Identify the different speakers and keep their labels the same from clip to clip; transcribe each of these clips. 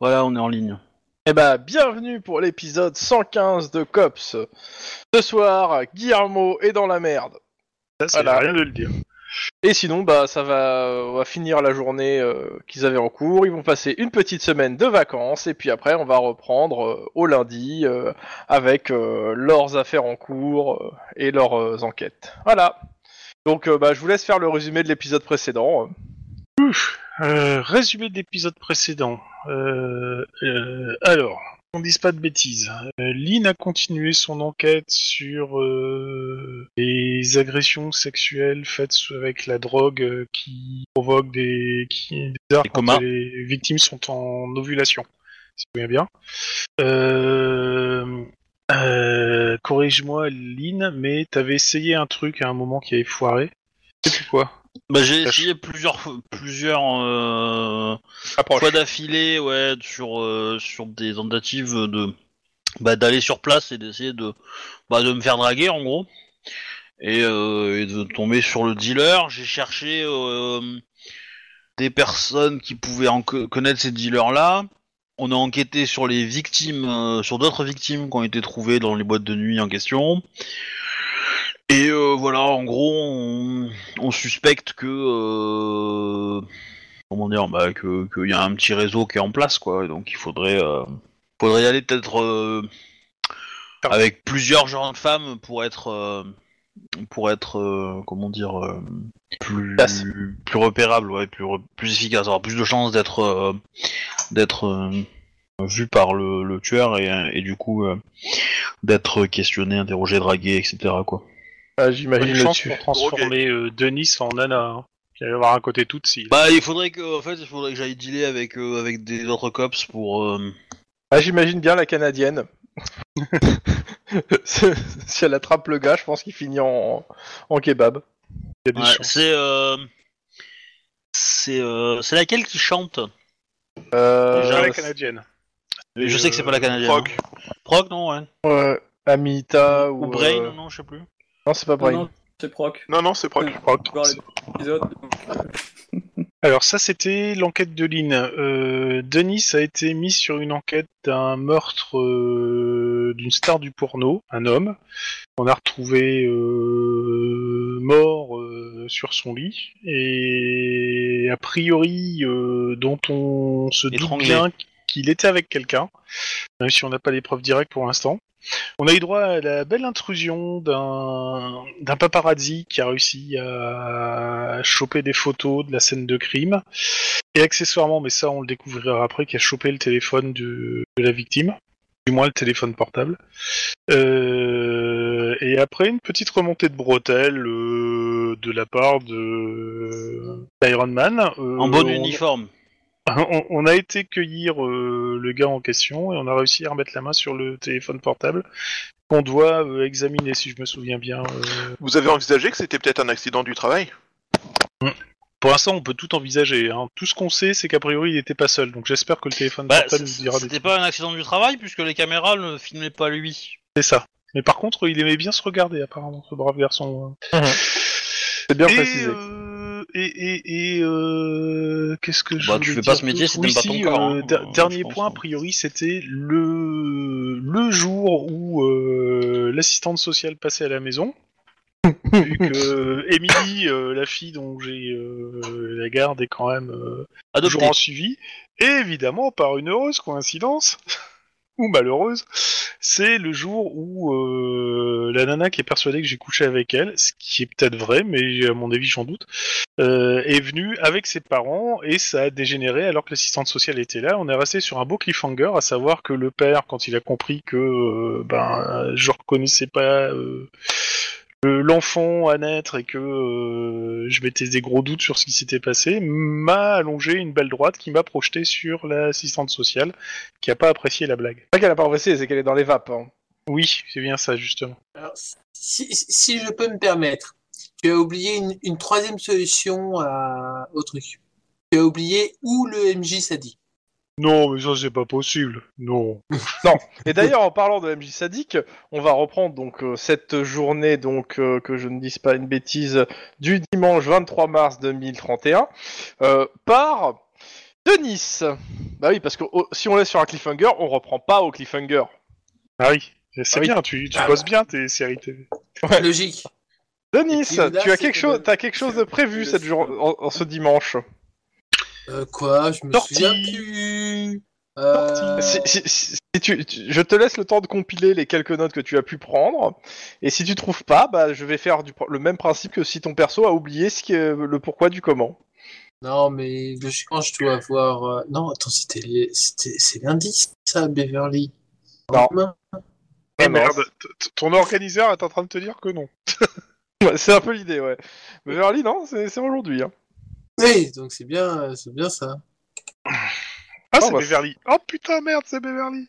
Speaker 1: Voilà, on est en ligne.
Speaker 2: Eh ben, bienvenue pour l'épisode 115 de Cops. Ce soir, Guillermo est dans la merde.
Speaker 3: Ça, c'est
Speaker 2: Voilà.
Speaker 3: rien de le dire.
Speaker 2: Et sinon, bah, ça va, euh, on va finir la journée euh, qu'ils avaient en cours. Ils vont passer une petite semaine de vacances et puis après, on va reprendre euh, au lundi euh, avec euh, leurs affaires en cours euh, et leurs euh, enquêtes. Voilà. Donc, euh, bah, je vous laisse faire le résumé de l'épisode précédent.
Speaker 3: Euh, résumé de l'épisode précédent. Euh, euh, alors, on ne dise pas de bêtises. Euh, Lynn a continué son enquête sur euh, les agressions sexuelles faites sous- avec la drogue euh, qui provoque des, qui, des arts
Speaker 1: Des
Speaker 3: quand
Speaker 1: comas.
Speaker 3: les victimes sont en ovulation. Si je me souviens bien. Euh, euh, Corrige-moi, Lynn, mais t'avais essayé un truc à un moment qui avait foiré. Je sais plus quoi.
Speaker 1: Bah, j'ai
Speaker 3: Cache.
Speaker 1: essayé plusieurs, plusieurs euh,
Speaker 2: Approche.
Speaker 1: fois d'affilée, ouais, sur, euh, sur des tentatives de bah, d'aller sur place et d'essayer de bah, de me faire draguer en gros et, euh, et de tomber sur le dealer. J'ai cherché euh, des personnes qui pouvaient en co- connaître ces dealers là. On a enquêté sur les victimes, euh, sur d'autres victimes qui ont été trouvées dans les boîtes de nuit en question. Et euh, voilà, en gros, on, on suspecte que euh, comment dire, bah, que qu'il y a un petit réseau qui est en place, quoi. et Donc il faudrait, euh, faudrait y aller peut-être euh, avec plusieurs genres de femmes pour être, euh, pour être, euh, comment dire, euh, plus,
Speaker 2: Classe.
Speaker 1: plus repérable, ouais, plus, re- plus efficace, avoir plus de chances d'être, euh, d'être euh, vu par le, le tueur et, et du coup euh, d'être questionné, interrogé, dragué, etc. Quoi.
Speaker 3: Bonne
Speaker 2: J'imagine
Speaker 3: chance pour transformer euh, Denis en Nana. hein. Il va y avoir un côté tout si.
Speaker 1: Bah il faudrait que, en fait, il faudrait que j'aille dealer avec, euh, avec des autres cops pour. euh,
Speaker 2: Ah, j'imagine bien la canadienne. si elle attrape le gars, je pense qu'il finit en, en kebab.
Speaker 3: Il y a des
Speaker 1: Ouais,
Speaker 3: chances.
Speaker 1: c'est euh, c'est euh, c'est laquelle qui chante
Speaker 2: Euh,
Speaker 3: Déjà la canadienne. Et,
Speaker 1: Je sais que c'est
Speaker 3: euh,
Speaker 1: pas la canadienne.
Speaker 3: Proc.
Speaker 1: hein. Proc, non ouais.
Speaker 2: ouais, euh, Amita ou,
Speaker 1: Ou Brain,
Speaker 2: euh,
Speaker 1: non, je sais plus.
Speaker 2: Non, c'est pas
Speaker 4: Non,
Speaker 2: Brain.
Speaker 4: non, c'est proc.
Speaker 5: Non, non, c'est proc.
Speaker 4: Ouais. Voir l'épisode.
Speaker 3: Alors ça c'était l'enquête de Lynn. Euh, Denis a été mis sur une enquête d'un meurtre euh, d'une star du porno, un homme. On a retrouvé euh, mort euh, sur son lit et a priori euh, dont on se doute
Speaker 1: Étranglé.
Speaker 3: bien qu'il était avec quelqu'un, même si on n'a pas les preuves directes pour l'instant. On a eu droit à la belle intrusion d'un d'un paparazzi qui a réussi à choper des photos de la scène de crime. Et accessoirement, mais ça on le découvrira après, qui a chopé le téléphone de, de la victime. Du moins le téléphone portable. Euh, et après une petite remontée de bretelles euh, de la part de d'Iron Man. euh,
Speaker 1: En bon
Speaker 3: on-
Speaker 1: uniforme.
Speaker 3: on, on a été cueillir euh, le gars en question et on a réussi à remettre la main sur le téléphone portable qu'on doit euh, examiner, si je me souviens bien. euh.
Speaker 5: Vous avez envisagé que c'était peut-être un accident du travail
Speaker 3: Pour l'instant, on peut tout envisager. hein. Tout ce qu'on sait, c'est qu'a priori, il n'était pas seul. Donc j'espère que le téléphone
Speaker 1: Bah,
Speaker 3: portable nous
Speaker 1: c'est-
Speaker 3: dira des
Speaker 1: c'était pas un accident du travail puisque les caméras ne filmaient pas lui.
Speaker 3: C'est ça. Mais par contre, il aimait bien se regarder, apparemment, ce brave garçon. hein.
Speaker 2: C'est bien
Speaker 3: et,
Speaker 2: précisé.
Speaker 3: euh, et, et, et, euh, qu'est-ce que je
Speaker 1: Bah, tu
Speaker 3: voulais
Speaker 1: fais pas
Speaker 3: dire
Speaker 1: ce métier si
Speaker 3: d'autre Oui,
Speaker 1: t'aimes pas
Speaker 3: si,
Speaker 1: ton corps,
Speaker 3: euh,
Speaker 1: hein,
Speaker 3: der-
Speaker 1: euh, je
Speaker 3: dernier
Speaker 1: pense,
Speaker 3: point, a
Speaker 1: hein.
Speaker 3: priori, c'était le, le jour où euh, l'assistante sociale passait à la maison. vu que Émilie, euh, la fille dont j'ai euh, la garde, est quand même euh,
Speaker 1: Adopté.
Speaker 3: toujours en suivi. Et évidemment, par une heureuse coïncidence, ou malheureuse, c'est le jour où euh, la nana qui est persuadée que j'ai couché avec elle, ce qui est peut-être vrai, mais à mon avis j'en doute, euh, est venue avec ses parents et ça a dégénéré alors que l'assistante sociale était là. On est resté sur un beau cliffhanger, à savoir que le père, quand il a compris que euh, ben je reconnaissais pas euh, le- l'enfant à naître et que euh, je mettais des gros doutes sur ce qui s'était passé, m'a allongé une belle droite qui m'a projeté sur l'assistante sociale qui a pas apprécié la blague.
Speaker 2: C'est pas qu'elle a pas apprécié, c'est qu'elle est dans les vapes. hein.
Speaker 3: Oui, c'est bien ça, justement.
Speaker 4: Alors, si, si je peux me permettre, tu as oublié une, une troisième solution à- au truc. Tu as oublié où le MJ s'est dit.
Speaker 3: Non, mais ça, c'est pas possible. Non.
Speaker 2: Et d'ailleurs, en parlant de MJ Sadik, on va reprendre donc euh, cette journée, donc euh, que je ne dise pas une bêtise, du dimanche 23 mars 2031, euh, par Denis Bah oui, parce que oh, si on laisse sur un cliffhanger, on reprend pas au cliffhanger.
Speaker 3: Ah oui, c'est
Speaker 2: Ah oui.
Speaker 3: bien, tu, tu
Speaker 4: Ah
Speaker 3: bosses bien tes séries Ah, TV.
Speaker 4: Logique.
Speaker 2: Denis,
Speaker 4: Et puis là,
Speaker 2: tu as
Speaker 4: c'est
Speaker 2: quelque
Speaker 4: que
Speaker 2: chose,
Speaker 4: le-
Speaker 2: t'as quelque chose de prévu
Speaker 4: le-
Speaker 2: cette jour, en, en ce dimanche.
Speaker 4: Euh, quoi Je me
Speaker 3: Sortie.
Speaker 4: souviens plus. Euh,
Speaker 2: Si, si- si- si tu, tu- je te laisse le temps de compiler les quelques notes que tu as pu prendre, et si tu trouves pas, bah je vais faire du, pr- le même principe que si ton perso a oublié ce qui est- le pourquoi du comment.
Speaker 4: Non, mais logiquement, je dois avoir. euh, Non, attends, c'était c'était- c'est lundi, ça, Beverly.
Speaker 2: Non.
Speaker 4: Demain.
Speaker 3: Ah
Speaker 2: Ah,
Speaker 3: merde,
Speaker 2: mince.
Speaker 3: t- t- ton organiseur est en train de te dire que non.
Speaker 2: Ouais, C'est un peu l'idée, ouais. Mais Verly, non, c'est c'est aujourd'hui. hein.
Speaker 4: Oui, donc c'est bien, euh, c'est bien ça.
Speaker 3: Ah,
Speaker 2: Oh,
Speaker 3: c'est
Speaker 2: bah,
Speaker 3: Beverly. Oh putain, merde, c'est Beverly.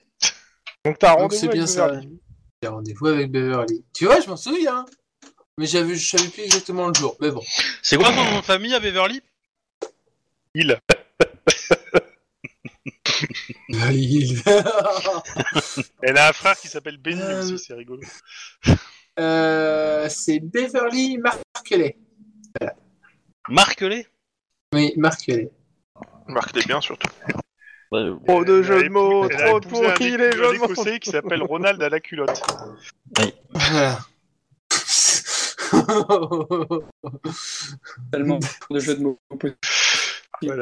Speaker 2: Donc t'as un
Speaker 4: Donc
Speaker 2: rendez-vous
Speaker 4: c'est
Speaker 2: avec
Speaker 4: bien ça.
Speaker 2: Verly.
Speaker 4: J'ai rendez-vous avec Beverly. Tu vois, je m'en souviens. hein. Mais j'avais, je savais plus exactement le jour. Mais bon.
Speaker 1: C'est quoi son nom de famille à Beverly
Speaker 3: Il. Elle a un frère qui s'appelle Benny
Speaker 2: Ah,
Speaker 4: Euh,
Speaker 3: aussi, c'est rigolo.
Speaker 4: Euh, c'est Beverly Markeley.
Speaker 1: Marquelé
Speaker 4: Oui, Markeley.
Speaker 5: Marque des biens surtout.
Speaker 2: Trop de
Speaker 3: Elle a
Speaker 2: jeux de mots,
Speaker 3: épousé- elle a
Speaker 2: trop de
Speaker 3: épousé un
Speaker 2: pourris
Speaker 3: Éc-
Speaker 2: les
Speaker 3: un
Speaker 2: jeux de mots.
Speaker 3: Écossais qui s'appelle Ronald à la culotte.
Speaker 1: Ah,
Speaker 4: Voilà.
Speaker 6: Tellement de jeux de mots.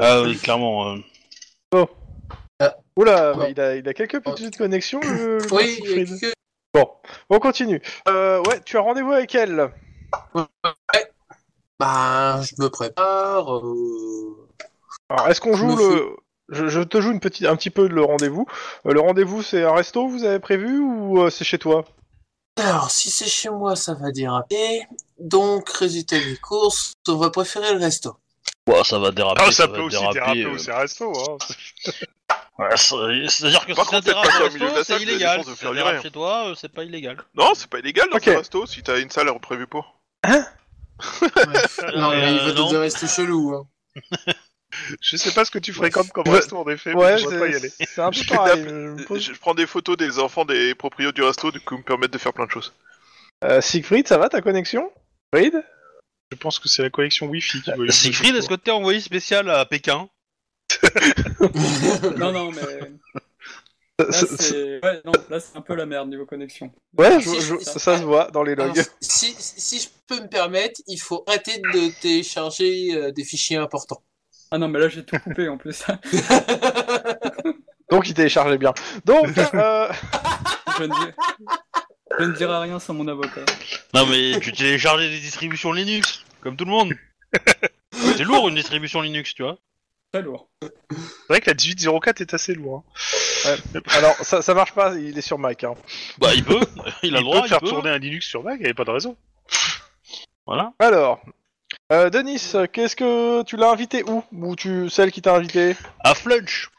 Speaker 1: Ah oui, clairement. euh.
Speaker 2: Oula,
Speaker 4: Non.
Speaker 2: il a, il a quelques petites connexions, le, le
Speaker 4: Oh, oui, il y a
Speaker 2: Siegfried.
Speaker 4: que-
Speaker 2: Bon, on continue. Euh, ouais, tu as rendez-vous avec elle.
Speaker 4: bah, je me prépare. euh,
Speaker 2: Alors, est-ce qu'on
Speaker 4: Je
Speaker 2: joue
Speaker 4: me fais-
Speaker 2: le... Je, je te joue une petite, un petit peu le rendez-vous. Euh, le rendez-vous, c'est un resto, vous avez prévu, ou euh, c'est chez toi
Speaker 4: Alors, si c'est chez moi, ça va déraper. Donc, résultat des courses, on va préférer le resto.
Speaker 1: Ouah, ça va déraper.
Speaker 3: Ah, ça,
Speaker 1: va
Speaker 3: peut aussi
Speaker 1: déraper,
Speaker 3: déraper
Speaker 1: euh.
Speaker 3: au Ceresto. Hein.
Speaker 1: Ouais, c'est- C'est-à-dire que
Speaker 5: Par
Speaker 1: si ça
Speaker 5: contre, faites
Speaker 1: dérape
Speaker 5: pas ça
Speaker 1: au
Speaker 5: au
Speaker 1: resto,
Speaker 5: milieu de la
Speaker 1: c'est
Speaker 5: salle, vous avez des
Speaker 1: illégal.
Speaker 5: chances de
Speaker 1: Si
Speaker 5: faire
Speaker 1: ça dérape
Speaker 5: virer.
Speaker 1: chez toi, euh, c'est pas illégal.
Speaker 5: Non, c'est pas illégal dans
Speaker 2: Ok.
Speaker 5: un resto si t'as une salle prévue pour.
Speaker 4: non, mais il va
Speaker 1: Euh,
Speaker 4: dans
Speaker 1: non.
Speaker 4: un resto chelou. Hein.
Speaker 3: Je sais pas ce que tu fréquentes comme
Speaker 2: Ouais.
Speaker 3: resto en effet, mais je ne pas y aller.
Speaker 2: c'est c'est un peu
Speaker 5: Je
Speaker 2: pareil.
Speaker 5: tape-
Speaker 2: je me
Speaker 5: Euh, Je
Speaker 2: pose.
Speaker 5: je prends des photos des enfants des proprios du resto du coup, me permettent de faire plein de choses.
Speaker 2: Euh, Siegfried, ça va, ta connexion Siegfried
Speaker 3: Je pense que c'est la connexion Wi-Fi qui doit y
Speaker 1: Siegfried, est-ce que t'es envoyé spécial à Pékin
Speaker 6: Non, non, mais là,
Speaker 2: Ça- ça-
Speaker 6: c'est ouais, non, là, c'est un peu la merde niveau connexion.
Speaker 2: Ouais, je-
Speaker 4: Si,
Speaker 2: je-
Speaker 4: si, si.
Speaker 2: ça se voit dans les
Speaker 4: Alors,
Speaker 2: logs.
Speaker 4: si, si je peux me permettre, il faut arrêter de télécharger euh, des fichiers importants.
Speaker 6: Ah non, mais là, j'ai tout coupé en plus.
Speaker 2: Donc il téléchargeait bien. Donc, euh,
Speaker 6: je, ne dirai... je ne dirai rien sans mon avocat.
Speaker 1: Non, mais tu télécharges des distributions Linux, comme tout le monde. c'est lourd une distribution Linux, tu vois.
Speaker 6: Très lourd.
Speaker 3: C'est vrai que la 1804 est assez hein. loin.
Speaker 2: alors ça, ça marche pas, il est sur Mac. Hein.
Speaker 1: Bah, il peut, il a le
Speaker 3: peut
Speaker 1: droit, il
Speaker 3: faire
Speaker 1: peut.
Speaker 3: tourner un Linux sur Mac, il n'y avait pas de raison.
Speaker 1: Voilà.
Speaker 2: Alors, euh, Denis, qu'est-ce que tu l'as invité où Ou tu celle qui t'a invité
Speaker 1: À Flunch.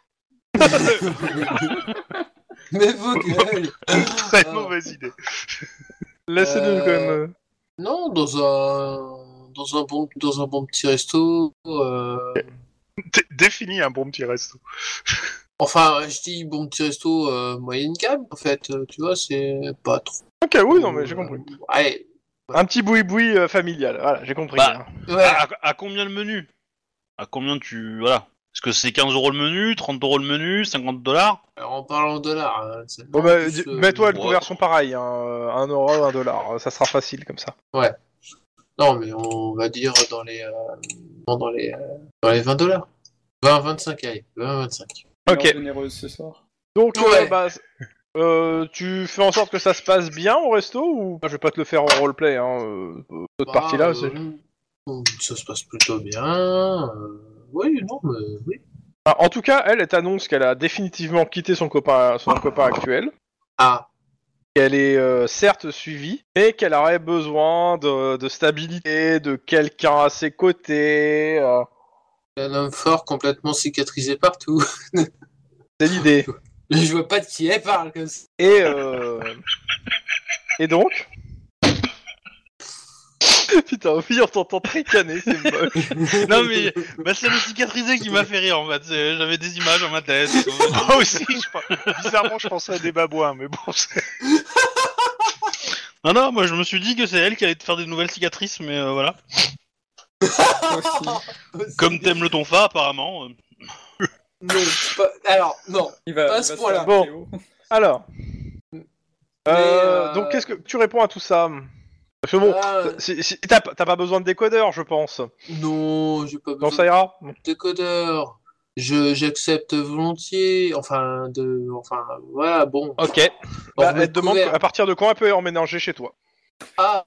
Speaker 4: Mais vos gueules
Speaker 3: Très
Speaker 4: Ah.
Speaker 3: mauvaise idée.
Speaker 2: Laissez-le
Speaker 4: Euh,
Speaker 2: quand même. euh.
Speaker 4: Non, dans un, dans un, bon, dans un bon petit resto. euh,
Speaker 3: Dé- Définis un bon petit resto.
Speaker 4: Enfin, je dis bon petit resto euh, moyenne gamme, en fait. euh, Tu vois, c'est pas trop.
Speaker 2: Ok, oui, non, mais j'ai compris.
Speaker 4: Euh, Ouais,
Speaker 2: Un petit boui-boui euh, familial, voilà, j'ai compris.
Speaker 1: Bah.
Speaker 2: hein.
Speaker 4: ouais.
Speaker 1: À, à- à combien le menu À combien tu. Voilà. Est-ce que c'est 15 euros le menu, 30 euros le menu, 50 dollars
Speaker 4: Alors, en parlant de dollars. hein, c'est-
Speaker 2: Ah. Bon, bah,
Speaker 4: plus,
Speaker 2: dis-
Speaker 4: euh,
Speaker 2: mets-toi une
Speaker 1: ouais.
Speaker 2: conversion pareille, hein, euh, un euro, un dollar, euh, ça sera facile comme ça.
Speaker 4: Non, mais on va dire dans les, euh, dans les, euh, dans les 20 dollars. 20, 25, allez, 20, 25.
Speaker 6: Une
Speaker 2: Ok.
Speaker 6: heure généreuse ce soir.
Speaker 2: Donc, euh,
Speaker 4: Ouais.
Speaker 2: bah, euh, tu fais en sorte que ça se passe bien au resto ou Je vais pas te le faire en roleplay, hein, euh, euh, cette
Speaker 4: Bah,
Speaker 2: partie-là.
Speaker 4: euh,
Speaker 2: c'est-
Speaker 4: Ça se passe plutôt bien. euh, Oui, non, mais oui.
Speaker 2: Ah, en tout cas, elle, elle t'annonce qu'elle a définitivement quitté son copain, son copain actuel.
Speaker 4: Ah,
Speaker 2: qu'elle est euh, certes suivie, mais qu'elle aurait besoin de, de stabilité, de quelqu'un à ses côtés. euh,
Speaker 4: un homme fort complètement cicatrisé partout.
Speaker 2: c'est l'idée.
Speaker 4: Je vois pas de qui elle parle comme ça.
Speaker 2: Et euh, et donc. Putain, oui, on t'entend tricaner, c'est moche.
Speaker 1: Non, mais bah, c'est le cicatrisé qui m'a fait rire en fait. C'est- J'avais des images dans ma tête.
Speaker 3: Moi aussi, je pense- bizarrement, je pensais à des babouins, mais bon, c'est-
Speaker 1: non, non, moi je me suis dit que c'est elle qui allait te faire des nouvelles cicatrices, mais euh, voilà.
Speaker 6: Moi aussi.
Speaker 1: Comme t'aimes le tonfa apparemment. euh.
Speaker 4: Non, pas- alors, non.
Speaker 6: Il va,
Speaker 4: Pas
Speaker 6: il
Speaker 4: ce
Speaker 6: va se
Speaker 4: point-là.
Speaker 6: faire un vidéo.
Speaker 2: Alors. Euh,
Speaker 4: euh,
Speaker 2: Donc, qu'est-ce que tu réponds à tout ça Parce que bon,
Speaker 4: Ah,
Speaker 2: si- si- t'as pas t'as pas besoin de décodeur, je pense.
Speaker 4: non, j'ai pas besoin
Speaker 2: Donc ça ira.
Speaker 4: de décodeur. Je, j'accepte volontiers. Enfin, de, enfin, voilà, bon.
Speaker 2: Ok.
Speaker 4: Hors
Speaker 2: Bah,
Speaker 4: de
Speaker 2: elle te demande
Speaker 4: couvert.
Speaker 2: à partir de quand elle peut emménager chez toi.
Speaker 4: Ah,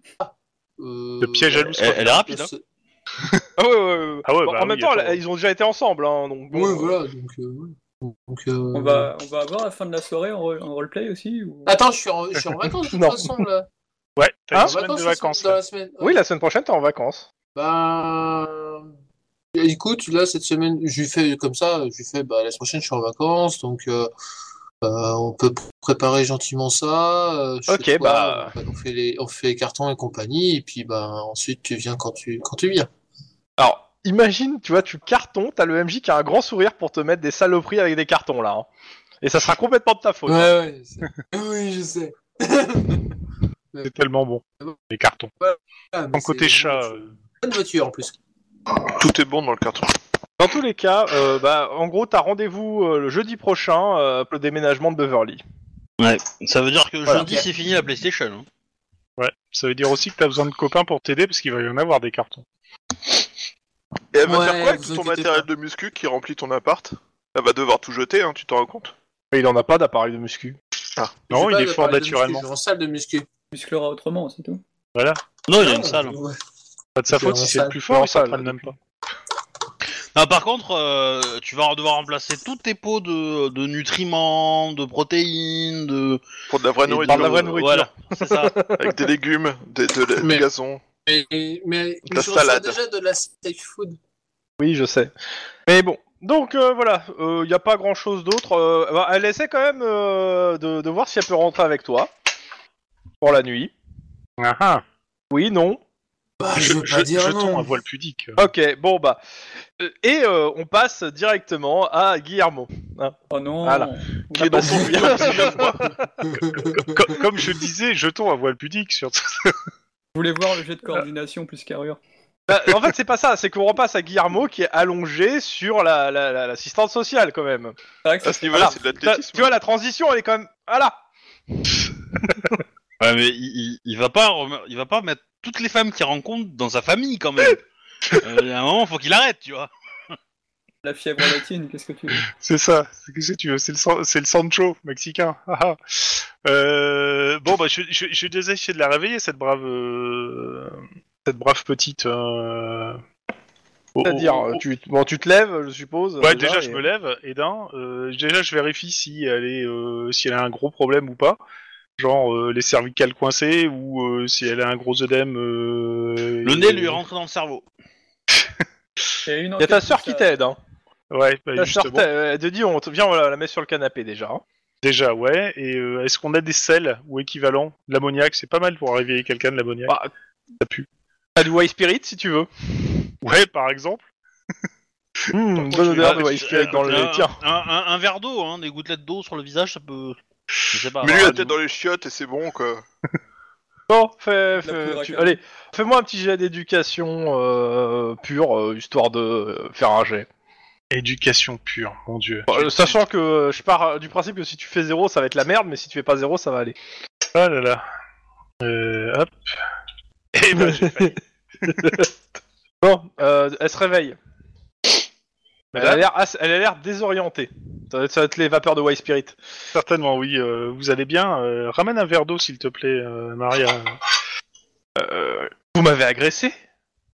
Speaker 4: euh,
Speaker 3: Le piège à
Speaker 4: euh,
Speaker 3: loup,
Speaker 1: Elle, elle est rapide. hein.
Speaker 2: Ah ouais, ouais, ouais.
Speaker 3: Ah ouais,
Speaker 2: Bon,
Speaker 3: bah
Speaker 2: en même
Speaker 3: oui,
Speaker 2: temps,
Speaker 3: attends.
Speaker 2: là, ils ont déjà été ensemble, hein, donc bon,
Speaker 4: Oui,
Speaker 2: euh,
Speaker 4: voilà, donc... euh, ouais. Donc, euh,
Speaker 6: On va, on va avoir à la fin de la soirée en, re- en roleplay aussi ou...
Speaker 4: Attends, je suis en, je suis en vacances de
Speaker 2: Non.
Speaker 4: toute façon, là.
Speaker 3: Ouais, t'as
Speaker 2: Hein
Speaker 3: une semaine de vacances.
Speaker 4: dans
Speaker 3: là.
Speaker 4: la semaine.
Speaker 2: Oui, la semaine prochaine, t'es en vacances.
Speaker 4: Bah... Écoute, là, cette semaine, je lui fais comme ça, je lui fais, bah, la semaine prochaine, je suis en vacances, donc euh, euh, on peut pr- préparer gentiment ça. euh, je fais
Speaker 2: Ok,
Speaker 4: quoi,
Speaker 2: bah.
Speaker 4: on fait les, on fait les cartons et compagnie, et puis, bah, ensuite, tu viens quand tu, quand tu viens.
Speaker 2: Alors, imagine, tu vois, tu cartons, t'as le MJ qui a un grand sourire pour te mettre des saloperies avec des cartons, là. hein. Et ça sera complètement de ta faute.
Speaker 4: Ouais, ouais, je sais. oui, je sais.
Speaker 3: C'est tellement bon.
Speaker 4: bon
Speaker 3: Les cartons.
Speaker 4: Ah, mais
Speaker 3: Ton côté
Speaker 4: c'est-
Speaker 3: chat. euh,
Speaker 4: Bonne voiture, en plus.
Speaker 5: Tout est bon dans le carton.
Speaker 2: Dans tous les cas, euh, bah, en gros, t'as rendez-vous euh, le jeudi prochain euh, pour le déménagement de Beverly.
Speaker 1: Ça veut dire que
Speaker 2: Voilà.
Speaker 1: jeudi c'est fini la PlayStation. hein.
Speaker 3: Ouais. Ça veut dire aussi que t'as besoin de copains pour t'aider parce qu'il va y en avoir des cartons.
Speaker 5: Et elle va
Speaker 4: Ouais,
Speaker 5: faire quoi avec
Speaker 4: vous
Speaker 5: tout ton
Speaker 4: inquiétez
Speaker 5: matériel
Speaker 4: pas.
Speaker 5: de muscu qui remplit ton appart Elle va devoir tout jeter, hein, tu t'en rends compte
Speaker 2: Et il en a pas d'appareil de muscu.
Speaker 3: Non,
Speaker 4: J'ai
Speaker 3: il
Speaker 4: pas
Speaker 3: est
Speaker 4: de
Speaker 3: fort
Speaker 4: appareil de muscu,
Speaker 3: naturellement.
Speaker 4: je vais en salle de muscu.
Speaker 6: Musclera autrement, c'est tout.
Speaker 3: Voilà.
Speaker 1: Non, il y a une salle.
Speaker 4: Ouais.
Speaker 3: Pas de sa
Speaker 4: C'est
Speaker 3: faute
Speaker 4: en
Speaker 3: si c'est le
Speaker 4: salle.
Speaker 3: plus
Speaker 2: Non,
Speaker 3: fort, il
Speaker 2: ça,
Speaker 3: s'entraîne
Speaker 2: là,
Speaker 3: même pas.
Speaker 1: Ah, par contre, euh, tu vas devoir remplacer tous tes pots de, de nutriments, de protéines, de.
Speaker 5: Pour de la vraie
Speaker 1: et
Speaker 5: nourriture,
Speaker 1: de-
Speaker 2: la vraie nourriture.
Speaker 1: Voilà, c'est ça.
Speaker 5: avec des légumes, des, de, la- du
Speaker 4: Mais-
Speaker 5: gazon.
Speaker 4: Mais, mais, mais
Speaker 5: La
Speaker 4: je reçois
Speaker 5: salade.
Speaker 4: déjà de la steak food.
Speaker 2: Oui, je sais. Mais bon. Donc euh, voilà, il n'y a pas grand chose d'autre. Euh, bah, elle essaie quand même euh, de, de voir si elle peut rentrer avec toi pour la nuit.
Speaker 3: Ah ah.
Speaker 2: Oui, non.
Speaker 4: Bah, je veux pas dire
Speaker 3: jetons
Speaker 4: non.
Speaker 3: à voile pudique.
Speaker 2: Ok, bon bah. Euh, Et euh, on passe directement à Guillermo.
Speaker 6: Oh non
Speaker 2: Voilà.
Speaker 6: On
Speaker 2: Qui
Speaker 6: va
Speaker 2: est dans
Speaker 6: pas
Speaker 2: son
Speaker 6: dire-
Speaker 2: bureau.
Speaker 3: comme, comme je disais, jetons à voile pudique surtout.
Speaker 6: Je voulais voir le jet de coordination plus carrure.
Speaker 2: Bah, en fait, c'est pas ça, c'est qu'on repasse à Guillermo qui est allongé sur l'assistante la, la- l'assistante sociale quand même.
Speaker 6: C'est vrai que
Speaker 5: À
Speaker 6: c'est-
Speaker 5: ce niveau-là,
Speaker 2: Voilà.
Speaker 5: c'est de
Speaker 2: Ça,
Speaker 5: l'athlétisme.
Speaker 2: tu vois, la transition elle est quand même. Voilà
Speaker 1: Ouais, mais il, il, il va pas, rem- il va pas mettre toutes les femmes qu'il rencontre dans sa famille quand même. Euh, Il y a un moment, faut qu'il arrête, tu vois.
Speaker 6: la fièvre latine, qu'est-ce que tu veux
Speaker 3: C'est ça, c'est que c'est, tu veux, c'est le, San- c'est le Sancho mexicain. Ah, ah. Euh, bon, bah, je, je, je suis désolé, j'essaie de la réveiller, cette brave, euh, cette brave petite. euh, au-
Speaker 2: C'est-à-dire,
Speaker 3: au-
Speaker 2: euh, tu, bon, tu te lèves, je suppose.
Speaker 3: Ouais, déjà, je
Speaker 2: et-
Speaker 3: me lève, et d'un, euh, déjà, je vérifie si elle est, euh, si elle a un gros problème ou pas. Genre euh, les cervicales coincées ou euh, si elle a un gros œdème. euh,
Speaker 1: Le
Speaker 3: et-
Speaker 1: nez lui est rentré dans le cerveau.
Speaker 6: Il y a, une
Speaker 2: Y a
Speaker 6: enquête
Speaker 2: ta
Speaker 6: sur
Speaker 2: sœur
Speaker 6: ça.
Speaker 2: qui t'aide, hein.
Speaker 3: Ouais, bah,
Speaker 2: Ta sœur
Speaker 3: justement.
Speaker 2: t'a- elle te dit, on te... viens, on la la met sur le canapé déjà. hein.
Speaker 3: Déjà, ouais. Et euh, est-ce qu'on a des sels ou équivalent L'ammoniac, c'est pas mal pour réveiller quelqu'un de l'ammoniac.
Speaker 2: Bah,
Speaker 3: ça pue.
Speaker 2: T'as du white spirit si tu veux.
Speaker 3: Ouais, par exemple.
Speaker 2: Hum,
Speaker 1: Par contre,
Speaker 2: bonne
Speaker 1: je-
Speaker 2: odeur de
Speaker 1: euh,
Speaker 2: white spirit dans
Speaker 1: un-
Speaker 2: le. Tiens.
Speaker 1: Un, un- un verre d'eau, hein, des gouttelettes d'eau sur le visage, ça peut. Je sais pas. Ah,
Speaker 5: Mais lui,
Speaker 2: Ah,
Speaker 1: voilà,
Speaker 5: la
Speaker 1: du-
Speaker 5: tête dans les chiottes et c'est bon, quoi.
Speaker 2: Bon, fais,
Speaker 6: La
Speaker 2: fais-
Speaker 6: poudre à
Speaker 2: tu-
Speaker 6: canon.
Speaker 2: allez, fais-moi un petit jet d'éducation euh, pure, euh, histoire de euh, faire un jet.
Speaker 3: Éducation pure, mon dieu.
Speaker 2: Bon, euh, sachant que euh, je pars euh, du principe que si tu fais zéro, ça va être la merde, mais si tu fais pas zéro, ça va aller.
Speaker 3: Ah là là. Euh, hop. Et ben, j'ai failli.
Speaker 2: Bon, euh, elle se réveille. Elle a
Speaker 3: Madame
Speaker 2: l'air ass- elle a l'air désorientée. Ça va, être, ça va être les vapeurs de white spirit.
Speaker 3: Certainement, oui. euh, vous allez bien. euh, ramène un verre d'eau, s'il te plaît, euh, Maria.
Speaker 2: Vous m'avez agressé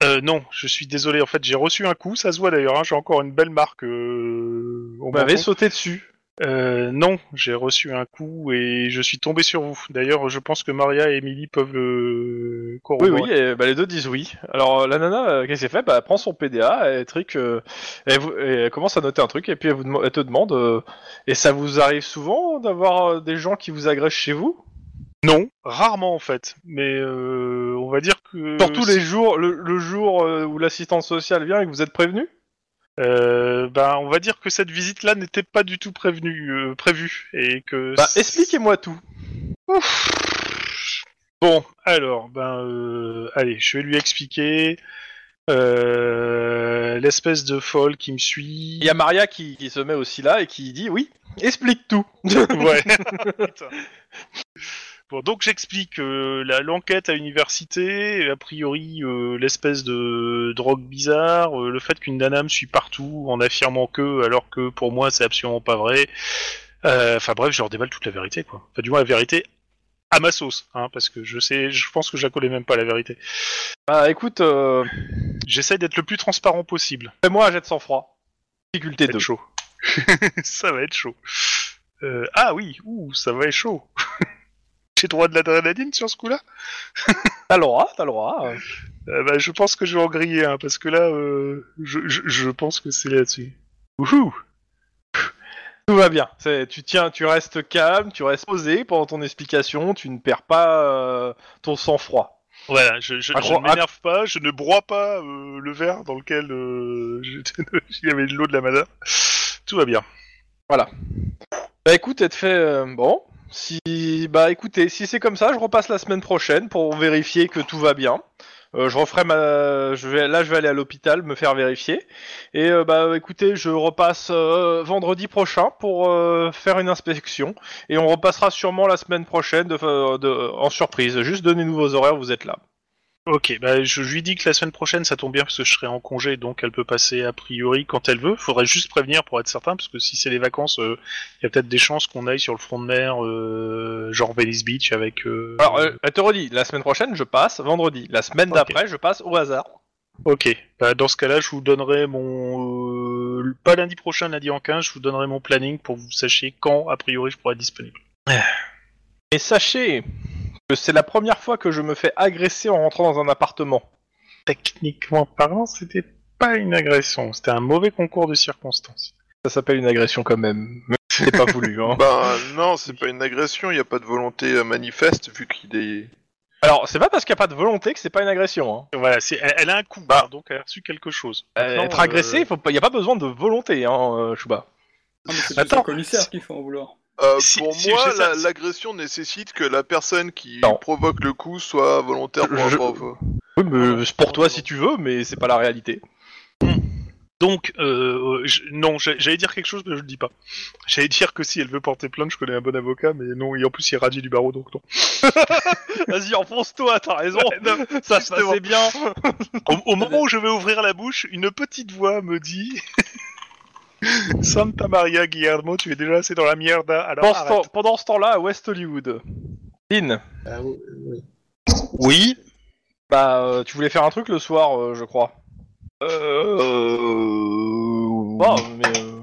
Speaker 3: Euh, non, je suis désolé. En fait, j'ai reçu un coup. Ça se voit d'ailleurs. hein, j'ai encore une belle marque. euh, au
Speaker 2: Vous m'avez
Speaker 3: menton.
Speaker 2: sauté dessus.
Speaker 3: Euh, non, j'ai reçu un coup et je suis tombé sur vous. D'ailleurs, je pense que Maria et Emily peuvent le
Speaker 2: Oui,
Speaker 3: corroborer.
Speaker 2: oui, et, bah, les deux disent oui. Alors euh, la nana, euh, qu'est-ce qu'elle fait bah, Elle prend son PDA, elle, trick, euh, elle, vous- et elle commence à noter un truc, et puis elle, vous dem- elle te demande euh, Et ça vous arrive souvent d'avoir euh, des gens qui vous agressent chez vous
Speaker 3: Non, rarement en fait. Mais euh, on va dire que...
Speaker 2: Surtout les jours, le, le jour euh, où l'assistante sociale vient et que vous êtes prévenu
Speaker 3: Euh, ben, on va dire que cette visite-là n'était pas du tout prévenue, euh, prévue. Et que...
Speaker 2: Bah, expliquez-moi tout.
Speaker 3: Bon, alors, ben, euh, allez, je vais lui expliquer. Euh, euh, l'espèce de folle qui me suit.
Speaker 2: Il y a Maria qui, qui se met aussi là et qui dit oui, explique tout.
Speaker 3: Ouais. Putain. bon, donc j'explique euh, la- l'enquête à l'université, a priori euh, l'espèce de drogue bizarre, euh, le fait qu'une nana me suit partout en affirmant que, alors que pour moi c'est absolument pas vrai. Euh, Enfin bref, je leur déballe toute la vérité, quoi. Enfin du moins la vérité à ma sauce, hein, parce que je sais, je pense que je la connais même pas la vérité.
Speaker 2: Bah écoute, euh,
Speaker 3: J'essaie d'être le plus transparent possible.
Speaker 2: fais-moi un jet de sang-froid. Difficulté
Speaker 3: Ça va
Speaker 2: 2.
Speaker 3: être chaud. ça va être chaud. Euh, ah oui, ouh, ça va être chaud. J'ai droit de l'adrénaline sur ce coup-là
Speaker 2: T'as le droit, t'as le droit. euh.
Speaker 3: Euh, bah, Je pense que je vais en griller, hein, parce que là, euh, je, je- je pense que c'est là-dessus. Wouhou
Speaker 2: Tout va bien. C'est- Tu tiens, tu restes calme, tu restes posé pendant ton explication, tu ne perds pas euh, ton sang-froid.
Speaker 3: Voilà, je, je,
Speaker 2: Ah,
Speaker 3: je
Speaker 2: gros,
Speaker 3: ne m'énerve pas, je ne broie pas euh, le verre dans lequel euh, j'étais- il y avait de l'eau de la madame. Tout va bien.
Speaker 2: Bah écoute, elle te fait euh, bon. Si bah écoutez, si c'est comme ça, je repasse la semaine prochaine pour vérifier que tout va bien. Euh, je referai ma, je vais là, je vais aller à l'hôpital me faire vérifier. Et euh, bah écoutez, je repasse euh, vendredi prochain pour euh, faire une inspection. Et on repassera sûrement la semaine prochaine de, euh, de- en surprise. Juste donnez-nous vos horaires, vous êtes là.
Speaker 3: Ok, bah, je, je lui dis que la semaine prochaine, ça tombe bien parce que je serai en congé, donc elle peut passer a priori quand elle veut. Faudrait juste prévenir pour être certain, parce que si c'est les vacances, il y a peut-être des chances qu'on aille sur le front de mer, euh, genre Venice Beach avec. euh,
Speaker 2: Alors, euh, elle te redit, la semaine prochaine, je passe vendredi. La semaine
Speaker 3: Ok.
Speaker 2: d'après, je passe au hasard.
Speaker 3: Ok, bah, dans ce cas-là, je vous donnerai mon. euh, pas lundi prochain, lundi en 15, je vous donnerai mon planning pour que vous sachiez quand a priori je pourrai être disponible.
Speaker 2: Et sachez que c'est la première fois que je me fais agresser en rentrant dans un appartement.
Speaker 3: Techniquement parlant, c'était pas une agression, c'était un mauvais concours de circonstances.
Speaker 2: Ça s'appelle une agression quand même. Mais c'est pas voulu, hein.
Speaker 5: Ben non, c'est pas une agression, il a pas de volonté euh, manifeste vu qu'il est...
Speaker 2: Alors, c'est pas parce qu'il n'y a pas de volonté que c'est pas une agression, hein.
Speaker 3: Voilà, c'est, elle, elle a un coup,
Speaker 5: Bah.
Speaker 3: hein, donc elle a reçu quelque chose.
Speaker 2: Euh,
Speaker 3: Maintenant,
Speaker 2: être
Speaker 3: euh,
Speaker 2: agressé, il n'y a pas besoin de volonté, hein, euh, Chouba.
Speaker 6: Non, mais c'est plus
Speaker 3: Attends.
Speaker 6: le commissaire qu'il faut en vouloir.
Speaker 5: Euh,
Speaker 3: Si-
Speaker 5: pour
Speaker 3: si
Speaker 5: moi,
Speaker 3: je sais
Speaker 5: la-
Speaker 3: ça-
Speaker 5: l'agression nécessite que la personne qui
Speaker 2: Non.
Speaker 5: provoque le coup soit volontaire pour
Speaker 2: Je-
Speaker 5: un pauvre.
Speaker 2: Oui, mais c'est pour toi si tu veux, mais c'est pas la réalité.
Speaker 3: Donc, euh, je- non, j'a- j'allais dire quelque chose, mais je le dis pas. J'allais dire que si elle veut porter plainte, je connais un bon avocat, mais non, et en plus il est radié du barreau, donc non.
Speaker 2: Vas-y, enfonce-toi, t'as raison. ça se
Speaker 3: justement.
Speaker 2: passait bien.
Speaker 3: Au, au moment où je vais ouvrir la bouche, une petite voix me dit Santa Maria Guillermo, tu es déjà assez dans la merde, hein. alors
Speaker 2: Pendant ce
Speaker 3: arrête.
Speaker 2: temps- pendant ce temps-là, à West Hollywood. Lynn,
Speaker 4: Ah, oui, oui.
Speaker 1: Oui.
Speaker 2: bah, euh, tu voulais faire un truc le soir, euh, je crois.
Speaker 1: Euh...
Speaker 2: Bon, mais euh,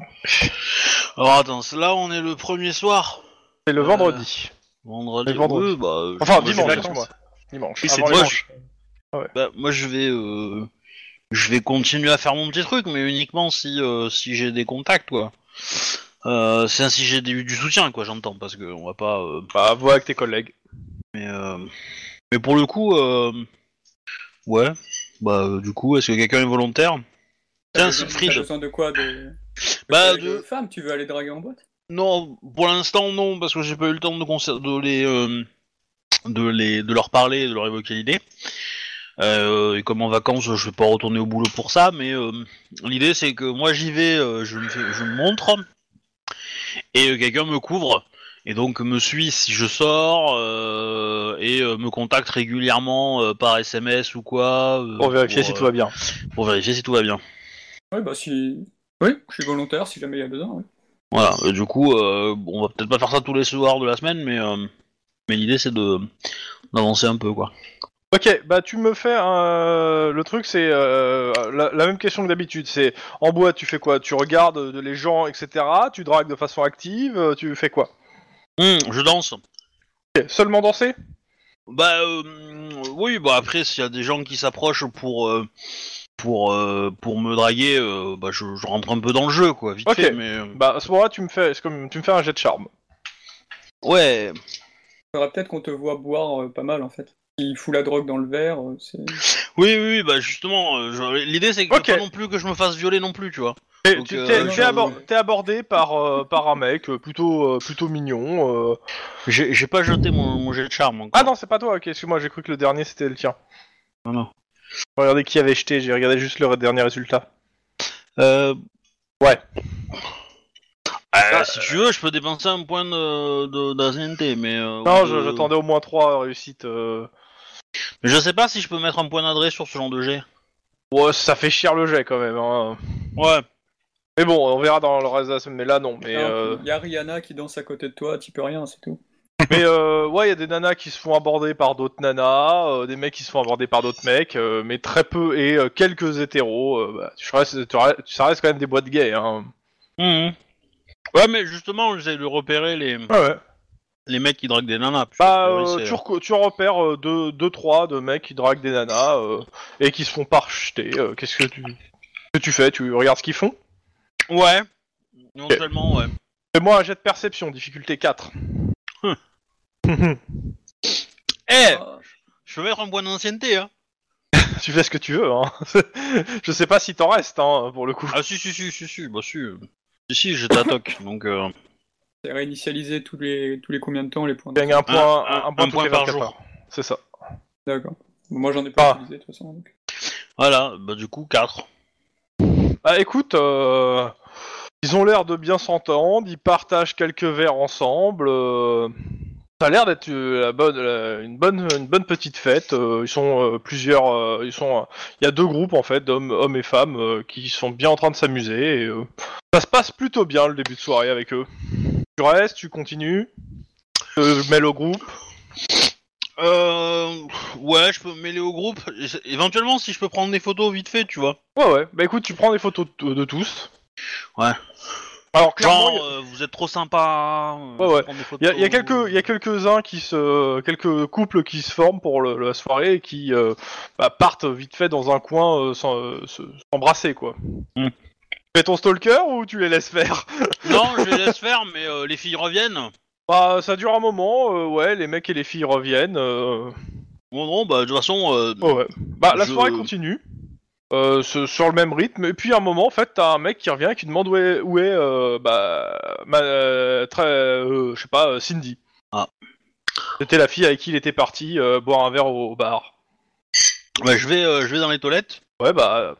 Speaker 1: Alors Ah, attends, là on est le premier soir.
Speaker 2: c'est le
Speaker 1: Euh,
Speaker 2: vendredi.
Speaker 1: Vendredi.
Speaker 2: Le vendredi.
Speaker 1: ouais, bah, euh,
Speaker 2: Enfin,
Speaker 1: moi, je
Speaker 2: dimanche,
Speaker 1: vais-
Speaker 2: excuse-moi. Dimanche.
Speaker 3: Oui, c'est
Speaker 2: avant les
Speaker 1: dimanche.
Speaker 2: vacances.
Speaker 1: bah, moi je vais, euh, je vais continuer à faire mon petit truc, mais uniquement si euh, si j'ai des contacts quoi. Euh, c'est si j'ai des- du soutien quoi, j'entends parce que on va pas. euh,
Speaker 2: Bah, vois avec tes collègues.
Speaker 1: mais euh, mais pour le coup, euh, ouais. Bah euh, du coup, est-ce que quelqu'un est volontaire
Speaker 6: T'as
Speaker 1: Tiens,
Speaker 6: besoin- T'as
Speaker 1: Siegfried.
Speaker 6: besoin de quoi de...
Speaker 1: Bah,
Speaker 6: de...
Speaker 1: de-
Speaker 6: femme, tu veux aller draguer en boîte
Speaker 1: Non, pour l'instant non, parce que j'ai pas eu le temps de, conser- de les, euh, de les, de leur parler, et de leur évoquer l'idée. Euh, et comme en vacances, je vais pas retourner au boulot pour ça, mais euh, l'idée c'est que moi j'y vais, euh, je, me fais- je me montre, et euh, quelqu'un me couvre, et donc me suit si je sors, euh, et euh, me contacte régulièrement euh, par SMS ou quoi. euh,
Speaker 2: Pour vérifier si
Speaker 1: euh,
Speaker 2: tout va bien.
Speaker 1: Pour vérifier si tout va bien.
Speaker 6: Oui, bah si. Oui, je suis volontaire si jamais il y a besoin. Oui.
Speaker 1: Voilà, euh, du coup, euh, bon, on va peut-être pas faire ça tous les soirs de la semaine, mais, euh, mais l'idée c'est de d'avancer un peu quoi.
Speaker 2: Ok, bah tu me fais un... Le truc, c'est euh, la, la même question que d'habitude. C'est en boîte, tu fais quoi Tu regardes euh, les gens, etc. Tu dragues de façon active. euh, Tu fais quoi
Speaker 1: Hum, je danse.
Speaker 2: Ok, Seulement danser
Speaker 1: Bah euh, oui, bah après s'il y a des gens qui s'approchent pour euh, pour euh, pour me draguer, euh, bah je, je rentre un peu dans le jeu quoi, vite
Speaker 2: Ok.
Speaker 1: fait. Mais euh,
Speaker 2: Bah à ce moment-là, tu me fais, c'est comme- tu me fais un jet de charme.
Speaker 1: ouais,
Speaker 6: faudra peut-être qu'on te voit boire euh, pas mal en fait. Il fout la drogue dans le verre. euh, c'est...
Speaker 1: oui, oui, oui, bah justement, euh, je- l'idée c'est que
Speaker 2: Ok.
Speaker 1: pas non plus que je me fasse violer non plus, tu vois.
Speaker 2: Et
Speaker 1: Donc,
Speaker 2: tu-
Speaker 1: euh,
Speaker 2: T'es
Speaker 6: je-
Speaker 2: t'es abor- t'es abordé par, euh, par un mec euh, plutôt, euh, plutôt mignon. euh.
Speaker 1: J'ai j'ai pas jeté mon, mon jet de charme. Encore.
Speaker 2: Ah non, c'est pas toi. Ok, excuse-moi, j'ai cru que le dernier c'était le tien.
Speaker 1: Non, non.
Speaker 2: Regardez qui avait jeté. J'ai regardé juste le dernier résultat.
Speaker 1: Euh,
Speaker 2: Ouais.
Speaker 1: Euh, si tu veux, je peux dépenser un point de, de- d'ancienneté, mais. euh,
Speaker 2: Non,
Speaker 1: ou
Speaker 2: je-
Speaker 1: de-
Speaker 2: j'attendais au moins trois réussites. euh.
Speaker 1: Mais je sais pas si je peux mettre un point d'adresse sur ce genre de jet.
Speaker 2: Ouais, ça fait cher le jet quand même. hein.
Speaker 1: Ouais.
Speaker 2: Mais bon, on verra dans le reste de la semaine. Mais là, non. Mais,
Speaker 6: Alors,
Speaker 2: euh,
Speaker 6: Il y a Rihanna qui danse à côté de toi, tu peux rien, c'est tout.
Speaker 2: mais euh, ouais, il y a des nanas qui se font aborder par d'autres nanas, euh, des mecs qui se font aborder par d'autres mecs, euh, mais très peu et euh, quelques hétéros. euh, bah, tu restes- tu restes- ça reste quand même des boîtes gays. Hein.
Speaker 1: Mhm. Ouais, mais justement, j'essaie de repérer les,
Speaker 2: Ouais.
Speaker 1: les mecs qui draguent des nanas. parce que,
Speaker 2: Bah,
Speaker 1: a priori,
Speaker 2: euh,
Speaker 1: Ah c'est-
Speaker 2: tu, reco- tu repères 2-3 deux, deux, trois de mecs qui draguent des nanas euh, et qui se font parcheter. euh, Qu'est-ce que tu, que tu fais Tu regardes ce qu'ils font
Speaker 1: Ouais. euh, Éventuellement, ouais.
Speaker 2: Fais-moi un jet de perception, difficulté 4.
Speaker 1: Eh,
Speaker 6: Ah,
Speaker 1: je peux mettre un point d'ancienneté, hein.
Speaker 2: tu fais ce que tu veux, hein. Je sais pas si t'en reste, hein, pour le coup.
Speaker 1: Ah, si, si, si, si, si, bah, si. euh, Si, si, j'étais à toc, donc. euh,
Speaker 6: c'est réinitialisé tous les, tous les combien de temps les points
Speaker 2: Tu gagnes un point,
Speaker 1: un-
Speaker 2: un, point
Speaker 1: un
Speaker 2: toutes les
Speaker 1: point par
Speaker 2: 24
Speaker 1: jour.
Speaker 2: heures. C'est ça.
Speaker 6: D'accord. Moi j'en ai
Speaker 2: Ah.
Speaker 6: pas utilisé de toute façon. donc.
Speaker 1: Voilà, bah, du coup, 4.
Speaker 2: Bah écoute, euh, ils ont l'air de bien s'entendre, ils partagent quelques verres ensemble. euh, Ça a l'air d'être euh, la bonne, la- une, bonne, une bonne petite fête. euh, ils sont euh, plusieurs, euh, ils sont, euh, il y a deux groupes en fait, d'hommes, hommes et femmes, euh, qui sont bien en train de s'amuser. et, euh, ça se passe plutôt bien le début de soirée avec eux. Tu restes, tu continues, tu te mêles au groupe.
Speaker 1: Euh. Ouais, je peux me mêler au groupe. É- Éventuellement, si je peux prendre des photos vite fait, tu vois.
Speaker 2: Ouais, ouais. Bah écoute, tu prends des photos de, de tous.
Speaker 1: Ouais.
Speaker 2: Alors clairement,
Speaker 1: Genre, euh, vous êtes trop sympa. euh,
Speaker 2: Ouais, ouais.
Speaker 1: prendre des photos.
Speaker 2: il y a, il y a quelques, il y a quelques uns qui se, quelques couples qui se forment pour le- la soirée et qui euh, bah, partent vite fait dans un coin euh, sans euh, se- s'embrasser quoi.
Speaker 1: Hmm.
Speaker 2: Tu Fais ton stalker ou tu les laisses faire
Speaker 1: euh. Non, je les laisse faire, mais euh, les filles reviennent.
Speaker 2: Bah ça dure un moment, euh, ouais, les mecs et les filles reviennent. euh,
Speaker 1: Bon, non, bah, de toute façon, euh,
Speaker 2: ouais, ouais. Bah la
Speaker 1: Je-
Speaker 2: soirée continue. euh, ce- sur le même rythme, et puis à un moment, en fait, t'as un mec qui revient et qui demande où est, où est euh, bah, ma- euh, très, euh, je sais pas, euh, Cindy.
Speaker 1: Ah.
Speaker 2: C'était la fille avec qui il était parti euh, boire un verre au- au bar.
Speaker 1: bah, je, vais, euh, je vais dans les toilettes.
Speaker 2: Ouais, bah.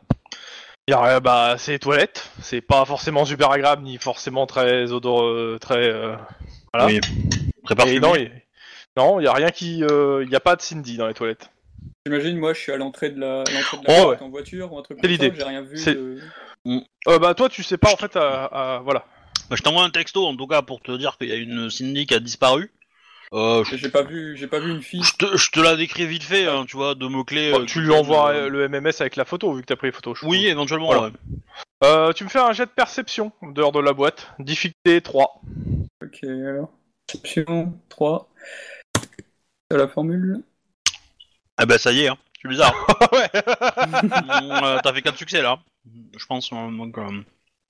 Speaker 2: y a- bah, c'est les toilettes. C'est pas forcément super agréable, ni forcément très odoreux, très. euh, Voilà.
Speaker 1: Oui. Très
Speaker 2: et
Speaker 1: parfumé.
Speaker 2: non, il non, y a rien qui. euh, Il y a pas de Cindy dans les toilettes.
Speaker 6: J'imagine, moi je suis à l'entrée de la, à l'entrée de la
Speaker 2: Oh,
Speaker 6: porte
Speaker 2: ouais.
Speaker 6: en voiture ou un truc
Speaker 2: C'est
Speaker 6: comme ça,
Speaker 2: l'idée.
Speaker 6: j'ai rien vu.
Speaker 2: C'est-
Speaker 6: de-
Speaker 2: Euh, bah, toi, tu sais pas en fait. à- à- voilà.
Speaker 1: Bah, je t'envoie un texto, en tout cas, pour te dire qu'il y a une Cindy qui a disparu. Euh, je,
Speaker 6: J'ai pas vu, j'ai pas vu une fille.
Speaker 1: je te, je te la décris vite fait, hein, tu vois, de mots-clés.
Speaker 2: Bah,
Speaker 1: euh,
Speaker 2: tu
Speaker 1: qui
Speaker 2: lui
Speaker 1: peuvent,
Speaker 2: envoies
Speaker 1: euh,
Speaker 2: euh, le MMS avec la photo, vu que t'as pris les photos. je
Speaker 1: Oui, éventuellement,
Speaker 2: Voilà.
Speaker 1: ouais.
Speaker 2: suppose. Euh, tu me fais un jet de perception dehors de la boîte. Difficulté 3.
Speaker 6: Ok, alors. Option 3. C'est la formule.
Speaker 1: Ah bah, ça y est, hein. C'est bizarre.
Speaker 2: ouais.
Speaker 1: Mm, euh, T'as fait 4 succès, là. Je pense, euh, donc... euh,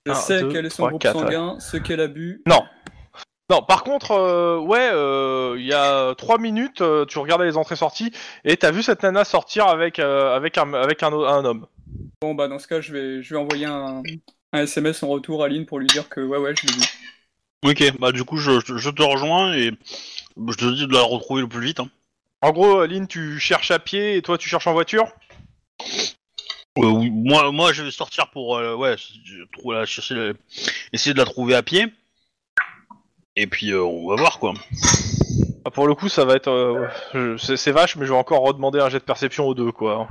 Speaker 6: Je
Speaker 2: Un,
Speaker 6: sais
Speaker 2: deux,
Speaker 6: quel est son
Speaker 2: trois,
Speaker 6: groupe
Speaker 2: quatre,
Speaker 6: sanguin, ce qu'elle a bu.
Speaker 2: Non. Non, par contre, euh, ouais, euh, il y a trois minutes, euh, tu regardais les entrées-sorties et t'as vu cette nana sortir avec euh, avec un avec un, o- un homme.
Speaker 6: Bon, bah dans ce cas, je vais, je vais envoyer un, un SMS en retour à Lynn pour lui dire que ouais, ouais, je l'ai vu.
Speaker 1: Ok, bah du coup je, je- je te rejoins et je te dis de la retrouver le plus vite. Hein.
Speaker 2: En gros, Lynn, tu cherches à pied et toi, tu cherches en voiture.
Speaker 1: Euh, oui, moi, moi je vais sortir pour euh, ouais, je trou- la- chercher la- essayer de la trouver à pied. Et puis euh, on va voir quoi.
Speaker 2: Ah, pour le coup, ça va être, euh, ouais, je- c'est c'est vache, mais je vais encore redemander un jet de perception aux deux, quoi.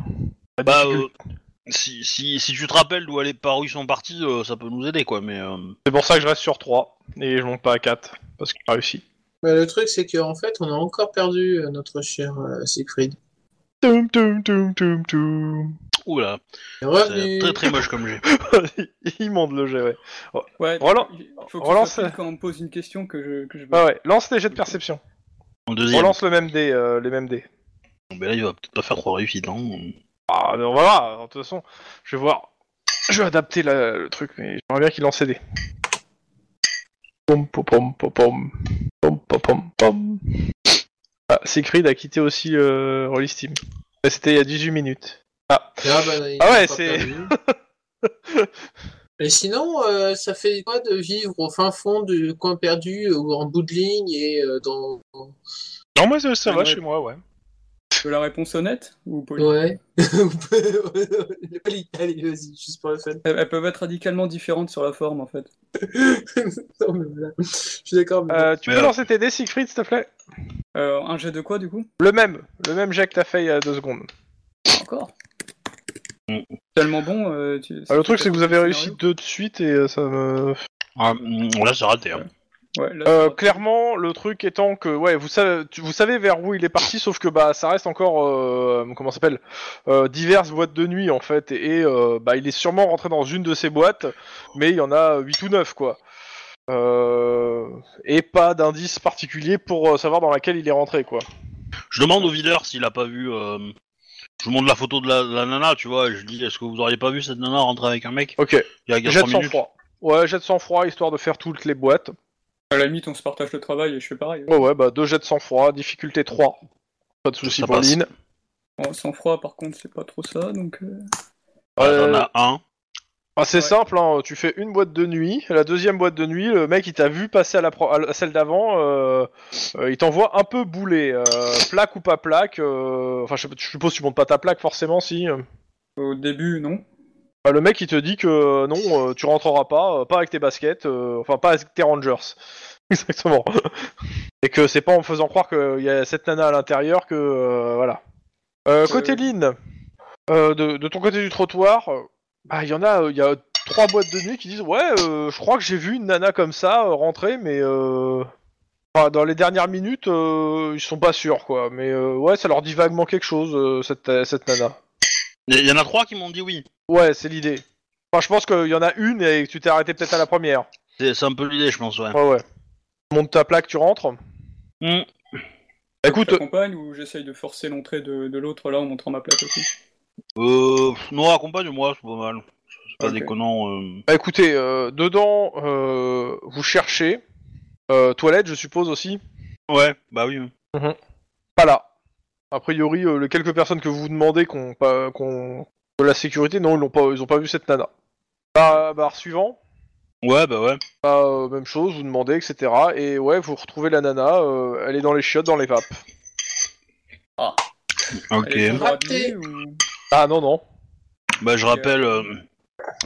Speaker 1: Bah euh, si, si, si tu te rappelles d'où elle est par où ils sont partis, euh, ça peut nous aider quoi. Mais euh,
Speaker 2: C'est pour ça que je reste sur 3 et je monte pas à 4 parce que j'ai réussi.
Speaker 4: Mais le truc, c'est qu'en fait, on a encore perdu euh, notre cher euh, Siegfried.
Speaker 2: Toum, toum, toum, toum, toum.
Speaker 1: oula,
Speaker 4: Il est
Speaker 1: c'est
Speaker 4: revenu.
Speaker 1: très très moche comme j'ai.
Speaker 2: Il monte le jet, ouais.
Speaker 6: Ouais,
Speaker 2: Relan-
Speaker 6: il faut que
Speaker 2: relance-
Speaker 6: ce soit pile quand on me pose une question que je, que je veux.
Speaker 2: Ah Ouais, ouais. Lance les jets de perception.
Speaker 1: En
Speaker 2: On
Speaker 1: deuxième.
Speaker 2: lance le même dé, euh, les mêmes dés.
Speaker 1: Mais là il va peut-être pas faire trois réussites. Hein.
Speaker 2: Ah, mais on va voir, de toute façon, je vais voir. Je vais adapter la- le truc, mais j'aimerais bien qu'il en cédait. Pom pom pom pom pom pom pom pom pom. Ah, Siegfried a quitté aussi euh, Roll Steam. Ouais, C'était il y a 18 minutes.
Speaker 4: Ah, bah, il
Speaker 2: Ah
Speaker 4: a
Speaker 2: ouais,
Speaker 4: pas
Speaker 2: c'est-
Speaker 4: perdu. Et sinon, euh, ça fait quoi de vivre au fin fond du coin perdu euh, ou en bout de ligne et euh, dans.
Speaker 3: Non, moi ça, ça
Speaker 6: Ah,
Speaker 3: va
Speaker 6: ouais.
Speaker 3: chez moi, ouais.
Speaker 6: de la réponse honnête ou polie
Speaker 4: Ouais. Allez, allez, vas-y, juste pour le fun.
Speaker 6: Elles elles peuvent être radicalement différentes sur la forme en fait.
Speaker 4: non, mais voilà. Je suis d'accord, mais.
Speaker 2: Euh, tu
Speaker 3: Mais
Speaker 2: peux
Speaker 3: alors-
Speaker 2: lancer tes dés, Siegfried, s'il te plaît
Speaker 6: Euh, un jet de quoi du coup
Speaker 2: Le même, le même jet que t'as fait il y a deux secondes.
Speaker 6: Encore
Speaker 1: Mm.
Speaker 6: Tellement bon. euh, tu-
Speaker 2: Ah, le truc, c'est que vous avez
Speaker 6: scénario
Speaker 2: réussi deux de suite et euh, ça me.
Speaker 1: Ah, mm, là, c'est raté. hein.
Speaker 6: Ouais, là,
Speaker 2: Euh,
Speaker 6: c'est-
Speaker 2: clairement, le truc étant que, ouais, vous savez, tu- vous savez vers où il est parti, sauf que bah ça reste encore, euh, comment ça s'appelle, euh, diverses boîtes de nuit en fait, et, et, euh, bah il est sûrement rentré dans une de ces boîtes, mais il y en a 8 ou 9 quoi. Euh, et pas d'indice particulier pour euh, savoir dans laquelle il est rentré quoi.
Speaker 1: Je demande au videur s'il a pas vu. euh, Je vous montre la photo de la, la nana, tu vois, et je dis est-ce que vous auriez pas vu cette nana rentrer avec un mec
Speaker 2: Ok,
Speaker 1: il y a
Speaker 2: jet
Speaker 1: 3
Speaker 2: de
Speaker 1: minutes
Speaker 2: sang-froid. Ouais, jet de sang-froid, histoire de faire toutes les boîtes.
Speaker 6: à la limite, on se partage le travail et je fais pareil.
Speaker 2: Ouais, ouais, bah deux jets de sang-froid, difficulté 3. Pas de soucis
Speaker 1: Ça
Speaker 2: pour
Speaker 1: passe.
Speaker 2: Lynn.
Speaker 6: Bon, sans froid, par contre, c'est pas trop ça, donc. euh,
Speaker 1: Ah,
Speaker 2: Euh,
Speaker 1: T'en as un.
Speaker 2: Ah, c'est
Speaker 6: Ouais.
Speaker 2: simple, hein, tu fais une boîte de nuit, la deuxième boîte de nuit, le mec il t'a vu passer à, la pro- à la- à celle d'avant, euh, euh, il t'envoie un peu bouler, euh, plaque ou pas plaque, euh, enfin je, sais pas, je suppose que tu montes pas ta plaque forcément si. euh.
Speaker 6: Au début, non.
Speaker 2: Bah, le mec il te dit que euh, non, euh, tu rentreras pas, euh, pas avec tes baskets, euh, enfin pas avec tes Rangers. Exactement. Et que c'est pas en me faisant croire qu'il y a cette nana à l'intérieur que... euh, voilà. Euh, côté
Speaker 6: Euh.
Speaker 2: Lynn, euh, de, de ton côté du trottoir, euh, bah, il y en a, euh, il y a trois boîtes de nuit qui disent ouais, euh, je crois que j'ai vu une nana comme ça euh, rentrer, mais euh, enfin, dans les dernières minutes, euh, ils sont pas sûrs quoi. Mais euh, ouais, ça leur dit vaguement quelque chose euh, cette, euh, cette nana.
Speaker 1: Il y en a trois qui m'ont dit oui.
Speaker 2: Ouais, c'est l'idée. Enfin, je pense qu'il y en a une et que tu t'es arrêté peut-être à la première.
Speaker 1: C'est c'est un peu l'idée, je pense, ouais.
Speaker 2: Ouais, ouais. Monte ta plaque, tu rentres. Bah,
Speaker 1: Mm.
Speaker 2: Écoute,
Speaker 6: Je t'accompagne ou j'essaye de forcer l'entrée de, de l'autre là en montrant ma plaque aussi.
Speaker 1: Euh, pff, non, accompagne-moi, c'est pas mal. C'est pas
Speaker 6: Ok.
Speaker 1: déconnant. euh.
Speaker 2: Bah écoutez, euh, dedans, euh, vous cherchez. Euh, toilette, je suppose aussi.
Speaker 1: Ouais, bah oui.
Speaker 2: Pas là. A priori, euh, les quelques personnes que vous demandez qu'on, pas, qu'on, de la sécurité, non, ils n'ont pas, ils ont pas vu cette nana. Bah, bar suivant,
Speaker 1: Ouais, bah ouais.
Speaker 2: bah, euh, même chose, vous demandez, etc. Et ouais, vous retrouvez la nana, euh, elle est dans les chiottes, dans les vapes.
Speaker 1: Ok.
Speaker 6: Elle est toujours
Speaker 4: Raté.
Speaker 6: habillée ou-
Speaker 2: Ah non, non.
Speaker 1: Bah je rappelle, euh,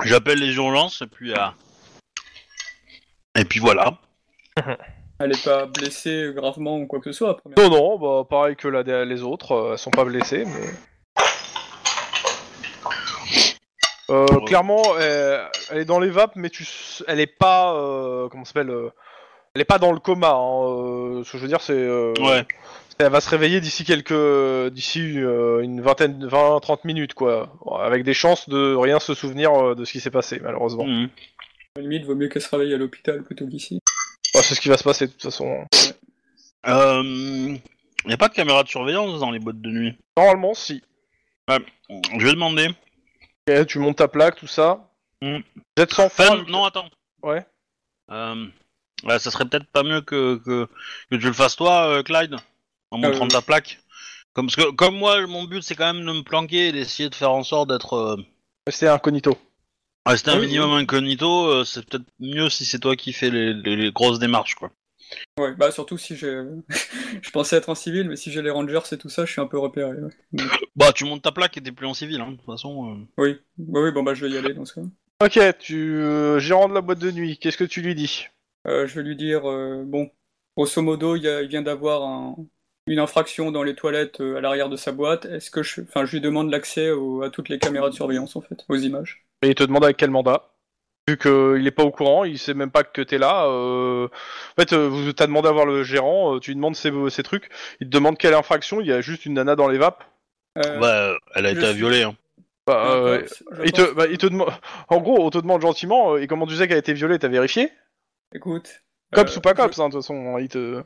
Speaker 1: j'appelle les urgences et puis euh, et puis voilà.
Speaker 6: Elle est pas blessée gravement ou quoi que ce soit. Première...
Speaker 2: Non, non, bah, pareil que la, les autres, euh, elles sont pas blessées, mais. Euh,
Speaker 1: Ouais.
Speaker 2: Clairement, euh, elle est dans les vapes, mais tu, s- elle est pas, euh, comment ça s'appelle, euh, elle est pas dans le coma. hein, euh, ce que je veux dire, c'est, euh,
Speaker 1: Ouais.
Speaker 2: elle va se réveiller d'ici quelques, d'ici euh, une vingtaine, 20-30 minutes, quoi, avec des chances de rien se souvenir euh, de ce qui s'est passé, malheureusement.
Speaker 1: Mhm.
Speaker 6: À la limite, vaut mieux qu'elle se réveille à l'hôpital plutôt qu'ici.
Speaker 2: Bah, c'est ce qui va se passer de toute façon.
Speaker 1: Euh, y a pas de caméra de surveillance dans les boîtes de nuit.
Speaker 2: Normalement, si.
Speaker 1: Je vais demander.
Speaker 2: Ok, tu montes ta plaque, tout ça.
Speaker 1: Mm.
Speaker 2: Jette sans
Speaker 1: Enfin,
Speaker 2: fin.
Speaker 1: non, attends.
Speaker 2: Ouais.
Speaker 1: Euh, ouais, ça serait peut-être pas mieux que, que que tu le fasses toi, euh, Clyde, en montrant
Speaker 6: Euh.
Speaker 1: ta plaque. Comme parce que comme moi, mon but c'est quand même de me planquer et d'essayer de faire en sorte d'être euh,
Speaker 2: C'était incognito.
Speaker 1: Rester un
Speaker 6: Ah Oui,
Speaker 1: minimum incognito, euh, c'est peut-être mieux si c'est toi qui fais les, les- les grosses démarches, quoi.
Speaker 6: Ouais, bah surtout si j'ai. je pensais être en civil, mais si j'ai les Rangers et tout ça, je suis un peu repéré. ouais.
Speaker 1: Bah, tu montes ta plaque et t'es plus en civil, hein, de toute façon. euh.
Speaker 6: Oui, oui, oui, bon bah je vais y aller dans ce cas.
Speaker 2: Ok, tu euh, gérant de la boîte de nuit, qu'est-ce que tu lui dis
Speaker 6: Euh, je vais lui dire, euh, bon, grosso modo, il, y a- il vient d'avoir un- une infraction dans les toilettes euh, à l'arrière de sa boîte. Est-ce que je, enfin, je lui demande l'accès au- à toutes les caméras de surveillance en fait, aux images.
Speaker 2: Et il te demande avec quel mandat. Vu qu'il est pas au courant, il sait même pas que t'es là. euh, En fait, euh, vous- t'as demandé à voir le gérant, euh, tu lui demandes ses, ses trucs, il te demande quelle infraction, il y a juste une nana dans les vapes.
Speaker 6: Euh,
Speaker 1: bah, euh, elle a
Speaker 6: je
Speaker 1: été
Speaker 6: suis-
Speaker 1: violée, hein.
Speaker 2: Bah,
Speaker 6: peu
Speaker 2: euh,
Speaker 6: importe, je
Speaker 2: il
Speaker 6: pense-
Speaker 2: te, bah, il te demande. En gros, on te demande gentiment, euh, et comment tu sais qu'elle a été violée, t'as vérifié
Speaker 6: Écoute,
Speaker 2: Cops
Speaker 6: euh,
Speaker 2: ou pas cops, hein, de toute façon, hein, il te.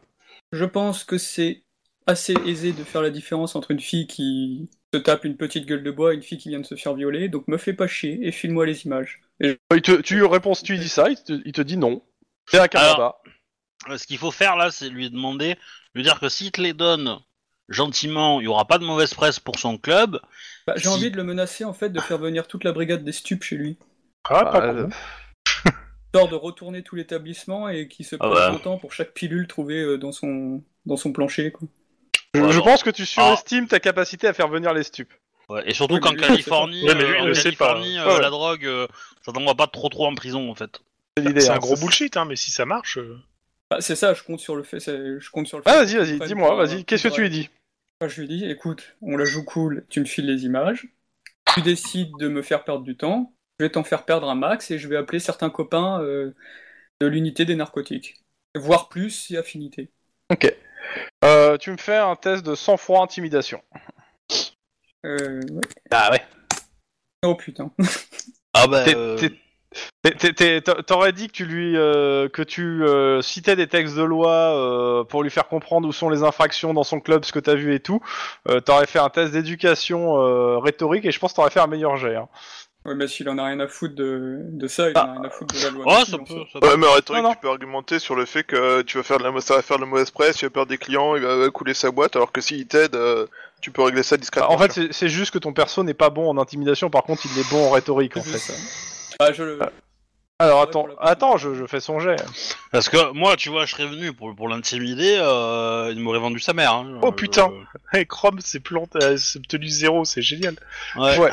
Speaker 6: je, je pense que c'est assez aisé de faire la différence entre une fille qui se tape une petite gueule de bois et une fille qui vient de se faire violer. Donc me fais pas chier et file-moi les images. Et
Speaker 2: Il te tu lui réponds, tu lui dis ça, il te, il te dit non. C'est un
Speaker 1: Alors-
Speaker 2: mandat.
Speaker 1: Euh, Ce qu'il faut faire, là, c'est lui demander, lui dire que s'il te les donne gentiment, il y aura pas de mauvaise presse pour son club.
Speaker 6: Bah, j'ai
Speaker 1: Si.
Speaker 6: envie de le menacer en fait de faire venir toute la brigade des stupes chez lui.
Speaker 3: Ah, pas
Speaker 2: Bah,
Speaker 3: con.
Speaker 6: Histoire de retourner tout l'établissement et qui se
Speaker 1: Ah
Speaker 6: prenne
Speaker 1: ouais.
Speaker 6: son temps pour chaque pilule trouvée euh, dans son, dans son plancher. Quoi.
Speaker 2: Je,
Speaker 1: Ouais,
Speaker 2: je
Speaker 1: non.
Speaker 2: pense que
Speaker 3: Ah.
Speaker 2: tu surestimes ta capacité à faire venir les stupes.
Speaker 1: Ouais, Et surtout
Speaker 6: Oui,
Speaker 1: qu'en
Speaker 6: mais lui, il le sait
Speaker 1: Californie,
Speaker 3: pas. Ouais, mais lui,
Speaker 1: euh,
Speaker 3: il
Speaker 1: en
Speaker 3: le sait pas.
Speaker 1: Californie, euh,
Speaker 2: Ouais, ouais.
Speaker 1: la drogue, euh, ça t'envoie pas trop trop en prison en fait.
Speaker 2: C'est l'idée.
Speaker 3: C'est un
Speaker 2: hein,
Speaker 3: gros
Speaker 2: ça-
Speaker 3: bullshit, hein, mais si ça marche. euh,
Speaker 6: Bah, c'est ça, je compte sur le fait. c'est- Je compte sur le fait
Speaker 2: Ah, vas-y, vas-y,
Speaker 6: Enfin,
Speaker 2: dis-moi,
Speaker 6: pour, euh,
Speaker 2: vas-y, qu'est-ce que
Speaker 6: pour,
Speaker 2: tu
Speaker 6: euh,
Speaker 2: lui dis
Speaker 6: Moi, je lui dis, écoute, on la joue cool, tu me files les images, tu décides de me faire perdre du temps, je vais t'en faire perdre un max et je vais appeler certains copains euh, de l'unité des narcotiques, voire plus si affinité.
Speaker 2: Euh, Tu me fais un test de sang-froid intimidation.
Speaker 6: Euh, ouais.
Speaker 3: Bah
Speaker 2: Ah ouais.
Speaker 6: Oh putain.
Speaker 1: Ah bah.
Speaker 2: T'es-
Speaker 6: Euh,
Speaker 2: t'es- t'es- t'es- t'es- t'a- T'aurais dit que tu lui euh, que tu euh, citais des textes de loi euh, pour lui faire comprendre où sont les infractions dans son club, ce que t'as vu et tout. Euh, t'aurais fait un test d'éducation euh, rhétorique et je pense que t'aurais fait un meilleur jet. hein.
Speaker 6: Ouais, mais s'il en a rien à foutre de, de ça, il en
Speaker 2: Ah.
Speaker 6: a rien à foutre de la loi.
Speaker 1: Oh,
Speaker 6: non
Speaker 1: ça
Speaker 6: plus, en
Speaker 1: peut.
Speaker 6: fait.
Speaker 1: ça peut.
Speaker 5: Ouais, mais en rhétorique,
Speaker 2: Non, non.
Speaker 5: tu peux argumenter sur le fait que tu vas faire de la, ça va faire de la mauvaise presse, tu vas perdre des clients, il va couler sa boîte, alors que s'il t'aide, euh, tu peux régler ça
Speaker 2: Bah,
Speaker 5: discrètement.
Speaker 2: en fait,
Speaker 5: tu
Speaker 2: c'est- c'est juste que ton perso n'est pas bon en intimidation, par contre, il est bon en rhétorique. En
Speaker 6: C'est
Speaker 2: fait.
Speaker 6: ça. Ah, je le...
Speaker 2: Alors
Speaker 6: Ouais,
Speaker 2: attends,
Speaker 6: pour le coup.
Speaker 2: attends, je, je fais son jet.
Speaker 1: Parce que moi, tu vois, je serais venu pour, pour l'intimider, euh, il m'aurait vendu sa mère. hein.
Speaker 3: Oh,
Speaker 1: Euh,
Speaker 3: putain. Hey, Chrome, c'est planté, euh, c'est obtenu zéro, c'est génial.
Speaker 1: Ouais.
Speaker 2: Ouais.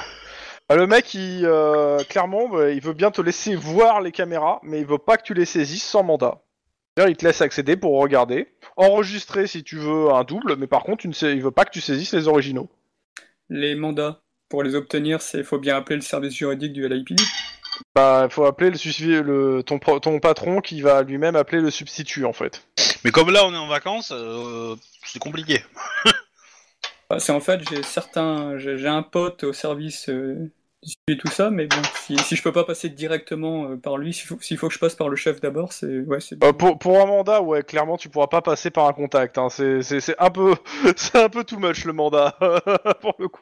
Speaker 2: Bah, le mec, il, euh, clairement, bah, il veut bien te laisser voir les caméras, mais il veut pas que tu les saisisses sans mandat. C'est-à-dire, il te laisse accéder pour regarder, enregistrer si tu veux un double, mais par contre, tu ne sais- il veut pas que tu saisisses les originaux.
Speaker 6: Les mandats, pour les obtenir, il faut bien appeler le service juridique du LIP.
Speaker 2: Bah, faut appeler le, sus- le- ton, pro- ton patron qui va lui-même appeler le substitut, en fait.
Speaker 1: Mais comme là, on est en vacances, euh, c'est compliqué.
Speaker 6: Bah, c'est en fait, j'ai certains, j'ai j'ai un pote au service euh, du suivi tout ça, mais bon, si, si je peux pas passer directement euh, par lui, s'il faut, s'il faut que je passe par le chef d'abord, c'est ouais, c'est
Speaker 2: Euh, pour, pour un mandat, ouais, clairement, tu pourras pas passer par un contact. hein. C'est c'est- c'est un peu, c'est un peu too much le mandat pour le coup.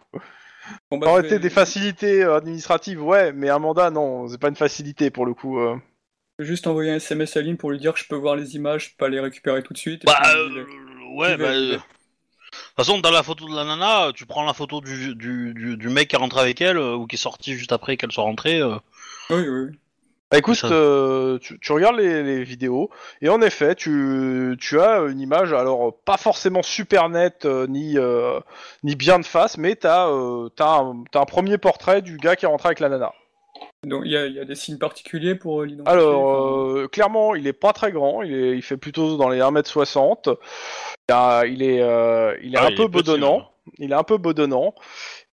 Speaker 6: Bon, bah,
Speaker 2: Ça aurait
Speaker 6: je
Speaker 2: été
Speaker 6: vais-
Speaker 2: des facilités euh, administratives, ouais, mais un mandat, non, c'est pas une facilité pour le coup. euh.
Speaker 6: je vais juste envoyer un SMS à Lynn pour lui dire que je peux voir les images, pas les récupérer tout de suite. et
Speaker 1: Bah,
Speaker 6: puis,
Speaker 1: euh,
Speaker 6: il-
Speaker 1: ouais,
Speaker 6: il
Speaker 1: bah.
Speaker 6: va-
Speaker 1: euh, De toute façon, t'as la photo de la nana, tu prends la photo du, du, du, du mec qui est rentré avec elle, euh, ou qui est sorti juste après qu'elle soit rentrée. euh.
Speaker 6: Oui, oui, oui.
Speaker 2: Bah, écoute,
Speaker 1: Ça.
Speaker 2: euh, tu, tu regardes les, les vidéos, et en effet, tu, tu as une image, alors pas forcément super nette, euh, ni, euh, ni bien de face, mais t'as euh, t'as un, t'as un premier portrait du gars qui est rentré avec la nana.
Speaker 6: Donc il y, a- il y a des signes particuliers pour euh, l'identifier. enfin,
Speaker 2: Alors, euh, clairement, il est pas très grand, il, est, il fait plutôt dans les 1m60. Il, a- il est, euh, il est
Speaker 1: Ah,
Speaker 2: un
Speaker 1: il
Speaker 2: peu
Speaker 1: est petit,
Speaker 2: bedonnant.
Speaker 1: alors.
Speaker 2: Il est un peu bedonnant.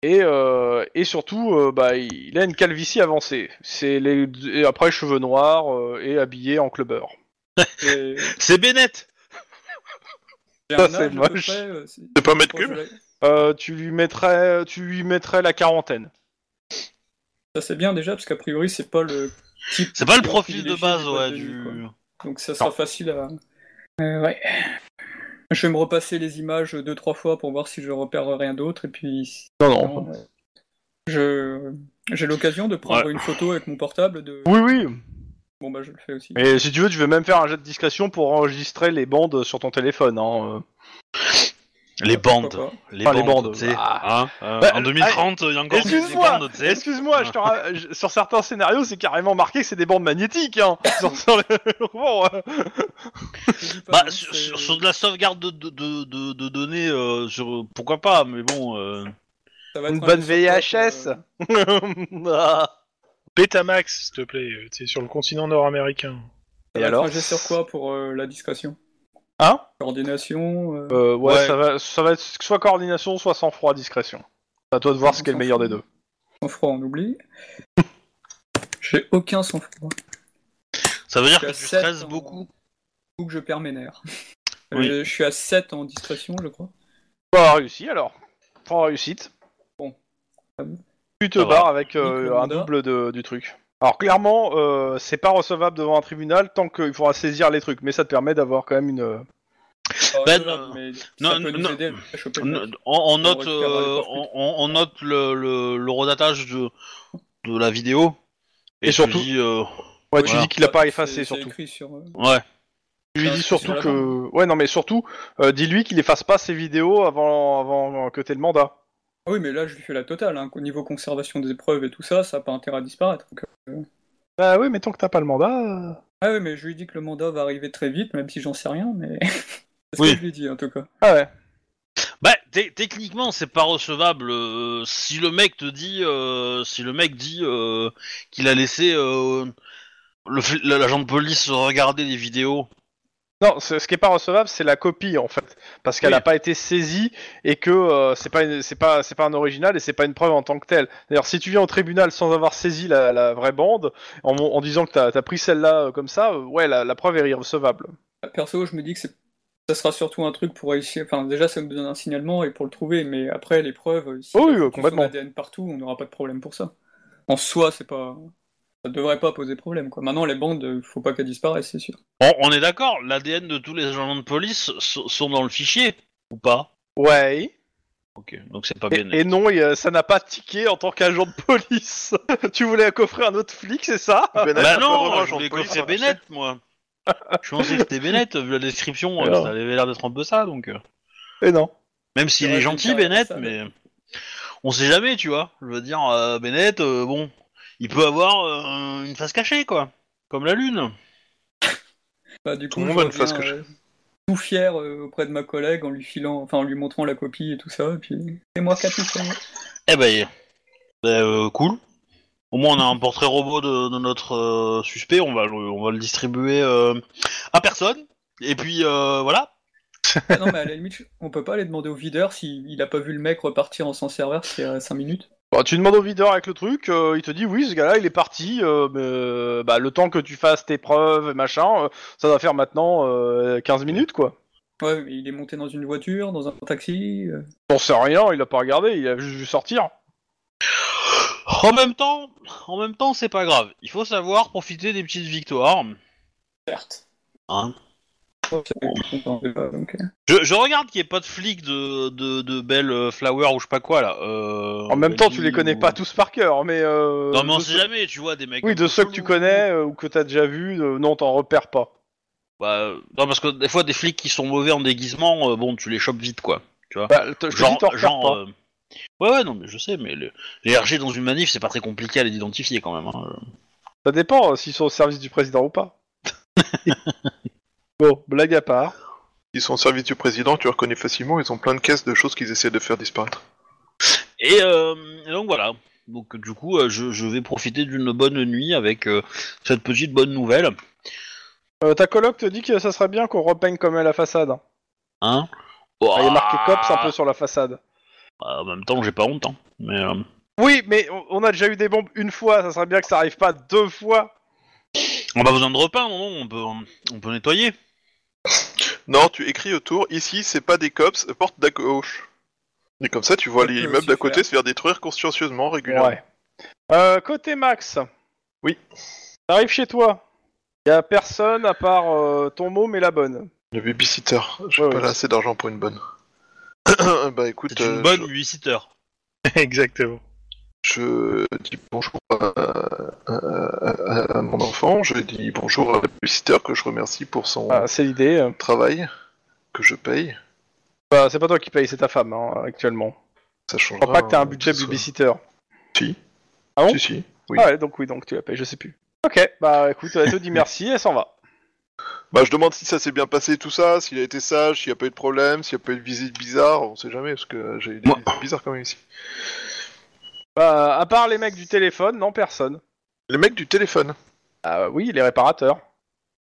Speaker 2: Et, euh, et surtout, euh, bah, il a une calvitie avancée. C'est les, et après, cheveux noirs euh, et habillé en clubber.
Speaker 6: j'ai-
Speaker 1: C'est Bennett
Speaker 6: j'ai
Speaker 2: Ça,
Speaker 6: un
Speaker 2: c'est
Speaker 6: âge à peu
Speaker 2: moche.
Speaker 6: près, euh, c'est-
Speaker 5: peux pas mettre
Speaker 6: je pense
Speaker 5: cube
Speaker 6: que je l'ai-
Speaker 2: Euh, tu, lui mettrais, tu lui mettrais la quarantaine.
Speaker 6: Ça c'est bien déjà parce qu'a priori c'est pas le type.
Speaker 1: C'est pas le
Speaker 6: client
Speaker 1: profil de
Speaker 6: privilégié
Speaker 1: base,
Speaker 6: des boîtes
Speaker 1: ouais,
Speaker 6: de nuit,
Speaker 1: du.
Speaker 6: quoi. Donc ça sera facile à. Euh, ouais. Je vais me repasser les images deux trois fois pour voir si je repère rien d'autre et puis.
Speaker 2: Non,
Speaker 6: Non, ouais. Je j'ai l'occasion de prendre une photo avec mon portable de.
Speaker 2: Oui, oui.
Speaker 6: Bon bah je le fais aussi.
Speaker 2: Et si tu veux, tu veux même faire un jet de discrétion pour enregistrer les bandes sur ton téléphone. Hein. euh.
Speaker 1: Les bandes.
Speaker 6: Pourquoi pas.
Speaker 1: Les
Speaker 2: Enfin, les bandes,
Speaker 1: bandes, tu sais.
Speaker 2: ah.
Speaker 1: hein, euh,
Speaker 2: Bah,
Speaker 1: en 2030, il y a encore des
Speaker 2: Excuse-moi,
Speaker 1: bandes, tu sais.
Speaker 2: excuse-moi, je te ra- je- sur certains scénarios, c'est carrément marqué que c'est des bandes magnétiques. Hein. Sur- sur le- bon, euh,
Speaker 6: Je dis pas,
Speaker 1: Bah,
Speaker 6: non,
Speaker 1: sur,
Speaker 6: c'est-
Speaker 1: sur- sur de la sauvegarde de, de, de, de- de données, euh, sur, pourquoi pas, mais bon. euh,
Speaker 6: ça va
Speaker 2: une
Speaker 6: être un
Speaker 2: bonne
Speaker 6: des sortes,
Speaker 2: VHS.
Speaker 6: euh,
Speaker 2: Ah.
Speaker 3: Betamax, s'il te plaît, euh, c'est sur le continent nord-américain.
Speaker 2: Et
Speaker 6: ça va être
Speaker 2: alors
Speaker 6: un jet sur quoi pour euh, la discrétion
Speaker 2: Hein
Speaker 6: Coordination. euh,
Speaker 2: Euh, ouais,
Speaker 1: Ouais.
Speaker 2: Ça, va, ça va être soit coordination, soit sang-froid, discrétion. C'est à toi de voir ce qui est le meilleur des deux.
Speaker 6: Sans froid on oublie. J'ai aucun sans froid.
Speaker 1: Ça veut dire que
Speaker 6: à
Speaker 1: tu
Speaker 6: sept
Speaker 1: stresses
Speaker 6: en-
Speaker 1: beaucoup.
Speaker 6: Ou que je perds mes nerfs.
Speaker 1: Oui.
Speaker 6: Euh, je suis à 7 en discrétion je crois.
Speaker 2: Pas Bah, réussi alors. Pas réussite.
Speaker 6: Bon.
Speaker 2: Tu te
Speaker 1: Ça va.
Speaker 2: barres avec euh,
Speaker 6: Nico
Speaker 2: un
Speaker 6: Honda.
Speaker 2: double de- du truc. Alors clairement, euh, c'est pas recevable devant un tribunal tant qu'il faudra saisir les trucs, mais ça te permet d'avoir quand même une. euh,
Speaker 6: Ah,
Speaker 1: Ben,
Speaker 6: je l'ai,
Speaker 1: euh,
Speaker 6: mais
Speaker 1: non,
Speaker 6: ça peut
Speaker 1: non,
Speaker 6: nous aider à choper le
Speaker 1: On,
Speaker 6: mec.
Speaker 1: on note,
Speaker 6: récupérera les
Speaker 1: euh,
Speaker 6: poches
Speaker 1: on, on- on note le, le, le redatage de, de la vidéo.
Speaker 2: Et
Speaker 1: tu
Speaker 2: surtout-
Speaker 1: dis, euh,
Speaker 2: Ouais,
Speaker 6: Oui,
Speaker 2: tu
Speaker 1: voilà.
Speaker 2: dis qu'il a pas effacé
Speaker 6: C'est- c'est
Speaker 2: surtout.
Speaker 6: écrit sur, euh,
Speaker 1: ouais.
Speaker 2: Tu lui
Speaker 6: Ah,
Speaker 2: dis
Speaker 6: c'est
Speaker 2: surtout
Speaker 6: sur la
Speaker 2: que. Ouais, non, mais surtout, euh, dis-lui qu'il efface pas ses vidéos avant, avant que t'aies le mandat.
Speaker 6: Ah oui, mais là, je lui fais la totale. hein. Au niveau conservation des épreuves et tout ça, ça n'a pas intérêt à disparaître. Donc, euh,
Speaker 2: Bah oui, mais tant que t'as pas le mandat. euh,
Speaker 6: Ah oui, mais je lui dis que le mandat va arriver très vite, même si j'en sais rien. Mais c'est ce
Speaker 1: Oui.
Speaker 6: que je lui dis, en tout cas.
Speaker 2: Ah ouais.
Speaker 1: Bah, té- techniquement, c'est pas recevable. euh, si le mec te dit, euh, si le mec dit euh, qu'il a laissé euh, le fl- l'agent de police regarder des vidéos.
Speaker 2: Non, ce, ce qui est pas recevable, c'est la copie en fait, parce qu'elle
Speaker 1: Oui.
Speaker 2: n'a pas été saisie et que euh, c'est pas une- c'est pas c'est pas un original et c'est pas une preuve en tant que telle. D'ailleurs, si tu viens au tribunal sans avoir saisi la, la vraie bande, en, mon- en disant que t'as as pris celle-là euh, comme ça, euh, ouais, la, la preuve est irrecevable.
Speaker 6: Perso, je me dis que c'est- ça sera surtout un truc pour réussir. Enfin, déjà, ça nous donne un signalement et pour le trouver, mais après, les preuves, euh, si
Speaker 2: Oh oui,
Speaker 6: on trouve
Speaker 2: complètement.
Speaker 6: son ADN partout, on n'aura pas de problème pour ça. En soi, c'est pas. Ça devrait pas poser problème, quoi. Maintenant, les bandes, euh, faut pas qu'elles disparaissent, c'est sûr.
Speaker 1: On, on est d'accord, l'ADN de tous les agents de police so- sont dans le fichier ou pas
Speaker 2: Ouais.
Speaker 1: Ok, donc c'est pas
Speaker 2: Et,
Speaker 1: bien.
Speaker 2: et non, et, euh, ça n'a pas tiqué en tant qu'agent de police. tu voulais coffrer un autre flic, c'est ça
Speaker 5: Bennett,
Speaker 1: Bah
Speaker 5: un peu
Speaker 1: non,
Speaker 5: revanche
Speaker 1: je
Speaker 5: en
Speaker 1: voulais
Speaker 5: police,
Speaker 1: coffrer
Speaker 5: hein,
Speaker 1: Bennett, moi. Je pensais que c'était Bennett, vu la description, euh,
Speaker 2: Alors.
Speaker 1: ça avait l'air d'être un peu ça, donc. euh.
Speaker 2: Et non.
Speaker 1: Même s'il
Speaker 6: Ouais,
Speaker 1: est
Speaker 6: c'est
Speaker 1: gentil,
Speaker 6: ça,
Speaker 1: Bennett,
Speaker 6: ça,
Speaker 1: mais on sait jamais, tu vois. Je veux dire, euh, Bennett, euh, bon, il peut avoir euh, une face cachée, quoi. Comme la lune.
Speaker 6: Bah, du
Speaker 5: Tout
Speaker 6: coup, je
Speaker 5: le monde a une
Speaker 6: reviens,
Speaker 5: face cachée.
Speaker 6: euh, tout fier euh, auprès de ma collègue en lui filant, enfin, en lui montrant la copie et tout ça, et puis c'est moi qui a tout fait.
Speaker 1: Eh ben, ben, euh, cool. Au moins, on a un portrait robot de, de notre euh, suspect. On va, le- on va le distribuer euh, à personne. Et puis, euh, voilà.
Speaker 6: Ah non, mais à la limite, je- on peut pas aller demander au videur s'il il a pas vu le mec repartir en sans serveur c'est à 5 minutes.
Speaker 2: Bah, tu demandes au videur avec le truc, euh, il te dit oui, ce gars-là, il est parti. euh, mais, euh, bah, le temps que tu fasses tes preuves et machin, euh, ça doit faire maintenant euh, 15 minutes, quoi.
Speaker 6: Ouais, mais il est monté dans une voiture, dans un taxi. euh.
Speaker 2: T'en sais rien, il a pas regardé, il a juste vu sortir.
Speaker 1: En même temps, en même temps, c'est pas grave. Il faut savoir profiter des petites victoires.
Speaker 6: Certes.
Speaker 1: Hein.
Speaker 6: Oh, c'est- je comprends pas, donc, euh.
Speaker 1: Je, je regarde qu'il n'y ait pas de flics de, de, de Belle euh, Flower ou je sais pas quoi là. Euh,
Speaker 2: En même temps,
Speaker 1: Betty
Speaker 2: tu les connais
Speaker 1: ou-
Speaker 2: pas tous par cœur, mais. euh,
Speaker 1: Non mais on
Speaker 2: de
Speaker 1: sait
Speaker 2: ceux-
Speaker 1: jamais, tu vois, des mecs.
Speaker 2: Oui,
Speaker 1: un
Speaker 2: de
Speaker 1: peu
Speaker 2: ceux que tu
Speaker 1: chelous.
Speaker 2: connais euh, ou que t'as déjà vu, euh, non, t'en repères pas.
Speaker 1: Bah, euh, non parce que des fois des flics qui sont mauvais en déguisement, euh, bon, tu les chopes vite quoi.
Speaker 2: Bah, je te dis,
Speaker 1: Genre,
Speaker 2: t'en repères
Speaker 1: genre,
Speaker 2: pas.
Speaker 1: euh, Ouais ouais non mais je sais mais le- les RG dans une manif c'est pas très compliqué à les identifier quand même. hein.
Speaker 2: Ça dépend euh, s'ils sont au service du président ou pas. bon, blague à part.
Speaker 5: Ils sont au service du président, tu reconnais facilement, ils ont plein de caisses de choses qu'ils essaient de faire disparaître.
Speaker 1: Et, euh, et donc voilà. Donc du coup euh, je, je vais profiter d'une bonne nuit avec euh, cette petite bonne nouvelle.
Speaker 2: Euh, ta coloc te dit que ça serait bien qu'on repeigne comme elle la façade. hein.
Speaker 1: Hein.
Speaker 2: Ah, Il y a
Speaker 1: Ah.
Speaker 2: marqué COPS un peu sur la façade.
Speaker 1: Bah, en même temps j'ai pas honte hein. Mais euh,
Speaker 2: Oui, mais on- on a déjà eu des bombes une fois, ça serait bien que ça arrive pas deux fois.
Speaker 1: on a pas besoin de repeindre non on peut on peut nettoyer.
Speaker 5: Non, tu écris autour, ici c'est pas des cops, porte d'à gauche. Et comme ça, tu vois
Speaker 6: Ça peut
Speaker 5: les
Speaker 6: aussi
Speaker 5: immeubles d'à côté
Speaker 6: faire.
Speaker 5: se faire détruire consciencieusement, régulièrement.
Speaker 2: Ouais. Euh, côté Max.
Speaker 5: Oui.
Speaker 2: T'arrives chez toi. Y a personne à part euh, ton môme et la bonne.
Speaker 5: Le babysitter, j'ai
Speaker 2: Ouais,
Speaker 5: pas
Speaker 2: ouais.
Speaker 5: assez d'argent pour une bonne. bah écoute,
Speaker 1: C'est une
Speaker 5: euh,
Speaker 1: bonne babysitter.
Speaker 3: Exactement.
Speaker 5: je, je dis bonjour à, à- à- à mon enfant, je dis bonjour à la babysitter que je remercie pour son
Speaker 2: Ah, c'est l'idée.
Speaker 5: travail, que je paye.
Speaker 2: Bah, c'est pas toi qui paye, c'est ta femme hein, actuellement.
Speaker 5: Ça
Speaker 2: Je
Speaker 5: change
Speaker 2: crois pas que t'as un budget babysitter.
Speaker 5: Si.
Speaker 2: Ah bon
Speaker 5: Si, si. Oui.
Speaker 2: Ah ouais, donc oui, donc tu la payes, je sais plus. Ok, bah écoute, elle te dit merci et elle s'en va.
Speaker 5: Bah, je demande si ça s'est bien passé tout ça, s'il a été sage, s'il n'y a pas eu de problème, s'il n'y a pas eu de visite bizarre, on sait jamais, parce que j'ai eu des
Speaker 1: Moi-
Speaker 5: visites bizarres quand même ici.
Speaker 2: Bah, à part les mecs du téléphone, non, personne.
Speaker 5: Les mecs du téléphone,
Speaker 2: Ah oui, les réparateurs.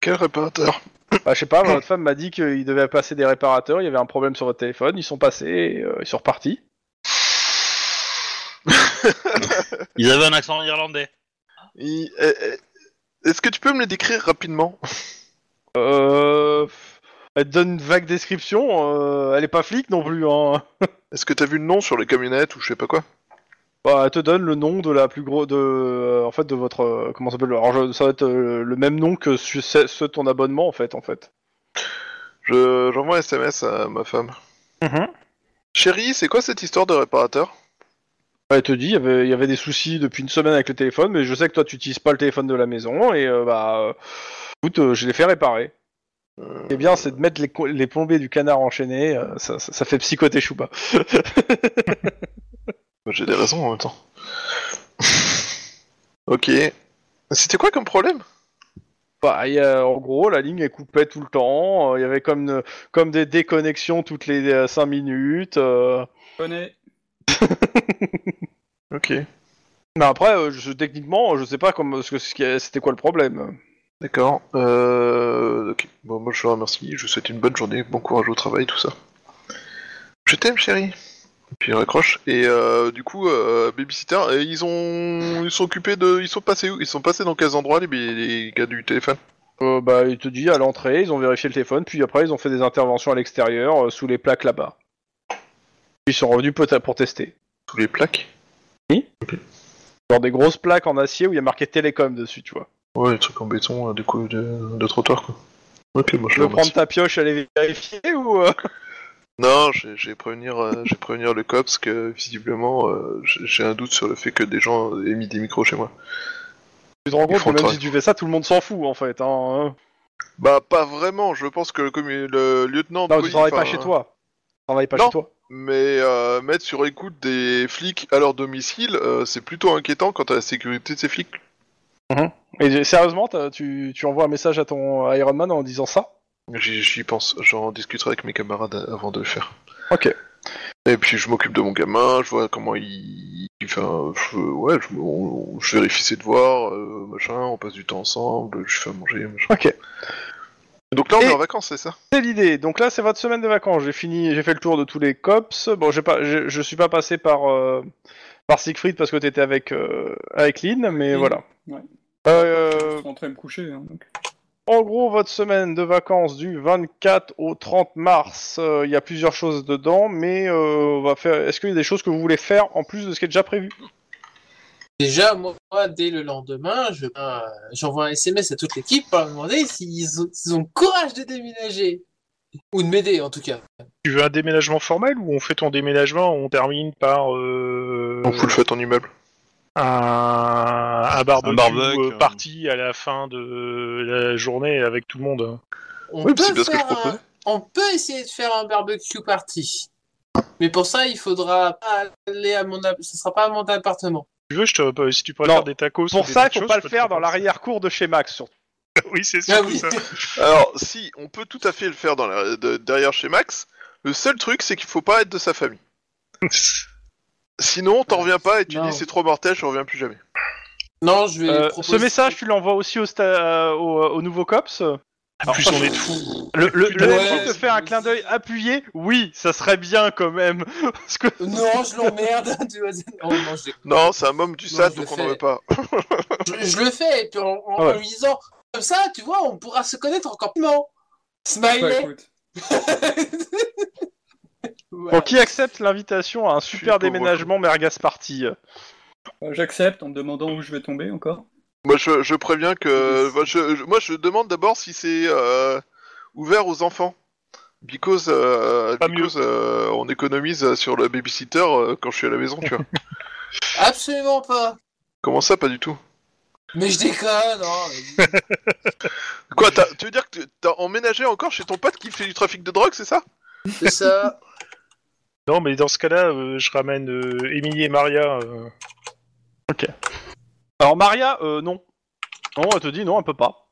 Speaker 5: quel réparateur
Speaker 2: Bah, je sais pas, votre femme m'a dit qu'il devait passer des réparateurs, il y avait un problème sur votre téléphone, ils sont passés, et, euh, ils sont repartis.
Speaker 1: Ils avaient un accent irlandais.
Speaker 5: Il- eh, eh, Est-ce que tu peux me le décrire rapidement
Speaker 2: Euh... Elle te donne une vague description, euh, elle est pas flic non plus, hein.
Speaker 5: Est-ce que t'as vu le nom sur les camionnettes ou je sais pas quoi
Speaker 2: Bah, elle te donne le nom de la plus grosse, de, euh, en fait, de votre, euh, comment ça s'appelle, alors je- ça va être euh, le même nom que su- ce- ceux de ton abonnement, en fait, en fait.
Speaker 5: Je- J'envoie un SMS à ma femme. Chérie, c'est quoi cette histoire de réparateur
Speaker 2: Elle te dit, il y avait- il y avait des soucis depuis une semaine avec le téléphone, mais je sais que toi, tu utilises pas le téléphone de la maison, et euh, bah, euh, écoute, euh, je l'ai fait réparer.
Speaker 5: Euh,
Speaker 2: Eh bien, c'est de mettre les, co- les plombées du canard enchaîné, euh, ça, ça, ça fait psychoter Chouba.
Speaker 5: bah, J'ai des raisons en même temps. ok. C'était quoi comme problème
Speaker 2: Bah, il y a- en gros, la ligne est coupée tout le temps. euh, Il y avait comme, une- comme des déconnexions toutes les 5 minutes. euh.
Speaker 6: Connais.
Speaker 5: Ok,
Speaker 2: Mais après, euh, je, techniquement, je sais pas comment, ce que- ce qui- c'était quoi le problème.
Speaker 5: d'accord. Euh, ok. Bon, moi je vous remercie, je vous souhaite une bonne journée, bon courage au travail, tout ça. Je t'aime, chérie. Et Puis il raccroche. Et euh, du coup, euh, babysitter, euh, ils ont, ils sont occupés de, ils sont passés où Ils sont passés dans quels endroits les, bi- les gars du téléphone
Speaker 2: Euh, bah, il te dit à l'entrée, ils ont vérifié le téléphone, puis après, ils ont fait des interventions à l'extérieur, euh, sous les plaques là-bas. Ils sont revenus peut-être pour tester.
Speaker 5: Sous les plaques
Speaker 2: Genre des grosses plaques en acier où il y a marqué télécom dessus, tu vois.
Speaker 5: Ouais, les trucs en béton, euh, des coups de, de trottoir quoi. Ok, moi je
Speaker 2: Tu
Speaker 5: le
Speaker 2: veux prendre ta pioche, aller vérifier ou. euh
Speaker 5: Non, j'ai j'ai prévenir, euh, j'ai prévenir le cops que visiblement euh, j'ai j'ai un doute sur le fait que des gens aient mis des micros chez moi.
Speaker 2: Tu te rends
Speaker 5: Ils
Speaker 2: compte que
Speaker 5: font le
Speaker 2: même
Speaker 5: travail.
Speaker 2: si tu fais ça, tout le monde s'en fout en fait. Hein.
Speaker 5: Bah pas vraiment, je pense que le, commu- le lieutenant... de
Speaker 2: Non, tu
Speaker 5: police,
Speaker 2: travailles pas
Speaker 5: enfin, euh.
Speaker 2: chez toi. Tu travailles pas
Speaker 5: Non.
Speaker 2: chez toi.
Speaker 5: Mais euh, mettre sur écoute des flics à leur domicile, euh, c'est plutôt inquiétant quant à la sécurité de ces flics.
Speaker 2: Et euh, sérieusement, t'as- tu, tu envoies un message à ton Iron Man en disant ça
Speaker 5: J'y j'y pense, j'en discuterai avec mes camarades a- avant de le faire.
Speaker 2: Ok.
Speaker 5: Et puis je m'occupe de mon gamin, je vois comment il... Enfin, je, ouais, je, on- je vérifie ses devoirs, euh, machin, on passe du temps ensemble, je fais à manger, machin.
Speaker 2: Ok.
Speaker 5: Donc là on
Speaker 2: Et-
Speaker 5: est en vacances, c'est ça
Speaker 2: C'est l'idée. Donc là, c'est votre semaine de vacances. J'ai fini, j'ai fait le tour de tous les cops. Bon, j'ai pas, j'ai- je suis pas passé par euh, par Siegfried parce que t'étais avec euh, avec Lynn, mais
Speaker 6: Lynn,
Speaker 2: voilà.
Speaker 6: ouais. Je
Speaker 2: Euh,
Speaker 6: suis rentré me coucher. hein, donc.
Speaker 2: En gros, votre semaine de vacances du 24 au 30 mars, euh, il y a plusieurs choses dedans, mais euh, on va faire. Est-ce qu'il y a des choses que vous voulez faire en plus de ce qui est déjà prévu
Speaker 4: Déjà, moi, dès le lendemain, je- euh, j'envoie un SMS à toute l'équipe pour leur demander s'ils ont, s'ils ont le courage de déménager. Ou de m'aider, en tout cas.
Speaker 3: Tu veux un déménagement formel ou on fait ton déménagement, on termine par euh,
Speaker 5: On fout le feu en immeuble.
Speaker 3: un, un barbecue,
Speaker 1: Un barbecue,
Speaker 3: euh,
Speaker 1: hein.
Speaker 3: party à la fin de la journée avec tout le monde. hein.
Speaker 4: On,
Speaker 5: Oui,
Speaker 4: peut
Speaker 5: c'est bien ce que je
Speaker 4: faire un-
Speaker 5: proposais.
Speaker 4: on peut essayer de faire un barbecue party. Mais pour ça, il faudra pas aller à mon... app- Ce sera pas à mon appartement.
Speaker 3: Tu veux, je te, euh, si tu préfères
Speaker 2: Non.
Speaker 3: des tacos. ou
Speaker 2: Pour
Speaker 3: des
Speaker 2: ça, il
Speaker 3: nachos,
Speaker 2: faut pas
Speaker 3: je
Speaker 2: le
Speaker 3: peux te
Speaker 2: faire dans
Speaker 3: proposer.
Speaker 2: l'arrière-cour de chez Max, surtout.
Speaker 3: Oui, c'est sûr.
Speaker 4: Ah oui,
Speaker 3: ça.
Speaker 5: Alors, si, on peut tout à fait le faire dans la- de- derrière chez Max. Le seul truc, c'est qu'il faut pas être de sa famille. Sinon, t'en reviens pas et tu
Speaker 4: Non.
Speaker 5: dis c'est trop mortel, je reviens plus jamais.
Speaker 4: non, je vais
Speaker 2: Euh,
Speaker 4: proposer...
Speaker 2: ce message, tu l'envoies aussi au, sta- euh, au, euh, au nouveau cops.
Speaker 3: plus on est de fous.
Speaker 2: Ah Le, le, le
Speaker 4: Ouais,
Speaker 2: MJ te
Speaker 4: c'est
Speaker 2: fait un
Speaker 4: possible.
Speaker 2: clin d'œil appuyé. Oui, ça serait bien quand même. Parce que
Speaker 4: Non, je l'emmerde. tu vois, c'est- oh, non, je,
Speaker 5: Non, c'est un môme du
Speaker 4: Non,
Speaker 5: SAD,
Speaker 4: je le
Speaker 5: donc on
Speaker 4: fais.
Speaker 5: n'en veut pas.
Speaker 4: je- je le fais, et puis en, en-
Speaker 2: Ah ouais.
Speaker 4: en lui disant... Comme ça, tu vois, on pourra se connaître encore plus. Non.
Speaker 6: Bah,
Speaker 4: Smiley.
Speaker 6: écoute,
Speaker 4: Voilà.
Speaker 2: Bon, qui accepte l'invitation à un super
Speaker 5: suis pauvre,
Speaker 2: déménagement Mergas Party
Speaker 6: euh, j'accepte en me demandant où je vais tomber encore.
Speaker 5: Moi, je, je préviens que. Moi je, je- moi, je demande d'abord si c'est euh, ouvert aux enfants. Because, euh,
Speaker 3: Pas
Speaker 5: because, euh, on économise sur le babysitter euh, quand je suis à la maison, tu vois.
Speaker 4: Absolument pas.
Speaker 5: Comment ça, pas du tout
Speaker 4: Mais je déconne. hein.
Speaker 5: Quoi, t'as- tu veux dire que t'as emménagé encore chez ton pote qui fait du trafic de drogue, c'est ça
Speaker 4: C'est ça.
Speaker 3: Non, mais dans ce cas-là, euh, je ramène euh, Émilie et Maria. euh,
Speaker 2: Alors Maria, euh, non. Non, elle te dit non, elle peut pas.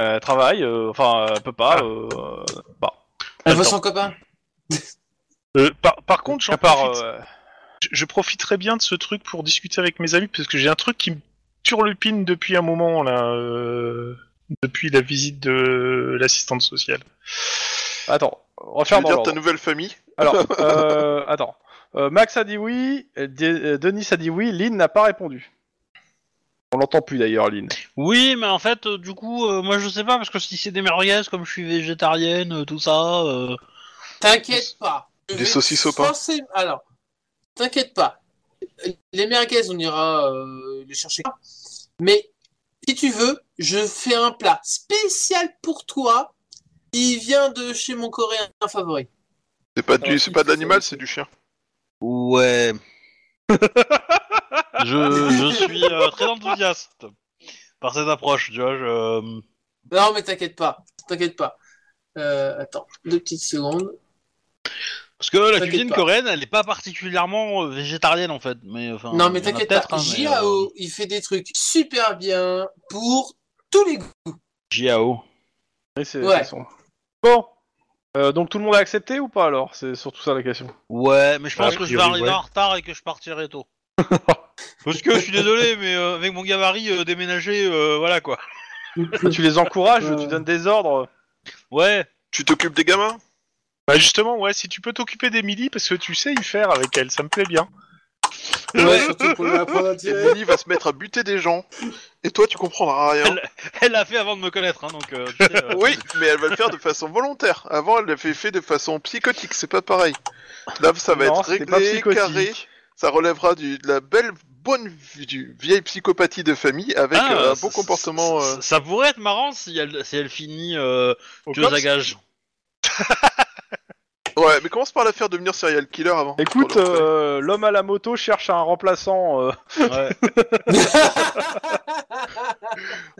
Speaker 2: Euh, Elle travaille, euh, enfin, elle peut pas. euh, bah.
Speaker 4: Elle voit
Speaker 2: Attends.
Speaker 4: son copain.
Speaker 3: euh, par, par contre, j'en
Speaker 2: À part,
Speaker 3: profite.
Speaker 2: euh,
Speaker 3: je- je profiterai bien de ce truc pour discuter avec mes amis parce que j'ai un truc qui me turlupine depuis un moment là, euh, depuis la visite de l'assistante sociale.
Speaker 2: attends,
Speaker 5: Tu
Speaker 2: refaire
Speaker 5: veux
Speaker 2: dans
Speaker 5: dire ta
Speaker 2: l'ordre.
Speaker 5: nouvelle famille
Speaker 2: Alors, euh, attends. Euh, Max a dit oui, euh, De- euh, Denis a dit oui, Lynn n'a pas répondu. On l'entend plus d'ailleurs, Lynn.
Speaker 1: Oui, mais en fait, euh, du coup, euh, moi je sais pas, parce que si c'est des merguez, comme je suis végétarienne, euh, tout ça... euh,
Speaker 4: T'inquiète pas. Je
Speaker 5: des
Speaker 4: vais
Speaker 5: saucisses au pain.
Speaker 4: forcer- Alors, t'inquiète pas. Les merguez, on ira euh, les chercher. Mais si tu veux, je fais un plat spécial pour toi. Il vient de chez mon coréen favori.
Speaker 5: C'est pas, du,
Speaker 6: Alors,
Speaker 5: c'est
Speaker 6: si,
Speaker 5: pas de
Speaker 6: c'est ça,
Speaker 5: l'animal,
Speaker 6: c'est-
Speaker 5: c'est du chien.
Speaker 1: Ouais. je, je suis euh, très enthousiaste par cette approche, tu vois. Je... euh,
Speaker 4: Non, mais t'inquiète pas. T'inquiète pas. Euh, attends, deux petites secondes.
Speaker 1: Parce que la
Speaker 4: T'inquiète
Speaker 1: cuisine
Speaker 4: pas.
Speaker 1: coréenne, elle est pas particulièrement euh, végétarienne en fait. Mais, enfin,
Speaker 4: non, mais
Speaker 1: il y en a hein,
Speaker 4: t'inquiète
Speaker 1: peut-être, euh,
Speaker 4: pas.
Speaker 1: hein, mais,
Speaker 4: JAO, il fait des trucs super bien pour tous les goûts.
Speaker 1: JAO.
Speaker 2: Oui, c'est
Speaker 4: Ouais.
Speaker 2: c'est son- Bon. Euh, donc tout le monde a accepté ou pas alors C'est surtout ça la question.
Speaker 1: Ouais, mais je pense
Speaker 3: A
Speaker 1: que je vais
Speaker 3: priori,
Speaker 1: arriver
Speaker 3: ouais.
Speaker 1: en retard et que je partirai tôt. Parce que je suis désolé, mais euh, avec mon gabarit euh, déménager, euh, voilà quoi.
Speaker 2: tu les encourages,
Speaker 6: Euh.
Speaker 2: tu donnes des ordres.
Speaker 1: Ouais.
Speaker 5: Tu t'occupes des gamins
Speaker 3: Bah justement, ouais, si tu peux t'occuper d'Emily, parce que tu sais y faire avec elle, ça me plaît bien.
Speaker 4: Ouais, surtout pour lui apprendre à
Speaker 5: Et
Speaker 4: tirer.
Speaker 5: Billy va se mettre à buter des gens. Et toi, tu comprendras rien.
Speaker 1: Elle l'a fait avant de me connaître, hein, donc. euh, tu sais, euh,
Speaker 5: Oui, mais elle va le faire de façon volontaire. Avant, elle l'avait fait de façon psychotique, c'est pas pareil. Là, ça va
Speaker 2: Non,
Speaker 5: être
Speaker 2: c'était pas
Speaker 5: réglé,
Speaker 2: psychotique.
Speaker 5: carré. Ça relèvera du- de la belle, bonne vi- du vieille psychopathie de famille avec
Speaker 1: ah,
Speaker 5: euh, un
Speaker 1: ça-
Speaker 5: bon
Speaker 1: ça-
Speaker 5: comportement.
Speaker 1: Ça,
Speaker 5: euh,
Speaker 1: ça pourrait être marrant si elle, si elle finit euh,
Speaker 3: Au
Speaker 1: tueuse à
Speaker 3: cops,
Speaker 1: gages.
Speaker 5: Ouais, mais commence par la faire devenir serial killer avant.
Speaker 2: Écoute,
Speaker 5: Pour le-
Speaker 2: euh, l'homme à la moto cherche un remplaçant. euh.
Speaker 1: Ouais.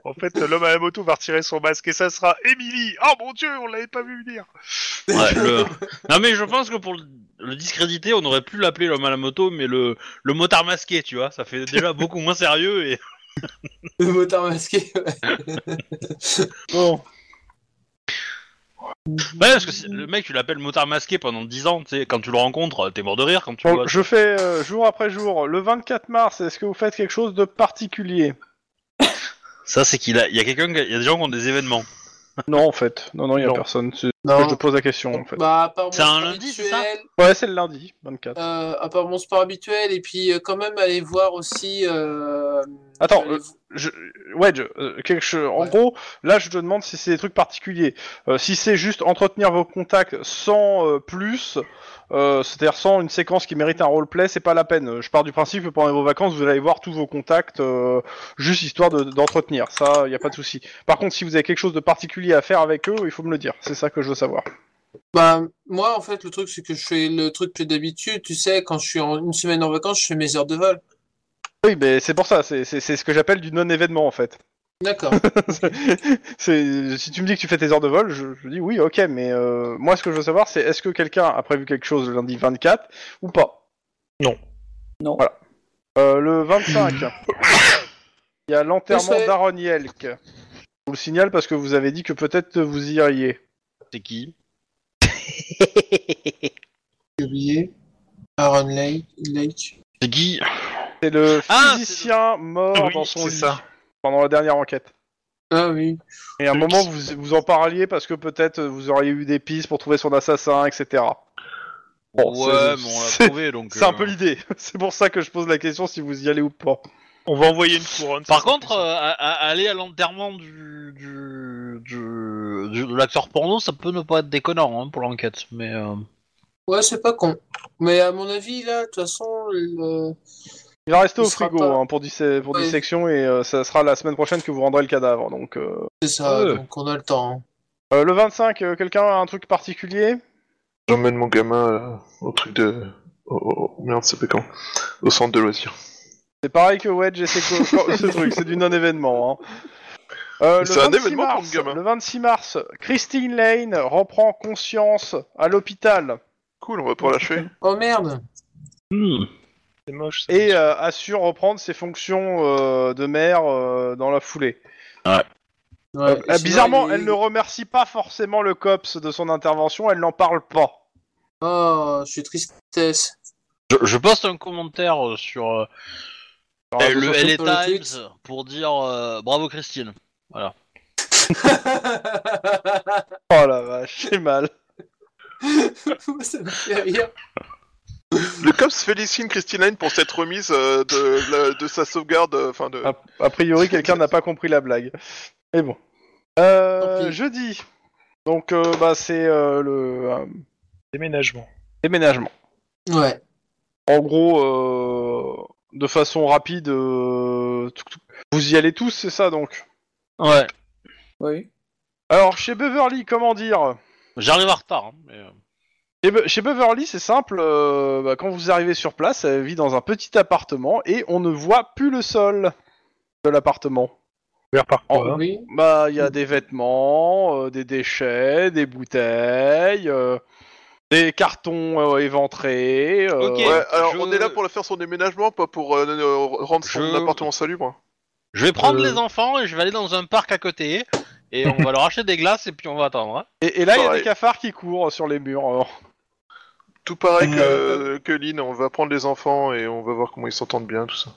Speaker 3: En fait, l'homme à la moto va retirer son masque et ça sera Emily. Oh mon dieu, on l'avait pas vu venir.
Speaker 1: Ouais, le- Non mais je pense que pour le- le discréditer, on aurait pu l'appeler l'homme à la moto, mais le, le motard masqué, tu vois, ça fait déjà beaucoup moins sérieux et
Speaker 4: Le motard masqué. ouais.
Speaker 2: Bon.
Speaker 1: Ouais, parce que si- le mec, tu l'appelles motard masqué pendant 10 ans, tu sais, quand tu le rencontres, euh, t'es mort de rire quand tu le
Speaker 2: Bon,
Speaker 1: vois.
Speaker 2: je fais euh, jour après jour. Le 24 mars, est-ce que vous faites quelque chose de particulier
Speaker 1: Ça, c'est qu'il a, il y a quelqu'un, qui- il y a des gens qui ont des événements.
Speaker 2: Non, en fait. Non, non, il y a
Speaker 3: Non.
Speaker 2: personne. C'est-
Speaker 5: Non.
Speaker 2: Je te pose la question, en fait.
Speaker 4: Bah, à part mon
Speaker 1: C'est un
Speaker 4: sport
Speaker 1: lundi, c'est
Speaker 4: habituel,
Speaker 2: Ouais, c'est le lundi, 24.
Speaker 4: euh, à part mon sport habituel, et puis euh, quand même aller voir aussi. euh,
Speaker 2: Attends,
Speaker 4: aller
Speaker 2: euh,
Speaker 4: vo-
Speaker 2: Je... Wedge, euh, quelque chose... en
Speaker 4: Ouais.
Speaker 2: gros, là, je te demande si c'est des trucs particuliers. Euh, si c'est juste entretenir vos contacts sans euh, plus, euh, c'est-à-dire sans une séquence qui mérite un roleplay, c'est pas la peine. Euh, Je pars du principe que pendant vos vacances, vous allez voir tous vos contacts, euh, juste histoire de- d'entretenir. Ça, il n'y a pas de souci. Par contre, si vous avez quelque chose de particulier à faire avec eux, il faut me le dire. C'est ça que je veux savoir.
Speaker 4: Bah, moi, en fait, le truc, c'est que je fais le truc que d'habitude, tu sais, quand je suis en une semaine en vacances, je fais mes heures de vol.
Speaker 2: Oui, mais c'est pour ça, c'est c'est- c'est ce que j'appelle du non-événement en fait.
Speaker 4: D'accord.
Speaker 2: C'est- si tu me dis que tu fais tes heures de vol, je, je dis oui, ok, mais euh, moi ce que je veux savoir c'est est-ce que quelqu'un a prévu quelque chose le lundi 24 ou pas
Speaker 3: Non.
Speaker 6: Non.
Speaker 2: Voilà. Euh, le 25, il y a l'enterrement
Speaker 4: Oui, c'est-
Speaker 2: d'Aaron Yelk. Je vous le signale parce que vous avez dit que peut-être vous y iriez.
Speaker 1: C'est qui
Speaker 4: J'ai oublié. Aaron Lake. Lake.
Speaker 1: C'est qui
Speaker 2: C'est le
Speaker 1: Ah,
Speaker 2: physicien mort
Speaker 3: Oui,
Speaker 2: dans son
Speaker 3: c'est
Speaker 2: lit
Speaker 3: ça.
Speaker 2: pendant la dernière enquête.
Speaker 4: Ah oui.
Speaker 2: Et à un
Speaker 3: Le
Speaker 2: moment
Speaker 3: qui-
Speaker 2: vous, vous en parliez parce que peut-être vous auriez eu des pistes pour trouver son assassin, etc. Bon,
Speaker 1: Ouais,
Speaker 2: c'est-
Speaker 1: mais on l'a
Speaker 2: c'est-
Speaker 1: trouvé donc.
Speaker 2: C'est
Speaker 1: euh,
Speaker 2: un peu l'idée. C'est pour ça que je pose la question si vous y allez ou pas.
Speaker 3: On va envoyer une couronne.
Speaker 1: Par
Speaker 3: ça sera
Speaker 1: contre,
Speaker 3: plus
Speaker 1: euh, à- à- aller à l'enterrement du, du, du- du- de l'acteur porno, ça peut ne pas être déconnant hein, pour l'enquête, mais. euh,
Speaker 4: Ouais, c'est pas con. Mais à mon avis, là, de toute façon, le...
Speaker 2: Il va rester
Speaker 4: Il
Speaker 2: au
Speaker 4: sera
Speaker 2: frigo
Speaker 4: pas-
Speaker 2: hein, pour, dissé- pour
Speaker 4: Ouais.
Speaker 2: dissection et euh, ça sera la semaine prochaine que vous rendrez le cadavre. Donc euh,
Speaker 4: c'est ça,
Speaker 2: Ouais.
Speaker 4: donc on a le temps. hein.
Speaker 2: euh, le 25, euh, quelqu'un a un truc particulier
Speaker 5: J'emmène mon gamin euh, au truc de. Oh, oh, oh, merde, c'est pécan. Au centre de loisirs.
Speaker 2: C'est pareil que Wedge et ses co- co- ce truc, c'est du non-événement. hein. Euh, le
Speaker 5: C'est un
Speaker 2: 26
Speaker 5: événement pour
Speaker 2: mars,
Speaker 5: le gamin.
Speaker 2: Le 26 mars, Christine Lane reprend conscience à l'hôpital
Speaker 5: Cool, on va pouvoir l'achever.
Speaker 4: Oh merde!
Speaker 1: hmm.
Speaker 3: C'est moche. ça.
Speaker 2: et euh, assure reprendre ses fonctions euh, de mère euh, dans la foulée.
Speaker 4: Ouais,
Speaker 2: Euh,
Speaker 4: sinon,
Speaker 2: bizarrement,
Speaker 4: il-
Speaker 2: elle ne remercie pas forcément le COPS de son intervention, elle n'en parle pas.
Speaker 4: Oh, je suis tristesse.
Speaker 1: Je, je poste un commentaire euh, sur euh,
Speaker 2: Alors,
Speaker 1: le
Speaker 2: attention,
Speaker 1: LA
Speaker 4: sur le
Speaker 1: Times
Speaker 4: tweet.
Speaker 1: pour dire euh, bravo Christine.
Speaker 2: Oh la vache, j'ai mal.
Speaker 4: Moi, ça me fait rire.
Speaker 5: Le COPS félicite Christine Lane pour cette remise euh, de, la- de sa sauvegarde. euh, Enfin, de.
Speaker 1: Ah,
Speaker 2: A, a priori, quelqu'un n'a pas compris la blague. Mais bon. Euh,
Speaker 4: Tant pis.
Speaker 2: jeudi. Donc, euh, bah, c'est euh, le euh,
Speaker 3: Déménagement.
Speaker 2: déménagement.
Speaker 4: Ouais.
Speaker 2: En gros, euh, de façon rapide, euh, touc, touc. vous y allez tous, c'est ça donc
Speaker 1: Ouais.
Speaker 6: Oui.
Speaker 2: Alors, chez Beverly, comment dire
Speaker 1: J'arrive en retard. hein, mais, euh,
Speaker 2: Chez, Be- chez Beverly, c'est simple. euh, bah, quand vous arrivez sur place, elle vit dans un petit appartement et on ne voit plus le sol de l'appartement.
Speaker 3: Ouvert par
Speaker 2: Oh,
Speaker 3: quoi hein
Speaker 4: Oui.
Speaker 2: Bah, il y a des vêtements, euh, des déchets, des bouteilles, euh, des cartons euh, éventrés. euh,
Speaker 1: Ok.
Speaker 5: Ouais, alors
Speaker 1: je-
Speaker 5: on est là pour la faire son déménagement, pas pour euh, euh, rendre son
Speaker 1: Je-
Speaker 5: appartement salubre. hein.
Speaker 1: Je vais prendre
Speaker 4: Euh.
Speaker 1: les enfants et je vais aller dans un parc à côté Et on va leur acheter des glaces et puis on va attendre. hein.
Speaker 2: Et, et là, il y a
Speaker 5: Pareil.
Speaker 2: des cafards qui courent sur les murs. alors.
Speaker 5: Tout
Speaker 1: Mm.
Speaker 5: pareil que, que Lynn, on va prendre les enfants et on va voir comment ils s'entendent bien, tout ça.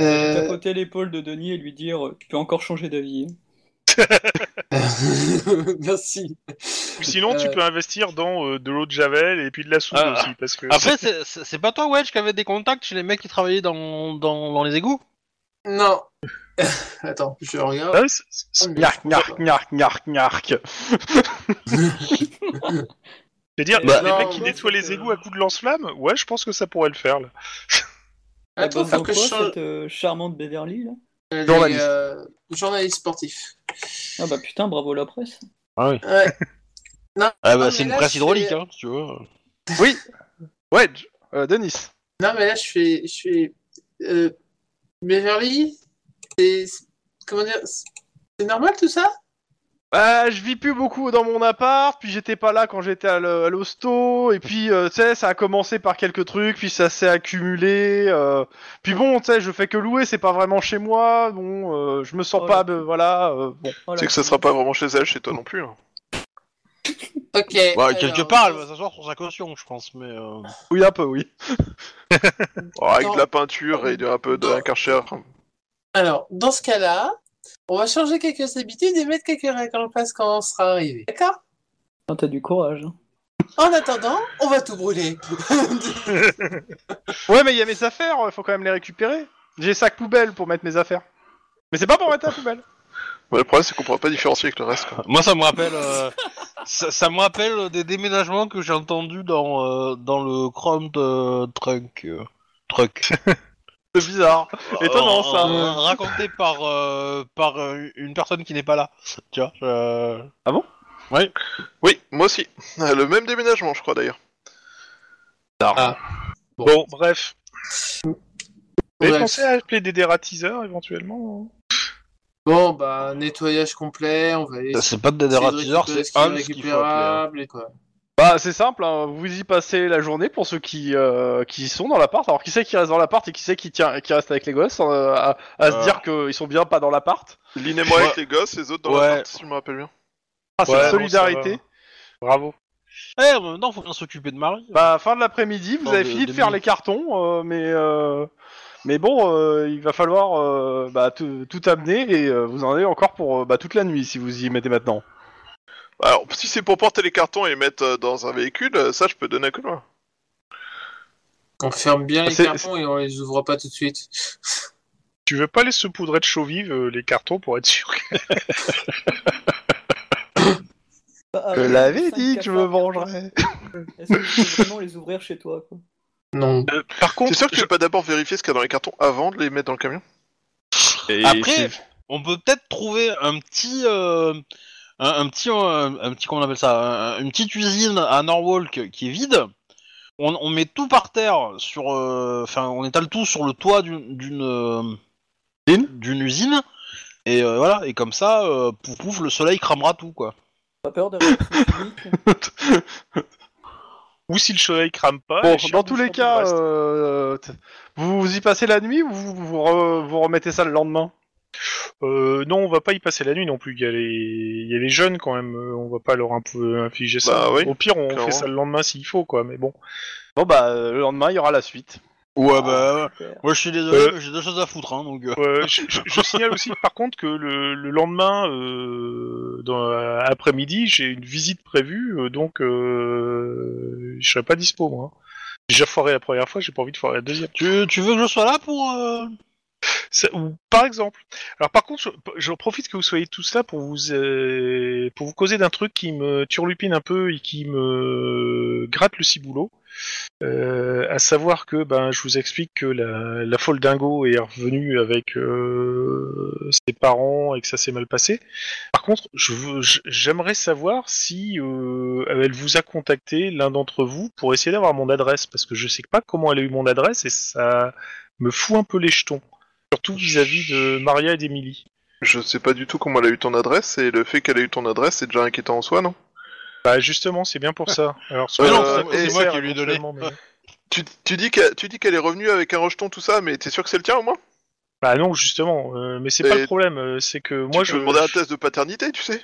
Speaker 4: Euh,
Speaker 6: Tapoter l'épaule de Denis et lui dire euh, Tu peux encore changer d'avis. hein.
Speaker 4: Merci.
Speaker 3: Sinon, tu
Speaker 4: Euh.
Speaker 3: peux investir dans euh, de l'eau de javel et puis de la soude
Speaker 1: Ah.
Speaker 3: aussi, parce que
Speaker 1: Après, c'est- c'est c'est pas toi, Wedge, qui avait des contacts chez les mecs qui travaillaient dans, dans, dans les égouts
Speaker 4: Non. Attends, je regarde.
Speaker 3: Ah ouais, c'est- c'est-
Speaker 2: Gnark, gnark, gnark, gnark, gnark.
Speaker 3: C'est-à-dire,
Speaker 1: Bah,
Speaker 3: les
Speaker 4: non,
Speaker 3: mecs qui
Speaker 4: non,
Speaker 3: nettoient
Speaker 4: c'est
Speaker 3: les
Speaker 4: que-
Speaker 3: égouts à coups de lance-flamme, ouais, je pense que ça pourrait le faire. Là.
Speaker 6: Elle
Speaker 4: Attends,
Speaker 6: bosse
Speaker 4: faut
Speaker 6: dans
Speaker 4: que
Speaker 6: quoi,
Speaker 4: je change.
Speaker 6: cette euh, charmante Beverly là
Speaker 4: Elle est,
Speaker 2: Journaliste.
Speaker 4: euh, journaliste sportif.
Speaker 6: Ah bah putain, bravo la presse.
Speaker 4: Ouais.
Speaker 1: Ah
Speaker 4: bah,
Speaker 1: bah,
Speaker 4: mais
Speaker 1: c'est une
Speaker 4: là,
Speaker 1: presse
Speaker 4: c'est-
Speaker 1: hydraulique, hein, si tu veux.
Speaker 2: Wedge, euh, Denis.
Speaker 4: Non, mais là, je fais. Je fais euh, Beverly, c'est. Comment dire c'est- C'est normal tout ça
Speaker 2: Bah, je vis plus beaucoup dans mon appart, puis j'étais pas là quand j'étais à le- à l'hosto, et puis, euh, tu sais, ça a commencé par quelques trucs, puis ça s'est accumulé, euh, puis bon, tu sais, je fais que louer, c'est pas vraiment chez moi, bon, euh, je me sens
Speaker 6: Oh
Speaker 2: pas,
Speaker 6: là.
Speaker 2: de- voilà, euh, bon.
Speaker 6: Oh, la
Speaker 5: C'est que ça
Speaker 6: presse.
Speaker 5: sera pas vraiment chez elle, chez toi non plus. hein.
Speaker 4: Ok.
Speaker 1: Bah,
Speaker 4: alors, euh,
Speaker 1: quelque part, elle va s'asseoir sur sa caution, je pense, mais... euh,
Speaker 2: Oui, un peu, oui.
Speaker 5: Oh, avec
Speaker 4: Dans-
Speaker 5: de la peinture et de- Bah, un peu d'un karcher.
Speaker 4: Alors, dans ce cas-là, on va changer quelques habitudes et mettre quelques règles en place quand on sera arrivé. D'accord
Speaker 6: Putain, T'as du courage. hein.
Speaker 4: En attendant, on va tout brûler.
Speaker 2: Ouais, mais il y a mes affaires, euh, faut quand même les récupérer. J'ai sac poubelle pour mettre mes affaires. Mais c'est pas pour mettre la poubelle.
Speaker 5: Ouais, le problème, c'est qu'on pourra pas différencier avec le reste. quoi.
Speaker 1: Moi, ça me rappelle... euh, ça, ça me rappelle des déménagements que j'ai entendus dans, euh, dans le Chrome de Trunk. euh, truck.
Speaker 2: C'est bizarre. Étonnant,
Speaker 1: Euh,
Speaker 2: ça.
Speaker 1: euh, raconté par, euh, par euh, une personne qui n'est pas là. Tu vois euh,
Speaker 5: Oui, moi aussi. Ah, Le même déménagement, je crois d'ailleurs.
Speaker 3: Bon, bref. Et
Speaker 4: Bref.
Speaker 3: pensez à appeler des dératiseurs éventuellement.
Speaker 4: Bon, bah, nettoyage complet, on va aller.
Speaker 1: C'est pas des dératiseurs, c'est Hans qu'il faut appeler.
Speaker 4: et quoi.
Speaker 2: Bah, c'est simple, hein, vous y passez la journée pour ceux qui, euh, qui sont dans l'appart. Alors, qui c'est qui reste dans l'appart et qui c'est qui, tient, qui reste avec les gosses euh, à, à
Speaker 1: Euh.
Speaker 2: se dire qu'ils sont bien pas dans l'appart
Speaker 5: Lynn et moi
Speaker 1: Ouais.
Speaker 5: avec les gosses, les autres dans
Speaker 1: Ouais.
Speaker 5: la partie, si je me rappelle bien.
Speaker 2: Ah, c'est
Speaker 3: Ouais,
Speaker 2: une solidarité.
Speaker 3: bon, ça Bravo.
Speaker 1: Eh, mais non, faut bien s'occuper de Marie.
Speaker 2: bah, fin de l'après-midi, vous
Speaker 1: Dans
Speaker 2: avez
Speaker 1: de-
Speaker 2: fini de
Speaker 1: deux
Speaker 2: faire les
Speaker 1: minutes.
Speaker 2: cartons, euh, mais, euh, mais bon, euh, il va falloir euh, bah, tout tout amener et euh, vous en avez encore pour euh, bah, toute la nuit si vous y mettez maintenant.
Speaker 5: Alors, si c'est pour porter les cartons et les mettre euh, dans un véhicule, euh, ça, je peux donner un coup de main.
Speaker 4: On ferme bien les
Speaker 2: C'est-
Speaker 4: cartons et on les ouvre pas tout de suite.
Speaker 3: Tu veux pas les saupoudrer de chaux vive, euh, les cartons, pour être sûr que-
Speaker 6: Bah,
Speaker 2: Je
Speaker 6: avec
Speaker 2: l'avais
Speaker 6: cinq
Speaker 2: dit que je me
Speaker 6: cafards,
Speaker 2: vengerais.
Speaker 6: Est-ce que tu peux vraiment les ouvrir chez toi quoi
Speaker 4: Non.
Speaker 3: Euh, Par
Speaker 5: C'est
Speaker 3: contre,
Speaker 5: sûr que tu
Speaker 3: je-
Speaker 5: peux pas d'abord vérifier ce qu'il y a dans les cartons avant de les mettre dans le camion
Speaker 1: Après, on peut peut-être trouver un petit, euh, un, un petit, euh, un, petit, comment on appelle ça, un- une petite usine à Norwalk qui est vide. On, on met tout par terre sur, euh, enfin, on étale tout sur le toit d'une, d'une, euh, d'une usine. Et euh, voilà, et comme ça, euh, pouf pouf, le soleil cramera tout quoi.
Speaker 6: Pas peur d'avoir une chimique
Speaker 3: ou si le soleil crame pas.
Speaker 2: Bon,
Speaker 3: les chiens
Speaker 2: dans tous
Speaker 3: bouffent
Speaker 2: les
Speaker 3: tout
Speaker 2: cas,
Speaker 3: le reste.
Speaker 2: euh, t- vous, vous y passez la nuit ou vous, vous, re- vous remettez ça le lendemain
Speaker 3: Euh, non, on va pas y passer la nuit non plus. Il y a les, il y a les jeunes quand même. euh, On va pas leur un peu infliger ça.
Speaker 5: Bah oui,
Speaker 3: Au pire, on
Speaker 5: clairement.
Speaker 3: fait ça le lendemain s'il faut, quoi. Mais bon.
Speaker 2: Bon bah euh, le lendemain il y aura la suite.
Speaker 1: Ouais bah,
Speaker 6: Ah, super.
Speaker 1: moi je suis désolé,
Speaker 3: Euh.
Speaker 1: mais j'ai deux choses à foutre hein, donc. euh.
Speaker 3: Euh, je, je- je signale aussi, par contre, que le, le lendemain, euh, dans, euh, après-midi, j'ai une visite prévue, euh, donc euh, je serai pas dispo, moi. J'ai déjà foiré la première fois, j'ai pas envie de foirer la deuxième.
Speaker 1: Tu, tu veux que je sois là pour euh,
Speaker 3: Ça- ou- par exemple. Alors, par contre, je- j'en profite que vous soyez tous là pour vous euh, pour vous causer d'un truc qui me turlupine un peu et qui me gratte le ciboulot. Euh, à savoir que ben je vous explique que la, la folle dingo est revenue avec euh, ses parents et que ça s'est mal passé. Par contre, je veux- je- j'aimerais savoir si euh, elle vous a contacté l'un d'entre vous pour essayer d'avoir mon adresse parce que je sais pas comment elle a eu mon adresse et ça me fout un peu les jetons. Surtout vis-à-vis de Maria et d'Emily.
Speaker 5: je sais pas du tout comment elle a eu ton adresse et le fait qu'elle ait eu ton adresse, c'est déjà inquiétant en soi, non
Speaker 3: Bah justement, c'est bien
Speaker 1: Ah.
Speaker 3: pour ça. Alors,
Speaker 5: Mais non,
Speaker 3: ça
Speaker 5: c'est-
Speaker 3: peut
Speaker 5: c'est
Speaker 3: se
Speaker 1: moi
Speaker 3: faire
Speaker 1: qui lui ai donné.
Speaker 3: éventuellement, mais-
Speaker 5: Tu, tu dis qu'elle tu dis qu'elle est revenue avec un rejeton, tout ça, mais t'es sûr que c'est le tien au moins
Speaker 3: Bah non, justement, euh, mais c'est pas
Speaker 5: Et-
Speaker 3: le problème, euh, c'est que
Speaker 5: Moi,
Speaker 3: moi
Speaker 5: tu
Speaker 3: je.
Speaker 5: peux demander un test de paternité, tu sais.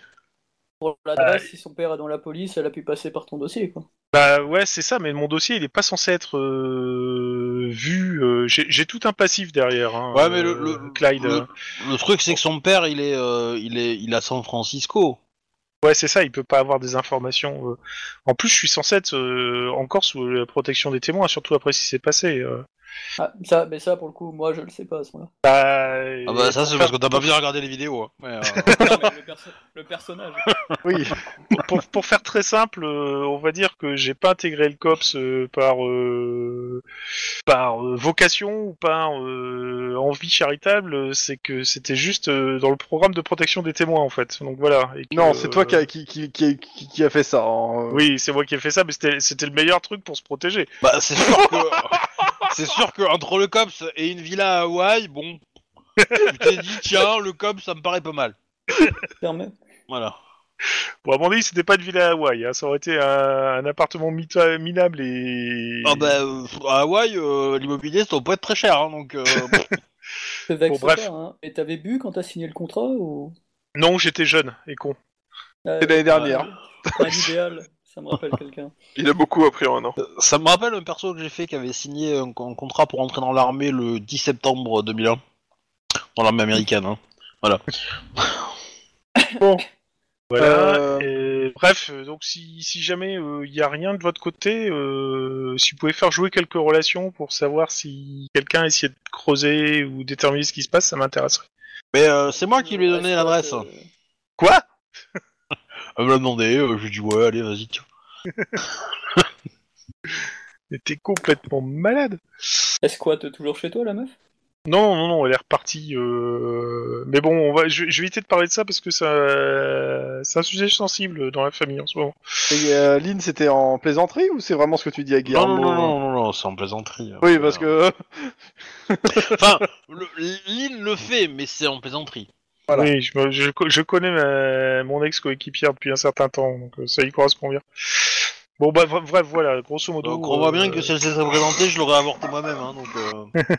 Speaker 6: Pour l'adresse, si son père est dans la police, elle a pu passer par ton dossier, quoi.
Speaker 3: Bah ouais, c'est ça, mais mon dossier il est pas censé être euh, vu. euh, J'ai j'ai tout un passif derrière. hein,
Speaker 1: Ouais, mais le- hein.
Speaker 3: euh,
Speaker 1: le-
Speaker 3: Clyde.
Speaker 1: le- Le truc, c'est que son père, il est, euh, il est, il est à San Francisco.
Speaker 3: Ouais, c'est ça, il peut pas avoir des informations. euh. En plus, je suis censé être euh, encore sous la protection des témoins, surtout après ce qui s'est passé. euh.
Speaker 6: Ah, ça, mais ça, pour le coup, moi, je le sais pas à ce moment-là.
Speaker 3: Bah,
Speaker 1: Ah bah ça, c'est parce que t'as pas bien regardé les vidéos. hein.
Speaker 6: Non, mais le, perso- le personnage.
Speaker 3: Oui. pour, pour faire très simple, euh, on va dire que j'ai pas intégré le COPS euh, par euh, par euh, vocation ou par euh, envie charitable, euh, c'est que c'était juste euh, dans le programme de protection des témoins en fait. Donc voilà. Et que,
Speaker 2: Non, c'est toi qui
Speaker 3: euh,
Speaker 2: a, qui, qui, qui, qui- qui a fait ça. hein.
Speaker 3: Oui, c'est moi qui ai fait ça, mais c'était c'était le meilleur truc pour se protéger.
Speaker 1: Bah c'est sûr que, c'est sûr que entre le cops et une villa à Hawaï, bon, tu t'es dit tiens, le cops, ça me paraît pas mal.
Speaker 6: Fermé.
Speaker 1: Voilà.
Speaker 3: Bon, à mon avis, c'était pas une villa à Hawaï, hein, ça aurait été un, un appartement mita- minable et.
Speaker 1: Ah bah euh, à Hawaï, euh, l'immobilier, ça doit pas être très cher, hein, donc. euh, pff.
Speaker 6: Je te vexe
Speaker 3: Bon, bref.
Speaker 6: pas, hein. Et t'avais bu quand t'as signé le contrat ou
Speaker 3: Non, j'étais jeune et con.
Speaker 6: Ah,
Speaker 2: C'est l'année dernière.
Speaker 6: Un idéal, ça me rappelle quelqu'un.
Speaker 5: Il a beaucoup appris en un an.
Speaker 1: ça me rappelle un perso que j'ai fait qui avait signé un, un contrat pour entrer dans l'armée le 10 septembre 2001, dans l'armée américaine. Hein.
Speaker 3: Voilà.
Speaker 2: Euh.
Speaker 3: et bref, euh, donc si, si jamais euh, il n'y a rien de votre côté, euh, si vous pouvez faire jouer quelques relations pour savoir si quelqu'un essayait de creuser ou déterminer ce qui se passe, ça m'intéresserait.
Speaker 1: Mais euh, c'est moi qui lui ai donné
Speaker 6: Reste,
Speaker 1: l'adresse.
Speaker 6: euh,
Speaker 3: Quoi
Speaker 1: Elle me l'a demandé, euh, je lui ai dit ouais, allez, vas-y. tiens.
Speaker 3: Mais T'es complètement malade
Speaker 6: Elle squatte toujours chez toi, la meuf
Speaker 3: Non, non, non, elle est repartie. euh, Mais bon, on va... je, je vais éviter de parler de ça parce que ça... c'est un sujet sensible dans la famille en ce moment.
Speaker 2: Et, euh, Lynn, c'était en plaisanterie ou c'est vraiment ce que tu dis à
Speaker 1: Non,
Speaker 2: Guillermo
Speaker 1: non, non, non, non, non, c'est en plaisanterie. hein.
Speaker 2: Oui, parce que. euh,
Speaker 1: Enfin, le- l'île le fait, mais c'est en plaisanterie.
Speaker 2: Voilà.
Speaker 3: Oui, je, me- je co- je connais ma- mon ex-coéquipière depuis un certain temps, donc euh, ça y correspond bien. Bon, bah, vra- bref, voilà, grosso
Speaker 2: Oh,
Speaker 3: modo.
Speaker 1: Donc on voit bien
Speaker 3: euh,
Speaker 1: que si elle s'est présentée, je l'aurais avorté moi-même. Hein, donc, euh,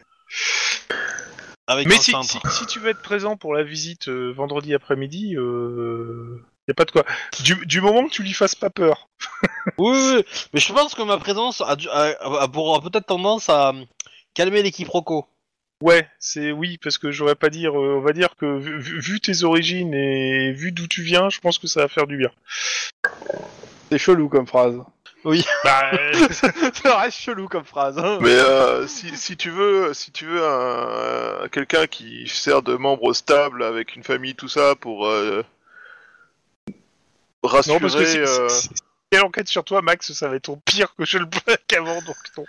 Speaker 1: Avec
Speaker 3: Mais
Speaker 1: un
Speaker 3: si,
Speaker 1: cintre.
Speaker 3: si, si tu veux être présent pour la visite euh, vendredi après-midi, euh... y a pas de quoi. Du, du moment que tu lui fasses pas peur.
Speaker 1: Oui, oui, oui. mais je pense que ma présence a, dû- a- a- a pour- a peut-être tendance à euh, calmer les quiproquos.
Speaker 3: Ouais, c'est oui, parce que j'aurais pas dire. euh, on va dire que vu, vu- vu tes origines et vu d'où tu viens, je pense que ça va faire du bien.
Speaker 2: C'est chelou comme phrase.
Speaker 3: Bah, euh,
Speaker 2: ça reste chelou comme phrase. hein.
Speaker 5: Mais euh, si, si tu veux, si tu veux un, euh, quelqu'un qui sert de membre stable avec une famille, tout ça, pour euh, rassurer.
Speaker 3: non, parce que si,
Speaker 5: euh,
Speaker 3: si- si elle enquête sur toi, Max, ça va être ton pire que je le plaque qu'avant, donc non.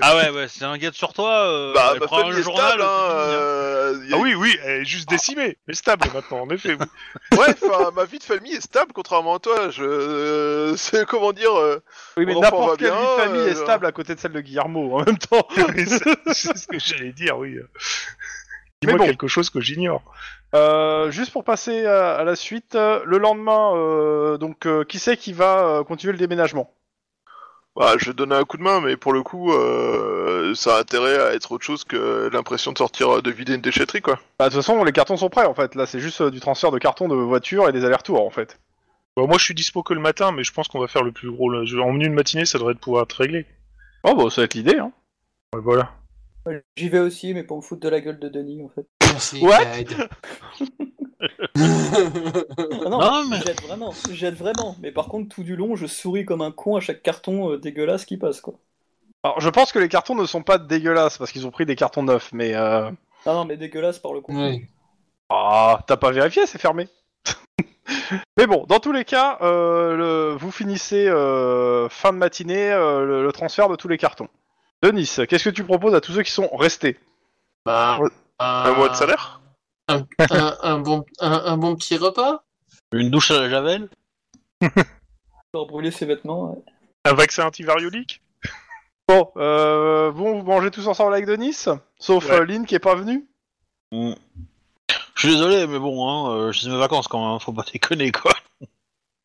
Speaker 1: Ah ouais, ouais, c'est un guide sur toi. euh,
Speaker 5: bah, ma famille est stable. hein, euh, y a-
Speaker 3: Ah oui, oui, elle est juste décimée, mais stable maintenant, en effet. oui.
Speaker 5: Ouais, enfin, ma vie de famille est stable, contrairement à toi. Je, euh, c'est comment dire. euh,
Speaker 2: Oui, mais
Speaker 5: Bon, on va
Speaker 3: bah,
Speaker 2: n'importe quelle
Speaker 5: bien,
Speaker 2: vie de famille
Speaker 5: euh,
Speaker 2: est stable à côté de celle de Guillermo en même temps.
Speaker 3: C'est ce que j'allais dire, oui.
Speaker 2: Mais
Speaker 3: Dis-moi
Speaker 2: bon.
Speaker 3: quelque chose que j'ignore.
Speaker 2: Euh, juste pour passer à, à la suite, euh, le lendemain, euh, donc euh, qui c'est qui va euh, continuer le déménagement
Speaker 5: Bah, je vais donner un coup de main, mais pour le coup, euh, ça a intérêt à être autre chose que l'impression de sortir euh, de vider une déchetterie, quoi.
Speaker 2: Bah, De toute façon, les cartons sont prêts en fait. Là, c'est juste euh, du transfert de cartons de voiture et des allers-retours en fait.
Speaker 3: Bon, Bah, moi, je suis dispo que le matin, mais je pense qu'on va faire le plus gros. Là. Je- En menu de matinée, ça devrait être pouvoir être réglé.
Speaker 2: Oh, bah ça va être l'idée. Hein.
Speaker 3: Ouais, voilà.
Speaker 6: Ouais, J'y vais aussi, mais pour me foutre de la gueule de Denis, en fait.
Speaker 4: Merci,
Speaker 2: What
Speaker 4: Clyde.
Speaker 6: Ah
Speaker 1: Non, mais-
Speaker 6: j'aide vraiment, j'aide vraiment. Mais par contre, tout du long, je souris comme un con à chaque carton euh, dégueulasse qui passe, quoi.
Speaker 2: Alors, je pense que les cartons ne sont pas dégueulasses parce qu'ils ont pris des cartons neufs, mais euh...
Speaker 6: Non, non, mais dégueulasse par le coup.
Speaker 4: Ouais.
Speaker 2: ah, t'as pas vérifié, c'est fermé. mais bon, dans tous les cas, euh, le- vous finissez euh, fin de matinée euh, le, le transfert de tous les cartons. Denis, qu'est-ce que tu proposes à tous ceux qui sont restés
Speaker 4: Bah,
Speaker 5: Ouais. Un mois de salaire
Speaker 4: un, un- un bon, un, un bon petit repas
Speaker 1: Une douche à la javel.
Speaker 6: Pour brûler ses vêtements. ouais.
Speaker 3: Un vaccin antivariolique
Speaker 2: Bon, euh, bon, vous mangez tous ensemble avec Denis, sauf
Speaker 3: Ouais.
Speaker 2: euh, Lynn qui est pas venue.
Speaker 1: Mm. Je suis désolé, mais bon, hein, euh, c'est mes vacances quand même, hein, faut pas déconner quoi.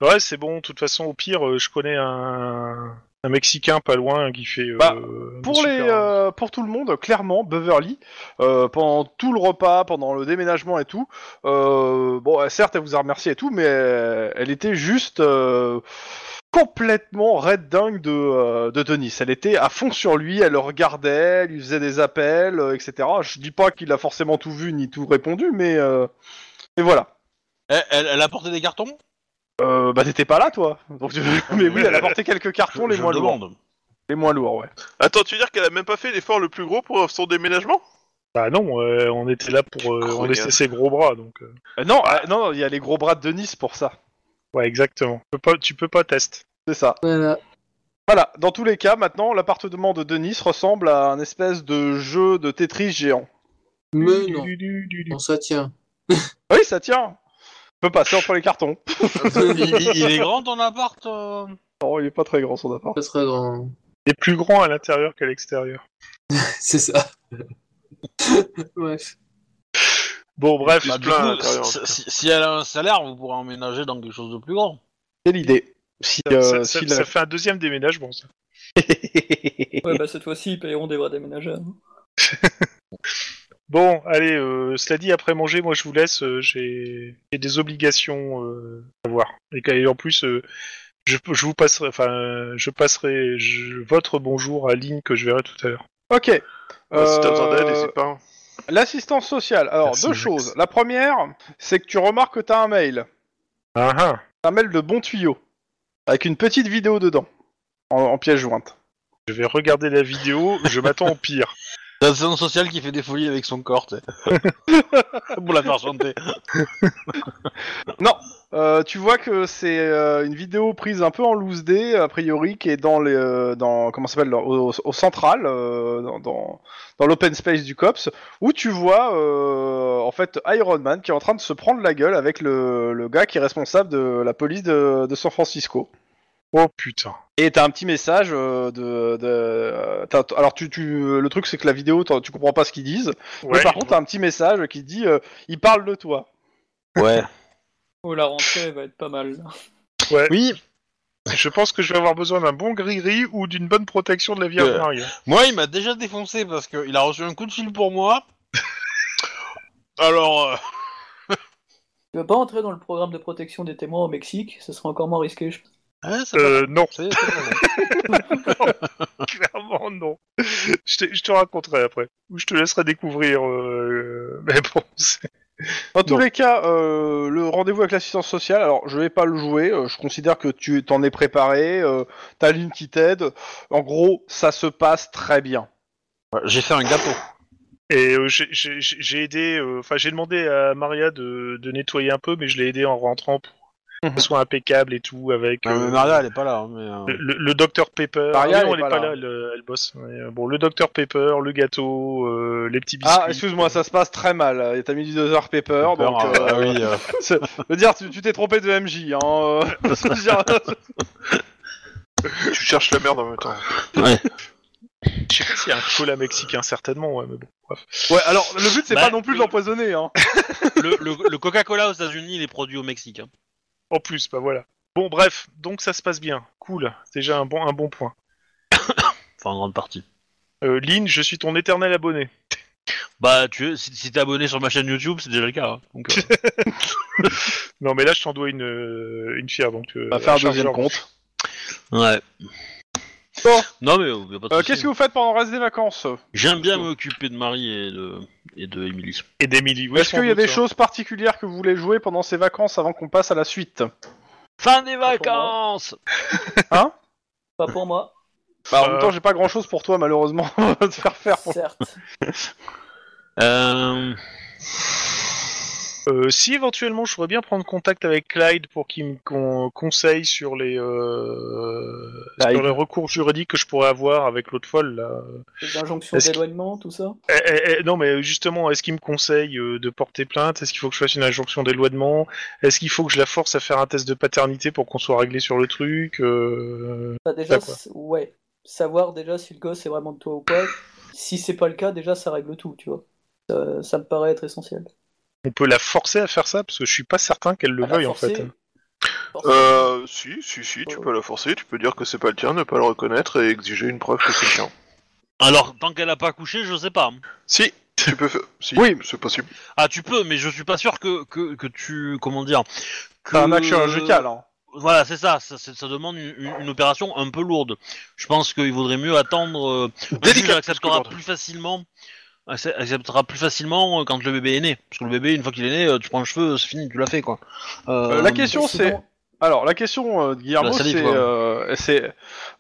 Speaker 3: Ouais, c'est bon, de toute façon, au pire, euh, je connais un. un Mexicain pas loin qui fait. euh,
Speaker 2: Bah,
Speaker 3: un
Speaker 2: Pour,
Speaker 3: super-
Speaker 2: les, euh, pour tout le monde, clairement, Beverly, euh, pendant tout le repas, pendant le déménagement et tout, euh, bon, euh, certes, elle vous a remercié et tout, mais euh, elle était juste euh, complètement red dingue de, euh, de Denis. Elle était à fond sur lui, elle le regardait, elle lui faisait des appels, euh, etc. Je dis pas qu'il a forcément tout vu ni tout répondu, mais euh, mais voilà.
Speaker 1: Elle, elle, elle a porté des cartons
Speaker 2: Euh, bah t'étais pas là, toi. Donc, tu- mais oui, elle a porté quelques cartons les
Speaker 1: Je
Speaker 2: moins
Speaker 1: le
Speaker 2: lourds.
Speaker 1: demande.
Speaker 2: Les moins lourds, ouais.
Speaker 5: Attends, tu veux dire qu'elle a même pas fait l'effort le plus gros pour son déménagement
Speaker 3: Bah non, euh, on était là pour
Speaker 2: Oh,
Speaker 3: euh,
Speaker 5: Incroyable.
Speaker 3: on laissait ses gros bras donc. euh,
Speaker 2: Euh, non, ah, non, non, il y a les gros bras de Denis pour ça.
Speaker 3: Ouais, exactement. Tu peux pas, tu peux pas test.
Speaker 2: C'est ça.
Speaker 4: Voilà.
Speaker 2: Voilà, dans tous les cas, maintenant, l'appartement de Denis ressemble à un espèce de jeu de Tetris géant.
Speaker 4: Mais non,
Speaker 3: Du- du- du- du-
Speaker 4: on ça tient.
Speaker 2: Oui, ça tient On peut passer entre les cartons.
Speaker 1: il, il- il est grand ton appart euh
Speaker 2: Non, il est pas très grand son appart.
Speaker 4: Pas très grand.
Speaker 3: Il est plus grand à l'intérieur qu'à l'extérieur.
Speaker 4: C'est ça. Bref.
Speaker 3: Bon, bref.
Speaker 5: Bah,
Speaker 1: Ah, du
Speaker 5: plein à
Speaker 1: coup,
Speaker 5: l'intérieur, en
Speaker 1: si-
Speaker 5: tout cas.
Speaker 1: si, si elle a un salaire, vous pourrez emménager dans quelque chose de plus grand.
Speaker 2: C'est l'idée. Si,
Speaker 3: Ça,
Speaker 2: euh,
Speaker 3: ça- ça-
Speaker 2: si
Speaker 3: ça
Speaker 2: la-
Speaker 3: fait un deuxième déménagement, ça.
Speaker 6: Ouais, bah cette fois-ci, ils paieront des hein. vrais déménageurs.
Speaker 3: Bon, allez, euh, cela dit, après manger, moi je vous laisse, euh, j'ai j'ai des obligations euh, à voir. Et, qu'en- et en plus, euh, je, je vous passerai, enfin, euh, je passerai je- votre bonjour à Lynn que je verrai tout à l'heure.
Speaker 2: Ok.
Speaker 5: Ouais, Bah, Si t'as besoin d'aide,
Speaker 2: Euh,
Speaker 5: n'hésite pas. hein.
Speaker 2: L'assistance sociale. Alors,
Speaker 3: Merci,
Speaker 2: deux
Speaker 3: Max.
Speaker 2: choses. La première, c'est que tu remarques que t'as un mail.
Speaker 3: Ah ah
Speaker 2: Un mail de bon tuyau. Avec une petite vidéo dedans. En, en pièce jointe.
Speaker 3: Je vais regarder la vidéo, je m'attends au pire.
Speaker 1: T'as un social qui fait des folies avec son corps, tu sais. Pour la faire chanter.
Speaker 2: Euh, tu vois que c'est euh, une vidéo prise un peu en loose day, a priori, qui est dans les, euh, dans comment ça s'appelle, dans- au, au- au central, euh, dans, dans, dans l'open space du cops, où tu vois euh, en fait Iron Man qui est en train de se prendre la gueule avec le, le gars qui est responsable de la police de, de San Francisco.
Speaker 3: Oh putain.
Speaker 2: Et t'as un petit message euh, de, de euh, t'as- alors tu, tu le truc c'est que la vidéo t'en- tu comprends pas ce qu'ils disent, mais
Speaker 3: Ouais.
Speaker 2: par contre t'as un petit message qui dit euh, il parle de toi.
Speaker 1: Ouais.
Speaker 6: Oh, la rentrée elle va être pas mal.
Speaker 3: Ouais.
Speaker 1: Oui,
Speaker 3: Je pense que je vais avoir besoin d'un bon gris-gris ou d'une bonne protection de la Vierge
Speaker 1: Euh.
Speaker 3: Marie.
Speaker 1: moi il m'a déjà défoncé parce qu'il a reçu un coup de fil pour moi. Alors, euh,
Speaker 6: Tu vas pas entrer dans le programme de protection des témoins au Mexique, ça sera encore moins risqué. Je...
Speaker 1: ouais, c'est pas-
Speaker 3: Euh, non,
Speaker 1: c'est- c'est pas mal.
Speaker 3: clairement non. je, te, je te raconterai après. Ou je te laisserai découvrir. euh, Mais bon, c'est-
Speaker 2: Dans tous
Speaker 3: Non.
Speaker 2: les cas, euh, le rendez-vous avec l'assistance sociale, alors je vais pas le jouer, euh, je considère que tu t'en es préparé, euh, t'as l'une qui t'aide, en gros, ça se passe très bien.
Speaker 1: Ouais, J'ai fait un gâteau.
Speaker 3: Et euh, j'ai- j'ai j'ai- j'ai aidé, euh, enfin j'ai demandé à Maria de, de nettoyer un peu, mais je l'ai aidé en rentrant pour
Speaker 2: Mhm.
Speaker 3: que ce soit impeccable et tout avec
Speaker 1: Euh,
Speaker 3: euh,
Speaker 1: mais Maria elle est pas là. hein, mais,
Speaker 3: le,
Speaker 1: euh,
Speaker 3: le Dr Pepper.
Speaker 2: Maria,
Speaker 3: Ah
Speaker 2: elle
Speaker 3: non,
Speaker 2: est pas là.
Speaker 3: elle, euh, elle bosse. Mais, euh, bon, le Dr Pepper, le gâteau, euh, les petits biscuits.
Speaker 2: Ah, excuse-moi, ça se passe très mal, euh, t'as mis du 2 heures paper, donc...
Speaker 1: peur,
Speaker 2: euh,
Speaker 1: ah oui, euh,
Speaker 2: c'est- je veux dire, tu tu t'es trompé de MJ, hein... euh, je veux dire,
Speaker 5: Tu cherches la merde en même temps.
Speaker 3: Je sais pas s'il y a un cola mexicain certainement, ouais, mais bon.
Speaker 2: ouais, alors, le but, c'est
Speaker 1: Bah,
Speaker 2: pas non plus de l'empoisonner, hein
Speaker 1: le, le- le Coca-Cola aux États-Unis, il est produit au Mexique. hein.
Speaker 3: En plus, bah voilà. Bon, bref, donc ça se passe bien. Cool, déjà un bon, un bon point.
Speaker 1: Enfin, en grande partie.
Speaker 3: Euh, Lynn, je suis ton éternel abonné.
Speaker 1: Bah, tu, si, si t'es abonné sur ma chaîne YouTube, c'est déjà le cas. hein. Donc, euh,
Speaker 3: Non, mais là, je t'en dois une, euh, une fière, donc. euh,
Speaker 2: On va faire un
Speaker 3: charge
Speaker 2: deuxième
Speaker 3: leur-
Speaker 2: compte.
Speaker 1: ouais.
Speaker 2: Bon.
Speaker 1: Non, mais euh, y a pas de
Speaker 2: Euh,
Speaker 1: souci.
Speaker 2: Qu'est-ce que vous faites pendant le reste des vacances
Speaker 1: J'aime bien m'occuper de Marie et de, et de Emily.
Speaker 3: Et d'Emily, oui.
Speaker 2: Est-ce
Speaker 3: sans
Speaker 2: qu'il y a
Speaker 3: doute,
Speaker 2: des
Speaker 3: hein.
Speaker 2: choses particulières que vous voulez jouer pendant ces vacances avant qu'on passe à la suite
Speaker 1: Fin des
Speaker 6: vacances
Speaker 1: vacances
Speaker 2: Hein?
Speaker 6: Pas pour moi,
Speaker 2: Bah, en même
Speaker 3: Euh.
Speaker 2: temps, j'ai pas grand chose pour toi, malheureusement, à te faire faire. Pour...
Speaker 6: certes.
Speaker 1: euh,
Speaker 3: Euh, si éventuellement je pourrais bien prendre contact avec Clyde pour qu'il me con- conseille sur les euh,
Speaker 2: Clyde.
Speaker 3: sur les recours juridiques que je pourrais avoir avec l'autre folle là.
Speaker 6: Les injonctions
Speaker 3: Est-ce que-
Speaker 6: d'éloignement, tout ça.
Speaker 3: Eh, eh, eh, non mais justement, est-ce qu'il me conseille euh, de porter plainte Est-ce qu'il faut que je fasse une injonction d'éloignement Est-ce qu'il faut que je la force à faire un test de paternité pour qu'on soit réglé sur le truc Euh,
Speaker 6: Bah, déjà,
Speaker 3: D'accord.
Speaker 6: c'est- ouais. Savoir déjà si le gosse est vraiment de toi ou pas. Si c'est pas le cas, déjà ça règle tout, tu vois. Ça, ça me paraît être essentiel.
Speaker 3: On peut la forcer à faire ça parce que je suis pas certain qu'elle le
Speaker 6: À la
Speaker 3: veuille
Speaker 6: forcer,
Speaker 3: en fait.
Speaker 5: Euh, si, si, si, tu peux la forcer, tu peux dire que c'est pas le tien, ne pas le reconnaître et exiger une preuve que c'est le tien.
Speaker 1: Alors, tant qu'elle a pas couché, je sais pas.
Speaker 5: Si, tu peux faire. Si,
Speaker 2: Oui.
Speaker 5: c'est possible.
Speaker 1: Ah, tu peux, mais je suis pas sûr que, que, que tu. Comment dire que...
Speaker 2: C'est un acte chirurgical. Hein.
Speaker 1: Voilà, c'est ça, ça, c'est- ça demande une, une- une opération un peu lourde. Je pense qu'il vaudrait mieux attendre. euh, un juge
Speaker 5: Délicate,
Speaker 1: acceptera
Speaker 5: parce que
Speaker 1: plus facilement. accep- Acceptera plus facilement euh, quand le bébé est né. Parce que le bébé, une fois qu'il est né, euh, tu prends le cheveu, c'est fini, tu l'as fait quoi. Euh,
Speaker 2: Euh, la question c'est.
Speaker 6: Sinon-
Speaker 2: Alors la question euh, de Guillermo
Speaker 1: La salive,
Speaker 2: c'est
Speaker 1: quoi.
Speaker 2: euh, c'est,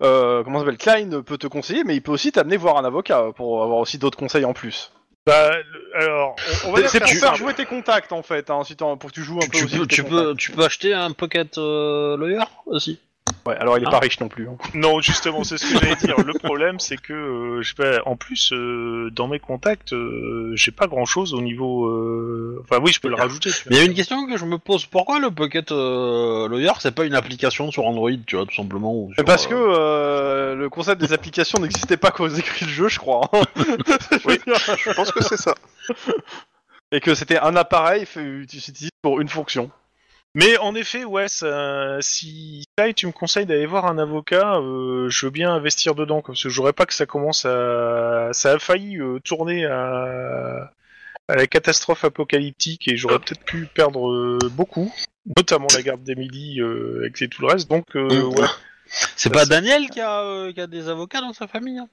Speaker 2: euh, comment ça s'appelle Klein peut te conseiller mais il peut aussi t'amener voir un avocat pour avoir aussi d'autres conseils en plus.
Speaker 3: Bah, le- alors, on, on va
Speaker 2: C'est-
Speaker 3: dire
Speaker 2: C'est pour
Speaker 3: faire
Speaker 2: faire
Speaker 3: simple.
Speaker 2: jouer tes contacts en fait hein, si t'en- pour que tu joues un
Speaker 1: Tu,
Speaker 2: peu
Speaker 1: tu
Speaker 2: aussi
Speaker 1: peux,
Speaker 2: tes
Speaker 1: tu,
Speaker 2: contacts.
Speaker 1: peux, tu peux acheter un pocket euh, lawyer aussi.
Speaker 2: Ouais, alors il est
Speaker 1: Ah.
Speaker 2: pas riche non plus. hein.
Speaker 3: Non, justement, c'est ce que j'allais dire. Le problème, c'est que, euh, je sais pas, en plus, euh, dans mes contacts, euh, j'ai pas grand chose au niveau. euh, Enfin, oui, je peux le rajouter. tu vois.
Speaker 1: Mais il y a une question que je me pose pourquoi le pocket euh, lawyer c'est pas une application sur Android, tu vois, tout simplement ou sur,
Speaker 2: Parce
Speaker 1: euh,
Speaker 2: que euh, le concept des applications n'existait pas quand ils écrit le jeu je crois. hein. Je veux dire.
Speaker 5: Je pense que c'est ça.
Speaker 2: Et que c'était un appareil fait, utilisé pour une fonction.
Speaker 3: Mais en effet, ouais, ça- si Sly, tu me conseilles d'aller voir un avocat, euh, je veux bien investir dedans, quoi, parce que je voudrais pas que ça commence à. Ça a failli euh, tourner à... à la catastrophe apocalyptique et
Speaker 1: Ah.
Speaker 3: j'aurais peut-être pu perdre euh, beaucoup, notamment la garde d'Emily euh, et que c'est tout le reste, donc euh,
Speaker 1: Mm.
Speaker 3: ouais.
Speaker 1: C'est pas Daniel qui a, euh, qui a des avocats dans sa famille. hein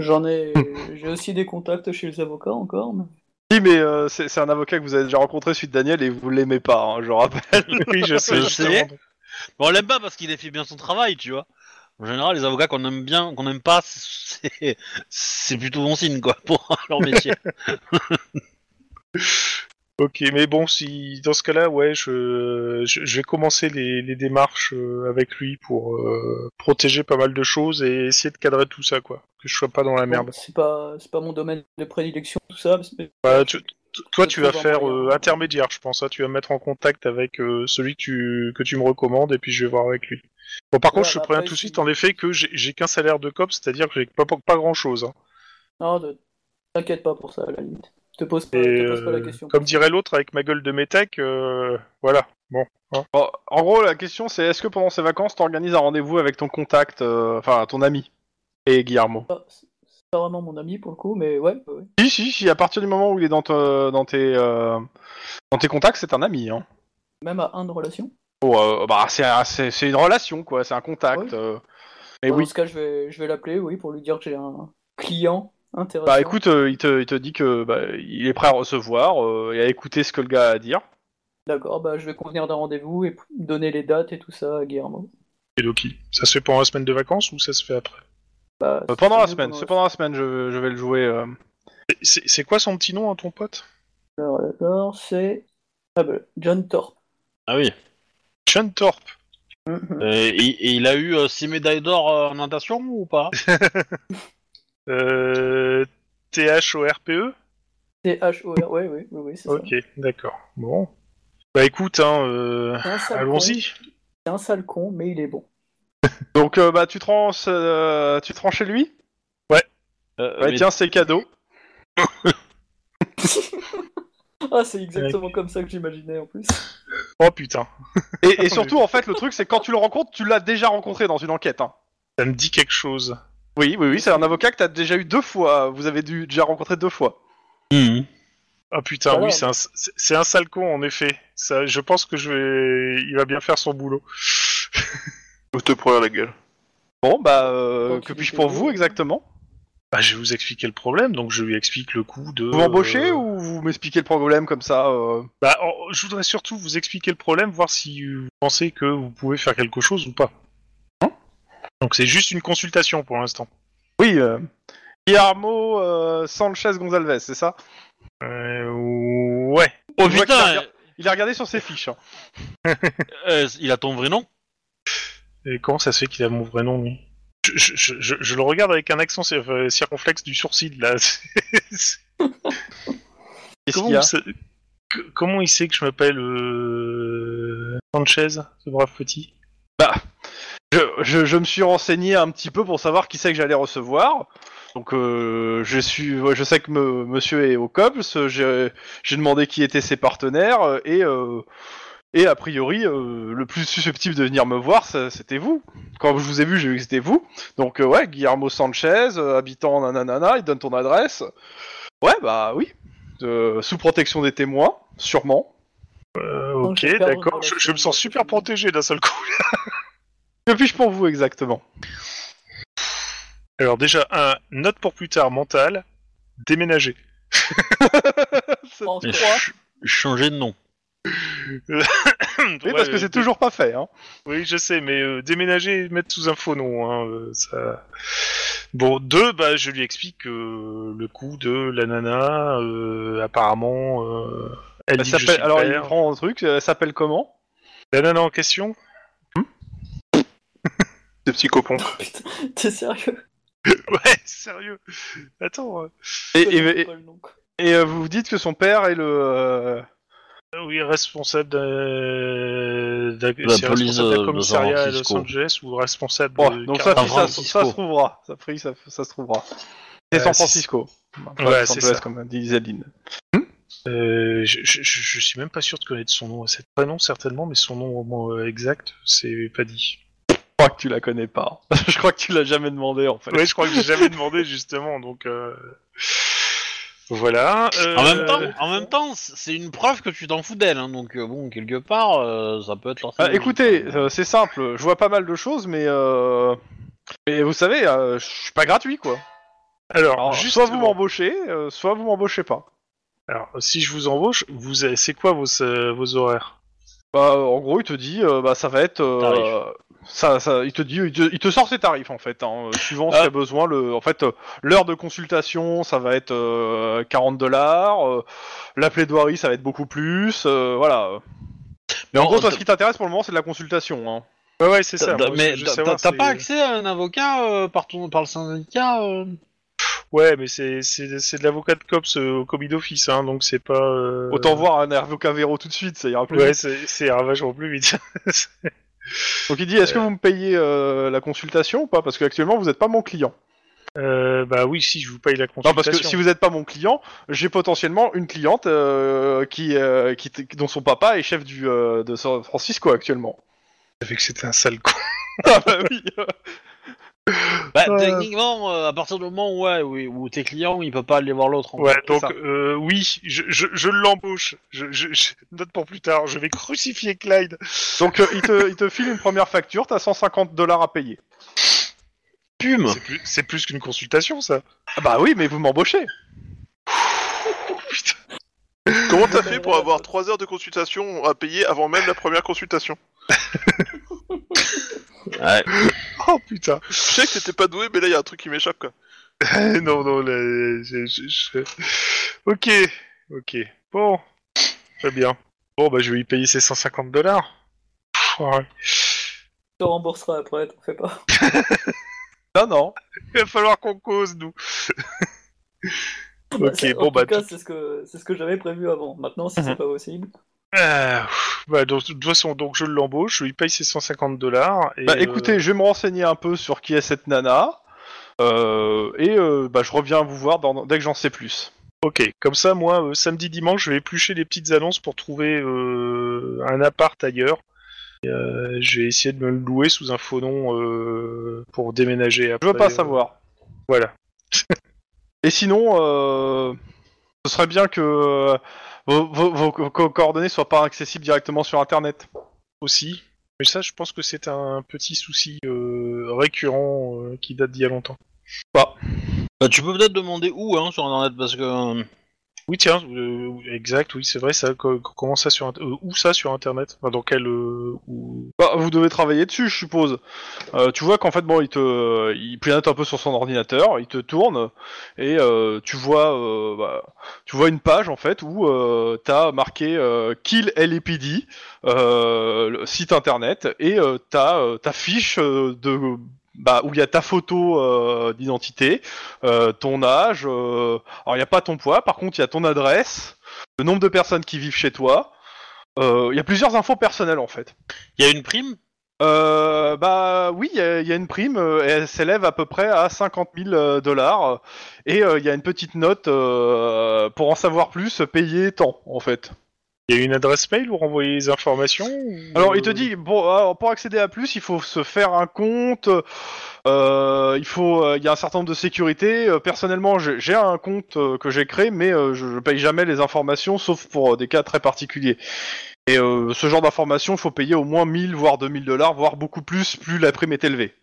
Speaker 6: J'en ai,
Speaker 3: Hmm.
Speaker 6: j'ai aussi des contacts chez les avocats encore. mais-
Speaker 2: Oui mais euh, c'est c'est un avocat que vous avez déjà rencontré suite Daniel et vous l'aimez pas hein, je rappelle.
Speaker 3: Oui, je sais,
Speaker 1: Je sais.
Speaker 3: justement.
Speaker 1: Bon, on l'aime pas parce qu'il a fait bien son travail, tu vois. En général, les avocats qu'on aime bien, qu'on aime pas, c'est c'est plutôt bon signe quoi pour leur métier.
Speaker 3: Ok, mais bon, si dans ce cas-là, ouais, je, je, je vais commencer les, les démarches euh, avec lui pour euh, protéger pas mal de choses et essayer de cadrer tout ça, quoi. Que je sois pas dans la merde.
Speaker 6: Bon, c'est pas, c'est pas mon domaine de prédilection tout ça. parce que-
Speaker 3: Bah, tu- t- toi,
Speaker 6: Je
Speaker 3: tu vas
Speaker 6: trouve un
Speaker 3: faire
Speaker 6: moyen.
Speaker 3: euh, intermédiaire, je pense. hein. Tu vas me mettre en contact avec euh, celui que tu, que tu me recommandes et puis je vais voir avec lui. Bon, par
Speaker 6: Ouais,
Speaker 3: contre, je te
Speaker 6: bah,
Speaker 3: préviens
Speaker 6: après,
Speaker 3: tout de
Speaker 6: si-
Speaker 3: suite, en effet, que j'ai j'ai qu'un salaire de cop, c'est-à-dire que j'ai pas, pas, pas grand-chose. hein.
Speaker 6: Non, de- t'inquiète pas pour ça à la limite. Te pose pas,
Speaker 3: Et,
Speaker 6: te pose pas la
Speaker 3: euh,
Speaker 6: question.
Speaker 3: comme dirait l'autre, avec ma gueule de métèque, euh, voilà. Bon.
Speaker 2: Bon, en gros, la question c'est est-ce que pendant ces vacances, t'organises un rendez-vous avec ton contact, euh, enfin ton ami et Guillermo
Speaker 6: Pas- C'est pas vraiment mon ami pour le coup, mais ouais. ouais.
Speaker 2: Si, si, si, à partir du moment où il est dans, te- dans, tes, euh, dans tes contacts, c'est un ami. Hein.
Speaker 6: Même à un de relation.
Speaker 2: Bon, euh, bah, c'est un- c'est c'est une relation, quoi, c'est un contact.
Speaker 6: Ouais.
Speaker 2: euh. Mais
Speaker 6: Bah,
Speaker 2: oui,
Speaker 6: Dans ce cas, je vais, je vais l'appeler, oui, pour lui dire que j'ai un client intéressant.
Speaker 2: bah écoute, euh, il, te, il te dit que bah, il est prêt à recevoir euh, et à écouter ce que le gars a à dire.
Speaker 6: D'accord, bah je vais convenir d'un rendez-vous et p- donner les dates et tout ça à Guillermo.
Speaker 3: Et Loki, ça se fait pendant la semaine de vacances ou ça se fait après
Speaker 6: Bah,
Speaker 2: Euh,
Speaker 6: c'est
Speaker 2: pendant la
Speaker 6: mieux
Speaker 2: semaine,
Speaker 6: pendant
Speaker 2: c'est pendant la semaine, je, je vais le jouer. euh.
Speaker 3: C'est c'est quoi son petit nom, hein, ton pote
Speaker 6: Alors, alors, euh, c'est ah bah, John Thorpe.
Speaker 1: Ah oui.
Speaker 3: Sean Thorpe.
Speaker 2: Mm-hmm.
Speaker 6: Mhm.
Speaker 1: Euh, Et, et- et il a eu 6 médailles d'or euh, en natation ou pas
Speaker 3: Euh, T-H-O-R-P-E
Speaker 6: C'est H-O-R, ouais, ouais, ouais, ouais, c'est
Speaker 3: E Ok, d'accord. Bon. Bah écoute, hein, euh,
Speaker 6: ça. C'est un sale con,
Speaker 3: allons-y.
Speaker 6: C'est un sale con, mais il est bon.
Speaker 2: Donc, euh, bah, tu te rends, euh, tu te rends chez lui
Speaker 1: Euh,
Speaker 2: Ouais,
Speaker 1: mais-
Speaker 2: Bah, tiens, c'est cadeau.
Speaker 6: Ah, c'est exactement comme ça que j'imaginais en plus.
Speaker 3: Oh putain,
Speaker 2: Et, et surtout, en fait, le truc, c'est que quand tu le rencontres, tu l'as déjà rencontré dans une enquête. Hein.
Speaker 3: ça me dit quelque chose.
Speaker 2: Oui, oui, oui, c'est un avocat que t'as déjà eu deux fois. Vous avez dû déjà rencontré deux fois.
Speaker 1: Mhm.
Speaker 3: Ah putain,
Speaker 2: Bah
Speaker 6: Voilà.
Speaker 3: oui, c'est un, c'est- c'est un sale con en effet. Ça, je pense que je vais, il va bien faire son boulot.
Speaker 5: Je te prends la gueule.
Speaker 2: Bon, bah, euh,
Speaker 6: Donc,
Speaker 2: que
Speaker 6: il
Speaker 2: puis-je
Speaker 6: était
Speaker 2: pour
Speaker 6: où
Speaker 2: vous exactement
Speaker 3: Bah, je vais vous expliquer le problème, donc je lui explique le coup de.
Speaker 1: Euh,
Speaker 2: Vous m'embauchez ou vous m'expliquez le problème comme ça euh
Speaker 3: Bah, en- je voudrais surtout vous expliquer le problème, voir si vous pensez que vous pouvez faire quelque chose ou pas.
Speaker 2: Hein
Speaker 3: donc c'est juste une consultation pour l'instant.
Speaker 2: Oui, euh... Guillermo euh, Sanchez Gonzalez, c'est ça
Speaker 3: Euh, ouais.
Speaker 1: Oh
Speaker 2: Je vois qu'il a
Speaker 1: putain eh,
Speaker 2: regardé- Il a regardé sur ses fiches. hein.
Speaker 1: euh, euh, Il a ton vrai nom
Speaker 3: Et comment ça se fait qu'il a mon vrai nom, lui je, je- je- je- je le regarde avec un accent cir- euh, circonflexe du sourcil, là. C'est-
Speaker 2: Qu'est-ce
Speaker 3: comment,
Speaker 2: qu'il y a
Speaker 3: il sa- que- comment il sait que je m'appelle euh, Sanchez, ce brave petit
Speaker 2: je, je- je me suis renseigné un petit peu pour savoir qui c'est que j'allais recevoir. Donc euh, je suis, ouais, je sais que me- Monsieur est au COPS. euh, J'ai j'ai demandé qui étaient ses partenaires euh, et euh, Et a priori, euh, le plus susceptible de venir me voir, ça- c'était vous. Quand je vous ai vu, j'ai vu que c'était vous. Donc euh, ouais, Guillermo Sanchez, euh, habitant nananana, il donne ton adresse. Ouais, bah oui. Euh, sous protection des témoins, sûrement.
Speaker 3: Euh,
Speaker 7: Non,
Speaker 3: ok,
Speaker 7: je vais perdre
Speaker 3: d'accord.
Speaker 7: la
Speaker 3: Je, je me
Speaker 7: relation.
Speaker 3: sens super protégé d'un seul coup.
Speaker 2: Que puis-je pour vous exactement
Speaker 3: Alors déjà, un note pour plus tard mental, déménager.
Speaker 7: En
Speaker 1: Et
Speaker 7: trois.
Speaker 1: ch- changer de nom.
Speaker 2: Oui, parce que
Speaker 3: euh,
Speaker 2: c'est toujours pas fait. Hein.
Speaker 3: Oui, je sais, mais euh, déménager et mettre sous un faux nom, hein, euh, ça... Bon, deux, bah, je lui explique euh, le coup de la nana, euh, apparemment, euh, elle
Speaker 2: Elle
Speaker 3: dit que je
Speaker 2: Bah, s'appelle-
Speaker 3: suis
Speaker 2: alors
Speaker 3: le
Speaker 2: il
Speaker 3: père.
Speaker 2: prend un truc. euh, Elle s'appelle comment
Speaker 3: La nana en question
Speaker 5: Des petits copains.
Speaker 7: Putain, t'es sérieux
Speaker 3: Ouais, sérieux Attends, euh,
Speaker 2: Et,
Speaker 7: Je connais
Speaker 2: et-
Speaker 7: pas le nom, quoi.
Speaker 2: et, euh, vous vous dites que son père est le euh,
Speaker 3: oui, responsable d'un- d'un-
Speaker 1: la
Speaker 3: c'est
Speaker 1: police,
Speaker 3: responsable
Speaker 1: euh, de
Speaker 3: d'un
Speaker 1: San
Speaker 3: commissariat à Los
Speaker 1: Francisco.
Speaker 3: Angeles ou responsable
Speaker 2: Bon,
Speaker 3: de
Speaker 2: donc ça,
Speaker 3: quartier.
Speaker 1: San
Speaker 2: puis, ça,
Speaker 1: Francisco.
Speaker 2: ça se trouvera. Ça, puis, ça, ça se trouvera. C'est
Speaker 3: Euh,
Speaker 2: San
Speaker 3: si-
Speaker 2: Francisco. Enfin,
Speaker 3: Ouais,
Speaker 2: Los
Speaker 3: c'est
Speaker 2: Angeles,
Speaker 3: ça.
Speaker 2: comme dit Zeline.
Speaker 3: Euh, je, je, je- je suis même pas sûr de connaître son nom. C'est prénom certainement, mais son nom vraiment, euh, exact, c'est pas dit.
Speaker 2: Je crois que tu la connais pas. je crois que tu l'as jamais demandé en fait.
Speaker 3: Ouais, je crois que j'ai jamais demandé justement, donc euh, voilà. euh,
Speaker 1: En même temps, en même temps, c- c'est une preuve que tu t'en fous d'elle, hein, donc euh, bon, quelque part, euh, ça peut être leur.
Speaker 2: Ah, écoutez, euh, c'est simple. Je vois pas mal de choses, mais euh... mais vous savez, euh, je suis pas gratuit quoi.
Speaker 3: alors,
Speaker 2: Alors,
Speaker 3: juste
Speaker 2: soit vous m'embauchez, euh, soit vous m'embauchez pas.
Speaker 3: Alors, si je vous embauche, vous, avez- c'est quoi vos, euh, vos horaires
Speaker 2: Bah, euh, en gros, il te dit, euh, bah, ça va être, euh,
Speaker 1: Tarif.
Speaker 2: ça, ça, il te dit, il te, il te sort ses tarifs en fait, hein, euh, suivant
Speaker 1: Ah.
Speaker 2: s'il y a besoin. Le, en fait, euh, l'heure de consultation, ça va être euh, 40 dollars. euh, la plaidoirie, ça va être beaucoup plus. euh, voilà.
Speaker 1: mais en
Speaker 2: En gros, toi, ce qui t'intéresse pour le moment, c'est de la consultation. Hein.
Speaker 3: Ouais, ouais, c'est
Speaker 1: t'as-
Speaker 3: ça.
Speaker 1: t'as-
Speaker 3: moi, je
Speaker 1: mais
Speaker 3: veux juste
Speaker 1: t'as-
Speaker 3: savoir,
Speaker 1: t'as
Speaker 3: c'est-
Speaker 1: pas accès à un avocat euh, par ton, par le syndicat. euh
Speaker 3: Ouais, mais c'est, c'est, c'est de l'avocat de cops euh, au commis d'office, hein, donc c'est pas. euh,
Speaker 2: Autant voir un Hervé Cavero tout de suite, ça ira plus.
Speaker 3: Ouais,
Speaker 2: vite.
Speaker 3: c'est, c'est un vachement plus vite.
Speaker 2: Donc il dit, est-ce que vous me payez euh, la consultation ou pas Parce qu'actuellement, vous n'êtes pas mon client.
Speaker 3: Euh, bah oui, si je vous paye la
Speaker 2: Non,
Speaker 3: consultation.
Speaker 2: parce que si vous n'êtes pas mon client, j'ai potentiellement une cliente euh, qui, euh, qui t- dont son papa est chef du, euh, de San Francisco actuellement.
Speaker 3: savez que c'était un sale con.
Speaker 2: ah bah oui
Speaker 1: Bah,
Speaker 3: Euh.
Speaker 1: techniquement, euh, à partir du moment où, ouais, où, où tes clients, il peut pas aller voir l'autre. en
Speaker 3: Ouais,
Speaker 1: fait, c'est
Speaker 3: donc
Speaker 1: ça.
Speaker 3: euh, oui, je, je, je l'embauche. Je, je, je- note pour plus tard. Je vais crucifier Clyde.
Speaker 2: Donc euh, il, te, il te file une première facture, t'as 150 dollars à payer.
Speaker 1: Pume.
Speaker 3: C'est plus, c'est plus qu'une consultation, ça.
Speaker 2: Ah bah oui, mais vous m'embauchez
Speaker 5: Comment t'as fait pour avoir 3 heures de consultation à payer avant même la première consultation
Speaker 1: Ouais.
Speaker 3: Oh putain.
Speaker 5: Je sais que t'étais pas doué, mais là, il y a un truc qui m'échappe, quoi.
Speaker 3: Eh, non, non, là, je, je- je- Ok, ok. Bon, très bien. Bon, bah, je vais lui payer ses 150 dollars.
Speaker 7: Je te rembourserai après, t'en fais pas.
Speaker 2: Non, non.
Speaker 3: Il va falloir qu'on cause, nous.
Speaker 7: Bah,
Speaker 3: ok,
Speaker 7: c'est- en
Speaker 3: bon,
Speaker 7: tout
Speaker 3: bah, Mhm.
Speaker 7: cas,
Speaker 3: tout-
Speaker 7: c'est ce que c'est ce que j'avais prévu avant. Maintenant, si c'est pas possible,
Speaker 3: Ah, pff, bah, donc, de toute façon, donc, je l'embauche, je lui paye ses 150 dollars. euh,
Speaker 2: Bah écoutez, je vais me renseigner un peu sur qui est cette nana. Euh, et euh, bah, je reviens vous voir dans- dès que j'en sais plus.
Speaker 3: Ok, comme ça, moi, euh, samedi, dimanche, je vais éplucher les petites annonces pour trouver euh, un appart ailleurs. Et, euh, je vais essayer de me le louer sous un faux nom euh, pour déménager.
Speaker 2: Je veux
Speaker 3: après,
Speaker 2: pas
Speaker 3: euh,
Speaker 2: savoir.
Speaker 3: voilà.
Speaker 2: Et sinon, euh, ce serait bien que euh, vos, vos- vos co- co- coordonnées soient pas accessibles directement sur Internet.
Speaker 3: aussi. Mais ça, je pense que c'est un petit souci euh, récurrent euh, qui date d'il y a longtemps.
Speaker 1: Bah, tu peux peut-être demander où hein, sur internet parce que. euh,
Speaker 3: Oui, tiens, euh, exact, oui, c'est vrai, ça, co- co- comment ça sur Int- euh, Où ça sur Internet Enfin, Dans quel... euh, où-
Speaker 2: Bah, vous devez travailler dessus, je suppose. Euh, tu vois qu'en fait, bon, il te, il pianote un peu sur son ordinateur, il te tourne et euh, tu vois, euh, bah, tu vois une page en fait où euh, t'as marqué euh, Kill LAPD, euh, le site internet et euh, t'as euh, ta fiche euh, de, bah, où il y a ta photo euh, d'identité, euh, ton âge. euh, alors il n'y a pas ton poids, par contre il y a ton adresse, le nombre de personnes qui vivent chez toi. Euh, Il y a plusieurs infos personnelles en fait.
Speaker 1: Il y a une prime
Speaker 2: Euh, bah oui, il y, a- il y a une prime, euh, et elle s'élève à peu près à 50 000 dollars. euh, Et euh, il y a une petite note euh, pour en savoir plus, payer tant en fait.
Speaker 3: Il y a une adresse mail pour renvoyer les informations ou-
Speaker 2: Alors, il te dit, bon, alors, pour accéder à plus, il faut se faire un compte, euh, il faut, euh, il y a un certain nombre de sécurités. Euh, personnellement, j'ai j'ai un compte euh, que j'ai créé, mais euh, je, je paye jamais les informations, sauf pour euh, des cas très particuliers. Et euh, ce genre d'informations, il faut payer au moins 1000, voire 2000 dollars, voire beaucoup plus, plus la prime est élevée.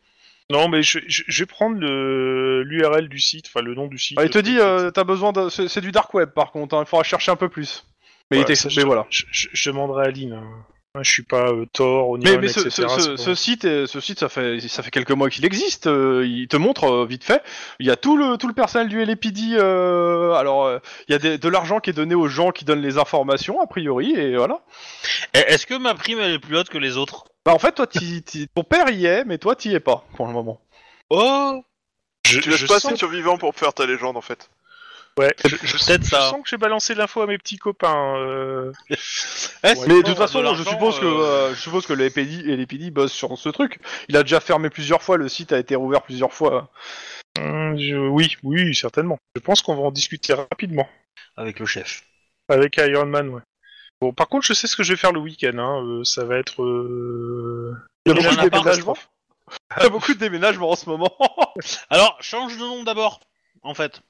Speaker 3: Non, mais je, je- je vais prendre le- l'URL du site, enfin le nom du site.
Speaker 2: Ah, il te dit, euh, t'as besoin de... C'est c'est du dark web, par contre, hein, il faudra chercher un peu plus. Mais,
Speaker 3: Voilà,
Speaker 2: il
Speaker 3: ça,
Speaker 2: t'ex- mais voilà.
Speaker 3: Je, je- je demanderai à Lynn. hein. Moi, Je suis pas euh, tort au
Speaker 2: Mais,
Speaker 3: niveau
Speaker 2: mais ce, ce- ce- ce site, est- ce site, ça fait, ça fait quelques mois qu'il existe. euh, il te montre euh, vite fait. Il y a tout le, tout le personnel du LPD. euh, alors, euh, il y a des- de l'argent qui est donné aux gens qui donnent les informations, a priori, et voilà.
Speaker 1: Eh, Est-ce que ma prime elle est plus haute que les autres
Speaker 2: Bah, en fait, toi, t'y- t'y- ton père y est, mais toi, t'y es pas pour le moment.
Speaker 1: Oh
Speaker 3: je,
Speaker 5: Tu laisses
Speaker 3: je
Speaker 5: pas
Speaker 3: sens,
Speaker 5: assez de survivants pour faire ta légende en fait.
Speaker 3: ouais, je, je-
Speaker 1: Peut-être
Speaker 3: je
Speaker 1: ça.
Speaker 3: sens que j'ai balancé l'info à mes petits copains. euh.
Speaker 1: Eh,
Speaker 2: mais de
Speaker 1: sinon,
Speaker 2: toute façon,
Speaker 1: de
Speaker 2: je
Speaker 1: l'argent,
Speaker 2: suppose que,
Speaker 1: euh,
Speaker 2: euh, je suppose que le LPD, et LPD bosse sur ce truc. Il a déjà fermé plusieurs fois. Le site a été rouvert plusieurs fois.
Speaker 3: Hum, je- oui, oui, certainement. Je pense qu'on va en discuter rapidement
Speaker 1: Avec le chef.
Speaker 3: avec Iron Man. Ouais. Bon, par contre, je sais ce que je vais faire le week-end. hein, euh, ça va être. euh,
Speaker 2: Il y a
Speaker 1: Il y en
Speaker 2: beaucoup
Speaker 1: a
Speaker 2: de
Speaker 1: pas,
Speaker 2: déménagements. Il y a beaucoup de déménagements en ce moment.
Speaker 1: Alors, change de nom d'abord, en fait.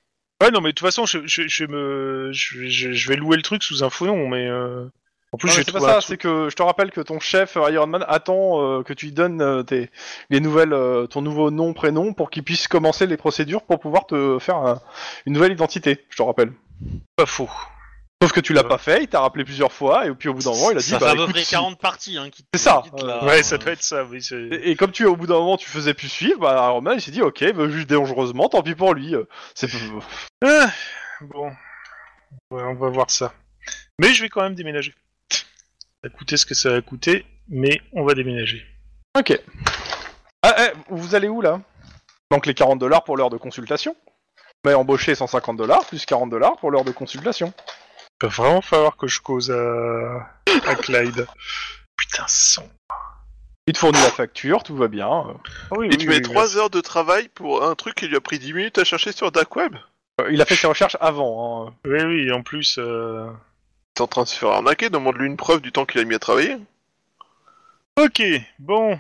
Speaker 3: Ouais, non, mais de toute façon, je, je- je me, je, je- je vais louer le truc sous un faux nom, mais. euh, En plus,
Speaker 2: Non,
Speaker 3: je
Speaker 2: mais
Speaker 3: vais
Speaker 2: c'est pas
Speaker 3: trouver un
Speaker 2: ça,
Speaker 3: truc.
Speaker 2: c'est que je te rappelle que ton chef euh, Iron Man attend euh, que tu lui donnes euh, tes, les nouvelles, euh, ton nouveau nom, prénom, pour qu'il puisse commencer les procédures pour pouvoir te faire un- une nouvelle identité, je te rappelle.
Speaker 3: Pas faux.
Speaker 2: Sauf que tu l'as
Speaker 3: Ouais.
Speaker 2: pas fait, il t'a rappelé plusieurs fois, et puis au bout d'un moment, il a dit
Speaker 1: ça fait
Speaker 2: bah,
Speaker 1: à peu
Speaker 2: écoute,
Speaker 1: près
Speaker 2: si-
Speaker 1: 40 parties. Hein, qui te-
Speaker 2: C'est ça,
Speaker 1: qui te
Speaker 2: euh,
Speaker 1: la-
Speaker 3: Ouais, ça
Speaker 1: euh,
Speaker 3: doit être ça, oui. c'est-
Speaker 2: Et, et comme tu au bout d'un moment tu faisais plus suivre, bah, Iron Man il s'est dit ok, bah, juge dangereusement, tant pis pour lui. euh, C'est
Speaker 3: Ah, bon. Ouais, on va voir ça. Mais je vais quand même déménager. Ça va coûter ce que ça va coûter, mais on va déménager.
Speaker 2: ok. Ah, eh, vous allez où là Donc les 40 dollars pour l'heure de consultation. Mais embaucher 150 dollars plus 40 dollars pour l'heure de consultation.
Speaker 3: Il va vraiment falloir que je cause à, à Clyde. Putain, sang.
Speaker 2: Il te fournit la facture, tout va bien.
Speaker 3: Ah oui,
Speaker 5: Il te met 3 heures de travail pour un truc qui lui a pris 10 minutes à chercher sur Dark Web.
Speaker 2: Euh, il a fait ses recherches avant. hein.
Speaker 3: Oui, oui, en plus. euh,
Speaker 5: T'es en train de se faire arnaquer, demande-lui une preuve du temps qu'il a mis à travailler.
Speaker 3: Ok, bon.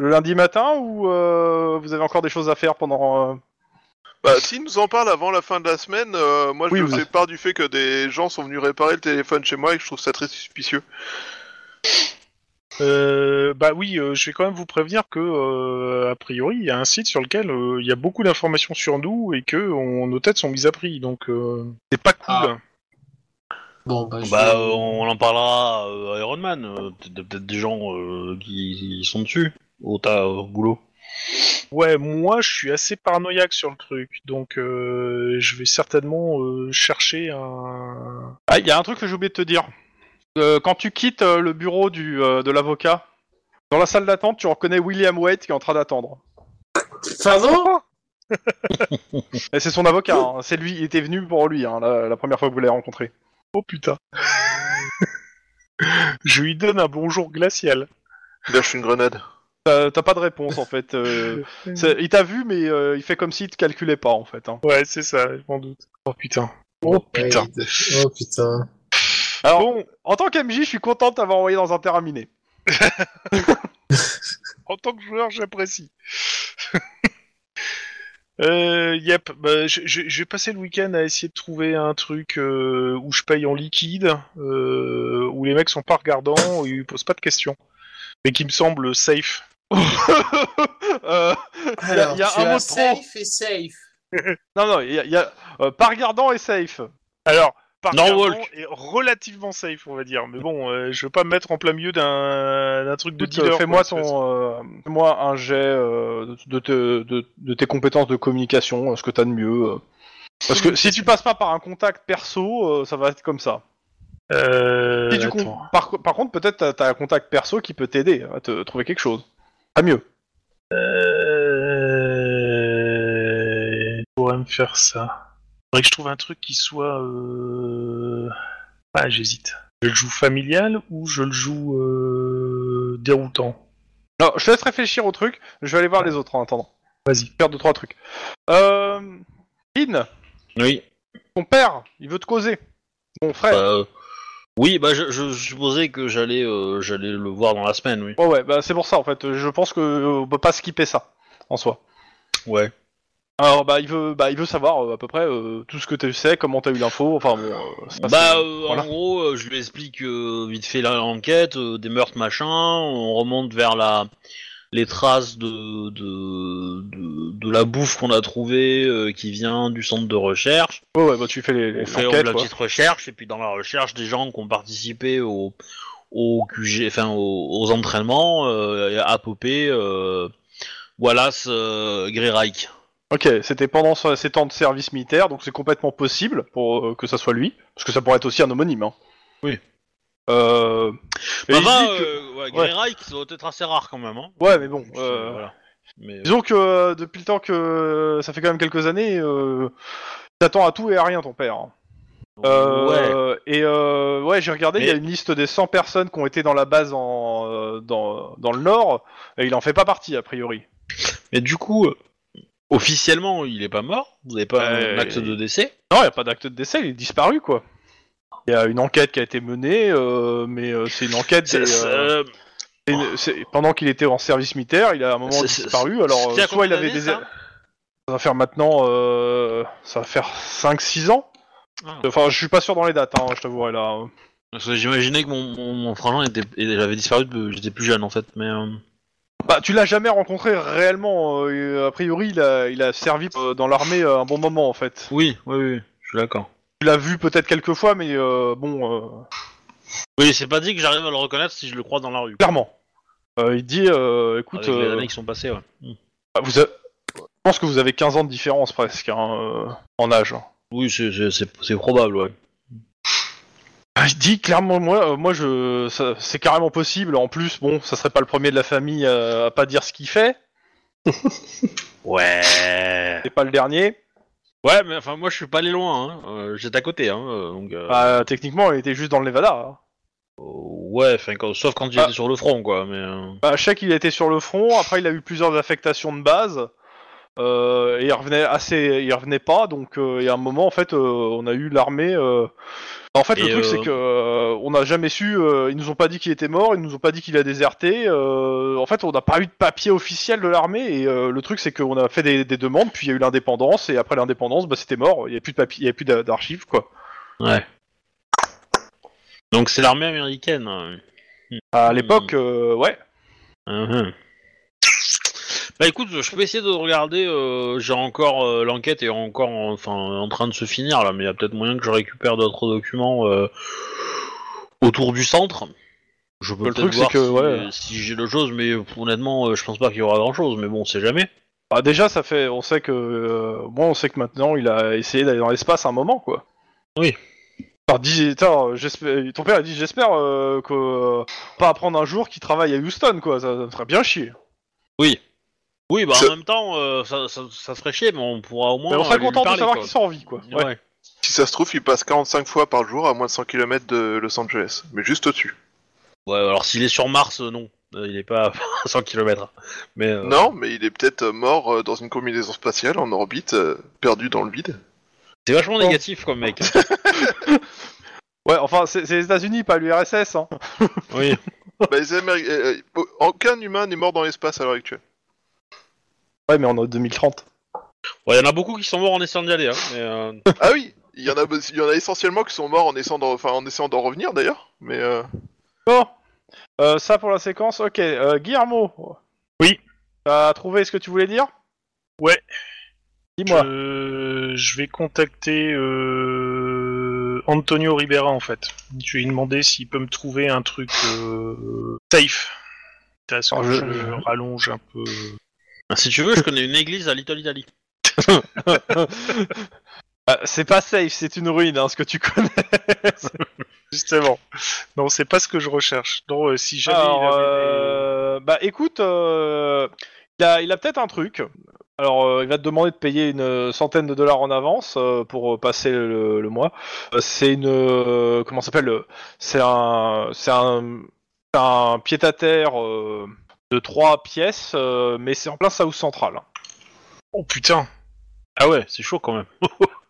Speaker 2: Le lundi matin ou euh, vous avez encore des choses à faire pendant. euh,
Speaker 5: Bah, s'il nous en parle avant la fin de la semaine, euh, moi je
Speaker 2: Oui,
Speaker 5: me
Speaker 2: oui.
Speaker 5: fais part du fait que des gens sont venus réparer le téléphone chez moi et que je trouve ça très suspicieux.
Speaker 3: Euh, bah oui, euh, je vais quand même vous prévenir que, euh, a priori, il y a un site sur lequel euh, il y a beaucoup d'informations sur nous et que on- nos têtes sont mises à prix, donc euh, c'est pas cool.
Speaker 4: Ah. Bon, bah, je-
Speaker 1: Bah, euh, on en parlera euh, à Iron Man. euh, peut- Peut-être des gens euh, qui, qui sont dessus, au, tas, au boulot.
Speaker 3: Ouais, moi je suis assez paranoïaque sur le truc, donc euh, je vais certainement euh, chercher un.
Speaker 2: Ah, il y a un truc que j'ai oublié de te dire. Euh, quand tu quittes euh, le bureau du, euh, de l'avocat, dans la salle d'attente, tu reconnais William Wade qui est en train d'attendre.
Speaker 4: Pardon
Speaker 2: Et c'est son avocat, hein, c'est lui, il était venu pour lui hein, la, la première fois que vous l'avez rencontré.
Speaker 3: Oh putain. je lui donne un bonjour glacial.
Speaker 5: Il lâche une grenade.
Speaker 2: T'as t'as pas de réponse en fait. euh, c'est- il t'a vu, mais euh, il fait comme s'il te calculait pas en fait. hein.
Speaker 3: Ouais, c'est ça, sans doute. Oh putain. Oh putain.
Speaker 4: Oh putain.
Speaker 2: Alors, en tant qu'MJ, je suis content de t'avoir envoyé dans un terrain miné.
Speaker 3: En tant que joueur, j'apprécie. Euh, yep, bah, je, je- je vais passer le week-end à essayer de trouver un truc euh, où je paye en liquide, euh, où les mecs sont pas regardants, où ils posent pas de questions, mais qui me semble safe.
Speaker 2: Euh, y a-
Speaker 4: Alors,
Speaker 2: y a
Speaker 4: tu
Speaker 2: un
Speaker 4: as
Speaker 2: mot de trop.
Speaker 4: safe et safe.
Speaker 2: non, non, il y a, il y a, euh, pas regardant et safe.
Speaker 3: Alors, par
Speaker 1: Non,
Speaker 3: contre,
Speaker 1: Walk.
Speaker 3: est relativement safe, on va dire. Mais bon, euh, je veux pas me mettre en plein milieu d'un d'un truc de
Speaker 2: Écoute,
Speaker 3: dealer.
Speaker 2: euh, Fais-moi
Speaker 3: quoi, parce que-
Speaker 2: ton, euh, fais-moi un jet euh, de, te- de- de tes compétences de communication, euh, ce que t'as de mieux. euh. Parce que si tu passes pas par un contact perso, euh, ça va être comme ça.
Speaker 3: Euh,
Speaker 2: Si tu
Speaker 3: attends.
Speaker 2: con- par, co- par contre, peut-être t'as, t'as un contact perso qui peut t'aider à te trouver quelque chose. Pas mieux.
Speaker 3: Euh... je pourrais me faire ça. Faudrait que je trouve un truc qui soit. Euh... Ah, j'hésite. Je le joue familial ou je le joue euh... déroutant
Speaker 2: Alors, je te laisse réfléchir au truc. Je vais aller voir les autres en attendant.
Speaker 3: Vas-y.
Speaker 2: Faire deux trois trucs. Euh, Lynn,
Speaker 1: Oui.
Speaker 2: ton père, il veut te causer. Mon frère.
Speaker 1: Bah, euh, Oui, bah je, je supposais que j'allais euh, j'allais le voir dans la semaine, oui.
Speaker 2: Ouais, ouais, bah c'est pour ça en fait. Je pense que euh, on peut pas skipper ça en soi.
Speaker 1: Ouais.
Speaker 2: Alors bah il veut, bah il veut savoir euh, à peu près euh, tout ce que tu sais, comment t'as eu l'info. Enfin bon. euh, ça,
Speaker 1: Bah,
Speaker 2: c'est-
Speaker 1: euh,
Speaker 2: voilà.
Speaker 1: en gros, euh, je lui explique euh, vite fait la- l'enquête, euh, des meurtres, machin. On remonte vers la les traces de de, de, de la bouffe qu'on a trouvée euh, qui vient du centre de recherche.
Speaker 2: Ouais, ouais, bah tu fais les, les
Speaker 1: On fait
Speaker 2: enquêtes,
Speaker 1: la
Speaker 2: quoi.
Speaker 1: petite recherche et puis dans la recherche des gens qui ont participé au au QG, enfin aux, aux entraînements, euh, à popé euh, Wallace euh, Greyreich.
Speaker 2: Ok, c'était pendant ce- ses temps de service militaire, donc c'est complètement possible pour euh, que ça soit lui, parce que ça pourrait être aussi un homonyme. Hein.
Speaker 1: Oui.
Speaker 2: Euh... et
Speaker 1: Bah,
Speaker 2: il
Speaker 1: bah,
Speaker 2: dit que-
Speaker 1: euh, ouais,
Speaker 2: ouais.
Speaker 1: Greyreich, ça doit être assez rare quand même. Hein.
Speaker 2: Ouais, mais bon.
Speaker 1: Euh,
Speaker 2: euh,
Speaker 1: voilà. Mais,
Speaker 2: Disons que euh, depuis le temps que euh, ça fait quand même quelques années, euh, t'attends à tout et à rien ton père. hein.
Speaker 1: ouais.
Speaker 2: Euh, Et euh, ouais, j'ai regardé, il y a
Speaker 1: Mais-
Speaker 2: une liste des 100 personnes qui ont été dans la base en, euh, dans, dans le nord, et il en fait pas partie a priori.
Speaker 1: Mais du coup, euh, officiellement, il est pas mort. Vous n'avez pas
Speaker 2: Euh,
Speaker 1: un acte de décès.
Speaker 2: Non, il n'y a pas d'acte de décès, il est disparu quoi. Il y a une enquête qui a été menée, euh, mais euh, c'est une enquête.
Speaker 1: C'est-
Speaker 2: des,
Speaker 1: c'est-
Speaker 2: euh,
Speaker 1: euh,
Speaker 2: c'est une- c'est- pendant qu'il était en service militaire, il a à un moment
Speaker 1: C'est- c'est-
Speaker 2: disparu. Alors,
Speaker 1: c'était
Speaker 2: euh,
Speaker 1: à
Speaker 2: soit
Speaker 1: combien
Speaker 2: il avait
Speaker 1: d'années,
Speaker 2: des.
Speaker 1: ça
Speaker 2: Ça va faire maintenant. euh, ça va faire 5-6 ans.
Speaker 1: Ah.
Speaker 2: Enfin, je suis pas sûr dans les dates, hein, je t'avouerai là.
Speaker 1: Parce que J'imaginais que mon, mon, mon frangin était, il avait disparu. de- J'étais plus jeune en fait, mais euh,
Speaker 2: Bah, tu l'as jamais rencontré réellement. euh, et a priori, il a, il a servi euh, dans l'armée euh, un bon moment en fait.
Speaker 1: oui, oui, oui, je suis d'accord.
Speaker 2: Tu l'as vu peut-être quelques fois, mais euh, bon, euh,
Speaker 1: Oui, c'est pas dit que j'arrive à le reconnaître si je le croise dans la rue.
Speaker 2: clairement. Euh, il dit, euh, écoute,
Speaker 1: Avec les
Speaker 2: euh,
Speaker 1: années qui sont passées, ouais. Mm.
Speaker 2: bah, vous a- je pense que vous avez 15 ans de différence presque hein, euh, en âge.
Speaker 1: Oui, c'est- c'est c'est- c'est probable, ouais.
Speaker 2: Ah, Il dit clairement, moi, euh, moi, je, ça- c'est carrément possible. En plus, bon, ça serait pas le premier de la famille euh, à pas dire ce qu'il fait.
Speaker 1: Ouais.
Speaker 2: C'est pas le dernier.
Speaker 1: Ouais, mais enfin, moi, je suis pas allé loin. Hein. Euh, J'étais à côté, hein. euh, Donc, euh,
Speaker 2: Bah, techniquement, il était juste dans le Nevada. hein.
Speaker 1: ouais, enfin, quand- sauf quand il
Speaker 2: Ah.
Speaker 1: était sur le front, quoi. Mais euh,
Speaker 2: Bah, je sais qu'il était sur le front. Après, il a eu plusieurs affectations de base. Euh, et il revenait assez, il revenait pas. Donc, euh, il y a un moment, en fait, euh, on a eu l'armée. euh, En fait, le
Speaker 1: Et,
Speaker 2: truc,
Speaker 1: euh,
Speaker 2: c'est que euh, on n'a jamais su. euh, ils nous ont pas dit qu'il était mort. Ils nous ont pas dit qu'il a déserté. euh, en fait, on n'a pas eu de papier officiel de l'armée. Et euh, le truc, c'est qu'on a fait des, des demandes. Puis il y a eu l'indépendance. Et après l'indépendance, bah, c'était mort. Il y a plus de papier, il y a plus d'a- d'archives, quoi.
Speaker 1: donc, c'est l'armée américaine. hein.
Speaker 2: À l'époque,
Speaker 1: Hmm.
Speaker 2: euh, ouais.
Speaker 1: Mhm. Bah écoute, je peux essayer de regarder. euh, j'ai encore euh, l'enquête est encore enfin en train de se finir là, mais il y a peut-être moyen que je récupère d'autres documents euh, autour du centre. Je peux
Speaker 2: Le
Speaker 1: peut-être
Speaker 2: truc, c'est
Speaker 1: voir
Speaker 2: que,
Speaker 1: si,
Speaker 2: ouais.
Speaker 1: si j'ai le chose, mais euh, honnêtement, euh, je pense pas qu'il y aura grand chose. Mais bon, on sait jamais.
Speaker 2: Bah, déjà, ça fait. On sait que. euh, moi, on sait que maintenant, il a essayé d'aller dans l'espace un moment, quoi.
Speaker 1: Oui.
Speaker 2: Alors, dis, attends, j'espère- ton père a dit J'espère euh, que. euh, pas apprendre un jour qu'il travaille à Houston, quoi. Ça, ça me ferait bien chier.
Speaker 1: Oui, bah
Speaker 5: Ça-
Speaker 1: en même temps, euh, ça, ça, ça serait chier, mais on pourra au moins.
Speaker 2: Mais on
Speaker 1: euh,
Speaker 2: serait
Speaker 1: lui
Speaker 2: content de
Speaker 1: parler,
Speaker 2: savoir
Speaker 1: quoi.
Speaker 2: qu'ils sont en vie, quoi. Ouais.
Speaker 1: Ouais.
Speaker 5: Si ça se trouve, il passe 45 fois par jour à moins de 100 km de Los Angeles, mais juste au-dessus.
Speaker 1: Ouais, Alors s'il est sur Mars, euh, non, Euh, il est pas à 100 km. Mais euh,
Speaker 5: Non, mais il est peut-être mort euh, dans une combinaison spatiale en orbite, euh, perdu dans le vide.
Speaker 1: c'est vachement négatif comme mec.
Speaker 2: Ouais, enfin, c'est c'est les États-Unis, pas l'URSS, hein.
Speaker 1: oui.
Speaker 5: Bah, les Améri- euh, euh, aucun humain n'est mort dans l'espace à l'heure actuelle.
Speaker 2: Ouais, mais on est en 2030.
Speaker 1: Ouais, il y en a beaucoup qui sont morts en essayant d'y aller, hein, mais euh,
Speaker 5: Ah oui, il y en a, il y en a essentiellement qui sont morts en essayant d'en, enfin, en essayant d'en revenir d'ailleurs. Mais euh,
Speaker 2: Bon. Euh, ça pour la séquence, ok. Euh, Guillermo.
Speaker 3: Oui.
Speaker 2: T'as trouvé ce que tu voulais dire
Speaker 3: Ouais.
Speaker 2: Dis-moi.
Speaker 3: Je, je vais contacter euh, Antonio Ribera en fait. Je vais lui demander s'il peut me trouver un truc euh, safe. Quitte à ce que
Speaker 2: Alors, je-
Speaker 3: je, rallonge un peu.
Speaker 1: si tu veux, je connais une église à Little Italy.
Speaker 2: Ah, c'est pas safe, c'est une ruine, hein, ce que tu connais.
Speaker 3: Justement. Non, c'est pas ce que je recherche. Non, euh, si jamais. il
Speaker 2: Alors,
Speaker 3: avait
Speaker 2: euh, bah écoute, euh, il a, il a peut-être un truc. Alors, euh, il va te demander de payer une centaine de dollars en avance euh, pour euh, passer le, le mois. Euh, c'est une, euh, comment ça s'appelle euh, C'est un, c'est un, c'est un pied-à-terre euh, de trois pièces, euh, mais c'est en plein South Central.
Speaker 3: des- Oh putain.
Speaker 1: Ah ouais, c'est chaud quand même.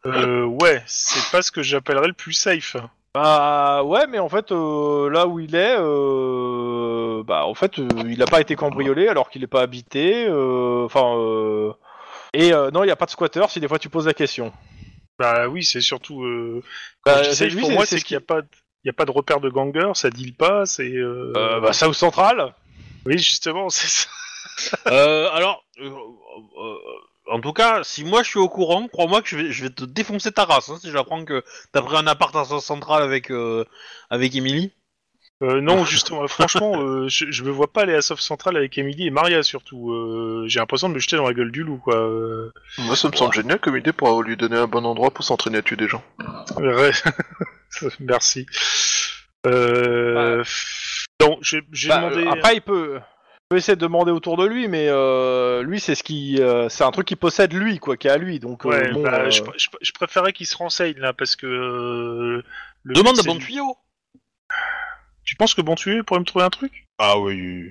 Speaker 3: Euh, ouais, c'est pas ce que j'appellerais le plus safe.
Speaker 2: Bah ouais, mais en fait, euh, là où il est, euh, bah en fait, euh, il n'a pas été cambriolé alors qu'il n'est pas habité. euh, Enfin, euh, et euh, non, il n'y a pas de squatter. Si des fois tu poses la question.
Speaker 3: Bah oui, c'est surtout. euh,
Speaker 2: Bah,
Speaker 3: quand je dis
Speaker 2: c'est-
Speaker 3: safe,
Speaker 2: lui,
Speaker 3: pour
Speaker 2: c'est-
Speaker 3: moi,
Speaker 2: c'est
Speaker 3: c'est
Speaker 2: ce
Speaker 3: qu'il n'y a pas. de- Il y a pas de repère de ganger, ça deal pas, c'est... euh,
Speaker 2: Euh, bah South Central.
Speaker 3: Oui, justement, c'est ça.
Speaker 1: Euh, alors, euh, euh, en tout cas, si moi je suis au courant, crois-moi que je vais, je vais te défoncer ta race hein, si j'apprends que t'as pris un appart à South Central avec euh, avec Emily.
Speaker 3: Euh, non, justement, franchement, euh, je, je me vois pas aller à Sauf Central avec Emily et Maria, surtout. Euh, J'ai l'impression de me jeter dans la gueule du loup, quoi. Euh,
Speaker 5: Moi, ça me semble génial comme idée pour lui donner un bon endroit pour s'entraîner à tuer des gens.
Speaker 3: Ouais. Merci. Euh... Non, j'ai j'ai
Speaker 2: Bah,
Speaker 3: demandé.
Speaker 2: euh, après, il peut, il peut essayer de demander autour de lui, mais euh, lui, c'est ce qui, euh, c'est un truc qu'il possède lui, quoi, qui est à lui. Donc, euh,
Speaker 3: Ouais,
Speaker 2: bon,
Speaker 3: bah,
Speaker 2: euh,
Speaker 3: je, pr- je pr- je préférais qu'il se renseigne là parce que. euh, le
Speaker 1: Demande
Speaker 3: mec,
Speaker 1: à
Speaker 3: c'est-
Speaker 1: bon tuyau.
Speaker 3: Tu penses que bon tuyau pourrait me trouver un truc
Speaker 1: Ah oui.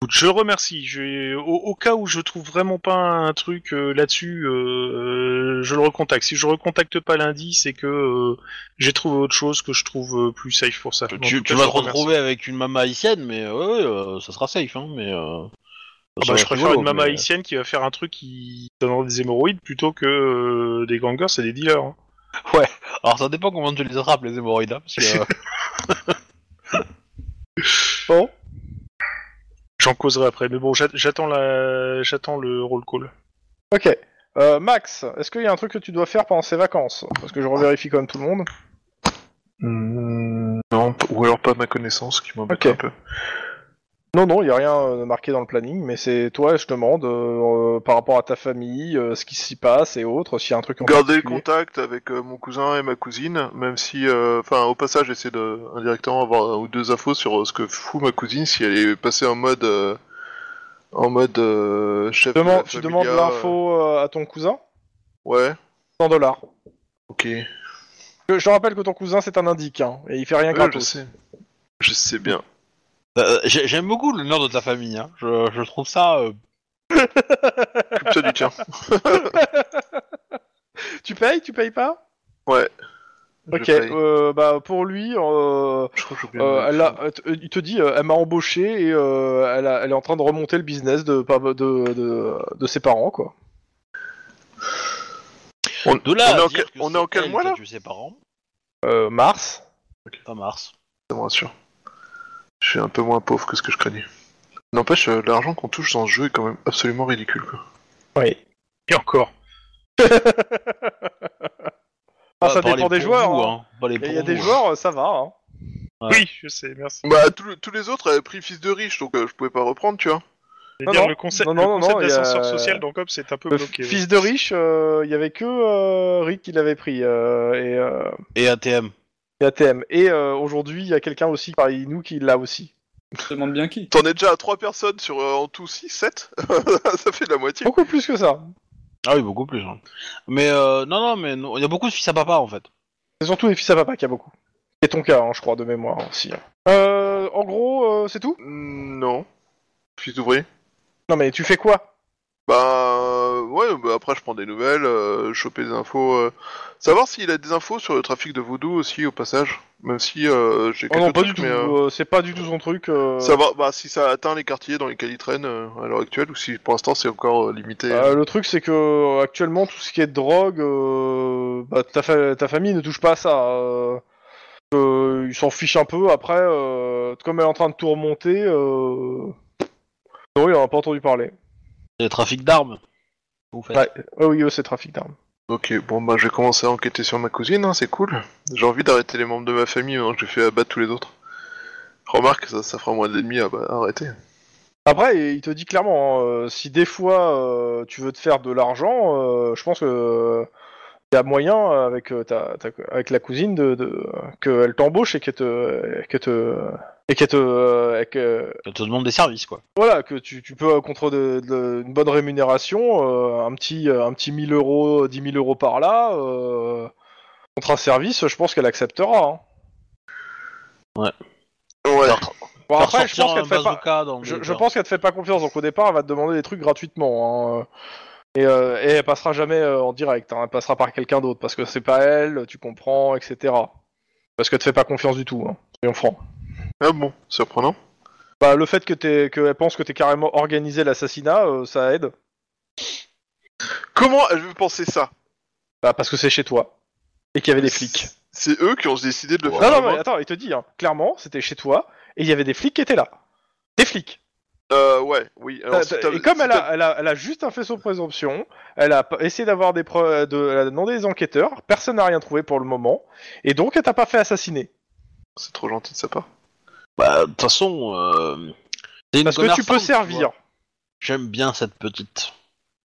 Speaker 3: Écoute, Je remercie. Je vais- Au, au cas où je trouve vraiment pas un truc euh, là-dessus, euh, euh, je le recontacte. Si je le recontacte pas lundi, c'est que euh, j'ai trouvé autre chose que je trouve euh, plus safe pour ça. En
Speaker 1: Tu,
Speaker 3: tout cas,
Speaker 1: tu vas
Speaker 3: je
Speaker 1: te
Speaker 3: le remercie.
Speaker 1: retrouver avec une maman haïtienne, mais euh, ouais, ouais, euh, ça sera safe. Hein, mais euh,
Speaker 3: Ah
Speaker 1: ça
Speaker 3: bah,
Speaker 1: va
Speaker 3: je
Speaker 1: être
Speaker 3: préfère
Speaker 1: rigolo,
Speaker 3: une maman
Speaker 1: mais- euh,
Speaker 3: haïtienne qui va faire un truc qui donnera des hémorroïdes plutôt que euh, des gangers et des dealers. hein.
Speaker 1: Alors ça dépend comment tu les attrapes les hémorroïdes. hein, Parce que, euh,
Speaker 2: bon.
Speaker 3: J'en causerai après, mais bon, j'a- j'attends la... j'attends le roll call.
Speaker 2: Ok. Euh, Max, est-ce qu'il y a un truc que tu dois faire pendant ces vacances Parce que je revérifie comme tout le monde.
Speaker 5: Hmm, non, p- ou alors pas à ma connaissance qui m'embête
Speaker 2: Ok.
Speaker 5: un peu.
Speaker 2: Non, non, il n'y a rien euh, marqué dans le planning, mais c'est toi, je te demande, euh, euh, par rapport à ta famille, euh, ce qui s'y passe et autres, s'il y a un truc en
Speaker 5: Garder le
Speaker 2: particulier.
Speaker 5: contact avec euh, mon cousin et ma cousine, même si, euh, enfin, au passage, j'essaie de indirectement avoir un ou deux infos sur euh, ce que fout ma cousine si elle est passée en mode, euh, en mode euh, chef. de la
Speaker 2: Demande- tu
Speaker 5: familia,
Speaker 2: demandes l'info euh, à ton cousin
Speaker 5: euh, Ouais.
Speaker 2: 100 dollars.
Speaker 5: Ok. Ouais,
Speaker 2: Je je te rappelle que ton cousin, c'est un indique, hein, et il fait rien
Speaker 5: je
Speaker 2: gratos.
Speaker 5: sais. Je sais bien.
Speaker 1: euh, j'ai- J'aime beaucoup le nord de ta famille. Hein. Je, je trouve ça. euh,
Speaker 5: Occupe-toi du tien.
Speaker 2: Tu payes Tu payes pas
Speaker 5: Ouais. Je
Speaker 2: Ok,
Speaker 5: paye.
Speaker 2: euh, bah pour lui, euh,
Speaker 5: Je crois que j'ai oublié
Speaker 2: euh,
Speaker 5: le-
Speaker 2: elle a- euh, t- euh, il te dit, euh, elle m'a embauché et euh, elle, a- elle est en train de remonter le business de, par- de, de, de ses parents, quoi.
Speaker 1: De là,
Speaker 5: On est
Speaker 1: à
Speaker 5: en
Speaker 1: dire
Speaker 5: quel-
Speaker 1: que
Speaker 5: on est
Speaker 1: c'est
Speaker 5: en quel
Speaker 1: elle
Speaker 5: mois,
Speaker 1: qui a
Speaker 5: là
Speaker 1: tué ses parents,
Speaker 2: Euh, mars,
Speaker 1: pas Mars.
Speaker 5: Ça me rassure. Je suis un peu moins pauvre que ce que je craignais. N'empêche, euh, l'argent qu'on touche dans ce jeu est quand même absolument ridicule. Quoi.
Speaker 2: Oui.
Speaker 3: Et encore.
Speaker 2: Ah,
Speaker 1: Pas-
Speaker 2: ça
Speaker 1: pas les
Speaker 2: dépend des
Speaker 1: Bah, pour
Speaker 2: joueurs.
Speaker 1: vous,
Speaker 2: hein.
Speaker 1: hein, pas les
Speaker 2: Il y a- il y, a
Speaker 1: pour
Speaker 2: des
Speaker 1: vous, hein.
Speaker 2: joueurs, euh, ça va. hein.
Speaker 1: Ouais.
Speaker 3: Oui, je sais, merci.
Speaker 5: Bah, tous le- tous les autres avaient pris fils de riche, donc euh, je pouvais pas reprendre, tu vois.
Speaker 3: Je vais
Speaker 2: Non,
Speaker 3: dire,
Speaker 2: non.
Speaker 3: le concept,
Speaker 2: Non, non,
Speaker 3: le
Speaker 2: non,
Speaker 3: concept
Speaker 2: non, il y a-
Speaker 3: d'ascenseur social dans COP, c'est un peu
Speaker 2: Le
Speaker 3: bloqué.
Speaker 2: fils de riche, euh, il y avait que euh, Rick qui l'avait pris euh, et, euh,
Speaker 1: Et ATM.
Speaker 2: et ATM. Et euh, aujourd'hui, il y a quelqu'un aussi parmi nous qui l'a aussi.
Speaker 6: Je demande bien qui.
Speaker 5: T'en es déjà à 3 personnes sur euh, en tout 6, 7 Ça fait de la moitié.
Speaker 2: Beaucoup plus que ça.
Speaker 1: Ah oui, beaucoup plus. hein. Mais euh, non, non, mais non, il y a beaucoup de fils à papa en fait.
Speaker 2: C'est surtout les fils à papa qu'il y a beaucoup. C'est ton cas, hein, je crois, de mémoire aussi. hein. Euh, en gros, euh, c'est tout
Speaker 5: Mm, Non. Fils d'ouvrier
Speaker 2: Non, mais tu fais quoi
Speaker 5: Bah, euh, ouais, bah après je prends des nouvelles, euh, choper des infos. euh, savoir s'il a des infos sur le trafic de vaudou aussi, au passage. Même si euh, j'ai
Speaker 2: Oh
Speaker 5: quelques
Speaker 2: Non, pas du
Speaker 5: trucs,
Speaker 2: tout.
Speaker 5: mais, euh,
Speaker 2: euh, c'est pas du tout son truc. euh,
Speaker 5: Savoir bah, si ça atteint les quartiers dans lesquels il traîne euh, à l'heure actuelle ou si pour l'instant c'est encore euh, limité.
Speaker 2: Euh, le truc, c'est que euh, actuellement, tout ce qui est drogue, euh, bah, ta, fa- ta famille ne touche pas à ça. euh. Euh, ils s'en fichent un peu. Après, euh, comme elle est en train de tout remonter, euh... non, il en a pas entendu parler.
Speaker 1: Les trafics d'armes. Vous faites.
Speaker 2: Ouais. Ah oui, eux, c'est trafic d'armes.
Speaker 5: Ok, bon bah je vais commencer à enquêter sur ma cousine, hein, c'est cool. J'ai envie d'arrêter les membres de ma famille maintenant que j'ai fait abattre tous les autres. Remarque, ça, ça fera moins d'ennemis à bah, arrêter.
Speaker 2: Après, il il te dit clairement, hein, euh, si des fois euh, tu veux te faire de l'argent, euh, je pense que euh, il y a moyen euh, avec euh, ta, ta- avec la cousine de, de- qu'elle t'embauche et qu'elle te que te et qu'elle te euh, et que-
Speaker 1: Elle te demande des services quoi.
Speaker 2: voilà que tu, tu peux euh, contre de- de- une bonne rémunération, euh, un petit un petit 1000 euros, 10 000 euros par là euh, contre un service, je pense qu'elle acceptera. hein.
Speaker 5: Ouais,
Speaker 1: Faire-
Speaker 2: Bon,
Speaker 1: faire
Speaker 2: après, je
Speaker 1: sortir
Speaker 2: pense qu'elle
Speaker 1: un
Speaker 2: te fait pas.
Speaker 1: bazooka dans
Speaker 2: Je,
Speaker 1: des-
Speaker 2: je pense qu'elle te fait pas confiance, donc au départ, elle va te demander des trucs gratuitement. hein. Et, euh, et elle passera jamais euh, en direct, hein. elle passera par quelqu'un d'autre, parce que c'est pas elle, tu comprends, etc. Parce qu'elle te fait pas confiance du tout, hein. Soyons francs.
Speaker 5: Ah bon, surprenant.
Speaker 2: Bah, le fait que t'aies- qu'elle pense que t'es carrément organisé l'assassinat, euh, ça aide.
Speaker 5: Comment elle veut penser ça
Speaker 2: Bah, parce que c'est chez toi. Et qu'il y avait des flics.
Speaker 5: C'est eux qui ont décidé de le
Speaker 2: Non,
Speaker 5: faire.
Speaker 2: non, mais attends, il te dit, hein, clairement, c'était chez toi, et il y avait des flics qui étaient là. Des flics.
Speaker 5: Euh, ouais, oui. alors,
Speaker 2: T'as-
Speaker 5: si
Speaker 2: t'as-
Speaker 5: t'as-
Speaker 2: et comme
Speaker 5: si
Speaker 2: elle
Speaker 5: t'as-
Speaker 2: a, elle, a, elle a juste un faisceau de présomption, elle a pas- essayé d'avoir des preuves, de, elle a demandé des enquêteurs, personne n'a rien trouvé pour le moment, et donc elle t'a pas fait assassiner.
Speaker 5: C'est trop gentil de sa part.
Speaker 1: Bah, de toute façon, euh, c'est une
Speaker 2: Parce que tu peux
Speaker 1: commerçante,
Speaker 2: servir.
Speaker 1: vois. J'aime bien cette petite.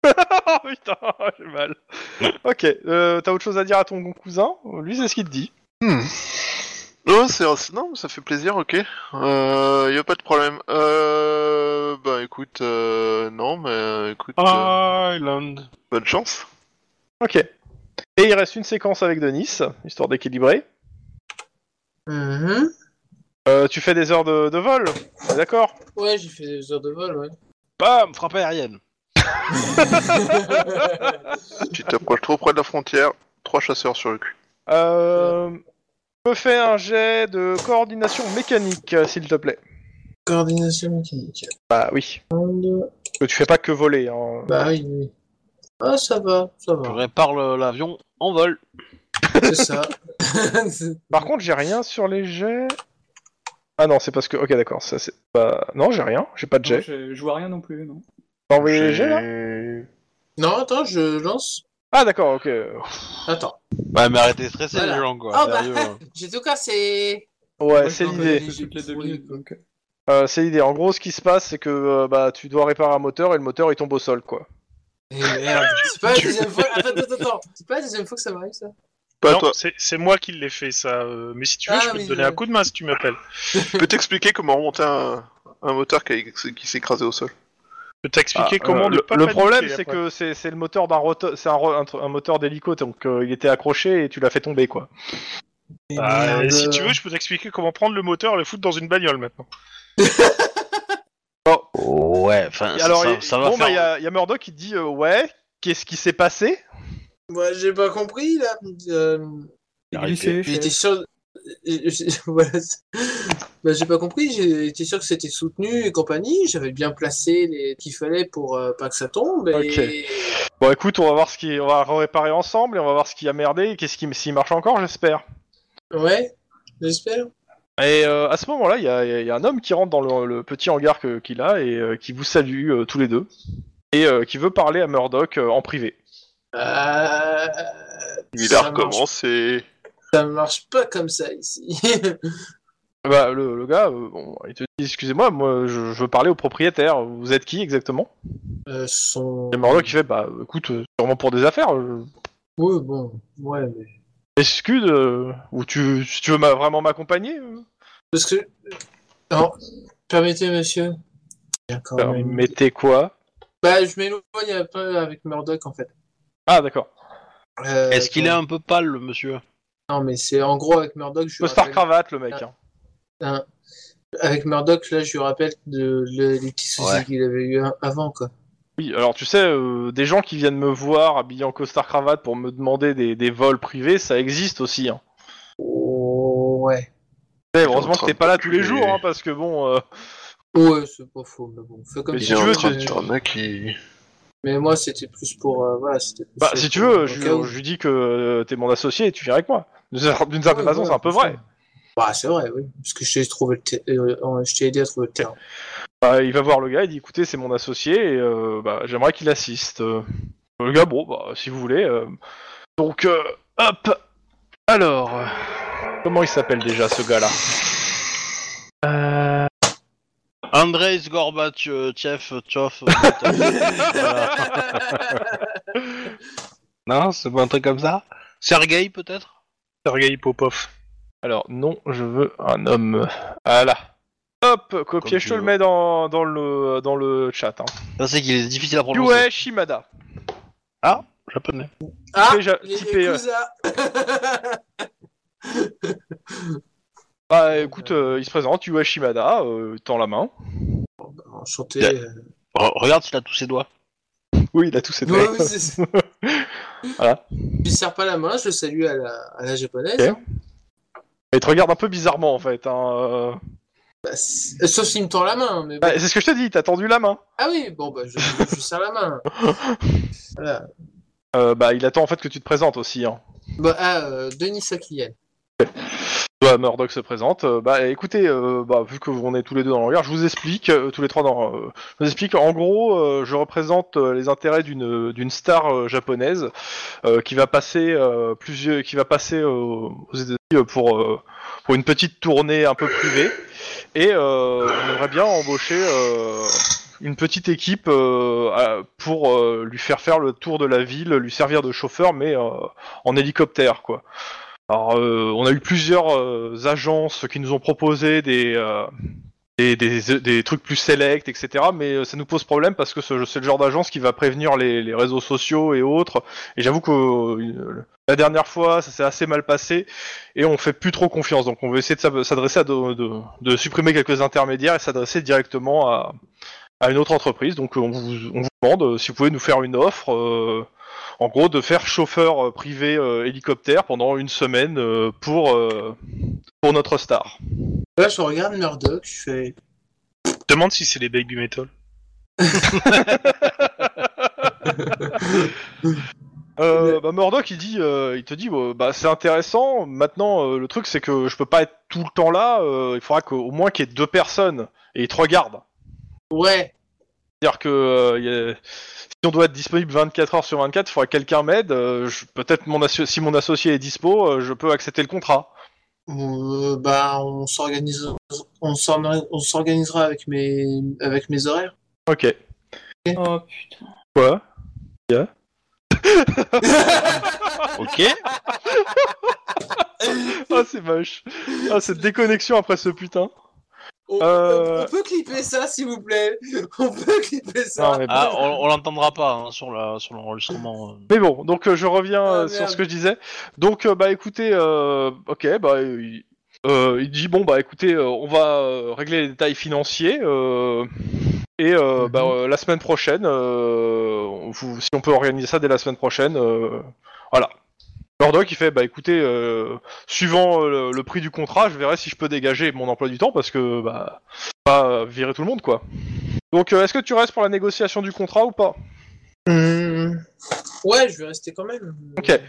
Speaker 2: Oh putain, j'ai mal. ok, euh, t'as autre chose à dire à ton bon cousin Lui, c'est ce qu'il te dit.
Speaker 5: Hmm. Non, c'est non, ça fait plaisir, ok. Euh, y a pas de problème. Euh, bah écoute, euh, non, mais euh, écoute, euh,
Speaker 3: Ah. Island.
Speaker 5: bonne chance.
Speaker 2: Ok. Et il reste une séquence avec Denis, histoire d'équilibrer.
Speaker 4: Mhm.
Speaker 2: Euh, tu fais des heures de, de vol, on est d'accord Bah,
Speaker 4: Ouais, j'ai fait des heures de vol, ouais.
Speaker 3: Bam, frappe aérienne.
Speaker 5: Tu t'approches trop près de la frontière, trois chasseurs sur le cul.
Speaker 2: Euh, peux faire un jet de coordination mécanique, euh, s'il te plaît.
Speaker 4: Coordination mécanique.
Speaker 2: Bah oui. Parce que Tu fais pas que voler. Hein.
Speaker 4: Bah oui, oui. Ah, ça va, ça
Speaker 1: Je
Speaker 4: va.
Speaker 1: répare le- l'avion en vol.
Speaker 4: C'est ça.
Speaker 2: Par contre, j'ai rien sur les jets. Ah non, c'est parce que. Ok, d'accord. Ça c'est. Bah non, j'ai rien. J'ai pas de
Speaker 6: Non,
Speaker 2: jet.
Speaker 6: j'ai- Je vois rien non plus, non.
Speaker 2: T'as envoyé les jets là
Speaker 4: non, attends, je lance.
Speaker 2: Ah d'accord. Ok.
Speaker 4: Attends.
Speaker 1: Ouais, mais arrêtez de stresser
Speaker 4: Voilà.
Speaker 1: les gens, quoi.
Speaker 4: Ah bah,
Speaker 1: Sérieux, hein.
Speaker 4: j'ai tout cassé.
Speaker 2: Ouais,
Speaker 6: Moi,
Speaker 2: c'est
Speaker 6: je peux
Speaker 2: l'idée.
Speaker 6: envoyer toutes les deux
Speaker 4: Oui.
Speaker 6: minutes, donc, euh,
Speaker 2: Euh, c'est l'idée. En gros, ce qui se passe, c'est que euh, bah tu dois réparer un moteur et le moteur il tombe au sol, quoi.
Speaker 4: Eh merde. C'est pas la deuxième fois. Attends, attends, attends. C'est pas la deuxième fois que ça m'arrive, ça.
Speaker 5: Pas à
Speaker 3: Non,
Speaker 5: Bah, toi.
Speaker 3: c'est c'est moi qui l'ai fait ça. euh, Mais si tu veux,
Speaker 4: Ah,
Speaker 3: je peux
Speaker 4: oui,
Speaker 3: te donner
Speaker 4: oui.
Speaker 3: un coup de main si tu m'appelles.
Speaker 5: Je peux t'expliquer comment remonter un, un moteur qui, a- qui s'est écrasé au sol.
Speaker 3: Je peux t'expliquer
Speaker 2: Ah,
Speaker 3: comment
Speaker 2: euh,
Speaker 3: ne
Speaker 2: le,
Speaker 3: pas
Speaker 2: le
Speaker 3: paniquer
Speaker 2: problème, c'est
Speaker 3: après.
Speaker 2: que c'est c'est le moteur d'un roto- c'est un, ro- un tr- un moteur d'hélico, donc euh, il était accroché et tu l'as fait tomber, quoi.
Speaker 4: Eh
Speaker 3: Ah,
Speaker 4: merde.
Speaker 3: si
Speaker 2: Euh.
Speaker 3: tu veux, je peux t'expliquer comment prendre le moteur et le foutre dans une bagnole maintenant.
Speaker 1: Ouais, enfin, ça,
Speaker 2: Alors,
Speaker 1: Ah, ça-
Speaker 2: il-
Speaker 1: ça va
Speaker 2: bon, bah, il y
Speaker 1: faire...
Speaker 2: a, il y a Murdoch qui dit euh, ouais, qu'est-ce qui s'est passé
Speaker 4: Moi, j'ai pas compris, là. Euh,
Speaker 1: Arrêtez.
Speaker 6: glisser,
Speaker 4: J'étais
Speaker 6: chef.
Speaker 4: sûr. euh, je- voilà, c'est- bah, j'ai pas compris, j'étais sûr que c'était soutenu et compagnie, j'avais bien placé les qu'il fallait pour euh, pas que ça tombe. Et...
Speaker 2: Bon, écoute, on va voir ce qui, on va réparer ensemble et on va voir ce qui a merdé et qu'est-ce qui, s'il marche encore, j'espère.
Speaker 4: Ouais, j'espère.
Speaker 2: Et euh, à ce moment-là, il y a, il y a un homme qui rentre dans le, le petit hangar que- qu'il a et euh, qui vous salue euh, tous les deux et euh, qui veut parler à Murdoch euh, en privé.
Speaker 4: Euh,
Speaker 5: Il
Speaker 4: ça
Speaker 5: a
Speaker 4: marche-
Speaker 5: recommencé.
Speaker 4: Ça marche pas comme ça ici.
Speaker 2: Bah, le, le gars, euh, bon, il te dit excusez-moi, moi, je, je veux parler au propriétaire. Vous êtes qui exactement
Speaker 4: Euh, son...
Speaker 2: Et Murdoch il fait bah écoute, euh, sûrement pour des affaires. euh,
Speaker 4: Ouais, bon, ouais, mais...
Speaker 2: Excuse, euh, ou tu, si tu veux m'a- vraiment m'accompagner euh,
Speaker 4: Parce que... Non, permettez, monsieur. D'accord.
Speaker 2: Permettez quoi
Speaker 4: Bah, je m'éloigne un peu avec Murdoch, en fait.
Speaker 2: Ah d'accord.
Speaker 4: Euh,
Speaker 1: Est-ce qu'il est
Speaker 4: attends.
Speaker 1: un peu pâle, le monsieur
Speaker 4: Non, mais c'est en gros avec Murdoch, je lui
Speaker 2: Costard
Speaker 4: rappelle-
Speaker 2: cravate le mec. hein.
Speaker 4: Hein. Avec Murdoch, là, je lui rappelle de, le- les petits soucis
Speaker 1: Ouais.
Speaker 4: qu'il avait eu a- avant, quoi.
Speaker 2: Oui, alors tu sais, euh, des gens qui viennent me voir habillés en costard cravate pour me demander des, des vols privés, ça existe aussi. Hein.
Speaker 4: Oh, ouais.
Speaker 2: Mais
Speaker 5: est en
Speaker 2: heureusement que
Speaker 5: train
Speaker 2: t'es
Speaker 5: de
Speaker 2: pas là tous les
Speaker 5: t'enculer.
Speaker 2: jours, hein, parce que bon, euh,
Speaker 4: Ouais, c'est pas faux, mais bon, fais comme
Speaker 2: Mais
Speaker 4: tu
Speaker 5: Il
Speaker 2: si
Speaker 5: est
Speaker 2: tu
Speaker 5: en
Speaker 2: veux,
Speaker 5: train
Speaker 2: tu-
Speaker 5: de dire, mec, il-
Speaker 4: Mais moi, c'était plus pour. euh, voilà, c'était plus
Speaker 2: bah
Speaker 4: fait
Speaker 2: si tu
Speaker 4: pour-
Speaker 2: veux,
Speaker 4: au
Speaker 2: je,
Speaker 4: cas où.
Speaker 2: je lui dis que euh, t'es mon associé et tu viens avec moi. D'une cer- d'une certaine
Speaker 4: Ouais,
Speaker 2: façon,
Speaker 4: ouais,
Speaker 2: c'est un peu
Speaker 4: parfait.
Speaker 2: vrai.
Speaker 4: Bah, c'est vrai, oui. Parce que je t'ai trouvé le ter- euh, euh, je t'ai aidé à trouver le terrain.
Speaker 2: Bah, il va voir le gars, il dit écoutez, c'est mon associé, et euh, bah, j'aimerais qu'il assiste. Euh, le gars, bon, bah, si vous voulez. euh, Donc, euh, hop Alors, euh, comment il s'appelle déjà ce gars-là
Speaker 1: Andrei Gorbatchev, Tchov... Voilà. Non, c'est pas un truc comme ça Sergei, peut-être
Speaker 3: Sergei Popov.
Speaker 2: Alors, non, je veux un homme. Voilà. Hop,
Speaker 1: Comme
Speaker 2: copier, je
Speaker 1: tu
Speaker 2: te le
Speaker 1: veux.
Speaker 2: mets dans, dans, le, dans le chat. Hein.
Speaker 1: Ça, c'est qu'il est difficile à prononcer.
Speaker 2: Yue Shimada.
Speaker 1: japonais.
Speaker 4: Ah,
Speaker 2: Déjà-
Speaker 4: les
Speaker 2: typé, euh,
Speaker 4: Yakuza.
Speaker 2: Bah écoute, euh, il se présente, Yue Shimada, euh, tend la main.
Speaker 4: Enchanté.
Speaker 1: Yeah.
Speaker 4: euh.
Speaker 1: Re- Oh, regarde s'il a tous ses doigts.
Speaker 2: Oui, il a tous ses
Speaker 4: Ouais,
Speaker 2: doigts.
Speaker 4: oui, c'est ça.
Speaker 2: Voilà.
Speaker 4: Je lui serre pas la main, je le salue à la, à la japonaise.
Speaker 2: Ok. Il te regarde un peu bizarrement en fait. hein, euh.
Speaker 4: Bah, c'est- sauf s'il me tend la main, mais bon.
Speaker 2: Bah, c'est ce que je te dis, t'as tendu la main.
Speaker 4: Ah oui, bon, bah, je, je serre la main. Voilà.
Speaker 2: Euh, bah, il attend en fait que tu te présentes aussi. Hein.
Speaker 4: Bah, ah, euh, Denis Sakien.
Speaker 2: Bah, Murdoch se présente. Euh, bah, écoutez, euh, bah, vu que vous- on est tous les deux dans le regard, je vous explique, euh, tous les trois dans. euh, je vous explique. En gros, euh, je représente euh, les intérêts d'une d'une star euh, japonaise euh, qui va passer euh, plusieurs, qui va passer euh, aux États-Unis euh, pour euh, pour une petite tournée un peu privée. Et euh, on aimerait bien embaucher euh, une petite équipe euh, à- pour euh, lui faire faire le tour de la ville, lui servir de chauffeur, mais euh, en hélicoptère, quoi. Alors, euh, on a eu plusieurs euh, agences qui nous ont proposé des, euh, des, des- des trucs plus select, etc. Mais euh, ça nous pose problème parce que ce- c'est le genre d'agence qui va prévenir les, les réseaux sociaux et autres. Et j'avoue que euh, la dernière fois, ça s'est assez mal passé et on fait plus trop confiance. Donc, on veut essayer de s'ab- s'adresser à de, de- de supprimer quelques intermédiaires et s'adresser directement à, à une autre entreprise. Donc, euh, on vous, on vous demande euh, si vous pouvez nous faire une offre. euh, en gros, de faire chauffeur euh, privé euh, hélicoptère pendant une semaine euh, pour, euh, pour notre star.
Speaker 4: Là, je regarde Murdoch, je fais.
Speaker 3: Demande si c'est les baby metal.
Speaker 2: Euh, bah, Murdoch, il, dit, euh, il te dit euh, bah, c'est intéressant. Maintenant, euh, le truc, c'est que je peux pas être tout le temps là. euh, il faudra qu'au moins qu'il y ait deux personnes et ils te regardent.
Speaker 4: Ouais,
Speaker 2: C'est-à-dire que euh, il y a- si on doit être disponible 24 heures sur 24, il faudra que quelqu'un m'aide. euh, je- Peut-être mon asso- si mon associé est dispo, euh, je peux accepter le contrat.
Speaker 4: euh, bah, on s'organise, on s'en- on s'organisera avec mes, avec mes horaires.
Speaker 2: Ok.
Speaker 7: Oh putain.
Speaker 2: Quoi
Speaker 1: Ok.
Speaker 2: Ah, c'est moche. Ah, cette déconnexion après ce putain.
Speaker 4: On,
Speaker 2: Euh.
Speaker 4: on peut clipper ça, s'il vous plaît. On peut clipper ça.
Speaker 2: Non, mais
Speaker 1: Ah, on, on l'entendra pas hein, sur la sur l'enregistrement. euh.
Speaker 2: Mais bon, donc euh, je reviens
Speaker 4: Ah,
Speaker 2: euh,
Speaker 4: merde.
Speaker 2: sur ce que je disais. Donc euh, bah écoutez, euh, ok, bah euh, il, euh, il dit bon bah écoutez, euh, on va euh, régler les détails financiers euh, et euh, bah, euh, la semaine prochaine, euh, on vous- si on peut organiser ça dès la semaine prochaine, euh, voilà. Murdoch il fait bah écoutez, euh, suivant euh, le, le prix du contrat, je verrai si je peux dégager mon emploi du temps parce que bah pas euh, virer tout le monde quoi. Donc euh, est-ce que tu restes pour la négociation du contrat ou pas
Speaker 4: Hum, Ouais, je vais rester quand même.
Speaker 2: Ok.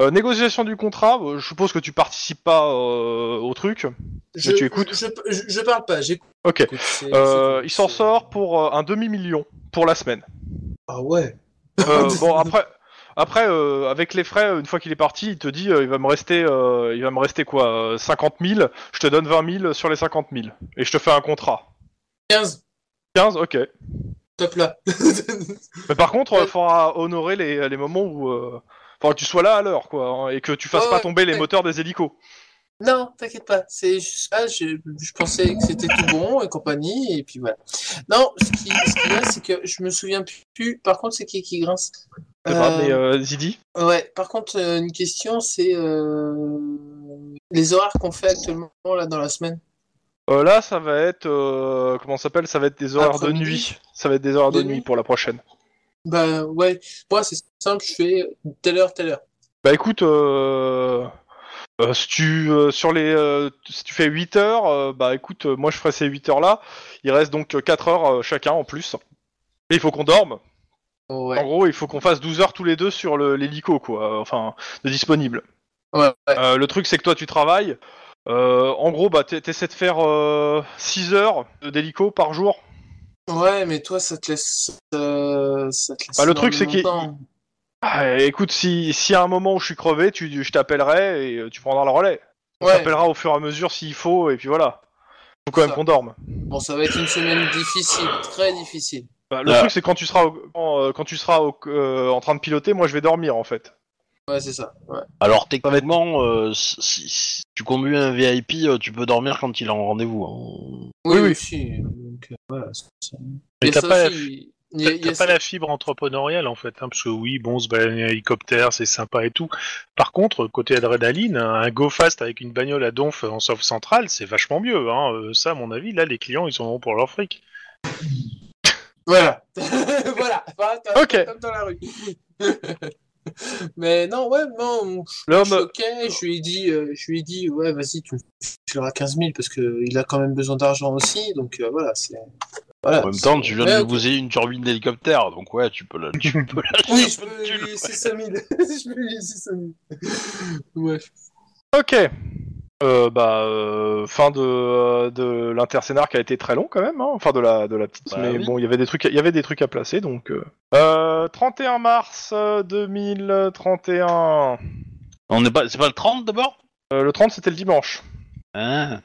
Speaker 2: Euh, négociation du contrat, euh, je suppose que tu participes pas euh, au truc.
Speaker 4: Je,
Speaker 2: Mais tu écoutes
Speaker 4: je, je, je parle pas, j'écoute.
Speaker 2: Ok.
Speaker 4: C'est-
Speaker 2: Euh,
Speaker 4: c'est-
Speaker 2: il s'en
Speaker 4: c'est-
Speaker 2: sort pour euh, un demi-million pour la semaine.
Speaker 4: Ah ouais.
Speaker 2: Euh, bon après, après euh, avec les frais, une fois qu'il est parti, il te dit euh, il va me rester, euh, il va me rester quoi, euh, 50 000. Je te donne 20 000 sur les 50 000 et je te fais un contrat.
Speaker 4: 15,
Speaker 2: 15, ok.
Speaker 4: top là.
Speaker 2: Mais par contre, il faudra honorer les, les moments où, euh, faudra que tu sois là à l'heure quoi, hein, et que tu fasses
Speaker 4: Ouais,
Speaker 2: pas
Speaker 4: ouais,
Speaker 2: tomber les
Speaker 4: ouais.
Speaker 2: moteurs des hélicos.
Speaker 4: non, t'inquiète pas. C'est juste ça, je, je pensais que c'était tout bon et compagnie, et puis voilà. Non, ce qui, ce qu'il y a, c'est que je me souviens plus. Par contre, c'est qui qui grince
Speaker 2: C'est pas,
Speaker 4: Euh,
Speaker 2: mais euh, Zidi.
Speaker 4: Ouais, par contre, euh, une question, c'est euh, les horaires qu'on fait actuellement là dans la semaine.
Speaker 2: Euh, là, ça va être euh, comment ça s'appelle Ça va être des horaires de
Speaker 4: Après-midi.
Speaker 2: nuit. Ça va être des horaires de,
Speaker 4: De
Speaker 2: nuit
Speaker 4: nuit.
Speaker 2: pour la prochaine.
Speaker 4: Bah ouais, moi c'est simple, je fais telle heure, telle heure.
Speaker 2: Bah écoute, euh, euh, si tu euh, sur les euh, si tu fais 8 heures, euh, bah écoute, euh, moi je ferai ces 8 heures là. Il reste donc euh, 4 heures euh, chacun en plus. Et il faut qu'on dorme. En
Speaker 4: Ouais,
Speaker 2: gros, il faut qu'on fasse 12 heures tous les deux sur le- l'hélico, quoi. euh, Enfin, de disponible.
Speaker 4: ouais, ouais.
Speaker 2: Euh, le truc, c'est que toi, tu travailles. Euh, en gros, bah, t'es- t'essaies de faire euh, 6 heures d'hélico par jour.
Speaker 4: Ouais, mais toi ça te laisse. euh, ça te laisse
Speaker 2: Bah, le truc, c'est qu'il-
Speaker 4: énormément de temps.
Speaker 2: Ah, écoute, si, si à un moment où je suis crevé, tu, je t'appellerai et euh, tu prendras le relais. On
Speaker 4: Ouais,
Speaker 2: t'appellera au fur et à mesure s'il faut, et puis voilà. Faut quand même
Speaker 4: Ça.
Speaker 2: qu'on dorme.
Speaker 4: bon, ça va être une semaine difficile, très difficile.
Speaker 2: Bah, le
Speaker 1: Ah.
Speaker 2: truc, c'est quand tu seras, au- quand, euh, quand tu seras au- euh, en train de piloter, moi je vais dormir en fait.
Speaker 4: Ouais, c'est ça. Ouais.
Speaker 1: Alors techniquement, euh, si, si- si tu conduis un VIP, euh, tu peux dormir quand il est en rendez-vous. hein.
Speaker 4: Oui,
Speaker 2: oui.
Speaker 4: oui, si, donc, euh, voilà, c'est ça. Il y
Speaker 3: Mais
Speaker 4: a
Speaker 3: t'as
Speaker 4: ça
Speaker 3: pas, la, fi-
Speaker 4: aussi, il y a- il y a
Speaker 3: t'as pas
Speaker 4: ça-
Speaker 3: la fibre entrepreneuriale en fait, hein, parce que oui, bon, ben, se balader en hélicoptère, c'est sympa et tout. Par contre, côté adrénaline, un go fast avec une bagnole à donf en sauf centrale, c'est vachement mieux. Hein. Euh, Ça, à mon avis, là, les clients, ils en ont pour leur fric.
Speaker 4: Voilà. Voilà. Voilà, comme-
Speaker 2: Ok.
Speaker 4: Comme dans la rue. Mais non, ouais, non, je suis
Speaker 2: L'homme,
Speaker 4: ok, je lui ai dit, euh, je lui ai dit, ouais, vas-y, tu, tu l'auras 15 000 parce que il a quand même besoin d'argent aussi, donc euh, voilà, c'est. Voilà,
Speaker 1: En même temps, tu viens
Speaker 4: Ouais,
Speaker 1: de
Speaker 4: ok.
Speaker 1: bouser une turbine d'hélicoptère, donc ouais, tu peux la. Tu peux la...
Speaker 4: Oui, je peux lui laisser 5 000. je peux lui laisser 5 000. Bref.
Speaker 2: Ok. Euh, bah, euh, fin de, de l'intercénar qui a été très long quand même, hein. enfin de la, de la petite.
Speaker 1: Bah
Speaker 2: mais
Speaker 1: oui.
Speaker 2: bon, il y avait des trucs, il y avait des trucs à placer, donc. euh. Euh, 31 mars euh, 2031.
Speaker 1: On n'est pas, c'est pas le 30 d'abord
Speaker 2: Euh, le 30 c'était le dimanche,
Speaker 1: Hein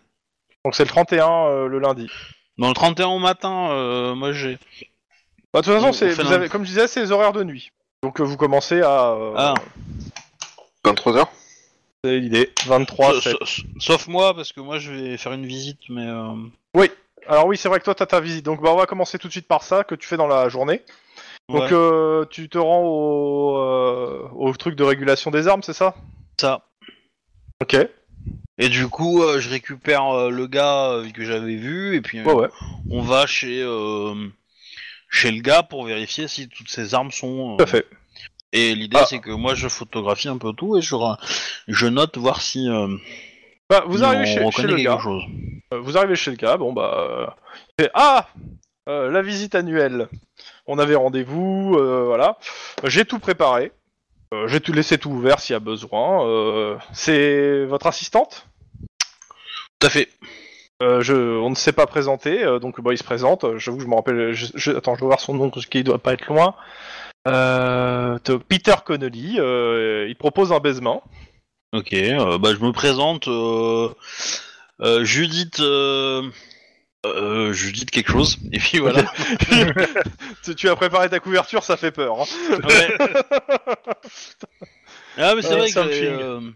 Speaker 2: donc c'est le 31 euh, le lundi.
Speaker 1: Dans le 31 au matin, euh, moi j'ai.
Speaker 2: Bah, de toute
Speaker 1: On-
Speaker 2: façon,
Speaker 1: on
Speaker 2: c'est,
Speaker 1: fait
Speaker 2: vous
Speaker 1: un-
Speaker 2: avez- comme je disais, c'est les horaires de nuit. Donc euh, vous commencez à. euh,
Speaker 1: Ah.
Speaker 5: 23h
Speaker 2: C'est l'idée. 23.
Speaker 1: Sa-
Speaker 2: sept.
Speaker 1: sa- sauf moi, parce que moi je vais faire une visite, mais. euh,
Speaker 2: Alors oui, c'est vrai que toi t'as ta visite, donc bah on va commencer tout de suite par ça que tu fais dans la journée. Donc
Speaker 1: ouais,
Speaker 2: euh, tu te rends au, euh, au truc de régulation des armes, c'est ça
Speaker 1: ça.
Speaker 2: Ok. Ouais
Speaker 1: Et du coup, euh, je récupère euh, le gars euh, que j'avais vu, et puis euh,
Speaker 2: ouais.
Speaker 1: on va chez euh, chez le gars pour vérifier si toutes ses armes sont. euh,
Speaker 2: Tout à fait.
Speaker 1: Et l'idée,
Speaker 2: Ah.
Speaker 1: c'est que moi, je photographie un peu tout et je, ra- je note voir si euh,
Speaker 2: Bah, vous arrivez
Speaker 1: on
Speaker 2: chez, chez
Speaker 1: reconnaît
Speaker 2: le
Speaker 1: quelque
Speaker 2: gars.
Speaker 1: chose.
Speaker 2: Euh, Vous arrivez chez le gars. Bon bah. euh, il fait, ah Euh, la visite annuelle. On avait rendez-vous. euh, voilà. J'ai tout préparé. Euh, J'ai tout laissé tout ouvert s'il y a besoin. Euh, c'est votre assistante
Speaker 1: Tout à fait.
Speaker 2: Euh, je, on ne s'est pas présenté, euh, donc bon, il se présente. euh, J'avoue, je me rappelle. Je, je- attends, je dois voir son nom, parce qu'il doit pas être loin. Euh, to- Peter Connolly. euh, il propose un baisement.
Speaker 1: Ok. euh, bah, je me présente. euh, euh, Judith. euh, euh, Judith quelque chose. Et puis voilà.
Speaker 2: tu, tu as préparé ta couverture, ça fait peur. hein.
Speaker 1: Ouais. ah, mais c'est
Speaker 3: Ouais,
Speaker 1: vrai que.
Speaker 3: something.
Speaker 1: euh,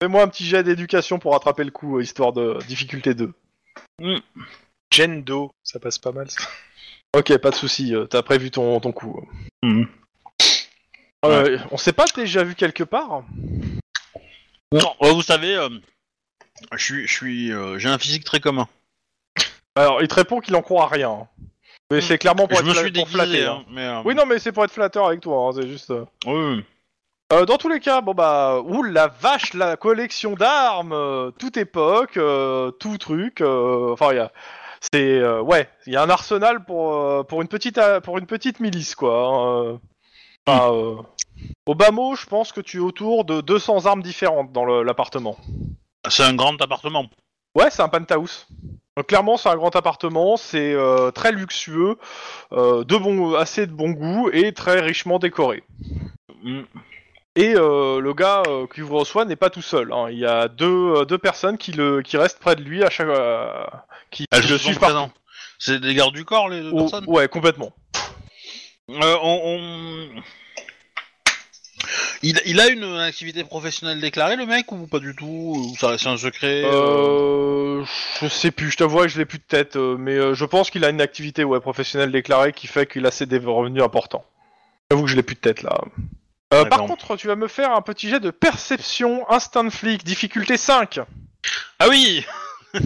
Speaker 2: Fais-moi un petit jet d'éducation pour rattraper le coup, euh, histoire de difficulté 2.
Speaker 1: Mm.
Speaker 3: Gendo, ça passe pas mal. ça.
Speaker 2: Ok, pas de souci. euh, T'as prévu ton, ton coup.
Speaker 1: Mhm.
Speaker 2: Euh, On s'est pas déjà vu quelque part
Speaker 1: oh, vous savez, euh, je suis, je suis, euh, j'ai un physique très commun.
Speaker 2: Alors, il te répond qu'il en croit à rien. hein. Mais c'est clairement pour
Speaker 1: je
Speaker 2: être
Speaker 1: me
Speaker 2: fla-
Speaker 1: suis
Speaker 2: pour
Speaker 1: déguisé.
Speaker 2: flatter. hein.
Speaker 1: hein, mais, euh,
Speaker 2: Oui, non, mais c'est pour être flatteur avec toi. hein, c'est juste. euh,
Speaker 1: oui, oui.
Speaker 2: Euh, dans tous les cas, bon bah, ouh la vache, la collection d'armes, euh, toute époque, euh, tout truc. euh, Enfin, il y a, c'est euh, ouais, il y a un arsenal pour euh, pour une petite euh, pour une petite milice quoi. hein, euh. Enfin, euh, au bas mot, je pense que tu es autour de 200 armes différentes dans le- l'appartement.
Speaker 1: Ah, C'est un grand appartement.
Speaker 2: Ouais, c'est un penthouse. Donc, clairement, c'est un grand appartement, c'est euh, très luxueux, euh, de bon, assez de bon goût et très richement décoré.
Speaker 1: Mm.
Speaker 2: Et euh, le gars euh, qui vous reçoit n'est pas tout seul. hein. Il y a deux, euh, deux personnes qui, le, qui restent près de lui à chaque. euh, qui,
Speaker 1: Elles
Speaker 2: qui le
Speaker 1: sont
Speaker 2: suivent partout.
Speaker 1: présentes. C'est des gardes du corps, les deux
Speaker 2: Ou-
Speaker 1: personnes
Speaker 2: ouais, complètement.
Speaker 1: Oh. Euh, on, on- Il, il a une activité professionnelle déclarée, le mec, ou pas du tout Ou ça c'est un secret euh,
Speaker 2: Euh, je sais plus, je t'avoue que je l'ai plus de tête, euh, mais euh, je pense qu'il a une activité ouais, professionnelle déclarée qui fait qu'il a ses des revenus importants. J'avoue que je l'ai plus de tête là. Euh, par
Speaker 1: D'accord.
Speaker 2: contre, tu vas me faire un petit jet de perception instinct de flic, difficulté 5.
Speaker 1: Ah oui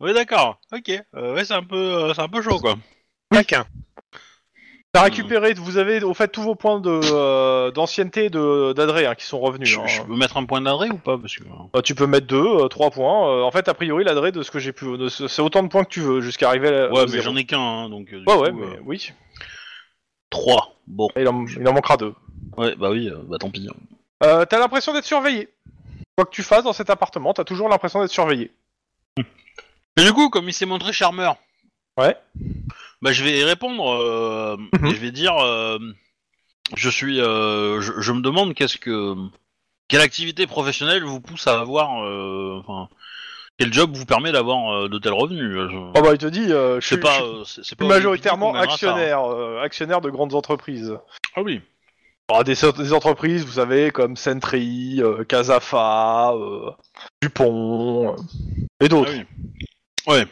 Speaker 1: Oui, d'accord. Ok. Euh, ouais, c'est un, peu, euh, c'est un peu chaud, quoi.
Speaker 3: Pas qu'un.
Speaker 2: T'as récupéré, vous avez au fait tous vos points de, euh, d'ancienneté et de- d'adré hein, qui sont revenus.
Speaker 1: Je,
Speaker 2: hein.
Speaker 1: je peux mettre un point d'adresse ou pas Parce que...
Speaker 2: Euh, tu peux mettre 2, 3 points. Euh, en fait, a priori, l'adresse de ce que j'ai pu. de ce- C'est autant de points que tu veux jusqu'à arriver à.
Speaker 1: Ouais, mais j'en ai qu'un, hein, donc. euh, du
Speaker 2: Ouais,
Speaker 1: coup,
Speaker 2: ouais,
Speaker 1: euh,
Speaker 2: mais oui.
Speaker 1: Trois. Bon.
Speaker 2: Il en, il en manquera deux.
Speaker 1: Ouais, bah oui, euh, bah tant pis.
Speaker 2: Euh, t'as l'impression d'être surveillé. Quoi que tu fasses dans cet appartement, t'as toujours l'impression d'être surveillé.
Speaker 1: Et du coup, comme il s'est montré charmeur.
Speaker 2: Ouais. Mhm.
Speaker 1: Bah je vais répondre. euh, et je vais dire. euh, je suis. euh, je, je me demande qu'est-ce que. Quelle activité professionnelle vous pousse à avoir. euh, Enfin. quel job vous permet d'avoir euh, de tels revenus Je-
Speaker 2: Oh bah, il te dit, euh, je
Speaker 1: C'est
Speaker 2: suis
Speaker 1: pas.
Speaker 2: je suis
Speaker 1: euh, c'est- c'est pas au
Speaker 2: majoritairement
Speaker 1: Wikipédia qu'on mènera ça, hein.
Speaker 2: actionnaire, euh, actionnaire de grandes entreprises.
Speaker 1: Ah oui.
Speaker 2: Ah, des, so- des entreprises, vous savez, comme Sentry, euh, Casafa, euh, Dupont, euh, et
Speaker 1: Ah
Speaker 2: d'autres.
Speaker 1: oui.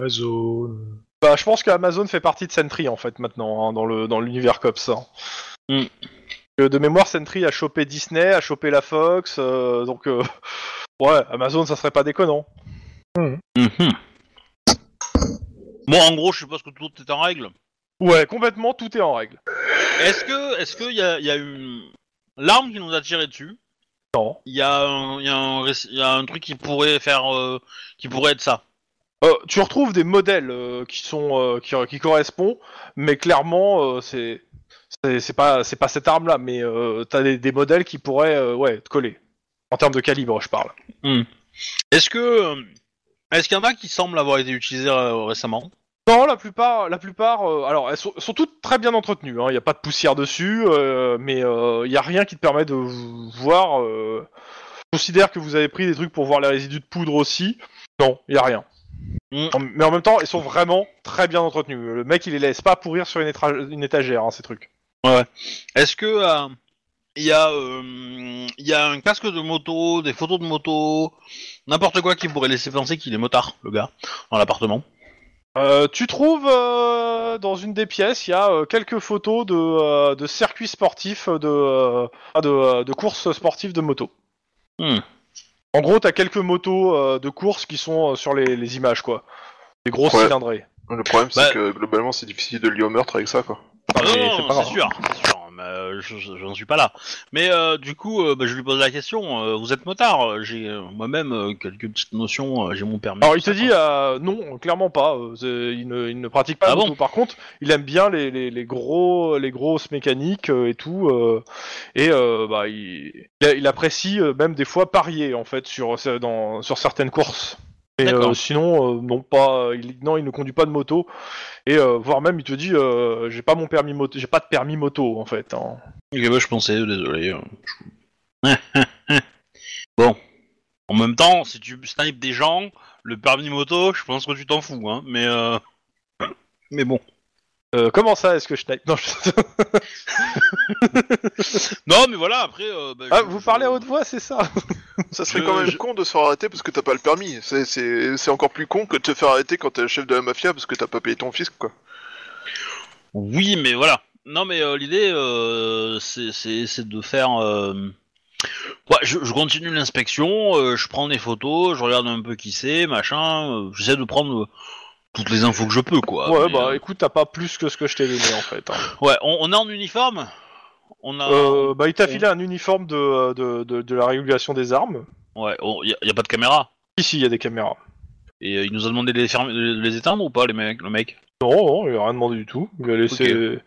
Speaker 3: Amazon.
Speaker 2: Bah, je pense qu'Amazon fait partie de Sentry en fait maintenant hein, dans le dans l'univers Cops. hein.
Speaker 1: Mm.
Speaker 2: Euh, De mémoire, Sentry a chopé Disney, a chopé la Fox, euh, donc euh, ouais, Amazon, ça serait pas déconnant.
Speaker 1: Mhm. Bon, en gros, je suppose que tout est en règle.
Speaker 2: Ouais, complètement, tout est en règle.
Speaker 1: Est-ce que, est-ce qu'il y a, il y a une l'arme qui nous a tiré dessus
Speaker 2: Non.
Speaker 1: Il y a, un, il y a un réc- il y a un truc qui pourrait faire, euh, qui pourrait être ça.
Speaker 2: Euh, tu retrouves des modèles euh, qui sont euh, qui, qui correspondent, mais clairement euh, c'est c'est c'est pas c'est pas cette arme là, mais euh, t'as des, des modèles qui pourraient euh, ouais te coller en termes de calibre, je parle.
Speaker 1: Est-ce que, euh, est-ce qu'il y en a qui semblent avoir été utilisés euh, récemment
Speaker 2: Non, la plupart la plupart euh, alors elles sont, sont toutes très bien entretenues, il hein, y a pas de poussière dessus, euh, mais il y a rien qui te permet de v- voir. euh, je considère que vous avez pris des trucs pour voir les résidus de poudre aussi. Non, il y a rien.
Speaker 1: Mm.
Speaker 2: En- Mais en même temps, ils sont vraiment très bien entretenus. Le mec, il les laisse pas pourrir sur une, étra- une étagère, hein, ces trucs.
Speaker 1: Est-ce que euh, il y a, euh, il y a un casque de moto, des photos de moto, n'importe quoi qui pourrait laisser penser qu'il est motard, le gars, dans l'appartement.
Speaker 2: Euh, tu trouves euh, dans une des pièces, il y a euh, quelques photos de, euh, de circuits sportifs, de, euh, de, euh, de courses sportives de moto.
Speaker 1: Hmm.
Speaker 2: En gros, t'as quelques motos euh, de course qui sont euh, sur les, les images, quoi. Des gros
Speaker 5: Ouais.
Speaker 2: cylindrés.
Speaker 5: Le problème, c'est
Speaker 1: Bah-
Speaker 5: que globalement, c'est difficile de lier au meurtre avec ça, quoi.
Speaker 2: Ah, mais
Speaker 1: non, non,
Speaker 2: c'est
Speaker 1: non,
Speaker 2: pas
Speaker 1: c'est
Speaker 2: grave.
Speaker 1: sûr, c'est sûr, mais, euh, je- je- j'en suis pas là. Mais euh, du coup, euh, bah, je lui pose la question, euh, vous êtes motard J'ai euh, moi-même euh, quelques petites notions, euh, j'ai mon permis.
Speaker 2: Alors, il te dit euh, non, clairement pas. euh, c'est- il, ne, il ne pratique pas
Speaker 1: Ah
Speaker 2: la
Speaker 1: bon
Speaker 2: moto. Par contre, il aime bien les, les, les gros, les grosses mécaniques euh, et tout. euh, et euh, bah, il, il a- il apprécie euh, même des fois parier en fait sur euh, dans, sur certaines courses. Et euh,
Speaker 1: D'accord.
Speaker 2: sinon, euh, non pas. euh, Il, non, il ne conduit pas de moto. Et euh, voire même, il te dit, euh, j'ai pas mon permis moto, j'ai pas de permis moto en fait. hein.
Speaker 1: Ok, bah, je pensais, désolé. euh, je- bon, en même temps, si tu snipes des gens, le permis moto, je pense que tu t'en fous, hein, mais... euh, Mais bon.
Speaker 2: Euh, comment ça Est-ce que je snipe Non. je-
Speaker 1: Non, mais voilà, après... euh, bah,
Speaker 2: Ah,
Speaker 1: je-
Speaker 2: vous
Speaker 1: je-
Speaker 2: parlez à haute voix, c'est ça
Speaker 5: Ça serait
Speaker 1: Je-
Speaker 5: quand même
Speaker 1: je-
Speaker 5: con de se faire arrêter parce que t'as pas le permis. C'est- C'est c'est encore plus con que de te faire arrêter quand t'es le chef de la mafia parce que t'as pas payé ton fisc, quoi.
Speaker 1: Oui, mais voilà. Non, mais euh, l'idée, euh, c'est- c'est c'est de faire. euh, ouais, je, je continue l'inspection, euh, je prends des photos, je regarde un peu qui c'est, machin. euh, J'essaie de prendre euh, toutes les infos que je peux, quoi.
Speaker 2: Ouais,
Speaker 1: Mais,
Speaker 2: bah
Speaker 1: euh,
Speaker 2: écoute, t'as pas plus que ce que je t'ai donné en fait. hein.
Speaker 1: ouais, on, on est en uniforme On a.
Speaker 2: Euh, bah, il t'a
Speaker 1: on-
Speaker 2: filé un uniforme de, euh, de, de, de la régulation des armes.
Speaker 1: Ouais, on- y a, y a pas de caméra.
Speaker 2: Ici, il y a des caméras.
Speaker 1: Et euh, il nous a demandé de les, fermer- de les éteindre ou pas, les mecs, le mec
Speaker 2: Non, non, il a rien demandé du tout. Il a laissé.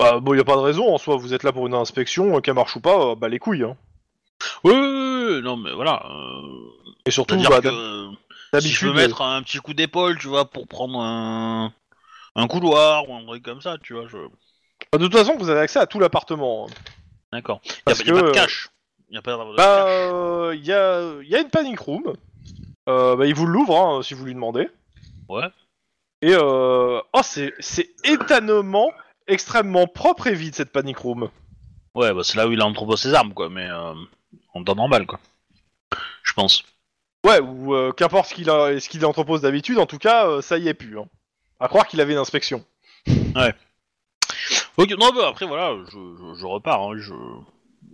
Speaker 2: Bah, bon, il y a pas de raison en soi. Vous êtes là pour une inspection, euh, qu'elle marche ou pas, euh, bah les couilles. Hein.
Speaker 1: Oui, oui, oui, oui, non, mais voilà. euh,
Speaker 2: Et surtout,
Speaker 1: C'est-à-dire
Speaker 2: bah,
Speaker 1: que.
Speaker 2: d'hab-
Speaker 1: euh, Si je
Speaker 2: d'habitude,
Speaker 1: veux mettre un petit coup d'épaule, tu vois, pour prendre un, un couloir ou un truc comme ça, tu vois. Je...
Speaker 2: euh, bah, de toute façon, vous avez accès à tout l'appartement. hein.
Speaker 1: D'accord. Il n'y a,
Speaker 2: Parce
Speaker 1: y a pas de
Speaker 2: que- euh,
Speaker 1: cache. Il a pas de
Speaker 2: Bah,
Speaker 1: cache.
Speaker 2: euh, il y, a, il y a une panic room. Euh, bah, il vous l'ouvre hein, si vous lui demandez.
Speaker 1: Ouais.
Speaker 2: Et euh... oh, c'est c'est étonnamment extrêmement propre et vide cette panic room.
Speaker 1: Ouais, bah, c'est là où il a entreposé ses armes, quoi. Mais euh, en temps normal, quoi. Je pense.
Speaker 2: Ouais, ou euh, qu'importe ce qu'il a- ce qu'il entrepose d'habitude, en tout cas, euh, ça y est plus. hein. À croire qu'il avait une inspection.
Speaker 1: Ok, non, bah, après, voilà, je, je- je repars. hein, je,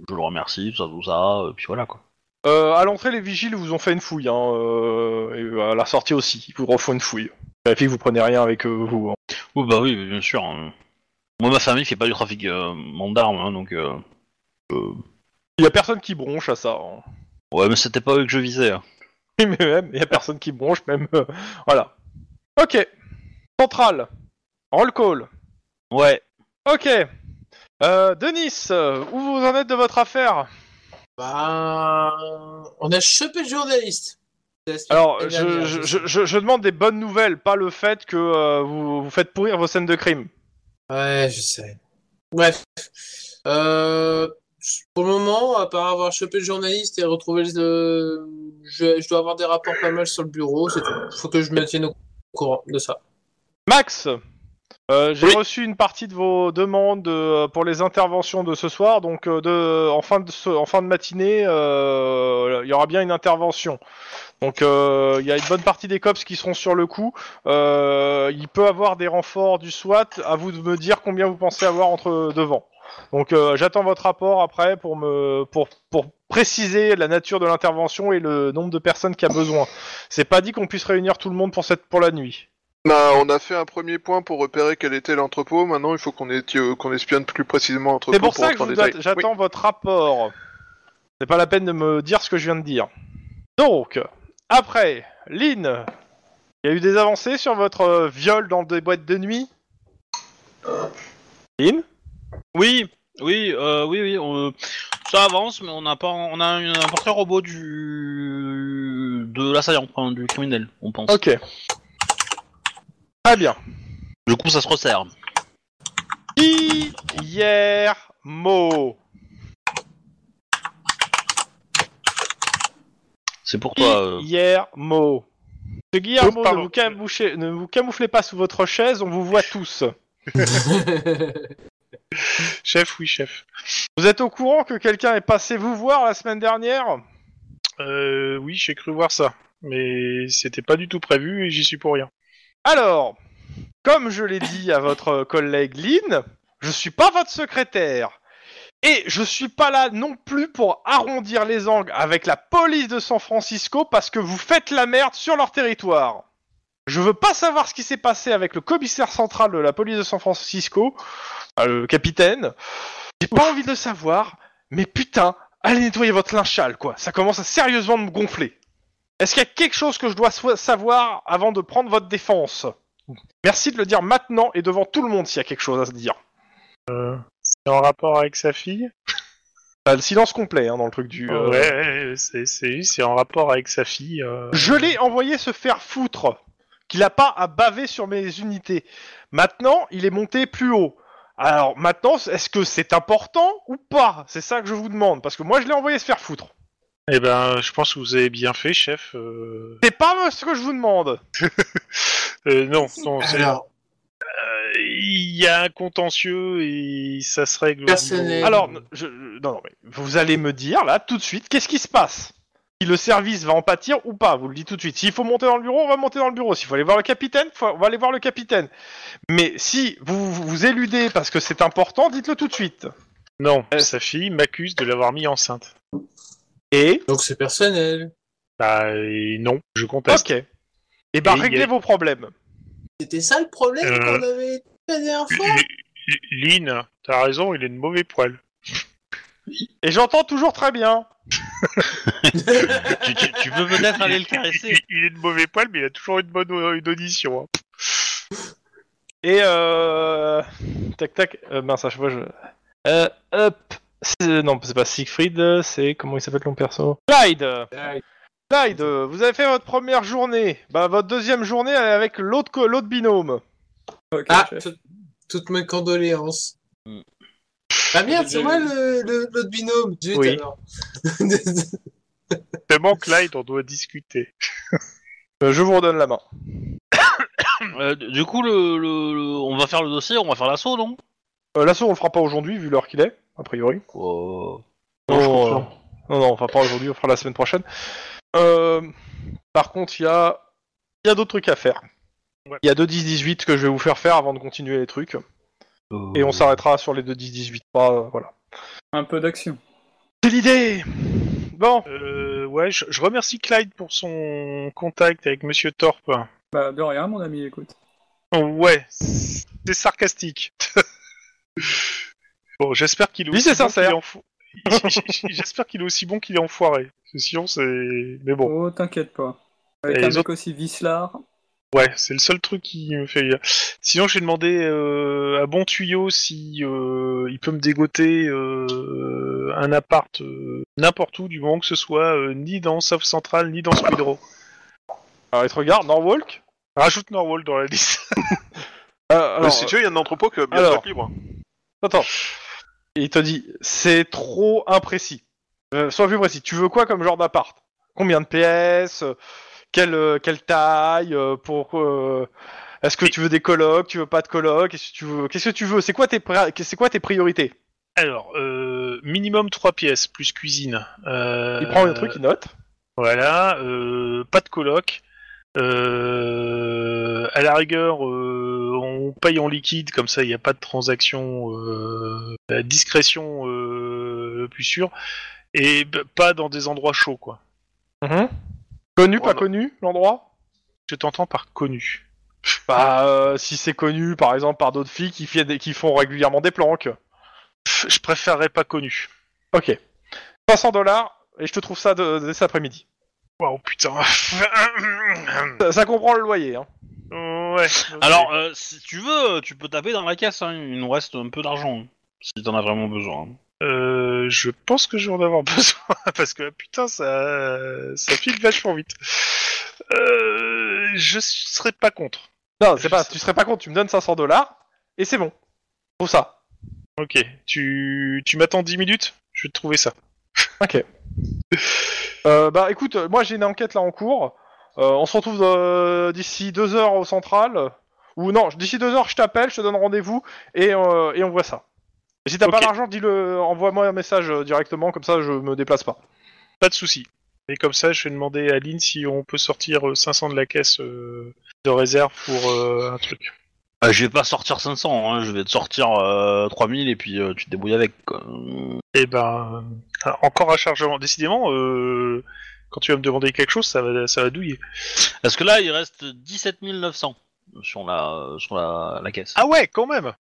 Speaker 1: je le remercie, tout ça, tout ça. Et puis voilà, quoi.
Speaker 2: Euh, à l'entrée, les vigiles vous ont fait une fouille, hein, euh, et à la sortie aussi, ils vous refont une fouille. Vérifiez que vous prenez rien avec euh, vous. hein.
Speaker 1: Oui, bah oui, bien sûr. hein. Moi, ma famille fait pas du trafic euh, d'armes, hein, donc. euh,
Speaker 2: Il y a personne qui bronche à ça. hein.
Speaker 1: Ouais, mais c'était pas eux que je visais. hein.
Speaker 2: Oui, mais même, il y a personne qui bronche, même. euh, voilà. Ok. Centrale. Roll call.
Speaker 1: Ouais.
Speaker 2: Ok. Euh, Denis, euh, où vous en êtes de votre affaire
Speaker 4: Bah, on a chopé le journaliste.
Speaker 2: Alors,
Speaker 4: La semaine
Speaker 2: je,
Speaker 4: dernière,
Speaker 2: je,
Speaker 4: sais.
Speaker 2: je- je- je demande des bonnes nouvelles, pas le fait que euh, vous, vous faites pourrir vos scènes de crime.
Speaker 4: Ouais, je sais. Bref. Euh, pour le moment, à part avoir chopé le journaliste et retrouvé le... Je, je dois avoir des rapports pas mal sur le bureau, c'est tout. Faut que je me tienne au courant de ça.
Speaker 2: Max, euh, j'ai
Speaker 5: Oui.
Speaker 2: reçu une partie de vos demandes euh, pour les interventions de ce soir, donc euh, de, en, fin de ce- en fin de matinée, euh, il y aura bien une intervention. Donc euh, il y a une bonne partie des cops qui seront sur le coup. Euh, il peut avoir des renforts du SWAT. À vous de me dire combien vous pensez avoir entre devant. Donc euh, j'attends votre rapport après pour me pour pour préciser la nature de l'intervention et le nombre de personnes qu'il y a besoin. C'est pas dit qu'on puisse réunir tout le monde pour cette pour la nuit.
Speaker 5: Bah, on a fait un premier point pour repérer quel était l'entrepôt. Maintenant, il faut qu'on éti- euh, qu'on espionne plus précisément l'entrepôt
Speaker 2: C'est pour ça que
Speaker 5: rentrer
Speaker 2: je
Speaker 5: en
Speaker 2: vous
Speaker 5: détail.
Speaker 2: dois- j'attends votre rapport. C'est pas la peine de me dire ce que je viens de dire. Donc, après, Lynn, il y a eu des avancées sur votre euh, viol dans des boîtes de nuit Lynn
Speaker 1: Oui, oui, euh, oui, oui. on- ça avance, mais on n'a pas, on a un, un portrait robot du de l'assaillant, enfin, du criminel, on pense.
Speaker 2: Ok. Très bien.
Speaker 1: Du coup, ça se resserre.
Speaker 2: Guillermo.
Speaker 1: C'est pour toi. euh.
Speaker 2: Guillermo. Monsieur Guillermo,
Speaker 3: Oh, pardon.
Speaker 2: ne vous, camouchez- ne vous camouflez pas sous votre chaise, on vous voit tous.
Speaker 3: Chef, oui, chef.
Speaker 2: Vous êtes au courant que quelqu'un est passé vous voir la semaine dernière
Speaker 3: Euh, oui, j'ai cru voir ça. Mais c'était pas du tout prévu et j'y suis pour rien.
Speaker 2: Alors, comme je l'ai dit à votre collègue Lynn, je suis pas votre secrétaire. Et je suis pas là non plus pour arrondir les angles avec la police de San Francisco parce que vous faites la merde sur leur territoire. Je veux pas savoir ce qui s'est passé avec le commissaire central de la police de San Francisco, euh, le capitaine. J'ai pas envie de le savoir, mais putain, allez nettoyer votre linge sale, quoi. Ça commence à sérieusement me gonfler. Est-ce qu'il y a quelque chose que je dois so- savoir avant de prendre votre défense Merci de le dire maintenant et devant tout le monde s'il y a quelque chose à se dire.
Speaker 3: C'est en rapport avec sa fille
Speaker 2: Bah, le silence complet hein, dans le truc du. euh,
Speaker 3: Ouais, ouais, c'est- c'est c'est en rapport avec sa fille. euh.
Speaker 2: Je l'ai envoyé se faire foutre. Qu'il a pas à baver sur mes unités. Maintenant, il est monté plus haut. Alors maintenant, est-ce que c'est important ou pas C'est ça que je vous demande, parce que moi je l'ai envoyé se faire foutre.
Speaker 3: Eh ben, je pense que vous avez bien fait, chef. euh.
Speaker 2: C'est pas ce que je vous demande.
Speaker 3: Euh, non, non, c'est-
Speaker 4: Alors,
Speaker 3: euh, il y a un contentieux et ça se règle. au
Speaker 4: Personnel.
Speaker 3: niveau-
Speaker 2: Alors, je, non, non, mais vous allez me dire là tout de suite qu'est-ce qui se passe. Si le service va en pâtir ou pas, vous le dites tout de suite. S'il faut monter dans le bureau, on va monter dans le bureau. S'il faut aller voir le capitaine, faut- on va aller voir le capitaine. Mais si vous vous- vous éludez parce que c'est important, dites-le tout de suite.
Speaker 3: Ah, Non, sa fille m'accuse de l'avoir mis enceinte.
Speaker 2: Et
Speaker 4: donc c'est personnel.
Speaker 3: Bah, et non, je conteste.
Speaker 2: ok. Et ben
Speaker 3: Et
Speaker 2: réglez
Speaker 3: y a-
Speaker 2: vos problèmes.
Speaker 4: C'était ça le problème
Speaker 3: Euh.
Speaker 4: qu'on avait la dernière fois
Speaker 3: L- Lynn, t'as raison, il est de mauvais poil.
Speaker 2: Et j'entends toujours très bien.
Speaker 1: tu, tu- tu peux peut-être aller le caresser.
Speaker 3: Il, il est de mauvais poil, mais il a toujours une bonne euh, une audition. hein.
Speaker 2: Et euh... tac tac. Euh, mince, à chaque fois je. Euh, hop. C'est- Non, c'est pas Siegfried. C'est comment il s'appelle ton perso Clyde. Clyde, euh, vous avez fait votre première journée. Bah, votre deuxième journée, elle est avec l'autre co- l'autre binôme.
Speaker 6: Ok,
Speaker 4: Ah,
Speaker 6: chef.
Speaker 4: tout- toutes mes condoléances.
Speaker 1: Mm.
Speaker 4: Ah merde,
Speaker 6: J'ai
Speaker 4: c'est moi
Speaker 6: déjà
Speaker 4: le- le- l'autre binôme. Zut,
Speaker 2: Oui.
Speaker 4: alors.
Speaker 3: Tellement Clyde, on doit discuter.
Speaker 2: Euh, je vous redonne la main.
Speaker 1: Euh, du coup, le, le- le- on va faire le dossier, on va faire l'assaut, non
Speaker 2: Euh, L'assaut, on le fera pas aujourd'hui, vu l'heure qu'il est, a priori.
Speaker 1: Oh.
Speaker 2: Non, euh,
Speaker 5: je confirme.
Speaker 2: non, non, on fera pas aujourd'hui, on fera la semaine prochaine. Euh, par contre, il y a, il y a d'autres trucs à faire. Il
Speaker 3: Ouais.
Speaker 2: y a 2-10-18 que je vais vous faire faire avant de continuer les trucs.
Speaker 1: euh.
Speaker 2: Et on s'arrêtera sur les 2-10-18. Pas, euh, voilà.
Speaker 6: Un peu d'action.
Speaker 2: C'est l'idée Bon,
Speaker 3: Euh, ouais, je, je remercie Clyde pour son contact avec Monsieur Torp.
Speaker 6: Bah, de rien, mon ami, écoute.
Speaker 3: Ouais, c'est sarcastique. bon, j'espère qu'il est
Speaker 2: Oui,
Speaker 3: aussi
Speaker 2: c'est
Speaker 3: bon
Speaker 2: sincère.
Speaker 3: qu'il est enfo- J'espère qu'il est aussi bon qu'il est enfoiré. Parce que Sinon, c'est. Mais bon,
Speaker 6: Oh, t'inquiète pas. Avec
Speaker 3: Et
Speaker 6: un
Speaker 3: les
Speaker 6: mec aussi vicelard.
Speaker 3: ouais, c'est le seul truc qui me fait. rire. Sinon, j'ai demandé euh, à Bon Tuyau si euh, il peut me dégoter euh, un appart euh, n'importe où, du moment que ce soit euh, ni dans South Central ni dans Speedrow.
Speaker 2: alors Ah, il te regarde, Norwalk.
Speaker 3: Rajoute Norwall dans la liste.
Speaker 2: Euh,
Speaker 5: Euh,
Speaker 2: alors,
Speaker 5: si tu veux, il y a un entrepôt qui va bientôt
Speaker 2: alors.
Speaker 5: être libre.
Speaker 2: Attends. Et il te dit, c'est trop imprécis. Euh, sois plus précis. Tu veux quoi comme genre d'appart Combien de pièces Euh, Quelle, euh, quelle taille euh, Pour euh, Est-ce que tu veux des colocs Tu veux pas de colocs Qu'est-ce que tu veux Qu'est-ce que tu veux C'est quoi tes pri- c'est quoi tes priorités
Speaker 3: Alors, euh, minimum 3 pièces, plus cuisine. Euh,
Speaker 2: Il prend le truc, il note.
Speaker 3: Voilà, euh, pas de coloc. Euh, à la rigueur, euh, on paye en liquide, comme ça il n'y a pas de transaction euh, à discrétion euh, le plus sûr, et b- pas dans des endroits chauds, quoi.
Speaker 2: Connu,
Speaker 5: Oh,
Speaker 2: pas
Speaker 5: non.
Speaker 2: connu, l'endroit
Speaker 3: Je t'entends par connu.
Speaker 2: Bah, euh, si c'est connu, par exemple, par d'autres filles qui, fait des- qui font régulièrement des planques.
Speaker 3: Pff, je préférerais pas connu.
Speaker 2: Ok. 500 dollars, et je te trouve ça de- dès cet après-midi.
Speaker 3: Waouh, putain.
Speaker 2: Ça, ça comprend le loyer, hein.
Speaker 3: ouais. ok.
Speaker 1: Alors, euh, si tu veux, tu peux taper dans la caisse, hein, il nous reste un peu d'argent, hein, si t'en as vraiment besoin. hein.
Speaker 3: Euh, je pense que je vais en avoir besoin parce que putain ça ça file vachement vite. Euh, je serais pas contre.
Speaker 2: Non, c'est pas, tu serais pas contre, tu me donnes 500 dollars, et c'est bon. Pour ça.
Speaker 3: Ok, tu tu m'attends 10 minutes, je vais te trouver ça.
Speaker 2: Euh, bah écoute, euh, moi j'ai une enquête là en cours. Euh, on se retrouve euh, d'ici deux heures au central. Ou non, d'ici deux heures je t'appelle, je te donne rendez-vous et, euh, et on voit ça. Et si t'as pas
Speaker 3: Ok.
Speaker 2: l'argent, dis-le, envoie-moi un message euh, directement, comme ça je me déplace pas.
Speaker 3: Pas de souci. Et comme ça, je vais demander à Lynn si on peut sortir euh, 500 de la caisse euh, de réserve pour euh, un truc.
Speaker 1: Bah, je vais pas sortir 500, hein, je vais te sortir euh, 3000 et puis euh, tu te débrouilles avec. quoi.
Speaker 3: Eh ben, euh, encore un chargement. Décidément, euh, quand tu vas me demander quelque chose, ça va, ça va douiller.
Speaker 1: Parce que là, il reste 17 900 sur la, sur la, la caisse.
Speaker 3: Ah ouais, quand même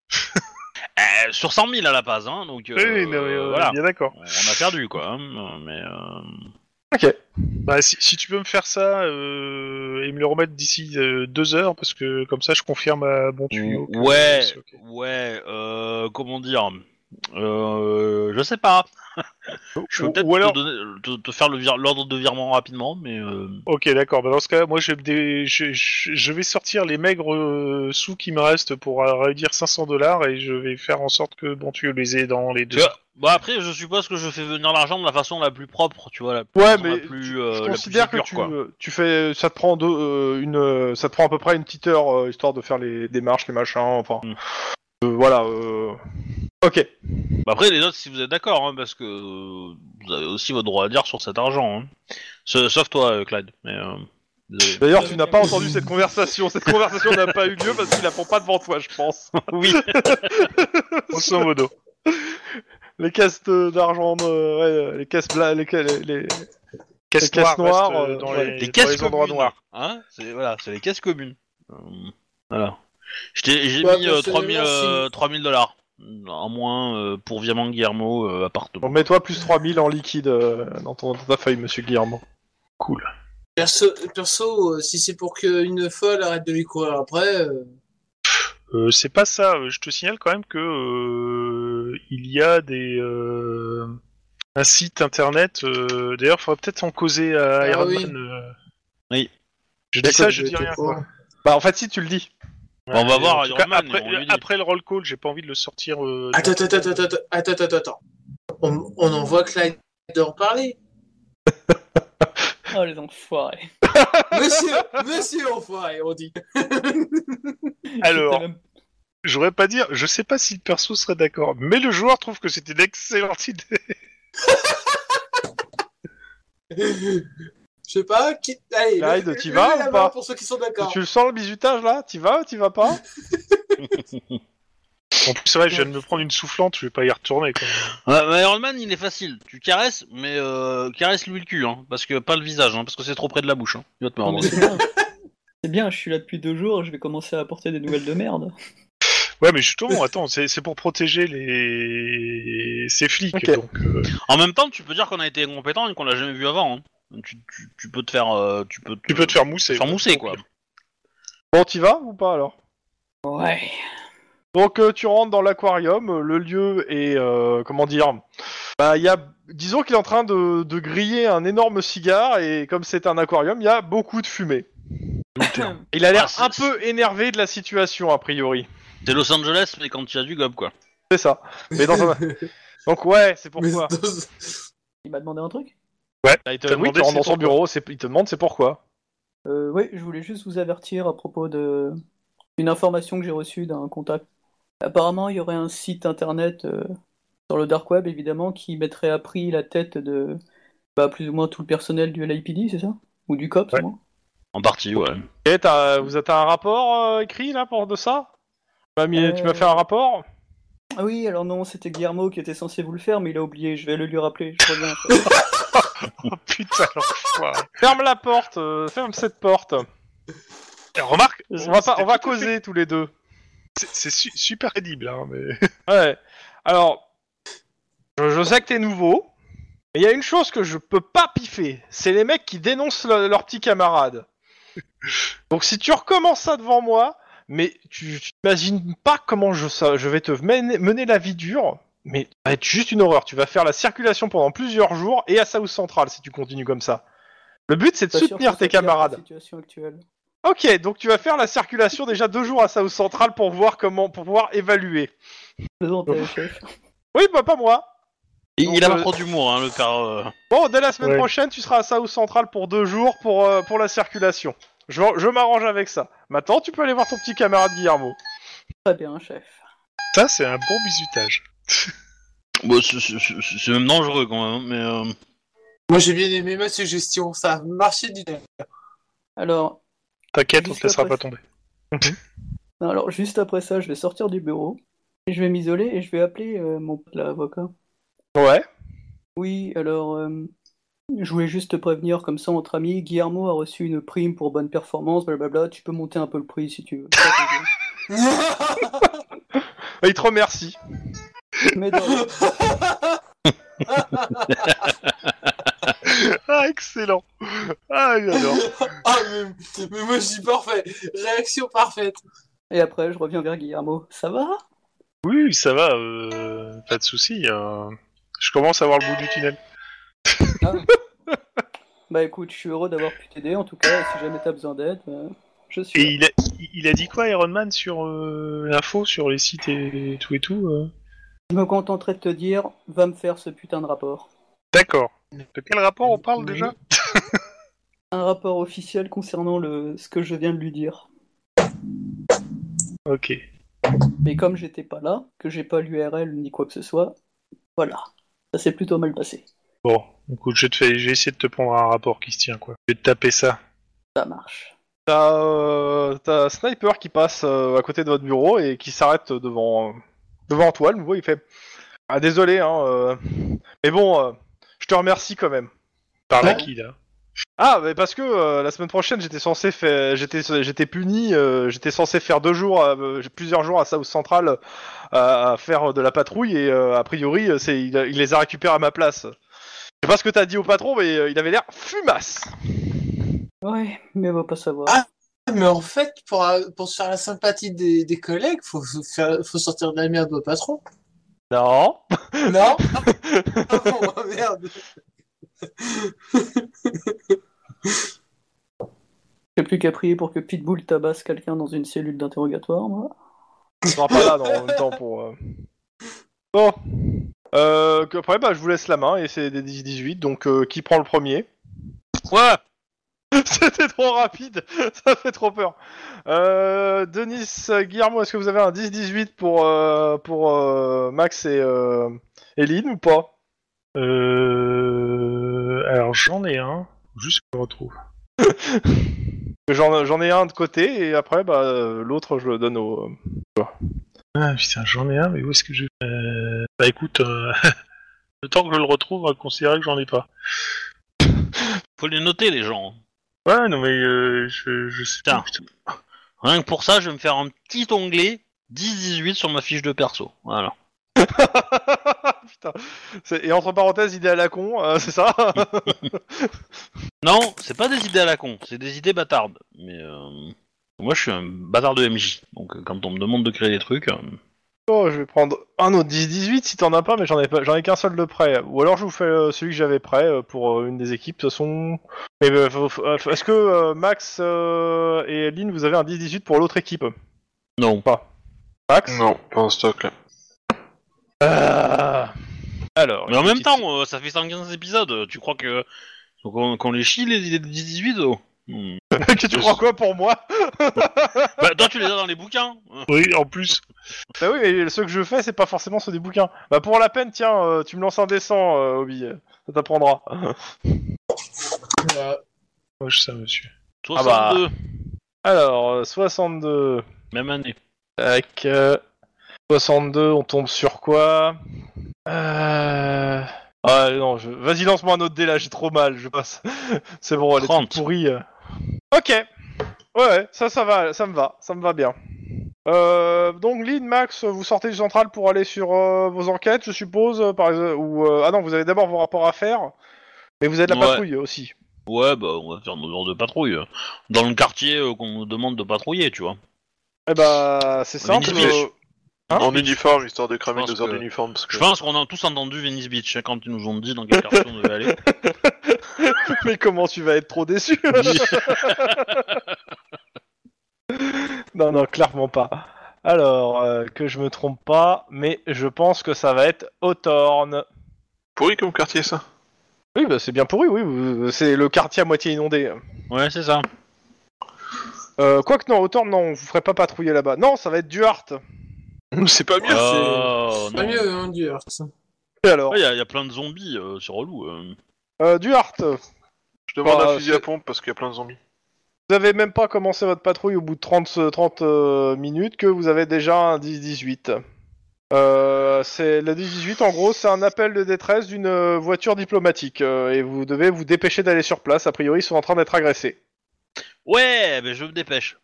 Speaker 1: Euh, sur 100 000 à la base, hein, donc euh,
Speaker 3: Oui, oui, non, mais, euh,
Speaker 1: voilà.
Speaker 3: bien d'accord.
Speaker 1: On a perdu quoi, hein, mais euh,
Speaker 3: Bah, si, si tu peux me faire ça euh, et me le remettre d'ici euh, deux heures, parce que comme ça, je confirme à bon tuyau. que,
Speaker 1: ouais,
Speaker 3: euh, c'est ok.
Speaker 1: ouais, euh, comment dire, euh, je sais pas. Je peux
Speaker 3: Ou-
Speaker 1: peut-être
Speaker 3: ou alors,
Speaker 1: te, donner- te- te faire le vir- l'ordre de virement rapidement, mais euh,
Speaker 3: ok, d'accord. Bah, dans ce cas, moi, je vais, me dé- je, je- je vais sortir les maigres euh, sous qui me restent pour euh, réunir 500 dollars et je vais faire en sorte que bon tuyau les ait dans les
Speaker 1: tu
Speaker 3: deux.
Speaker 1: vois, bah après, je suppose que je fais venir l'argent de la façon la plus propre, tu vois, la plus,
Speaker 2: Ouais,
Speaker 1: la
Speaker 2: mais
Speaker 1: plus,
Speaker 2: tu-
Speaker 1: euh, la
Speaker 2: je
Speaker 1: plus
Speaker 2: considère que
Speaker 1: sécure,
Speaker 2: tu,
Speaker 1: quoi.
Speaker 2: tu fais, ça te prend deux, euh, une, euh, ça te prend à peu près une petite heure euh, histoire de faire les démarches, les machins, enfin.
Speaker 3: Hmm.
Speaker 1: Mm.
Speaker 2: Euh, voilà. euh. Ok.
Speaker 1: Bah après, les autres, si vous êtes d'accord, hein, parce que euh, vous avez aussi votre droit à dire sur cet argent. hein. Sa- Sauf toi, euh, Clyde. Mais, euh, désolé.
Speaker 2: D'ailleurs, tu n'as pas entendu cette conversation. Cette conversation n'a pas eu lieu parce qu'il la prend pas devant toi, je pense.
Speaker 1: oui.
Speaker 3: Grosso modo.
Speaker 2: Les caisses de- d'argent, euh, ouais, euh, les caisses bla, les, ca- les, les-
Speaker 3: Caisse
Speaker 2: Les caisses noires,
Speaker 3: noire reste, euh,
Speaker 2: euh,
Speaker 3: dans
Speaker 2: ouais,
Speaker 3: les,
Speaker 1: Des
Speaker 3: dans
Speaker 1: caisses
Speaker 3: les endroits
Speaker 1: communes.
Speaker 3: noirs.
Speaker 1: Hein c'est voilà, c'est les caisses communes. Euh, voilà. Je t'ai- J'ai
Speaker 4: Ouais,
Speaker 1: mis euh,
Speaker 4: personnellement,
Speaker 1: 3000
Speaker 4: si-
Speaker 1: euh, 3000 dollars en moins euh, pour virement Guillermo euh, appartement.
Speaker 2: Bon, mets-toi plus 3000 en liquide euh, dans, ton, dans ta feuille, monsieur Guillermo.
Speaker 4: Perso, perso, euh, si c'est pour qu'une folle arrête de lui courir après, euh,
Speaker 3: Euh, c'est pas ça. Euh, Je te signale quand même que euh, il y a des euh, un site internet. euh, D'ailleurs, faudrait peut-être en causer à
Speaker 4: Ah
Speaker 3: Iron
Speaker 4: oui.
Speaker 3: Man. euh.
Speaker 1: Oui.
Speaker 3: Je dis ça, je
Speaker 2: euh,
Speaker 4: vais
Speaker 3: dis
Speaker 4: te
Speaker 3: rien.
Speaker 4: prendre.
Speaker 2: Bah, en fait, si tu le dis.
Speaker 1: Bah, on va
Speaker 3: Ouais,
Speaker 1: voir
Speaker 3: en
Speaker 1: à
Speaker 3: tout
Speaker 1: Iron
Speaker 3: cas,
Speaker 1: Man,
Speaker 3: après,
Speaker 1: on lui dit.
Speaker 3: après le roll call, j'ai pas envie de le sortir. euh,
Speaker 4: Attends,
Speaker 3: dans-
Speaker 4: attends, attends, attends, attends, attends, attends, attends. On, on en voit Clyde de reparler.
Speaker 7: Oh, les enfoirés.
Speaker 4: Monsieur, monsieur enfoiré, on dit.
Speaker 3: Alors,
Speaker 7: J'étais même-
Speaker 3: j'aurais pas dire. Je sais pas si le perso serait d'accord, mais le joueur trouve que c'était une excellente idée.
Speaker 4: Je sais pas, qui... allez,
Speaker 2: Clyde,
Speaker 4: le-
Speaker 2: t'y
Speaker 4: le-
Speaker 2: vas
Speaker 4: levez la
Speaker 2: ou
Speaker 4: main
Speaker 2: pas
Speaker 4: Pour ceux qui sont d'accord.
Speaker 2: Tu le sens le bizutage là T'y vas ou t'y vas pas
Speaker 3: En plus, c'est vrai, je viens de me prendre une soufflante. Je vais pas y retourner. quoi.
Speaker 1: Ouais, mais Iron Man, il est facile. Tu caresses, mais euh, caresse-lui le cul, hein, parce que pas le visage, hein, parce que c'est trop près de la bouche. Hein. Il va te
Speaker 7: Non,
Speaker 1: mordre.
Speaker 7: mais C'est bien. C'est bien, je suis là depuis deux jours, je vais commencer à apporter des nouvelles de merde.
Speaker 3: Ouais, mais justement, attends, c'est c'est pour protéger les ces flics.
Speaker 2: Ok.
Speaker 3: Donc, euh,
Speaker 1: En même temps, tu peux dire qu'on a été incompétent et qu'on l'a jamais vu avant. hein. Tu, tu- tu peux te faire, euh, tu peux, te,
Speaker 3: tu peux te faire mousser.
Speaker 1: faire mousser quoi.
Speaker 2: Bon, t'y vas ou pas alors
Speaker 7: Ouais.
Speaker 2: Donc, euh, tu rentres dans l'aquarium. euh, Le lieu est. euh, comment dire Bah, il y a. Disons qu'il est en train de, de griller un énorme cigare et comme c'est un aquarium, il y a beaucoup de fumée. Il a l'air
Speaker 1: Ah, c'est-
Speaker 2: un peu énervé de la situation a priori.
Speaker 1: C'est Los Angeles, mais quand il y a du gob quoi.
Speaker 2: C'est ça. Mais dans un- Donc ouais, c'est
Speaker 4: Mais
Speaker 2: pourquoi.
Speaker 4: dans-
Speaker 7: Il m'a demandé un truc
Speaker 2: Là, il te,
Speaker 3: T'as
Speaker 2: oui,
Speaker 3: demandé
Speaker 2: tu rentres dans
Speaker 3: c'est
Speaker 2: son
Speaker 3: pourquoi.
Speaker 2: bureau, c'est- il te demande c'est pourquoi.
Speaker 7: euh, Oui, je voulais juste vous avertir à propos de une information que j'ai reçue d'un contact. Apparemment, il y aurait un site internet euh, sur le dark web, évidemment, qui mettrait à prix la tête de bah, plus ou moins tout le personnel du LAPD, c'est ça Ou du COPS,
Speaker 3: Ouais.
Speaker 7: au moins.
Speaker 1: En partie, ouais.
Speaker 2: Et t'as, vous avez un rapport euh, écrit là pour de ça Tu m'as mis-
Speaker 7: Euh.
Speaker 2: Tu m'as fait un rapport
Speaker 7: Ah oui, alors non, c'était Guillermo qui était censé vous le faire, mais il a oublié, je vais le lui rappeler, je reviens. après.
Speaker 3: Oh putain, l'enfoiré.
Speaker 2: Ferme la porte, euh, ferme cette porte.
Speaker 3: Eh, Remarque,
Speaker 2: On va, pas- on va
Speaker 3: c'était tout à fait-
Speaker 2: causer tous les deux.
Speaker 3: C'est c'est su- super crédible, hein, mais.
Speaker 2: Ouais. Alors, je, je sais que t'es nouveau, mais il y a une chose que je peux pas piffer, c'est les mecs qui dénoncent le- leurs petits camarades. Donc si tu recommences ça devant moi, mais tu tu t'imagines pas comment je, ça, je vais te mener, mener la vie dure, mais ça va être juste une horreur. Tu vas faire la circulation pendant plusieurs jours et à South Central si tu continues comme ça. Le but c'est de
Speaker 6: Pas sûr
Speaker 2: soutenir
Speaker 6: que
Speaker 2: tes
Speaker 6: ça gère
Speaker 2: camarades.
Speaker 6: la situation actuelle.
Speaker 2: Ok, donc tu vas faire la circulation déjà deux jours à South Central pour voir comment, pour pouvoir évaluer.
Speaker 6: Faisons
Speaker 7: euh,
Speaker 6: tes chef.
Speaker 2: Oui, bah pas moi.
Speaker 1: Il,
Speaker 2: Donc,
Speaker 1: il a
Speaker 2: euh,
Speaker 1: pas trop d'humour, hein, le père. euh.
Speaker 2: Bon, dès la semaine
Speaker 3: Ouais.
Speaker 2: prochaine, tu seras à South Central pour deux jours pour, euh, pour la circulation. Je, je m'arrange avec ça. Maintenant, tu peux aller voir ton petit camarade Guillermo.
Speaker 6: Très bien, chef.
Speaker 3: Ça, c'est un bon bisutage.
Speaker 1: Bon, c'est- c'est c'est- c'est même dangereux quand même, mais. euh,
Speaker 4: Moi j'ai bien aimé ma suggestion, ça a marché du tonnerre.
Speaker 6: Alors,
Speaker 3: T'inquiète,
Speaker 6: Parce
Speaker 3: ça
Speaker 6: que
Speaker 3: sera
Speaker 6: après-
Speaker 3: pas tombé.
Speaker 6: non, alors, juste après ça, je vais sortir du bureau, et je vais m'isoler et je vais appeler euh, mon pote, là, avocat.
Speaker 2: Ouais.
Speaker 6: Oui, alors, euh, je voulais juste te prévenir, comme ça, entre amis, Guillermo a reçu une prime pour bonne performance, blablabla, tu peux monter un peu le prix si tu veux.
Speaker 2: Il te remercie.
Speaker 6: Mais dans le-
Speaker 3: Ah, excellent Ah, j'adore
Speaker 4: ah, mais, mais moi je dis parfait, réaction parfaite.
Speaker 6: Et après, je reviens vers Guillermo. Ça va?
Speaker 3: Oui, ça va, euh, pas de soucis. euh, Je commence à voir le bout du tunnel.
Speaker 6: Bah écoute, je suis heureux d'avoir pu t'aider, en tout cas, si jamais t'as besoin d'aide, euh, je suis
Speaker 3: Et
Speaker 6: là.
Speaker 3: il a, il a dit quoi, Iron Man, sur euh, l'info, sur les sites et tout et tout euh
Speaker 6: Je me contenterai de te dire, va me faire ce putain de rapport.
Speaker 3: D'accord. De quel rapport on parle déjà
Speaker 6: Un rapport officiel concernant le... ce que je viens de lui dire.
Speaker 3: Ok.
Speaker 6: Mais comme j'étais pas là, que j'ai pas l'URL ni quoi que ce soit, voilà. Ça s'est plutôt mal passé.
Speaker 3: Bon, écoute, je, te fais, je vais essayer de te prendre un rapport qui se tient, quoi. Je vais te taper ça.
Speaker 6: Ça marche.
Speaker 2: T'as euh, t'as un sniper qui passe euh, à côté de votre bureau et qui s'arrête devant, euh, devant toi. Le nouveau, il fait Ah, désolé, hein, euh, mais bon, euh, je te remercie quand même.
Speaker 3: Par à
Speaker 4: Ouais.
Speaker 3: qui, là
Speaker 2: Ah, mais parce que euh, la semaine prochaine, j'étais censé faire, j'étais, j'étais puni, euh, j'étais censé faire deux jours, euh, plusieurs jours à South Central euh, à faire de la patrouille et euh, a priori, euh, c'est, il, a- il les a récupérés à ma place. Je sais pas ce que t'as dit au patron, mais euh, il avait l'air fumasse.
Speaker 6: Ouais, mais va pas savoir.
Speaker 4: Ah Mais en fait, pour, euh, pour se faire la sympathie des, des collègues, faut, se faire, faut sortir de la merde au patron.
Speaker 2: Non.
Speaker 4: Non Ah bon, ah merde.
Speaker 6: J'ai plus qu'à prier pour que Pitbull tabasse quelqu'un dans une cellule d'interrogatoire, moi.
Speaker 2: On sera pas là dans le temps pour. euh. Bon. Euh, que- après, bah, je vous laisse la main et c'est des 18, donc euh, qui prend le premier Ouais C'était trop rapide, ça fait trop peur. Euh, Denis, euh, Guillermo, est-ce que vous avez un 10-18 pour, euh, pour euh, Max et, euh, et Lynn ou pas
Speaker 3: Euh... Alors, j'en ai un. Juste que je le retrouve.
Speaker 2: J'en j'en ai un de côté et après, bah, euh, l'autre, je le donne au. euh.
Speaker 3: Ah, putain, j'en ai un, mais où est-ce que je... Euh... Bah, écoute... euh, Le temps que je le retrouve, on va considérer que j'en ai pas.
Speaker 1: Faut les noter, les gens.
Speaker 3: Ouais, non, mais euh, je, je sais
Speaker 1: Putain.
Speaker 3: pas. putain.
Speaker 1: Rien que pour ça, je vais me faire un petit onglet 10-18 sur ma fiche de perso. Voilà.
Speaker 2: Putain. C'est- Et entre parenthèses, idée à la con, euh, c'est ça
Speaker 1: Non, c'est pas des idées à la con, c'est des idées bâtardes. Mais euh, moi, je suis un bâtard de MJ. Donc, euh, quand on me demande de créer des trucs, euh,
Speaker 2: Oh, je vais prendre un autre 10-18 si t'en as pas, mais j'en ai, pas- j'en ai qu'un seul de prêt. Ou alors je vous fais euh, celui que j'avais prêt euh, pour euh, une des équipes. De toute façon, Mais, euh, faut- faut- euh, est-ce que euh, Max euh, et Lynn, vous avez un 10-18 pour l'autre équipe
Speaker 1: non.
Speaker 2: Max
Speaker 5: Non, pas en stock là.
Speaker 2: Ah. Alors.
Speaker 1: Mais en
Speaker 2: une
Speaker 1: même
Speaker 2: petite-
Speaker 1: temps, euh, ça fait 115 épisodes. euh, Tu crois que donc, on, qu'on les chie les idées de 10-18 oh Hmm.
Speaker 2: que tu
Speaker 3: oh,
Speaker 2: prends quoi pour moi
Speaker 1: Bah, toi, tu les as dans les bouquins. Euh,
Speaker 3: Oui, en plus.
Speaker 2: Bah oui, mais ceux que je fais, c'est pas forcément ceux des bouquins. Bah pour la peine, tiens, euh, tu me lances un dessin, euh, Obi. Ça t'apprendra.
Speaker 4: Euh,
Speaker 3: Moi, je sais, monsieur.
Speaker 1: 62,
Speaker 2: bah. Alors, euh, 62.
Speaker 1: même année.
Speaker 2: Tac. euh, 62, on tombe sur quoi Euh... Ah non, je... vas-y, lance-moi un autre dé là, j'ai trop mal, je passe. C'est bon, elle est
Speaker 1: 30.
Speaker 2: toute pourrie. euh. Ok. Ouais, ouais, ça, ça va, ça me va, ça me va bien. Euh, donc, Lynn, Max, vous sortez du central pour aller sur euh, vos enquêtes, je suppose, euh, par exemple, ou euh, ah non, vous avez d'abord vos rapports à faire, mais vous avez de la
Speaker 1: Ouais.
Speaker 2: patrouille aussi.
Speaker 1: Ouais, bah on va faire nos heures de patrouille. Dans le quartier euh, qu'on nous demande de patrouiller, tu vois.
Speaker 2: Eh bah, c'est
Speaker 1: On est
Speaker 2: simple.
Speaker 1: une
Speaker 2: euh, Hein
Speaker 5: en uniforme, histoire de cramer
Speaker 1: Je pense
Speaker 5: deux heures
Speaker 1: que-
Speaker 5: d'uniforme. Parce que...
Speaker 1: Je pense qu'on a tous entendu Venice Beach hein, quand ils nous ont dit dans quel quartier on devait aller.
Speaker 2: mais comment tu vas être trop déçu Non, non, clairement pas. Alors, euh, que je me trompe pas, mais je pense que ça va être Hawthorne.
Speaker 5: Pourri comme quartier, ça.
Speaker 2: Oui, bah, c'est bien pourri, oui, vous- c'est le quartier à moitié inondé.
Speaker 1: Ouais, c'est ça.
Speaker 2: Euh, Quoique, non, Hawthorne, non, on vous ferait pas patrouiller là-bas. Non, ça va être Duarte.
Speaker 5: C'est pas mieux,
Speaker 2: Euh,
Speaker 1: Oh,
Speaker 4: Pas
Speaker 1: non.
Speaker 4: mieux, hein, du Hearth.
Speaker 2: Et alors
Speaker 1: Ouais, y, a- y a plein de zombies, euh, c'est relou. euh.
Speaker 2: Euh, Duarte, vous
Speaker 5: Je demande
Speaker 2: Bah,
Speaker 5: un fusil
Speaker 2: c'est-
Speaker 5: à pompe parce qu'il y a plein de zombies.
Speaker 2: avez même pas commencé votre patrouille au bout de 30, se- 30 euh, minutes que vous avez déjà un 10-18. Euh, c'est la 10-18, en gros, c'est un appel de détresse d'une euh, voiture diplomatique euh, et vous devez vous dépêcher d'aller sur place. A priori, ils sont en train d'être agressés.
Speaker 1: Ouais, ben je me dépêche.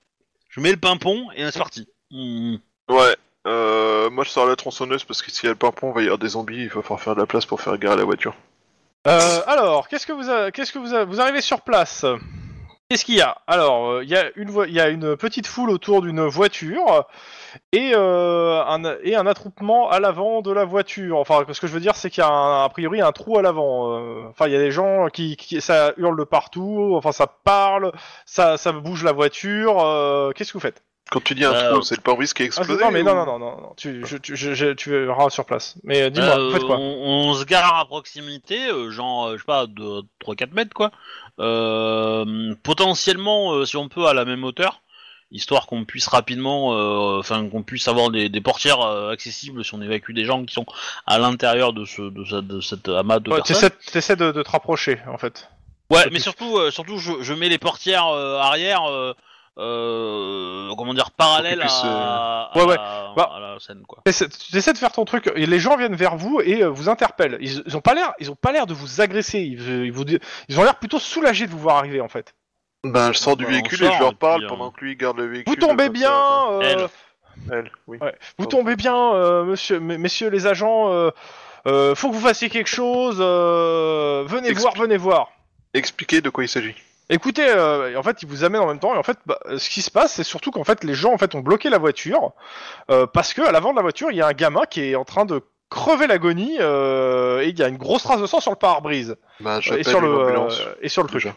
Speaker 1: Je mets le pimpon et c'est parti. Hmm.
Speaker 5: Ouais. Euh, moi, je sors la tronçonneuse parce que s'il y a le pimpon, il va y avoir des zombies. Il va falloir faire de la place pour faire garer la voiture.
Speaker 2: Euh, alors, qu'est-ce que vous, a- qu'est-ce que vous, a- vous arrivez sur place Qu'est-ce qu'il y a Alors, euh, il y a une, vo- il y a une petite foule autour d'une voiture et euh, un, et un attroupement à l'avant de la voiture. Enfin, ce que je veux dire, c'est qu'il y a un- a priori un trou à l'avant. euh. Enfin, il y a des gens qui, qui- ça hurle de partout. Enfin, ça parle, ça, ça bouge la voiture. euh, qu'est-ce que vous faites
Speaker 5: Quand tu dis un
Speaker 1: Euh,
Speaker 5: trou, c'est le pare-brise qui a
Speaker 2: Bah, Ah, c'est-
Speaker 5: explosé
Speaker 2: Non, mais non,
Speaker 5: ou-
Speaker 2: non, non, non, non. Tu, je, tu, je- je- tu verras sur place. Mais euh, dis-moi,
Speaker 1: Euh,
Speaker 2: vous faites quoi
Speaker 1: on, on se gare à proximité, euh, genre, euh, je sais pas, de 3-4 mètres, quoi. Euh, potentiellement, euh, si on peut, à la même hauteur, histoire qu'on puisse rapidement, euh, enfin, qu'on puisse avoir des, des portières euh, accessibles si on évacue des gens qui sont à l'intérieur de, ce, de, ce- de cette amas de
Speaker 2: Ouais,
Speaker 1: personnes.
Speaker 2: T'essaies t'essaies de, de te rapprocher, en fait.
Speaker 1: Ouais, mais surtout, euh, surtout, je, je mets les portières euh, arrière, euh, euh, comment dire, parallèles
Speaker 5: Pour qu'ils puissent,
Speaker 1: à,
Speaker 2: euh, ouais, ouais.
Speaker 1: à-
Speaker 2: Bah.
Speaker 1: à la scène, quoi.
Speaker 2: T'essaies- Tu essaies de faire ton truc, et les gens viennent vers vous et euh, vous interpellent. Ils, ils ont pas l'air, ils ont pas l'air de vous agresser. Ils, euh, ils vous, di- ils ont l'air plutôt soulagés de vous voir arriver en fait.
Speaker 5: Ben, je sors du
Speaker 1: Bah, on
Speaker 5: véhicule
Speaker 1: sort,
Speaker 5: et je leur
Speaker 1: et
Speaker 5: parle
Speaker 1: puis, euh,
Speaker 5: pendant que lui garde le véhicule.
Speaker 2: Vous tombez
Speaker 5: comme ça,
Speaker 2: bien, euh,
Speaker 5: enfin, Elle, oui.
Speaker 2: ouais. vous tombez bien, euh, monsieur, m- messieurs les agents. euh, euh, faut que vous fassiez quelque chose. euh, venez
Speaker 5: Expli-
Speaker 2: voir, venez voir.
Speaker 5: Expliquez de quoi il s'agit.
Speaker 2: Écoutez, euh, et en fait, ils vous amènent en même temps, et en fait, bah, ce qui se passe, c'est surtout qu'en fait, les gens en fait ont bloqué la voiture euh, parce que à l'avant de la voiture, il y a un gamin qui est en train de crever l'agonie euh, et il y a une grosse trace de sang sur le pare-brise
Speaker 5: Ben,
Speaker 2: et
Speaker 5: j'appelle
Speaker 2: sur
Speaker 5: une
Speaker 2: le
Speaker 5: ambulance.
Speaker 2: euh, et sur le truc
Speaker 5: déjà.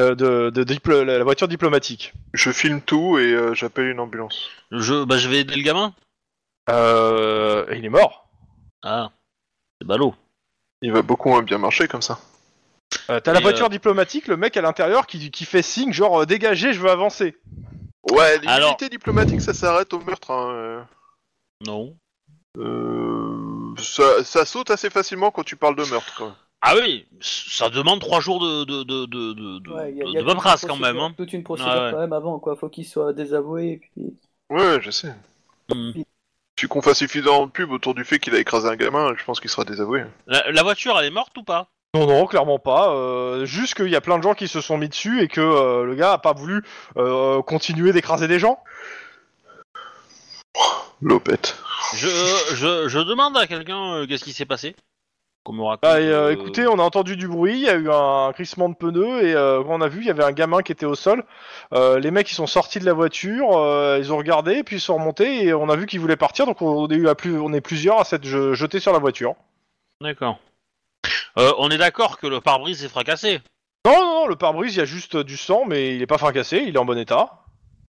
Speaker 2: euh, de, de, diplo- la la voiture diplomatique.
Speaker 5: Je filme tout et euh, j'appelle une ambulance.
Speaker 1: Je, bah, je vais aider le gamin.
Speaker 2: Euh, il est mort.
Speaker 1: Ah, c'est ballot.
Speaker 5: Il va beaucoup moins bien marcher comme ça.
Speaker 2: Euh, T'as la
Speaker 1: Et,
Speaker 2: voiture diplomatique, le mec à l'intérieur qui qui fait signe genre euh, dégagez, je veux avancer.
Speaker 5: Ouais, l'immunité
Speaker 1: Alors-
Speaker 5: diplomatique, ça s'arrête au meurtre. hein, euh.
Speaker 1: Non.
Speaker 5: Euh, ça, ça saute assez facilement quand tu parles de meurtre, quand même.
Speaker 1: Ah oui, ça demande trois jours de, de, de, de, de, de-
Speaker 7: Ouais, il y a-
Speaker 1: de
Speaker 7: il y a toute une
Speaker 1: paperasse quand
Speaker 7: procédure-
Speaker 1: même. Hein.
Speaker 7: Toute une procédure
Speaker 1: Ouais, ouais.
Speaker 7: quand même avant, quoi. Faut qu'il soit désavoué. Et puis...
Speaker 5: Ouais, ouais, je sais.
Speaker 1: Hmm.
Speaker 5: Puis qu'on fasse suffisamment de pub autour du fait qu'il a écrasé un gamin, je pense qu'il sera désavoué. hein.
Speaker 1: hein. La, la voiture, elle est morte ou pas
Speaker 2: Non, non, clairement pas. Euh, juste qu'il y a plein de gens qui se sont mis dessus et que euh, le gars a pas voulu euh, continuer d'écraser des gens.
Speaker 5: Lopette.
Speaker 1: je, je, je demande à quelqu'un euh, qu'est-ce qui s'est passé. Qu'on me raconte.
Speaker 2: Ah, et, euh,
Speaker 1: euh,
Speaker 2: Écoutez, on a entendu du bruit, il y a eu un crissement de pneus et euh, on a vu, il y avait un gamin qui était au sol. Euh, les mecs, ils sont sortis de la voiture, euh, ils ont regardé, puis ils sont remontés et on a vu qu'ils voulaient partir, donc on est, eu à plus, on est plusieurs à s'être je- jetés sur la voiture.
Speaker 1: D'accord. Euh, on est d'accord que le pare-brise est fracassé.
Speaker 2: Non, non, non, le pare-brise, il y a juste euh, du sang, mais il est pas fracassé, il est en bon état.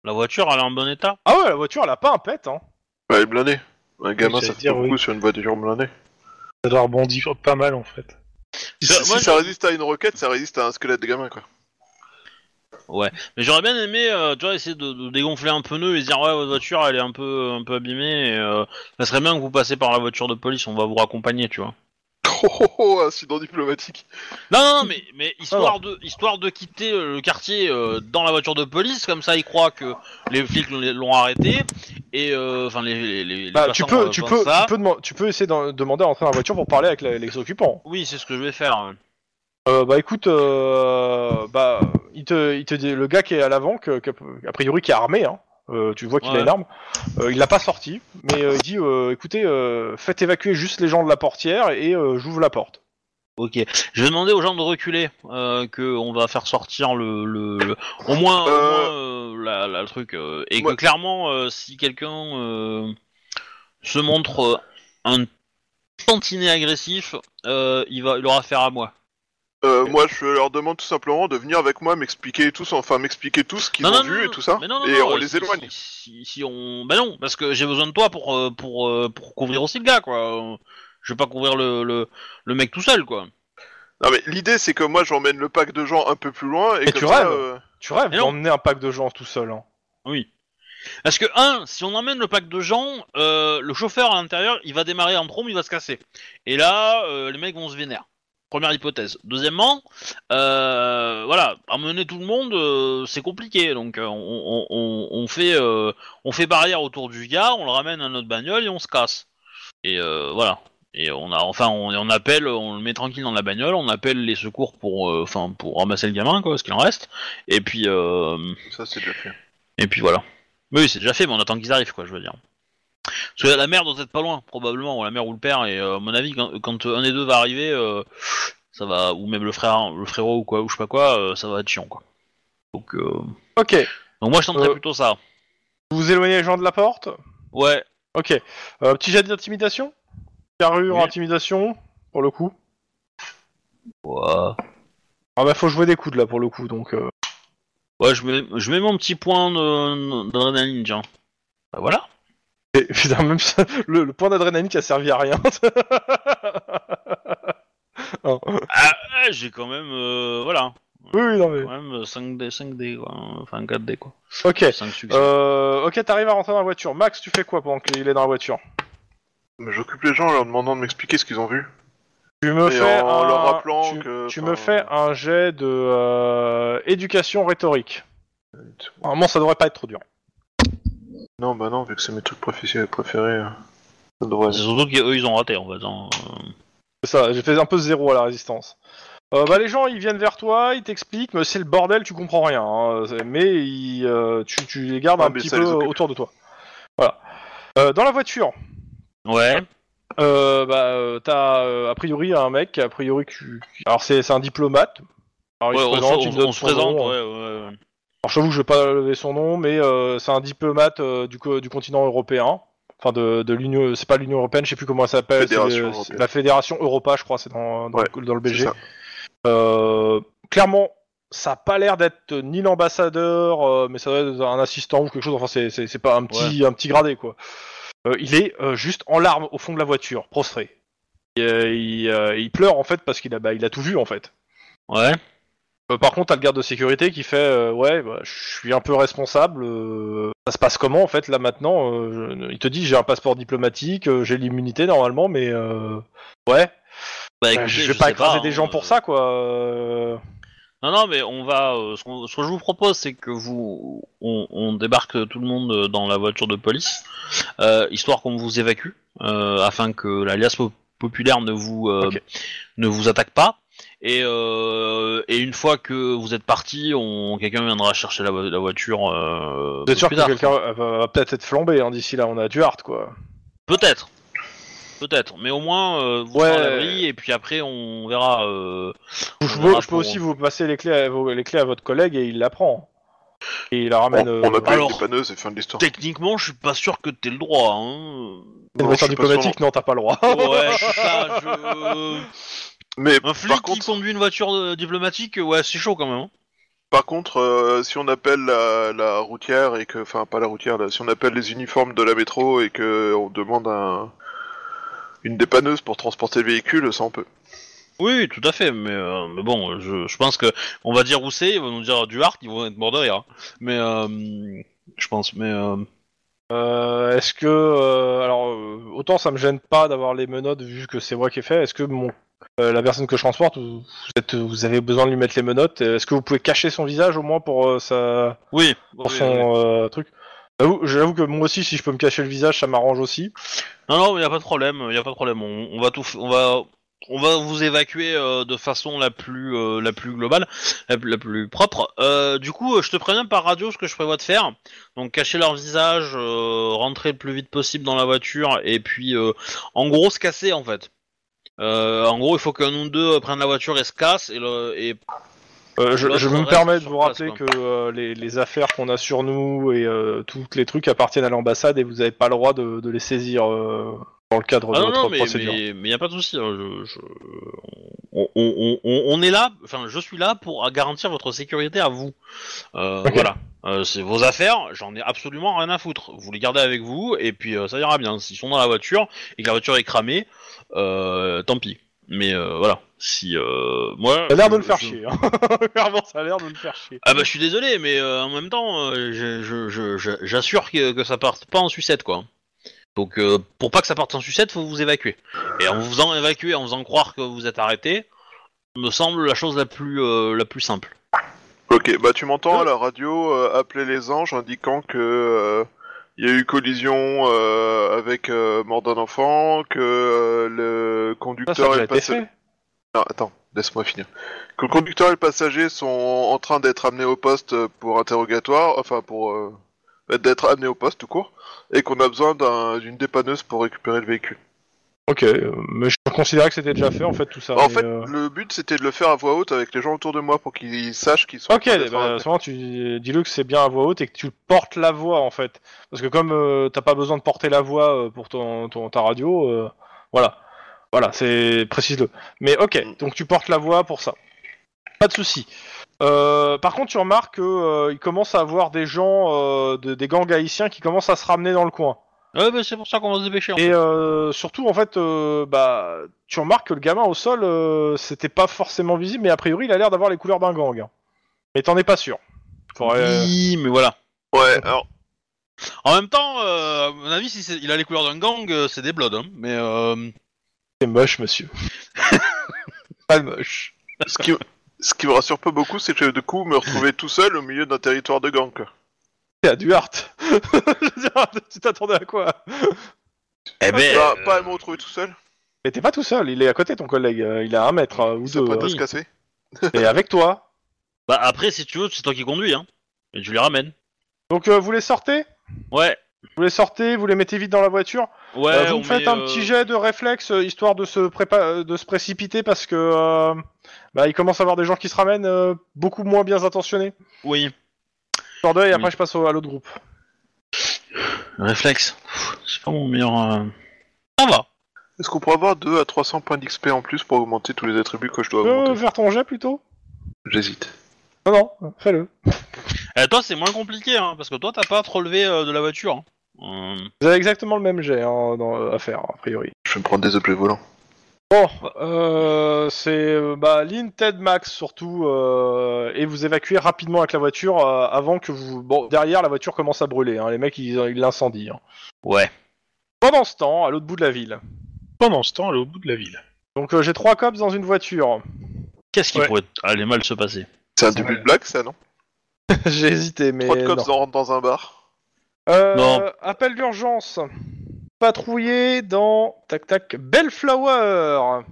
Speaker 1: La voiture, elle est en bon état.
Speaker 2: Ah ouais, la voiture, elle a pas un pet, hein.
Speaker 5: Ouais, il est blindé. Un gamin,
Speaker 3: j'allais
Speaker 5: ça fait
Speaker 3: dire,
Speaker 5: pas beaucoup sur une voiture blindée.
Speaker 3: Ça doit rebondir pas mal en fait.
Speaker 5: Si,
Speaker 1: Euh,
Speaker 5: si
Speaker 1: moi,
Speaker 5: ça
Speaker 1: je-
Speaker 5: résiste à une roquette, ça résiste à un squelette de gamin, quoi.
Speaker 1: Mais j'aurais bien aimé, euh, tu vois, essayer de, de dégonfler un pneu et dire ouais, votre voiture, elle est un peu, un peu abîmée. Et, euh, ça serait bien que vous passiez par la voiture de police. On va vous raccompagner, tu vois.
Speaker 5: Oh, oh, oh, incident diplomatique.
Speaker 1: Non, non, non, mais, mais
Speaker 2: Ah,
Speaker 1: histoire, de, histoire de quitter euh, le quartier euh, dans la voiture de police, comme ça ils croient que les flics l'ont- l'ont arrêté, et euh, enfin les, les, les- les
Speaker 2: Bah, tu
Speaker 1: passants,
Speaker 2: peux,
Speaker 1: euh,
Speaker 2: tu
Speaker 1: pensent
Speaker 2: peux,
Speaker 1: ça.
Speaker 2: tu peux, deman- tu peux essayer d'en- demander à entrer dans la voiture pour parler avec la- les occupants.
Speaker 1: Oui, c'est ce que je vais faire.
Speaker 2: Euh, bah écoute, euh, bah il te, il te dit, le gars qui est à l'avant, que- que- a priori qui est armé, hein, euh, tu vois qu'il a
Speaker 1: Ouais.
Speaker 2: une arme, euh, il l'a pas sorti, mais euh, il dit euh, écoutez, euh, faites évacuer juste les gens de la portière et euh, j'ouvre la porte.
Speaker 1: Ok. Je vais demander aux gens de reculer, euh, que on va faire sortir le, le, le- au moins, au
Speaker 5: Euh.
Speaker 1: moins, euh, la, la- le truc, euh, et
Speaker 5: Ouais.
Speaker 1: que clairement, euh, si quelqu'un euh, se montre euh, un tantinet agressif, euh, il va, il aura affaire à moi.
Speaker 5: Euh, moi, je leur demande tout simplement de venir avec moi m'expliquer tout, ça- enfin m'expliquer tout ce qu'ils ont vu et tout ça,
Speaker 1: Mais non, non,
Speaker 5: et
Speaker 1: non,
Speaker 5: on
Speaker 1: euh,
Speaker 5: les
Speaker 1: si-
Speaker 5: éloigne.
Speaker 1: Si, si- si on, bah non, parce que j'ai besoin de toi pour euh, pour euh, pour couvrir aussi le gars, quoi. Euh, Je vais pas couvrir le le, le mec tout seul, quoi.
Speaker 5: Non mais l'idée c'est que moi j'emmène le pack de gens un peu plus loin et,
Speaker 2: Mais
Speaker 5: comme
Speaker 2: tu
Speaker 5: ça,
Speaker 2: rêves.
Speaker 5: euh,
Speaker 2: Tu rêves
Speaker 1: Mais non.
Speaker 2: d'emmener un pack de gens tout seul. hein.
Speaker 1: Oui. Parce que, un, si on emmène le pack de gens, euh, le chauffeur à l'intérieur, il va démarrer en trombe, il va se casser. Et là, euh, les mecs vont se vénérer. Première hypothèse. Deuxièmement, euh, voilà, emmener tout le monde, euh, c'est compliqué. Donc, euh, on, on- on- on fait, euh, on fait barrière autour du gars, on le ramène à notre bagnole et on se casse. Et euh, voilà. Et on a, enfin, on, on appelle, on le met tranquille dans la bagnole, on appelle les secours pour, euh, enfin, pour ramasser le gamin, quoi, ce qu'il en reste. Et puis, euh,
Speaker 5: ça c'est déjà fait.
Speaker 1: et puis voilà. Mais oui, c'est déjà fait, mais on attend qu'ils arrivent, quoi, je veux dire. Parce que la mère doit être pas loin, probablement, ou la mère ou le père, et euh, à mon avis, quand, quand un des deux va arriver, euh, ça va, ou même le frère, le frérot ou quoi, ou je sais pas quoi, euh, ça va être chiant, quoi. Donc, euh,
Speaker 2: Ok,
Speaker 1: donc moi je tenterais
Speaker 2: Euh.
Speaker 1: plutôt ça.
Speaker 2: vous éloignez les gens de la porte
Speaker 1: Ouais,
Speaker 2: Ok, Euh, petit jet d'intimidation Carrure,
Speaker 1: Oui.
Speaker 2: intimidation, pour le coup.
Speaker 1: ouais,
Speaker 2: Ah bah faut jouer des coudes là pour le coup, donc... euh,
Speaker 1: ouais, je mets, je mets mon petit point de- d'adrénaline, tiens. Bah voilà.
Speaker 2: Et, putain, même ça, le, le point d'adrénaline qui a servi à rien. Non.
Speaker 1: Ouais, j'ai quand même, euh, voilà,
Speaker 2: Oui, oui, non mais...
Speaker 1: quand même euh, 5D, 5D, quoi. enfin 4D, quoi.
Speaker 2: Ok,
Speaker 1: 5 succès.
Speaker 2: euh, ok, t'arrives à rentrer dans la voiture. Max, tu fais quoi pendant qu'il est dans la voiture
Speaker 5: Mais j'occupe les gens en leur demandant de m'expliquer ce qu'ils ont vu.
Speaker 2: Tu me
Speaker 5: Et
Speaker 2: fais
Speaker 5: en
Speaker 2: un...
Speaker 5: leur rappelant
Speaker 2: tu,
Speaker 5: que,
Speaker 2: tu
Speaker 5: enfin,
Speaker 2: me fais un jet de euh, éducation rhétorique. Normalement, ça devrait pas être trop dur.
Speaker 5: Non bah non vu que c'est mes trucs préfé- préférés, euh, ça devrait.
Speaker 1: C'est surtout qu'eux ils ont raté, en fait. hein. Euh,
Speaker 2: C'est ça, j'ai fait un peu zéro à la résistance. Euh, bah, les gens, ils viennent vers toi, ils t'expliquent, mais c'est le bordel, tu comprends rien. hein. C'est- Mais ils, euh, tu, tu les gardes
Speaker 5: Ah,
Speaker 2: un
Speaker 5: mais
Speaker 2: petit
Speaker 5: ça
Speaker 2: peu
Speaker 5: les occupe.
Speaker 2: autour de toi. Voilà. Euh, dans la voiture,
Speaker 1: Ouais.
Speaker 2: euh, bah, euh, t'as euh, a priori un mec, a priori, qui- qui- alors c'est c'est un diplomate. Alors, il
Speaker 1: Ouais,
Speaker 2: se
Speaker 1: on,
Speaker 2: présente,
Speaker 1: se-
Speaker 2: il
Speaker 1: on-
Speaker 2: me donne
Speaker 1: on se
Speaker 2: son
Speaker 1: présente,
Speaker 2: nom.
Speaker 1: ouais, ouais, ouais.
Speaker 2: Alors, j'avoue que je vais pas lever son nom, mais euh, c'est un diplomate euh, du, co- du continent européen. Enfin, de, de l'Union, c'est pas l'Union européenne, je sais plus comment elle s'appelle. c'est
Speaker 5: Fédération
Speaker 2: le-
Speaker 5: européenne.
Speaker 2: c'est La Fédération Europa, je crois, c'est dans, dans,
Speaker 5: Ouais,
Speaker 2: le, dans le
Speaker 5: C'est
Speaker 2: BG.
Speaker 5: ça.
Speaker 2: Euh, clairement, ça a pas l'air d'être ni l'ambassadeur, euh, mais ça doit être un assistant ou quelque chose. Enfin, c'est- c'est c'est pas un petit, un petit gradé, quoi. Euh, il est euh, juste en larmes au fond de la voiture, prostré. Et, euh, il, euh, il pleure, en fait, parce qu'il a, bah, il a tout vu, en fait.
Speaker 1: Ouais.
Speaker 2: Euh, par contre, t'as le garde de sécurité qui fait euh, Ouais, bah, je suis un peu responsable. euh, ça se passe comment, en fait, là, maintenant Euh, je- Il te dit J'ai un passeport diplomatique, euh, j'ai l'immunité, normalement, mais... euh, ouais,
Speaker 1: Bah,
Speaker 2: bah,
Speaker 1: écoutez,
Speaker 2: je vais
Speaker 1: sais
Speaker 2: pas écraser
Speaker 1: hein,
Speaker 2: des gens pour
Speaker 1: euh,
Speaker 2: ça, quoi. euh.
Speaker 1: Non, non, mais on va. euh, ce, qu'on- ce que je vous propose, c'est que vous, on, on débarque tout le monde euh, dans la voiture de police, euh, histoire qu'on vous évacue, euh, afin que l'alias po- populaire ne vous euh,
Speaker 2: Ok.
Speaker 1: ne vous attaque pas. Et, euh, et une fois que vous êtes parti, on quelqu'un viendra chercher la, vo- la voiture. euh,
Speaker 2: Vous êtes sûr
Speaker 1: plus
Speaker 2: que
Speaker 1: tard.
Speaker 2: quelqu'un va, va peut-être être flambé hein, d'ici là, on a du hard quoi.
Speaker 1: Peut-être. Peut-être, mais au moins euh, vous
Speaker 2: Ouais.
Speaker 1: serez à l'abri et puis après on verra. euh,
Speaker 2: Je,
Speaker 1: on
Speaker 2: peux-
Speaker 1: verra
Speaker 2: je peux
Speaker 1: pour-
Speaker 2: aussi vous passer les clés, à, vos- les clés à votre collègue et il la prend. Et il la ramène.
Speaker 5: On, on
Speaker 2: euh,
Speaker 5: appelle
Speaker 1: alors-
Speaker 5: les panneuses et fin de l'histoire.
Speaker 1: Techniquement, je suis pas sûr que t'aies le droit. Hein.
Speaker 2: une
Speaker 5: Non, je
Speaker 2: voiture
Speaker 5: suis pas sûr,
Speaker 2: diplomatique, non, t'as pas le droit.
Speaker 1: Ouais, c'est ça, je-
Speaker 5: non. Mais
Speaker 1: Un flic
Speaker 5: par contre,
Speaker 1: qui conduit une voiture euh, diplomatique, ouais, c'est chaud quand même. hein.
Speaker 5: Par contre, euh, si on appelle la, la routière et que, enfin pas la routière, là, si on appelle les uniformes de la métro et que on demande un, une dépanneuse pour transporter le véhicule, ça on peut.
Speaker 1: Oui, oui, tout à fait, mais, euh, mais bon, je, je pense que on va dire où c'est, ils vont nous dire du hard, ils vont être morts de rire. hein. Mais euh, je pense, mais euh,
Speaker 2: Euh, Est-ce que. euh, alors, euh, autant ça me gêne pas d'avoir les menottes vu que c'est moi qui ai fait. Est-ce que mon, euh, la personne que je transporte, vous, vous êtes, vous avez besoin de lui mettre les menottes Est-ce que vous pouvez cacher son visage au moins pour, euh, sa,
Speaker 1: oui,
Speaker 2: pour
Speaker 1: oui,
Speaker 2: son
Speaker 1: oui.
Speaker 2: euh, truc J'avoue- J'avoue que moi aussi, si je peux me cacher le visage, ça m'arrange aussi.
Speaker 1: non, non, mais y a pas de problème, y a pas de problème. On, on va tout, f- on va, on va vous évacuer euh, de façon la plus euh, la plus globale, la, plus- la plus propre. Euh, du coup, euh, je te préviens par radio ce que je prévois de faire. Donc cacher leur visage, euh, rentrer le plus vite possible dans la voiture et puis euh, en gros se casser en fait. Euh, en gros, il faut qu'un ou deux euh, prenne la voiture et se casse et, le, et
Speaker 2: Euh, je,
Speaker 1: L'autre
Speaker 2: je me
Speaker 1: reste
Speaker 2: permets de
Speaker 1: sur
Speaker 2: vous
Speaker 1: place,
Speaker 2: rappeler
Speaker 1: quoi.
Speaker 2: que euh, les, les affaires qu'on a sur nous et euh, tous les trucs appartiennent à l'ambassade et vous n'avez pas le droit de, de les saisir euh, dans le cadre
Speaker 1: Ah
Speaker 2: de
Speaker 1: non,
Speaker 2: votre
Speaker 1: non, mais
Speaker 2: procédure.
Speaker 1: mais, mais y a pas de souci. hein, je- je- On, on- on- on est là, enfin, je suis là pour garantir votre sécurité à vous. Euh,
Speaker 2: Ok.
Speaker 1: Voilà, Euh, c'est vos affaires. J'en ai absolument rien à foutre. Vous les gardez avec vous et puis euh, ça ira bien. S'ils sont dans la voiture et que la voiture est cramée, euh, tant pis. Mais euh, voilà, si euh, moi,
Speaker 2: Ça a l'air de
Speaker 1: je-
Speaker 2: le faire
Speaker 1: je-
Speaker 2: chier. hein. Clairement, ça a l'air de le faire chier.
Speaker 1: Ah bah je suis désolé, mais euh, en même temps, euh, je- je- je- je- j'assure que, que ça parte pas en sucette, quoi. Donc euh, pour pas que ça parte en sucette, faut vous évacuer. Et en vous faisant évacuer, en faisant croire que vous êtes arrêté, me semble la chose la plus euh, la plus simple.
Speaker 5: Ok, bah tu m'entends à la radio euh, appeler les anges indiquant que euh, il y a eu collision euh, avec euh, mort d'un enfant, que euh, le
Speaker 2: Ça, ça a
Speaker 5: conducteur et
Speaker 2: déjà
Speaker 5: le
Speaker 2: été
Speaker 5: passager.
Speaker 2: fait.
Speaker 5: Non, Ah, attends, laisse-moi finir. Que le conducteur et le passager sont en train d'être amenés au poste pour interrogatoire, enfin pour euh, d'être amenés au poste tout court, et qu'on a besoin d'un- d'une dépanneuse pour récupérer le véhicule.
Speaker 2: Ok, euh, mais je considérais que c'était déjà fait en fait tout ça.
Speaker 1: Bah,
Speaker 5: en
Speaker 2: mais,
Speaker 5: fait,
Speaker 2: euh,
Speaker 5: le but c'était de le faire à voix haute avec les gens autour de moi pour qu'ils sachent qu'ils sont. en
Speaker 2: Ok,
Speaker 5: train d'être
Speaker 2: bah, à
Speaker 5: arrêtés.
Speaker 2: ce moment, tu dis-le que c'est bien à voix haute et que tu portes la voix en fait. Parce que comme euh, t'as pas besoin de porter la voix euh, pour ton, ton- ta radio, euh, voilà. Voilà, c'est précise-le. Mais ok,
Speaker 5: Mm.
Speaker 2: donc tu portes la voix pour ça. Pas de souci. Euh, par contre, tu remarques qu'il commence à avoir des gens, euh, de- des gangs haïtiens qui commencent à se ramener dans le coin.
Speaker 1: Ouais, bah c'est pour ça qu'on va se dépêcher. en
Speaker 2: Et euh, surtout, en fait, euh, bah, tu remarques que le gamin au sol, euh, c'était pas forcément visible, mais a priori, il a l'air d'avoir les couleurs d'un gang. hein. Mais t'en es pas sûr. Faudrait, euh,
Speaker 1: Oui, mais voilà.
Speaker 5: Ouais, alors
Speaker 1: En même temps, euh, à mon avis, si c'est- il a les couleurs d'un gang, euh, c'est des bloods. hein. Mais euh,
Speaker 2: C'est moche, monsieur. pas moche.
Speaker 5: ce qui, ce qui me rassure pas beaucoup, c'est que de coup, me retrouver tout seul au milieu d'un territoire de gang. quoi.
Speaker 2: C'est à Duarte. Je veux dire, tu t'attendais à quoi
Speaker 1: eh ben,
Speaker 5: Bah,
Speaker 1: euh,
Speaker 5: Pas à me retrouver tout seul,
Speaker 2: Mais t'es pas tout seul, il est à côté, ton collègue. euh, Il a un mètre euh, ou
Speaker 5: ça
Speaker 2: deux.
Speaker 5: pourrait
Speaker 2: euh,
Speaker 5: se casser.
Speaker 2: Et avec toi.
Speaker 1: bah, après, si tu veux, c'est toi qui conduis, hein. Et tu les ramènes.
Speaker 2: Donc, euh, vous les sortez
Speaker 1: Ouais,
Speaker 2: Vous les sortez, vous les mettez vite dans la voiture
Speaker 1: ouais.
Speaker 2: Euh, vous
Speaker 1: on
Speaker 2: me faites
Speaker 1: met,
Speaker 2: un
Speaker 1: euh,
Speaker 2: petit jet de réflexe euh, histoire de se prépa- euh, de se précipiter parce que euh, bah, il commence à avoir des gens qui se ramènent euh, beaucoup moins bien intentionnés.
Speaker 1: Oui.
Speaker 2: J'en donne et après
Speaker 1: Oui.
Speaker 2: je passe au- à l'autre groupe.
Speaker 1: Réflexe. Pff, C'est pas mon meilleur. euh, Ça va.
Speaker 5: Est-ce qu'on pourrait avoir 2 à 300 points d'XP en plus pour augmenter tous les attributs que je dois
Speaker 2: Tu peux
Speaker 5: augmenter
Speaker 2: Euh, faire ton jet plutôt
Speaker 5: J'hésite.
Speaker 2: Non non, fais-le.
Speaker 1: Eh, toi, c'est moins compliqué, hein, parce que toi, t'as pas à te relever euh, de la voiture. hein. Euh,
Speaker 2: Vous avez exactement le même jet hein, dans- euh, à faire a priori.
Speaker 5: Je vais me prendre des objets volants.
Speaker 2: Bon, euh, c'est euh, bah, Lynn, Ted, Max surtout euh, et vous évacuez rapidement avec la voiture euh, avant que vous bon derrière la voiture commence à brûler. hein, les mecs ils ils l'incendient. hein.
Speaker 1: Ouais.
Speaker 2: Pendant ce temps, à l'autre bout de la ville.
Speaker 3: Pendant ce temps, elle est au bout de la ville.
Speaker 2: Donc euh, j'ai trois cops dans une voiture.
Speaker 1: Qu'est-ce qui
Speaker 3: Ouais.
Speaker 1: pourrait aller mal se passer
Speaker 5: C'est un début de blague, ça, non
Speaker 2: j'ai hésité mais
Speaker 5: Trois de
Speaker 2: non.
Speaker 5: cops hein. rentrent dans un bar.
Speaker 2: Euh,
Speaker 1: Non.
Speaker 2: Appel d'urgence. Patrouiller dans tac tac Bellflower.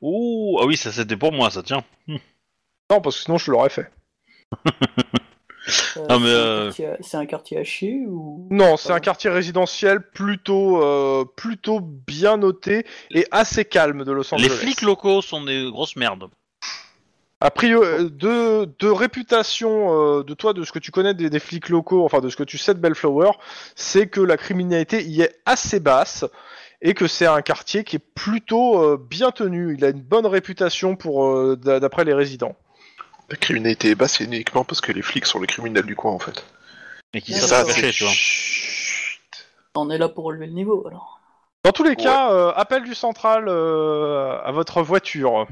Speaker 1: Ouh, ah oui, ça c'était pour moi, ça tient.
Speaker 2: Non parce que sinon je l'aurais fait.
Speaker 7: Euh,
Speaker 1: Ah,
Speaker 7: c'est un
Speaker 1: mais, euh,
Speaker 7: quartier à- C'est un quartier à chier ou
Speaker 2: Non, c'est
Speaker 7: Ah.
Speaker 2: un quartier résidentiel plutôt euh, plutôt bien noté et assez calme de Los
Speaker 1: Les
Speaker 2: Angeles.
Speaker 1: flics locaux sont des grosses merdes.
Speaker 2: A priori, euh, de, de réputation euh, de toi, de ce que tu connais des, des flics locaux, enfin de ce que tu sais de Bellflower, c'est que la criminalité y est assez basse et que c'est un quartier qui est plutôt euh, bien tenu. Il a une bonne réputation pour euh, d'a- d'après les résidents.
Speaker 5: La criminalité est basse, c'est uniquement parce que les flics sont les criminels du coin, en fait.
Speaker 1: Mais qui
Speaker 7: Et
Speaker 1: savent
Speaker 7: ça,
Speaker 1: se cacher, tu vois.
Speaker 5: Chut.
Speaker 7: On est là pour relever le niveau alors.
Speaker 2: Dans tous les cas, euh, appel du central euh, à votre voiture.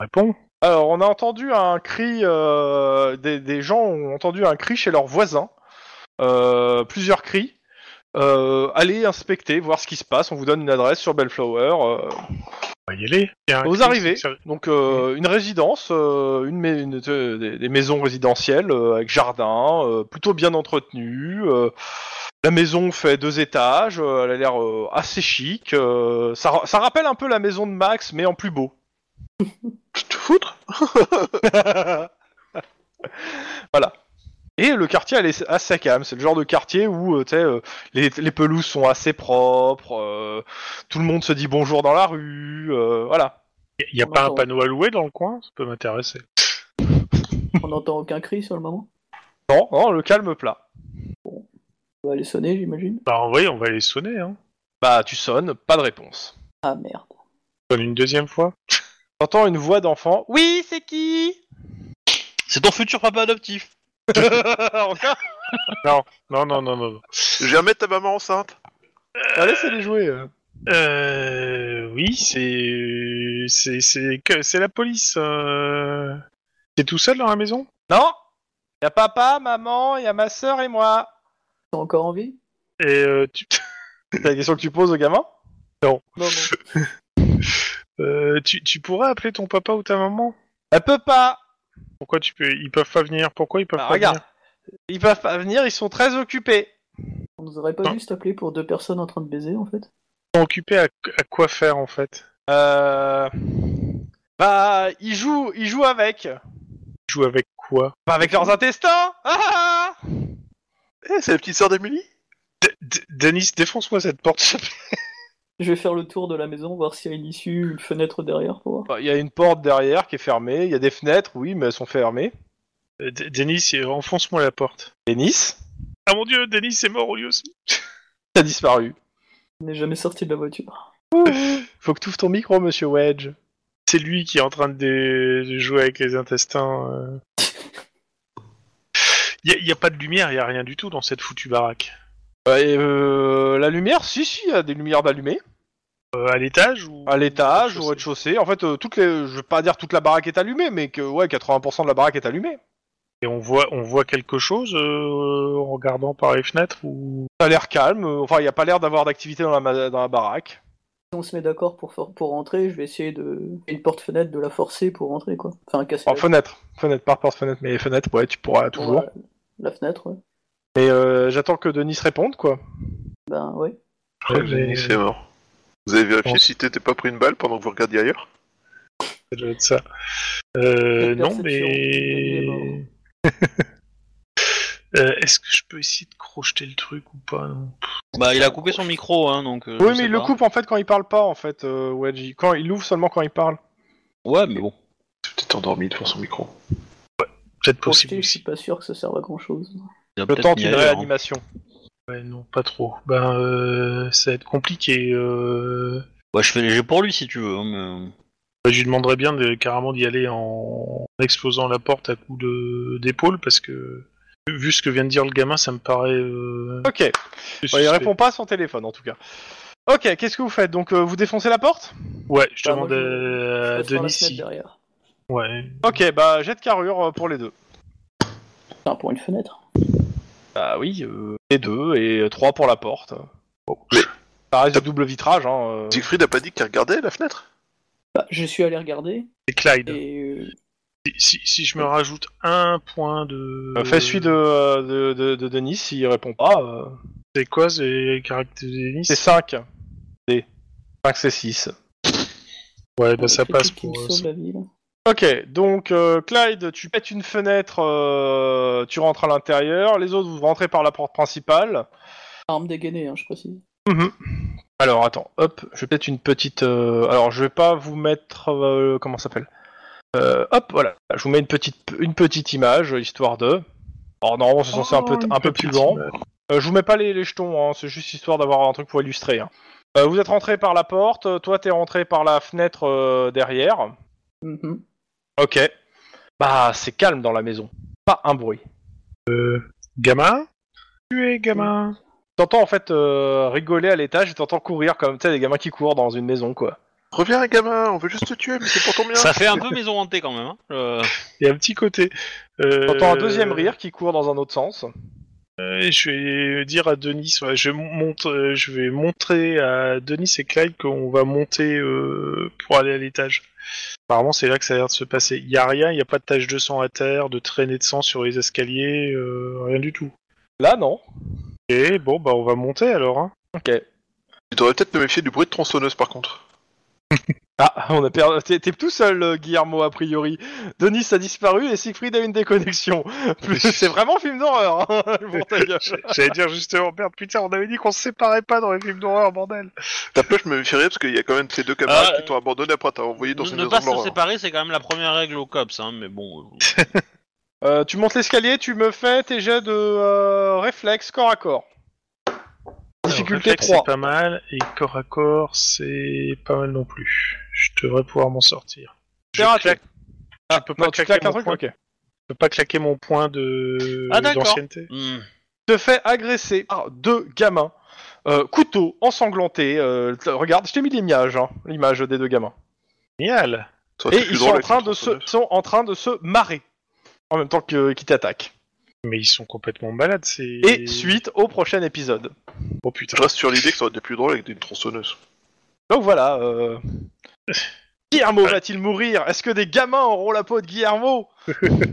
Speaker 3: Réponds.
Speaker 2: Alors, on a entendu un cri, euh, des, des gens ont entendu un cri chez leurs voisins, euh, plusieurs cris. Euh, allez inspecter, voir ce qui se passe. On vous donne une adresse sur Bellflower. euh.
Speaker 3: On va y aller. Il y a un
Speaker 2: Vous
Speaker 3: cri,
Speaker 2: arrivez.
Speaker 3: c'est-
Speaker 2: donc, euh, une résidence, euh, une, mai- une- euh, des, des maisons résidentielles euh, avec jardin, euh, plutôt bien entretenu. euh, La maison fait deux étages, euh, elle a l'air euh, assez chic. euh, ça, ra- ça rappelle un peu la maison de Max, mais en plus beau.
Speaker 5: Tu te foutre
Speaker 2: Voilà. Et le quartier elle est assez calme. C'est le genre de quartier où euh, tu sais, euh, les, les pelouses sont assez propres, euh, tout le monde se dit bonjour dans la rue, euh, voilà.
Speaker 3: Il n'y a
Speaker 7: On
Speaker 3: pas un
Speaker 7: entend.
Speaker 3: panneau à louer dans le coin Ça peut m'intéresser.
Speaker 7: On n'entend aucun cri sur le moment.
Speaker 2: Non, non, le calme plat.
Speaker 7: On va aller sonner, j'imagine.
Speaker 3: Bah oui, on va les sonner. Hein.
Speaker 2: Bah tu sonnes, pas de réponse.
Speaker 7: Ah merde.
Speaker 3: Sonne une deuxième fois.
Speaker 2: T'entends une voix d'enfant. Oui, c'est qui
Speaker 1: C'est ton futur papa adoptif.
Speaker 2: Encore
Speaker 3: Non, non, non, non. non.
Speaker 5: J'ai à mettre ta maman enceinte.
Speaker 3: Ah
Speaker 2: Allez, c'est les jouer.
Speaker 3: hein.
Speaker 2: euh.
Speaker 3: Euh, oui, c'est c'est c'est que- c'est la police. Euh... T'es tout seul dans la maison
Speaker 2: Non Y'a papa, maman, y'a ma sœur et moi.
Speaker 7: T'as encore envie
Speaker 3: Et euh, tu
Speaker 2: C'est la question que tu poses au gamin
Speaker 7: Non, non.
Speaker 3: euh, tu tu pourrais appeler ton papa ou ta maman
Speaker 2: Elle peut pas.
Speaker 3: Pourquoi tu peux Ils peuvent pas venir. Pourquoi ils peuvent
Speaker 2: Bah,
Speaker 3: pas
Speaker 2: regarde,
Speaker 3: venir
Speaker 2: ils peuvent pas venir, ils sont très occupés.
Speaker 7: On nous aurait pas
Speaker 3: Non.
Speaker 7: vu s'appeler pour deux personnes en train de baiser, en fait.
Speaker 3: Ils sont occupés à, à quoi faire en fait
Speaker 2: Euh... Bah, ils jouent, ils jouent avec.
Speaker 3: Ils jouent avec quoi
Speaker 2: Bah, avec leurs intestins ah ah
Speaker 5: Eh, c'est la petite sœur d'Amélie
Speaker 3: D- D- Denis, défonce-moi cette porte. s'il te plaît.
Speaker 7: Je vais faire le tour de la maison, voir s'il y a une issue, une fenêtre derrière pour voir.
Speaker 2: Bah, Il y a une porte derrière qui est fermée, il y a des fenêtres, oui, mais elles sont fermées.
Speaker 3: Euh, D- Denis, euh, enfonce-moi la porte.
Speaker 2: Et Nice,
Speaker 3: Ah mon dieu, Denis est mort au lieu aussi.
Speaker 2: t'as disparu.
Speaker 7: On n'est jamais sorti de la voiture.
Speaker 2: Faut que tu ouvres ton micro, monsieur Wedge.
Speaker 3: C'est lui qui est en train de, de jouer avec les intestins. Il n'y a, pas de lumière, il n'y a rien du tout dans cette foutue baraque.
Speaker 2: Euh, et, euh, la lumière, si, si, il y a des lumières d'allumées.
Speaker 3: Euh, à l'étage ou
Speaker 2: À l'étage, au
Speaker 3: Au rez-de-chaussée.
Speaker 2: rez-de-chaussée. En fait, euh, toutes les, je vais pas dire toute la baraque est allumée, mais que, ouais, 80% de la baraque est allumée.
Speaker 3: Et on voit, on voit quelque chose euh, en regardant par les fenêtres ou
Speaker 2: Ça a l'air calme, euh, enfin, il n'y a pas l'air d'avoir d'activité dans la, ma- dans la baraque.
Speaker 7: Si on se met d'accord pour, for- pour rentrer, je vais essayer de. Une porte-fenêtre, de la forcer pour rentrer, quoi. Enfin, casser
Speaker 2: Enfin,
Speaker 7: la-
Speaker 2: fenêtre. Fenêtre, par porte, fenêtre, mais fenêtre, ouais, tu pourras toujours.
Speaker 7: Ouais, La fenêtre, ouais.
Speaker 2: Mais euh, j'attends que Denis réponde, quoi.
Speaker 7: Ben, ouais.
Speaker 5: Ouais, Denis c'est mort. Vous avez vérifié si t'étais pas pris une balle pendant que vous regardiez ailleurs
Speaker 3: ça doit être ça. Euh,
Speaker 7: Quelle
Speaker 3: non,
Speaker 7: perception
Speaker 3: mais
Speaker 7: Denis est mort.
Speaker 3: Euh, est-ce que je peux essayer de crocheter le truc ou pas non
Speaker 1: Bah, il a coupé son micro, hein, donc. euh, je
Speaker 2: Oui,
Speaker 1: sais
Speaker 2: mais il le
Speaker 1: pas.
Speaker 2: coupe en fait quand il parle pas, en fait, euh, Wedgie. Quand il l'ouvre seulement quand il parle.
Speaker 1: Ouais, mais bon.
Speaker 5: T'es peut-être endormi devant son micro.
Speaker 3: Peut-être possible
Speaker 7: Projeté, je suis
Speaker 3: aussi.
Speaker 7: pas sûr que ça serve à grand chose.
Speaker 1: Il a
Speaker 2: Le
Speaker 1: peut-être
Speaker 2: temps
Speaker 1: mis
Speaker 2: d'une
Speaker 1: ailleurs, hein.
Speaker 2: réanimation.
Speaker 3: Ouais, non, pas trop. Ben, euh, ça va être compliqué. Euh...
Speaker 1: Bah, je fais les jets pour lui si tu veux. hein, mais...
Speaker 3: Bah, je lui demanderais bien de, carrément d'y aller en explosant la porte à coups de- d'épaule parce que vu vu ce que vient de dire le gamin, ça me paraît. euh,
Speaker 2: Ok, Bah, il
Speaker 3: suspect.
Speaker 2: répond pas à son téléphone en tout cas. Ok, qu'est-ce que vous faites Donc euh, vous défoncez la porte
Speaker 3: Ouais, je
Speaker 7: Bah, moi,
Speaker 3: demande euh,
Speaker 7: je-
Speaker 3: à, à
Speaker 7: Passe par la
Speaker 3: Denis
Speaker 7: fenêtre
Speaker 3: si.
Speaker 7: derrière.
Speaker 3: Ouais.
Speaker 2: Ok, bah jet de carrure euh, pour les deux.
Speaker 7: Enfin, pour une fenêtre.
Speaker 2: Bah oui, euh, les deux et trois pour la porte. Bon. Ça reste du double vitrage, hein. euh.
Speaker 5: Siegfried a pas dit qu'il regardait la fenêtre
Speaker 7: Bah, je suis allé regarder
Speaker 3: Et Clyde.
Speaker 7: et.
Speaker 3: Ben,
Speaker 7: euh,
Speaker 3: Si, si- si je me rajoute un point de.
Speaker 2: Euh, fais celui de, euh, de, de, de Denis, s'il répond pas. euh.
Speaker 3: C'est quoi ces caractères de Denis
Speaker 2: C'est 5. D. 5, c'est 6.
Speaker 3: Ouais, bah ça
Speaker 7: le truc
Speaker 3: passe
Speaker 7: qui
Speaker 3: pour.
Speaker 7: me
Speaker 3: euh,
Speaker 7: sauve la vie, là.
Speaker 2: Ok, donc euh, Clyde, tu pètes une fenêtre, euh, tu rentres à l'intérieur, les autres vous rentrez par la porte principale.
Speaker 7: Arme dégainée, hein, je précise.
Speaker 3: Mhm.
Speaker 2: Alors attends, hop, je vais peut-être une petite. euh, alors je vais pas vous mettre euh, comment ça s'appelle. Euh, hop, voilà, je vous mets une petite une petite image histoire de. Alors normalement c'est censé un peu
Speaker 3: Oh, une
Speaker 2: un peu plus
Speaker 3: petite
Speaker 2: grand.
Speaker 3: image.
Speaker 2: Euh, je vous mets pas les, les jetons, hein, c'est juste histoire d'avoir un truc pour illustrer. hein. Euh, vous êtes rentré par la porte, euh, toi t'es rentré par la fenêtre euh, derrière.
Speaker 7: Mhm.
Speaker 2: Ok. Bah c'est calme dans la maison, pas un bruit.
Speaker 3: Gamin Tu es gamin
Speaker 2: T'entends en fait euh, rigoler à l'étage et t'entends courir comme tu sais des gamins qui courent dans une maison quoi.
Speaker 5: Reviens, gamin, on veut juste te tuer, mais c'est pour ton bien.
Speaker 1: Ça fait un peu maison hantée quand même. Hein. Euh,
Speaker 3: Il y a un petit côté. Euh,
Speaker 2: T'entends un deuxième rire qui court dans un autre sens.
Speaker 3: Euh, je vais dire à Denis, ouais, je, monte, euh, je vais montrer à Denis et Clyde qu'on va monter euh, pour aller à l'étage. Apparemment, c'est là que ça a l'air de se passer. Il n'y a rien, il n'y a pas de tache de sang à terre, de traînée de sang sur les escaliers, euh, rien du tout.
Speaker 2: Là non.
Speaker 3: Et bon, bah on va monter alors. Hein.
Speaker 5: Tu devrais peut-être te méfier du bruit de tronçonneuse par contre.
Speaker 2: Ah, on a perdu. T'es, t'es tout seul, euh, Guillermo, a priori. Denis a disparu et Siegfried a une déconnexion. Plus- C'est vraiment film d'horreur, hein, pour ta gueule.
Speaker 3: J'allais dire justement, merde, putain, on avait dit qu'on se séparait pas dans les films d'horreur, bordel.
Speaker 5: T'as je me méfierais parce qu'il y a quand même ces deux camarades
Speaker 1: Ah,
Speaker 5: qui t'ont abandonné après t'avoir envoyé dans une
Speaker 1: Ne
Speaker 5: maison
Speaker 1: pas
Speaker 5: de
Speaker 1: se
Speaker 5: l'horreur.
Speaker 1: séparer, c'est quand même la première règle au COPS, hein, mais bon. euh,
Speaker 2: Euh, tu montes l'escalier, tu me fais tes jets de euh, réflexe corps à corps. Difficulté
Speaker 3: réflexe,
Speaker 2: 3.
Speaker 3: C'est pas mal, et corps à corps, c'est pas mal non plus. Je devrais pouvoir m'en sortir.
Speaker 2: C'est raté.
Speaker 3: claque-
Speaker 2: Ah,
Speaker 3: peux pas
Speaker 2: non, tu
Speaker 3: claquer
Speaker 2: claques un
Speaker 3: mon
Speaker 2: truc,
Speaker 3: poing.
Speaker 2: ok.
Speaker 3: Je peux pas claquer mon point de
Speaker 1: Ah, d'accord.
Speaker 3: d'ancienneté.
Speaker 1: hmm.
Speaker 2: te fait agresser par deux gamins. Euh, couteau, ensanglanté. euh, t- regarde, je t'ai mis l'image, hein, l'image des deux gamins.
Speaker 3: Génial.
Speaker 5: Ça aurait
Speaker 2: Et
Speaker 5: été plus
Speaker 2: Eh, ils sont,
Speaker 5: drôle
Speaker 2: en
Speaker 5: avec
Speaker 2: train
Speaker 5: une
Speaker 2: de se,
Speaker 5: tronçonneuse.
Speaker 2: sont en train de se marrer. En même temps que- qu'ils t'attaquent.
Speaker 3: Mais ils sont complètement malades, c'est.
Speaker 2: Et suite au prochain épisode.
Speaker 3: Oh putain.
Speaker 5: Je reste sur l'idée que ça aurait été plus drôle avec des tronçonneuses.
Speaker 2: Donc voilà. Euh... Guillermo
Speaker 3: Ouais.
Speaker 2: va-t-il mourir Est-ce que des gamins auront la peau de Guillermo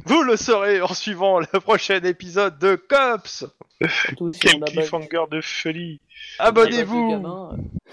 Speaker 2: Vous le saurez en suivant le prochain épisode de Cops
Speaker 7: Surtout si
Speaker 3: Quel
Speaker 7: on abat-
Speaker 3: cliffhanger de folie.
Speaker 7: on abat des
Speaker 2: Abonnez-vous
Speaker 7: gamins, euh.